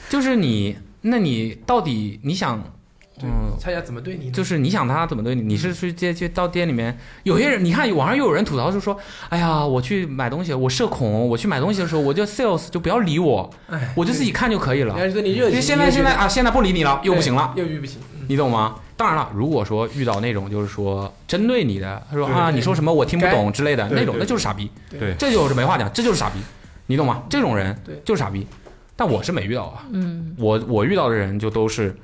Speaker 3: 就是你，那你到底你想，
Speaker 4: 对
Speaker 3: 嗯，，
Speaker 4: 恰恰怎么对你呢，
Speaker 3: 就是你想他怎么对你，你是去街去到店里面，有些人你看网上又有人吐槽，就说，哎呀，我去买东西，我社恐，我去买东西的时候，我就 sales 就不要理我，
Speaker 4: 哎，
Speaker 3: 我就自己看就可以了
Speaker 4: 人。家是对你热
Speaker 3: 因
Speaker 4: 情，
Speaker 3: 为现在现在
Speaker 4: 你
Speaker 3: 啊，现在不理你了，
Speaker 4: 又
Speaker 3: 又不行了，
Speaker 4: 又又不行，嗯
Speaker 3: 你懂吗？当然了，如果说遇到那种就是说针对你的，他说
Speaker 2: 对
Speaker 3: 啊，
Speaker 4: 对
Speaker 3: 你说什么我听不
Speaker 4: 该
Speaker 3: 懂之类的
Speaker 2: 对
Speaker 3: 那种，
Speaker 2: 对
Speaker 3: 那就是傻逼，
Speaker 2: 对
Speaker 3: 这就是没话讲，这就是傻逼，你懂吗？这种人
Speaker 4: 对
Speaker 3: 就是傻逼，但我是没遇到啊，
Speaker 5: 嗯
Speaker 3: 我我遇到的人就都是，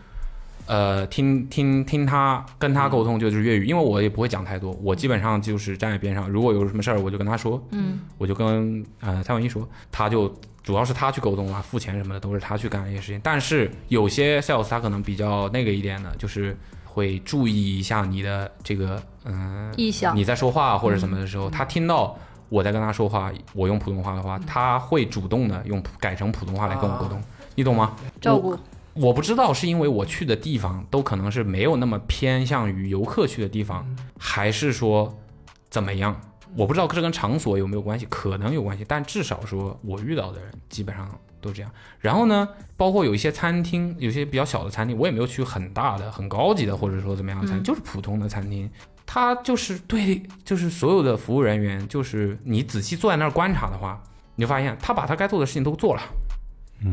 Speaker 3: 呃，听听听他跟他沟通就是粤语，因为我也不会讲太多，我基本上就是站在边上，如果有什么事儿我就跟他说，
Speaker 5: 嗯，
Speaker 3: 我就跟呃蔡文一说，他就主要是他去沟通啊，付钱什么的都是他去干这些事情。但是有些 sales 他可能比较那个一点的，就是会注意一下你的这个嗯、
Speaker 5: 意向嗯
Speaker 3: 你在说话或者什么的时候，他听到。我在跟他说话，我用普通话的话，他会主动的用普改成普通话来跟我沟通，
Speaker 5: 啊
Speaker 3: 你懂吗？
Speaker 5: 照顾
Speaker 3: 我不知道是因为我去的地方都可能是没有那么偏向于游客去的地方，还是说怎么样？我不知道这跟场所有没有关系，可能有关系，但至少说我遇到的人基本上都这样。然后呢，包括有一些餐厅，有些比较小的餐厅，我也没有去很大的、很高级的，或者说怎么样的餐厅，
Speaker 5: 嗯
Speaker 3: 就是普通的餐厅。他就是对，就是所有的服务人员，就是你仔细坐在那儿观察的话，你就发现他把他该做的事情都做了。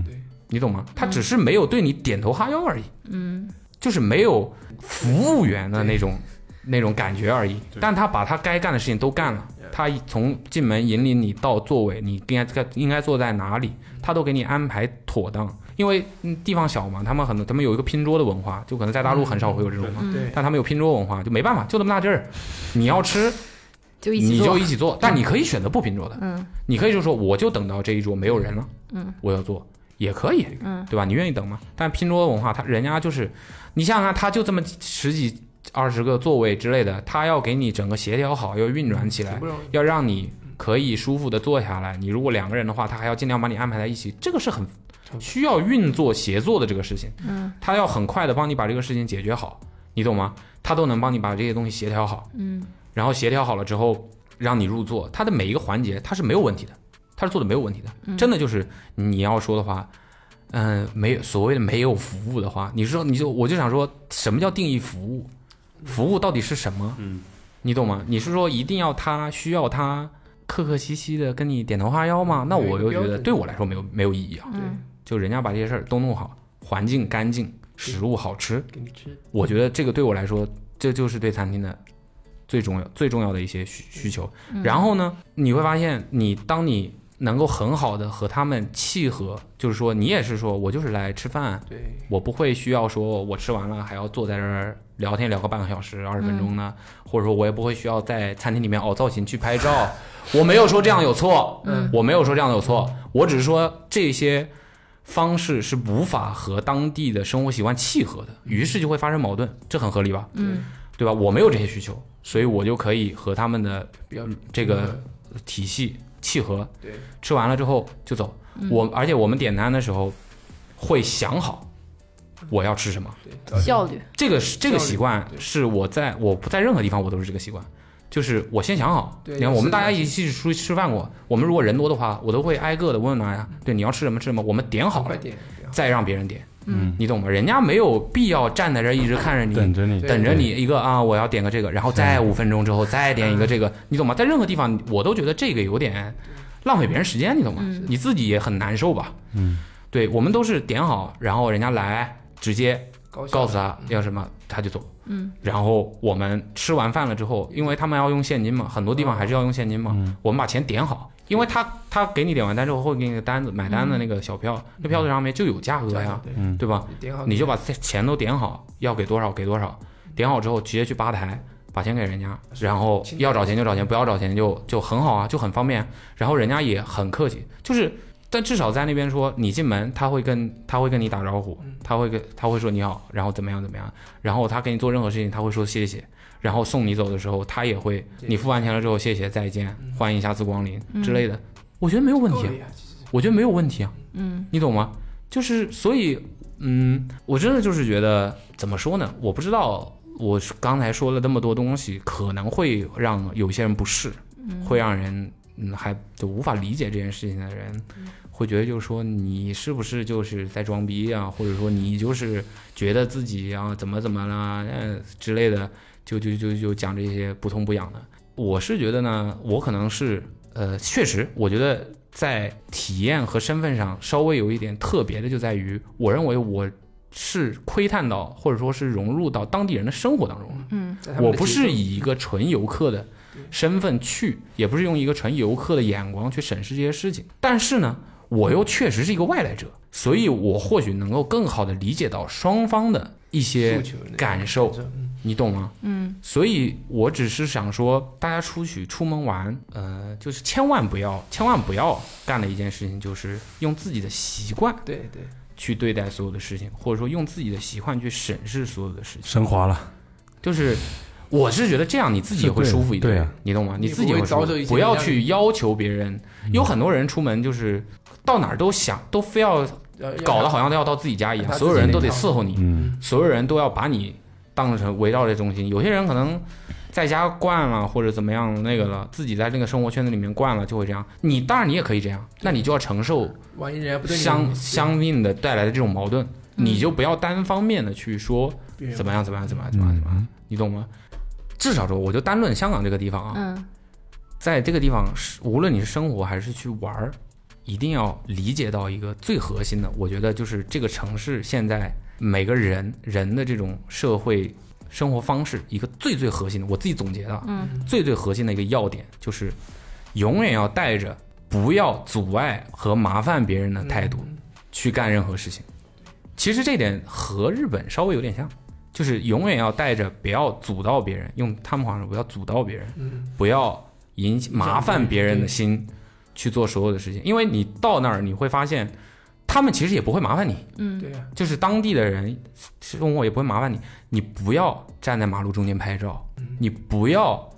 Speaker 4: 对，
Speaker 3: 你懂吗？他只是没有对你点头哈腰而已，
Speaker 5: 嗯，
Speaker 3: 就是没有服务员的那种那种感觉而已。但他把他该干的事情都干了，他从进门引领你到座位，你应该应该坐在哪里，他都给你安排妥当。因为嗯地方小嘛，他们很多他们有一个拼桌的文化，就可能在大陆很少会有这种嘛，
Speaker 5: 嗯
Speaker 4: 对
Speaker 3: 但他们有拼桌文化，就没办法，就那么大劲儿。你要吃，
Speaker 5: 就一起
Speaker 3: 你就
Speaker 5: 做
Speaker 3: 一，起做，但你可以选择不拼桌的，
Speaker 5: 嗯
Speaker 3: 你可以就说我就等到这一桌没有人了，
Speaker 5: 嗯，
Speaker 3: 我要做也可以，
Speaker 5: 嗯，
Speaker 3: 对吧？你愿意等吗？但拼桌文化，他人家就是，你想想看，他就这么十几、二十个座位之类的，他要给你整个协调好，要运转起
Speaker 4: 挺
Speaker 3: 来
Speaker 4: 不，容易。
Speaker 3: 要让你可以舒服的坐下来。你如果两个人的话，他还要尽量把你安排在一起，这个是很需要运作协作的这个事情。
Speaker 5: 嗯，
Speaker 3: 他要很快的帮你把这个事情解决好，你懂吗？他都能帮你把这些东西协调好。
Speaker 5: 嗯，
Speaker 3: 然后协调好了之后，让你入座，它的每一个环节它是没有问题的，它是做的没有问题
Speaker 5: 嗯
Speaker 3: 的，真的就是你要说的话，嗯、没有所谓的没有服务的话，你说你就我就想说，什么叫定义服务？服务到底是什么？
Speaker 7: 嗯，
Speaker 3: 你懂吗？你是说一定要他需要他客客气气的跟你点头哈腰吗？那我又觉
Speaker 4: 没有标
Speaker 3: 得
Speaker 4: 准
Speaker 3: 对我来说没有没有意义啊，
Speaker 4: 对，
Speaker 3: 就人家把这些事儿都弄好，环境干净，食物好吃，
Speaker 4: 给你吃。
Speaker 3: 我觉得这个对我来说，这就是对餐厅的最重要、最重要的一些需需求。
Speaker 5: 嗯
Speaker 3: 然后呢，你会发现，你当你能够很好的和他们契合，就是说，你也是说我就是来吃饭，
Speaker 4: 对，
Speaker 3: 我不会需要说我吃完了还要坐在这儿聊天聊个半个小时、二十分钟呢，或者说我也不会需要在餐厅里面凹造型去拍照。我没有说这样有错，
Speaker 5: 嗯
Speaker 3: 我没有说这样有错，我只是说这些方式是无法和当地的生活习惯契合的，于是就会发生矛盾，这很合理吧？
Speaker 5: 嗯，
Speaker 3: 对吧？我没有这些需求，所以我就可以和他们的
Speaker 4: 比较
Speaker 3: 这个体系契合，
Speaker 4: 对，
Speaker 3: 吃完了之后就走。
Speaker 5: 嗯
Speaker 3: 我而且我们点单的时候会想好我要吃什么，
Speaker 4: 对早点
Speaker 5: 效率，
Speaker 3: 这个是这个
Speaker 4: 效率
Speaker 3: 习惯
Speaker 4: 对
Speaker 3: 是我在我不在任何地方我都是这个习惯，就是我先想好。
Speaker 4: 对
Speaker 3: 你看我们
Speaker 4: 是的
Speaker 3: 大家一起出去吃饭过，我们如果人多的话，我都会挨个的问问大家，对你要吃什么吃什么，我们点好
Speaker 4: 快
Speaker 3: 了
Speaker 4: 点，这样
Speaker 3: 再让别人点，
Speaker 5: 嗯，
Speaker 3: 你懂吗？人家没有必要站在这儿一直看着你，
Speaker 2: 等着你
Speaker 4: 对嗯
Speaker 3: 等着你一个啊，我要点个这个，然后再五分钟之后再点一个这个，你懂吗？在任何地方，我都觉得这个有点浪费别人时间，你懂吗？
Speaker 5: 嗯
Speaker 3: 你自己也很难受吧？
Speaker 2: 嗯，
Speaker 3: 对，我们都是点好，然后人家来直接
Speaker 4: 高效
Speaker 3: 告诉他要什么，他就走。
Speaker 5: 嗯，
Speaker 3: 然后我们吃完饭了之后，因为他们要用现金嘛，很多地方还是要用现金嘛，我们把钱点好，因为他他给你点完单之后会给你个单子，买单的那个小票，那票子上面就有价格
Speaker 4: 对
Speaker 3: 呀，
Speaker 4: 对
Speaker 3: 对吧？
Speaker 4: 你点好
Speaker 3: 你就把这钱都点好，要给多少给多少，点好之后直接去吧台把钱给人家，然后要找钱就找钱，不要找钱就就很好啊，就很方便。然后人家也很客气，就是但至少在那边说你进门，他会跟他会跟你打招呼
Speaker 4: 嗯，
Speaker 3: 他会跟他会说你好，然后怎么样怎么样，然后他给你做任何事情他会说谢谢，然后送你走的时候他也会，
Speaker 4: 对
Speaker 3: 你付完钱了之后谢谢再见，
Speaker 4: 嗯
Speaker 3: 欢迎下次光临
Speaker 5: 嗯
Speaker 3: 之类的，我觉得没有问
Speaker 4: 够
Speaker 3: 题啊
Speaker 4: 了，呀，其实
Speaker 3: 我觉得没有问题啊。
Speaker 5: 嗯
Speaker 3: 你懂吗？就是所以，嗯，我真的就是觉得怎么说呢？我不知道，我是刚才说了那么多东西，可能会让有些人不适，会让人嗯还就无法理解这件事情的人。会觉得就是说你是不是就是在装逼啊，或者说你就是觉得自己啊怎么怎么啦，呃之类的，就就就就讲这些不痛不痒的。我是觉得呢，我可能是呃，确实，我觉得在体验和身份上稍微有一点特别的，就在于我认为我是窥探到或者说是融入到当地人的生活当中了。
Speaker 5: 嗯
Speaker 4: 在他们
Speaker 3: 我
Speaker 4: 的
Speaker 3: 不
Speaker 4: 节
Speaker 3: 是
Speaker 4: 奏
Speaker 3: 以一个纯游客的身份去，也不是用一个纯游客的眼光去审视这些事情。但是呢，我又确实是一个外来者，所以我或许能够更好的理解到双方的一些
Speaker 4: 诉求那种
Speaker 3: 感受，
Speaker 4: 嗯
Speaker 3: 你懂吗？
Speaker 5: 嗯
Speaker 3: 所以我只是想说，大家出去出门玩，呃，就是千万不要，千万不要干的一件事情，就是用自己的习惯
Speaker 4: 对对，
Speaker 3: 去对待所有的事情，或者说用自己的习惯去审视所有的事情。
Speaker 2: 升华了，
Speaker 3: 就是，我是觉得这样你自己也会
Speaker 2: 是对
Speaker 3: 舒服一点，
Speaker 2: 对啊
Speaker 3: 你懂吗？
Speaker 4: 你
Speaker 3: 自己也会
Speaker 4: 不会
Speaker 3: 舒服
Speaker 4: 遭受一些
Speaker 3: 不要
Speaker 4: 让
Speaker 3: 去要求别人。
Speaker 2: 嗯
Speaker 3: 有很多人出门就是到哪儿都想，都非要
Speaker 4: 要要
Speaker 3: 搞得好像都要到自己家一样，
Speaker 4: 他
Speaker 3: 所有
Speaker 4: 自己
Speaker 3: 人
Speaker 4: 那
Speaker 3: 都得
Speaker 4: 套
Speaker 3: 伺候你。
Speaker 2: 嗯，
Speaker 3: 所有人都要把你当成围绕这中心。有些人可能在家惯了，或者怎么样那个了，自己在那个生活圈子里面惯了，就会这样。你当然你也可以这样，那你就要承受
Speaker 4: 万一人家不对你
Speaker 3: 相相应的带来的这种矛盾，
Speaker 5: 嗯
Speaker 3: 你就不要单方面的去说怎么
Speaker 4: 样？
Speaker 3: 样怎么样怎么样怎么样怎么样，你懂吗？至少说，我就单论香港这个地方啊，
Speaker 5: 嗯
Speaker 3: 在这个地方，是无论你是生活还是去玩儿，一定要理解到一个最核心的，我觉得就是这个城市现在每个人人的这种社会生活方式，一个最最核心的，我自己总结的啊，
Speaker 5: 嗯
Speaker 3: 最最核心的一个要点就是，永远要带着不要阻碍和麻烦别
Speaker 4: 嗯
Speaker 3: 人的态度去干任何事情。其实这点和日本稍微有点像，就是永远要带着不要阻到别人，用他们话说不要阻到别人，
Speaker 4: 嗯，
Speaker 3: 不要引起麻烦别人的心去做所有的事情，因为你到那儿你会发现，他们其实也不会麻烦你，
Speaker 5: 嗯
Speaker 4: 对啊呀，
Speaker 3: 就是当地的人生活也不会麻烦你。你不要站在马路中间拍照，
Speaker 4: 嗯
Speaker 3: 你不要，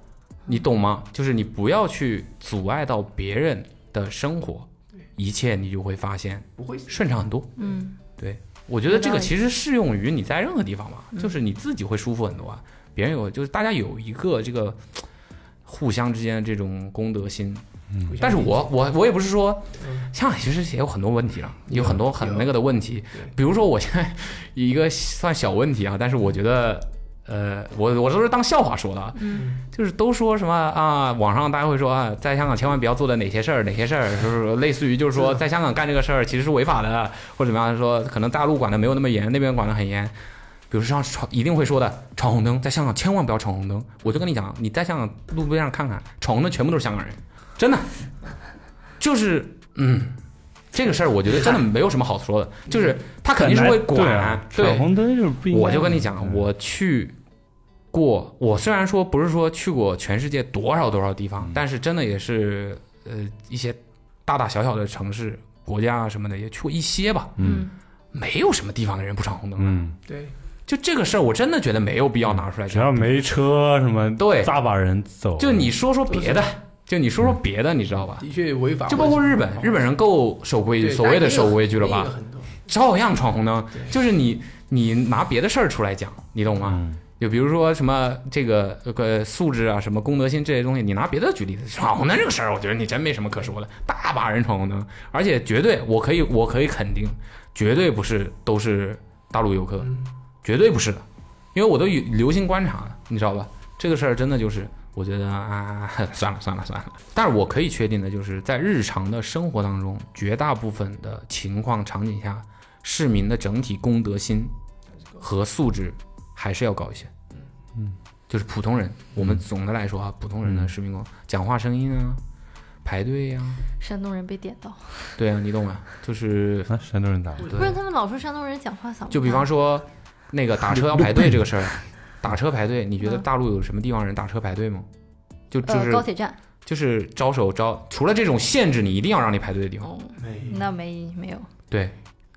Speaker 3: 你懂吗？就是你不要去阻碍到别人的生活，一切你就会发现
Speaker 4: 不会
Speaker 3: 顺畅很多。
Speaker 5: 嗯
Speaker 3: 对，我觉得这
Speaker 5: 有道
Speaker 3: 个
Speaker 5: 理
Speaker 3: 其实适用于你在任何地方
Speaker 4: 嗯
Speaker 3: 吧，就是你自己会舒服很多啊。别人有，就是大家有一个这个互相之间的这种公德心。
Speaker 4: 互相
Speaker 3: 嗯但是
Speaker 4: 理解
Speaker 3: 我我我也不是说
Speaker 4: 嗯，
Speaker 3: 香港其实也有很多问题了，有
Speaker 4: 有
Speaker 3: 很多很
Speaker 4: 有
Speaker 3: 那个的问题
Speaker 4: 对。
Speaker 3: 比如说我现在 一个算小问题啊，但是我觉得。呃，我我都是当笑话说的啊，
Speaker 5: 嗯
Speaker 3: 就是都说什么啊，网上大家会说啊，在香港千万不要做的哪些事儿，哪些事儿，就是类似于就是说在香港干这个事儿其实是违法的，或者怎么样说，可能大陆管的没有那么严，那边管的很严。比如像闯，一定会说的，闯红灯，在香港千万不要闯红灯。我就跟你讲，你在香港路边上看看，闯红灯全部都是香港人，真的，就是嗯，这个事儿我觉得真的没有什么好说的，就是他肯定是会管，
Speaker 2: 对啊
Speaker 3: 对
Speaker 2: 闯红灯就是不应该。
Speaker 3: 我就跟你讲，我去过，我虽然说不是说去过全世界多少多少地
Speaker 2: 嗯
Speaker 3: 方，但是真的也是呃一些大大小小的城市、国家啊什么的也去过一些吧，
Speaker 5: 嗯
Speaker 3: 没有什么地方的人不闯红灯的。
Speaker 2: 嗯，
Speaker 4: 对
Speaker 3: 就这个事儿，我真的觉得没有必要拿出来
Speaker 2: 只
Speaker 3: 讲。
Speaker 2: 要没车什么，
Speaker 3: 对
Speaker 2: 大把人走，
Speaker 3: 就你说说别的，就你说说别的，你知道吧？
Speaker 4: 的确违法，
Speaker 3: 就包括日本，日本人够守规矩，
Speaker 4: 嗯对
Speaker 3: 所谓的
Speaker 4: 但也有
Speaker 3: 守规矩了
Speaker 4: 也有
Speaker 3: 吧？
Speaker 4: 很多
Speaker 3: 照样闯红灯，
Speaker 4: 对
Speaker 3: 就是你你拿别的事儿出来讲，你懂吗？啊
Speaker 2: 嗯，
Speaker 3: 就比如说什么这个这个素质啊，什么公德心这些东西，你拿别的举例子，闯红灯这个事儿，我觉得你真没什么可说的，大把人闯红灯，而且绝对我可以我可以肯定，绝对不是都是大陆游客，
Speaker 4: 嗯
Speaker 3: 绝对不是的，因为我都有留心观察了，你知道吧？这个事儿真的就是，我觉得啊， 算了算了算了。但是我可以确定的就是，在日常的生活当中，绝大部分的情况场景下，市民的整体公德心和素质还是要高一些。嗯，就是普通人，我们总的来说啊，普通人的市民公讲话声音啊，排队呀、
Speaker 5: 山东人被点到，
Speaker 3: 对啊，你懂吗？就是
Speaker 2: 啊，山东人打，
Speaker 5: 不是他们老说山东人讲话嗓门大，
Speaker 3: 就比方说那个打车要排队这个事儿，打车排队，你觉得
Speaker 5: 嗯
Speaker 3: 大陆有什么地方人打车排队吗？就就
Speaker 5: 呃高
Speaker 3: 是
Speaker 5: 铁站，
Speaker 3: 就是招手招，除了这种限制你一定要让你排队的地方，
Speaker 5: 哦，
Speaker 4: 没
Speaker 5: 那没没有，
Speaker 3: 嗯对。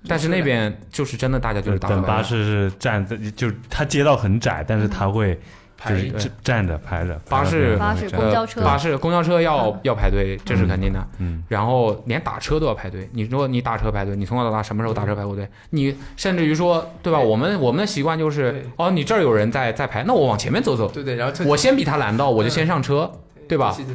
Speaker 3: 但是那边就是真的，大家就是打车
Speaker 2: 等
Speaker 3: 排
Speaker 2: 巴
Speaker 3: 队。
Speaker 2: 士是站在，就它街道很窄，但
Speaker 3: 嗯
Speaker 2: 是它会就
Speaker 4: 排
Speaker 2: 是
Speaker 3: 对
Speaker 2: 站着排着，
Speaker 3: 巴士
Speaker 5: 巴士
Speaker 2: 排着
Speaker 5: 公
Speaker 3: 呃
Speaker 5: 交车
Speaker 3: 巴士、公交车要
Speaker 5: 嗯
Speaker 3: 要排队，这是肯定的。
Speaker 2: 嗯，
Speaker 3: 然后连打车都要排队。你说你打车排队，你从小到大什么时候打车排过队？你甚至于说，对吧？
Speaker 4: 对
Speaker 3: 我们我们的习惯就是
Speaker 4: 对，
Speaker 3: 哦，你这儿有人在在排，那我往前面走走，
Speaker 4: 对对，然后趁
Speaker 3: 我先比他拦到，我就先上车。对吧
Speaker 4: 是的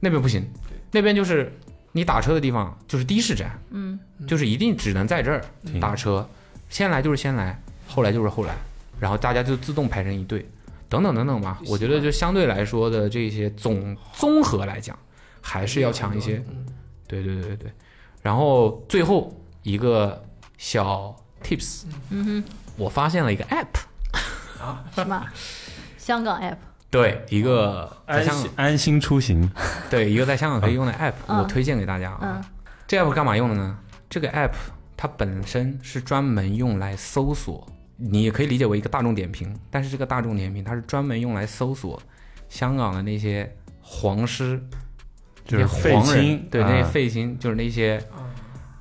Speaker 3: 那边不行
Speaker 4: 对，
Speaker 3: 那边就是你打车的地方就是的士站，
Speaker 5: 嗯，
Speaker 3: 就是一定只能在这儿打车，先来就是先来，后来就是后来，然后大家就自动排成一队，等等等等吧。我觉得就相对来说的这些总综合来讲，还是要强一些。
Speaker 4: 嗯
Speaker 3: 对对对对对。然后最后一个小 tips，
Speaker 5: 嗯哼，
Speaker 3: 我发现了一个 app，
Speaker 5: 是 吗？香港 app，
Speaker 3: 对，一个在
Speaker 2: 安
Speaker 3: 香
Speaker 2: 心
Speaker 3: 港，
Speaker 2: 安心出行，
Speaker 3: 对一个在香港可以用的 app，
Speaker 5: 嗯
Speaker 3: 我推荐给大家啊
Speaker 5: 嗯。
Speaker 3: 这 app 干嘛用的呢？这个 app 它本身是专门用来搜索你也可以理解为一个大众点评，但是这个大众点评它是专门用来搜索香港的那些黄师，
Speaker 2: 就是
Speaker 3: 那些黄
Speaker 2: 废
Speaker 3: 人
Speaker 2: 青，
Speaker 3: 对那些
Speaker 2: 啊
Speaker 3: 废青，就是那些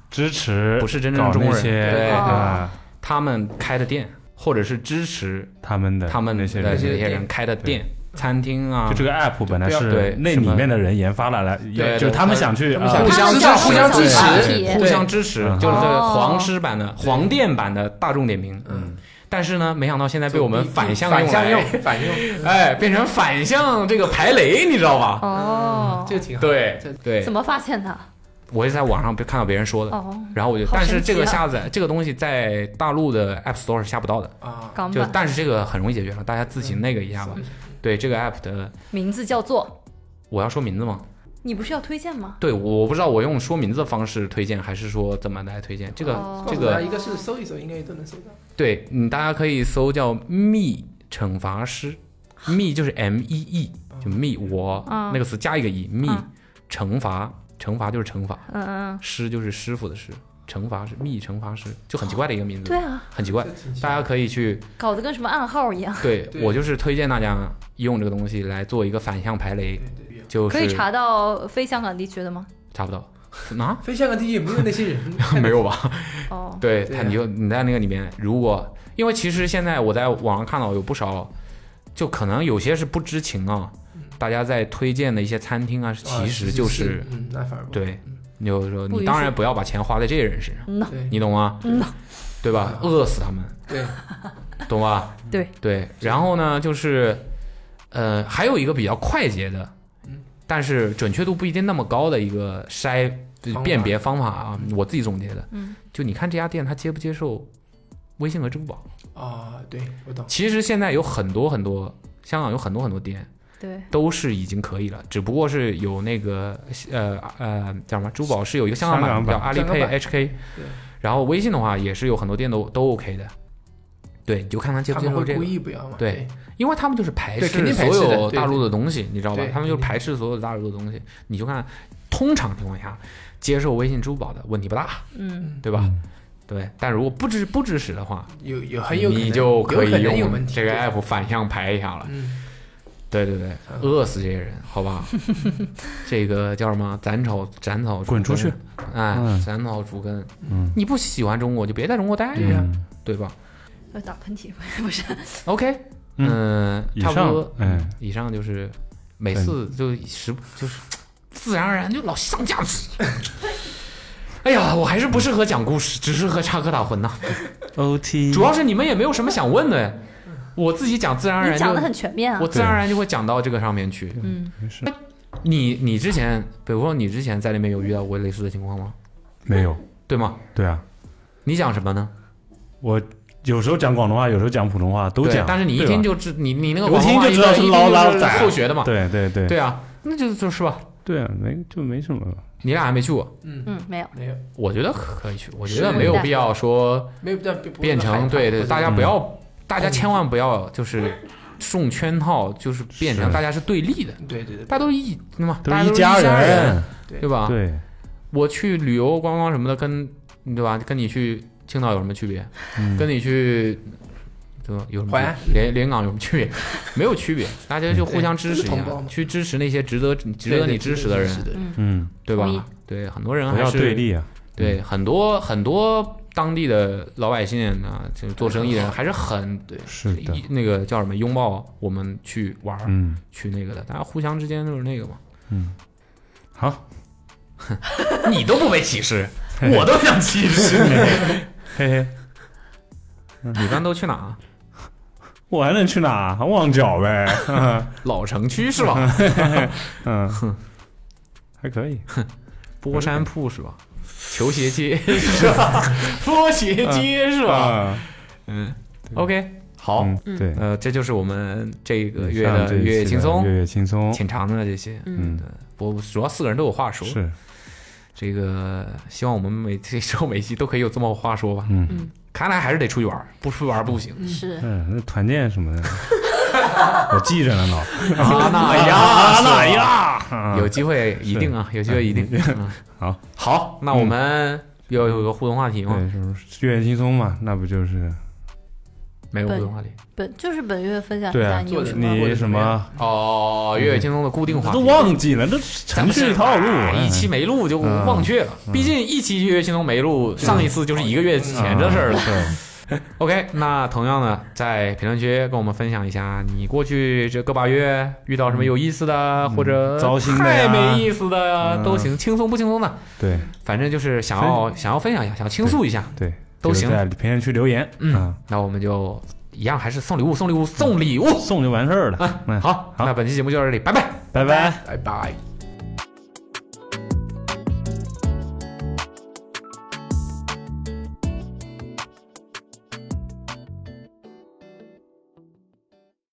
Speaker 2: 支持
Speaker 3: 不是真正
Speaker 2: 搞
Speaker 3: 中
Speaker 2: 那
Speaker 3: 国人
Speaker 2: 些
Speaker 3: 对
Speaker 2: 啊，
Speaker 3: 他们开的店，或者是支持
Speaker 2: 他们的
Speaker 3: 他们
Speaker 2: 那些
Speaker 3: 的
Speaker 2: 人
Speaker 3: 那
Speaker 4: 些
Speaker 3: 些
Speaker 4: 店
Speaker 3: 人开的店、餐厅啊，
Speaker 2: 就这个 app 本来
Speaker 4: 对啊
Speaker 2: 是
Speaker 3: 对
Speaker 2: 那
Speaker 3: 什
Speaker 2: 里
Speaker 3: 么
Speaker 2: 面的人研发了来，也
Speaker 3: 对
Speaker 2: 就是
Speaker 3: 对
Speaker 2: 他们想去
Speaker 4: 他们想
Speaker 2: 啊
Speaker 4: 去
Speaker 5: 互
Speaker 4: 相
Speaker 5: 支
Speaker 4: 支持
Speaker 5: 持
Speaker 4: 互相支持
Speaker 3: 互相支持，
Speaker 2: 嗯
Speaker 3: 就是这个
Speaker 5: 哦
Speaker 3: 黄师版的黄店版的大众点评。
Speaker 4: 嗯，
Speaker 3: 但是呢，没想到现在被我们反向
Speaker 4: 反向
Speaker 3: 用
Speaker 4: 用
Speaker 3: 来，
Speaker 4: 反用，
Speaker 3: 哎，变成反向这个排雷，你知道吧？
Speaker 5: 哦，
Speaker 4: 这个挺好。
Speaker 3: 对
Speaker 4: 这
Speaker 3: 对
Speaker 5: 怎，么发现的？
Speaker 3: 我是在网上被看到别人说的，
Speaker 5: 哦，
Speaker 3: 然后我就，
Speaker 5: 好
Speaker 3: 但是
Speaker 5: 神
Speaker 3: 这
Speaker 5: 奇
Speaker 3: 个
Speaker 5: 啊
Speaker 3: 下载这个东西在大陆的 App Store 是下不到的，
Speaker 4: 啊，
Speaker 5: 港
Speaker 3: 就
Speaker 5: 版
Speaker 3: 但是这个很容易解决了，大家自行那个一下吧。
Speaker 5: 嗯
Speaker 3: 对这个 App 的，
Speaker 5: 名字叫做，
Speaker 3: 我要说名字吗？
Speaker 5: 你不是要推荐吗？
Speaker 3: 对，我不知道我用说名字的方式推荐，还是说怎么来推荐这个、
Speaker 5: 哦
Speaker 3: 这
Speaker 4: 告诉大家
Speaker 3: 个
Speaker 4: 一个是搜一搜，应该都能搜到。
Speaker 3: 对嗯你，大家可以搜叫“密惩罚师”，
Speaker 5: 哦
Speaker 3: 密 就是 M E E，就密我、
Speaker 5: 嗯
Speaker 3: 那个词加一个 E，密、
Speaker 5: 嗯
Speaker 3: 惩罚，惩罚就是惩罚，
Speaker 5: 嗯嗯，
Speaker 3: 师就是师傅的师，惩罚是密惩罚师，就很奇怪的一个名字，
Speaker 5: 对啊，
Speaker 3: 很奇怪
Speaker 4: 这。挺奇
Speaker 3: 大
Speaker 4: 怪
Speaker 3: 家可以去，
Speaker 5: 搞得跟什么暗号一样，
Speaker 3: 对
Speaker 4: 对
Speaker 3: 我就是推荐大家用这个东西来做一个反向排雷，
Speaker 4: 对对对，
Speaker 3: 就是
Speaker 5: 可以查到非香港地区的吗？
Speaker 3: 查不到，啊
Speaker 4: 飞香港地区也 没有那些人， 啊
Speaker 3: 没有吧？
Speaker 5: 哦，
Speaker 3: 对
Speaker 4: 对
Speaker 3: 他，
Speaker 4: 啊
Speaker 3: 你就你在那个里面，如果因为其实现在我在网上看到有不少，就可能有些是不知情啊，大家在推荐的一些餐厅啊，
Speaker 4: 啊
Speaker 3: 其实就是
Speaker 4: 嗯，那反而不
Speaker 3: 对，你就说
Speaker 5: 不允
Speaker 3: 你
Speaker 5: 许
Speaker 3: 当然不要把钱花在这些人身上，
Speaker 5: 嗯呐，
Speaker 4: 对
Speaker 3: 你懂吗
Speaker 5: 嗯？
Speaker 3: 对吧？饿死他们，
Speaker 4: 对，
Speaker 3: 懂吧？
Speaker 5: 对
Speaker 3: 对，然后呢，就是呃，还有一个比较快捷的
Speaker 4: 嗯，
Speaker 3: 但是准确度不一定那么高的一个筛就是
Speaker 4: 方法
Speaker 3: 辨别方法啊，我自己总结的，
Speaker 5: 嗯，
Speaker 3: 就你看这家店它接不接受微信和支付宝。
Speaker 4: 啊，对我懂。
Speaker 3: 其实现在有很多很多，香港有很多很多店
Speaker 5: 对，
Speaker 3: 都是已经可以了，只不过是有那个呃呃叫什么，支付宝是有一个香港
Speaker 2: 香港版
Speaker 3: 版叫阿里
Speaker 4: 香港版
Speaker 3: Pay HK，
Speaker 4: 对
Speaker 3: 然后微信的话也是有很多店都都 OK 的。对，你就看他接
Speaker 4: 他
Speaker 3: 不接
Speaker 4: 们
Speaker 3: 受
Speaker 4: 会
Speaker 3: 这
Speaker 4: 故
Speaker 3: 个，
Speaker 4: 意不要嘛？
Speaker 3: 对，因为他们就是排
Speaker 4: 对肯
Speaker 3: 斥
Speaker 4: 定排
Speaker 3: 所
Speaker 4: 斥的
Speaker 3: 有
Speaker 4: 对
Speaker 3: 大陆的东西，你知道吧
Speaker 4: 对？
Speaker 3: 他们就是
Speaker 4: 肯定
Speaker 3: 排斥所有大陆的东西。你就看，通常情况下，接受微信、支付宝的问题不大，
Speaker 5: 嗯，
Speaker 3: 对吧？对，但如果不支不支持的话，
Speaker 4: 有有很哎有可能，
Speaker 3: 你就可
Speaker 4: 有可
Speaker 3: 以
Speaker 4: 能有
Speaker 3: 用
Speaker 4: 问题。
Speaker 3: 这个
Speaker 4: 对
Speaker 3: app 反向排一下了。
Speaker 4: 嗯，
Speaker 3: 对对对，饿死这些人，好 吧？这个叫什么？斩草斩草除
Speaker 2: 滚出
Speaker 3: 根
Speaker 2: 去！
Speaker 3: 哎
Speaker 2: 嗯，
Speaker 3: 斩草除根。
Speaker 2: 嗯，
Speaker 3: 你不喜欢中国就别在中国待着呀，
Speaker 2: 嗯，
Speaker 3: 对吧
Speaker 5: 要打喷嚏，不是，
Speaker 3: ？OK，嗯，
Speaker 2: 以
Speaker 3: 差不
Speaker 2: 上
Speaker 3: 多，
Speaker 2: 嗯，
Speaker 3: 以上就是每次就时就是自然而然就老上价值。 哎呀，我还是不适合讲故事，只适合插科打诨呐。
Speaker 2: OT
Speaker 3: 主要是你们也没有什么想问的，哎我自己讲自然而然
Speaker 5: 嗯你
Speaker 3: 就
Speaker 5: 讲的很全面啊
Speaker 3: 我，自然而然就会讲到这个上面去。
Speaker 5: 嗯，
Speaker 2: 没事
Speaker 3: 你你之前，比如说你之前在那边有遇到过类似的情况吗？
Speaker 2: 没有，
Speaker 3: 对吗？
Speaker 2: 对啊，
Speaker 3: 你讲什么呢？
Speaker 2: 我有时候讲广东话，有时候讲普通话，都
Speaker 3: 对
Speaker 2: 讲。
Speaker 3: 但是你一
Speaker 2: 对吧
Speaker 3: 听就知你你那个
Speaker 2: 我
Speaker 3: 广东
Speaker 2: 听
Speaker 3: 话
Speaker 2: 就
Speaker 3: 一
Speaker 2: 知道
Speaker 3: 段
Speaker 2: 是
Speaker 3: 一听
Speaker 2: 唠唠
Speaker 3: 就是
Speaker 2: 仔
Speaker 3: 后学的嘛。
Speaker 2: 对对对
Speaker 3: 对啊，那就就是吧。
Speaker 2: 对啊，没就没什么。
Speaker 3: 你俩还没去过，
Speaker 5: 嗯，没有，
Speaker 4: 没有
Speaker 3: 我觉得可可以去。我觉
Speaker 4: 是
Speaker 3: 得没有必要说
Speaker 4: 没有不不不
Speaker 3: 变成对对，大家不
Speaker 2: 嗯
Speaker 3: 要，大家千万不要就是中圈套，就是变成
Speaker 2: 是
Speaker 3: 大家是对立的，
Speaker 4: 对对对
Speaker 3: 大家都一那么
Speaker 2: 都
Speaker 3: 大家
Speaker 2: 是
Speaker 3: 都
Speaker 2: 一
Speaker 3: 是
Speaker 2: 家
Speaker 3: 一家啊
Speaker 2: 人，
Speaker 3: 对吧？
Speaker 2: 对，
Speaker 3: 我去旅游观光什么的，跟对吧？跟你去青岛有什么区别？跟你去对吧？有什么
Speaker 4: 淮
Speaker 3: 区
Speaker 4: 安
Speaker 3: 别连连港有什么区别？没有区别，大家就互相支持一
Speaker 4: 对
Speaker 3: 下
Speaker 4: 都是同胞，嘛
Speaker 3: 去支持那些值得值得你支持的人，
Speaker 2: 嗯，
Speaker 3: 对吧
Speaker 5: 同意？
Speaker 3: 对，很多人
Speaker 2: 不
Speaker 3: 还
Speaker 2: 要
Speaker 3: 是
Speaker 2: 对立啊。
Speaker 3: 对很多很多当地的老百姓啊，就是做生意的人还是很对
Speaker 2: 是的，
Speaker 3: 一那个叫什么拥抱我们去玩儿
Speaker 2: 嗯，
Speaker 3: 去那个的，大家互相之间就是那个嘛。
Speaker 2: 好，
Speaker 3: 你都不被歧视，
Speaker 2: 我
Speaker 3: 都想歧视
Speaker 2: 嘿嘿，
Speaker 3: 你。你一般都去哪儿啊？
Speaker 2: 我还能去哪儿？旺角呗，
Speaker 3: 老城区是吧？
Speaker 2: 嗯，还可以。嗯
Speaker 3: 波山铺是吧？球鞋 街是吧？波鞋街是吧
Speaker 2: 啊，
Speaker 3: 嗯，OK，好，
Speaker 2: 嗯，对，
Speaker 3: 呃，这就是我们这个
Speaker 2: 以
Speaker 3: 月
Speaker 2: 上
Speaker 3: 的
Speaker 2: 这一期
Speaker 3: 越
Speaker 2: 的
Speaker 3: 野轻松
Speaker 2: 越，野轻松，
Speaker 3: 挺长的这些。
Speaker 2: 嗯，
Speaker 3: 我主要四个人都有话说，
Speaker 2: 是，
Speaker 3: 这个希望我们每这周每期都可以有这么话说吧。
Speaker 2: 嗯
Speaker 5: 嗯，
Speaker 3: 看来还是得出去玩儿，不出去玩儿不行。
Speaker 5: 是，
Speaker 2: 嗯，那团建什么的，我记着呢，老
Speaker 3: 啊那呀，
Speaker 2: 啊那呀，啊
Speaker 3: 有机会一定啊，有机会一 定。嗯
Speaker 2: 好，嗯
Speaker 3: 好，那我们要有个互动话题吗？
Speaker 2: 对，就是越轻松嘛，那不就是
Speaker 3: 没有共同话题。
Speaker 5: 本就是本月分享一
Speaker 2: 对
Speaker 5: 下
Speaker 2: 啊，
Speaker 5: 你有什么
Speaker 4: 做
Speaker 2: 你什么
Speaker 3: 哦，月月轻松的固定话题
Speaker 2: 都忘记了，这程序套路嗯
Speaker 3: 咱们是啊
Speaker 2: 哎
Speaker 3: 一期没录就忘却了。毕竟一期月月轻松没录，上一次就是一个月
Speaker 2: 嗯
Speaker 3: 前的事儿了。
Speaker 2: 对
Speaker 3: OK，那同样呢，在评论区跟我们分享一下你过去这个把月遇到什么有意思的，或者
Speaker 2: 嗯糟心的呀
Speaker 3: 太没意思的呀
Speaker 2: 嗯
Speaker 3: 都行，轻松不轻松的，
Speaker 2: 对
Speaker 3: 反正就是想要想要分享一下，想要倾诉一下。
Speaker 2: 对，
Speaker 3: 都
Speaker 2: 就是
Speaker 3: 行
Speaker 2: 在评论区留言，啊
Speaker 3: 嗯，那我们就一样，还是送礼物，送礼物，送礼物。
Speaker 2: 送就完事儿了。嗯，
Speaker 3: 好，
Speaker 2: 好
Speaker 3: 啊那本期节目就到这里，拜拜。
Speaker 2: 拜拜。
Speaker 4: 拜拜。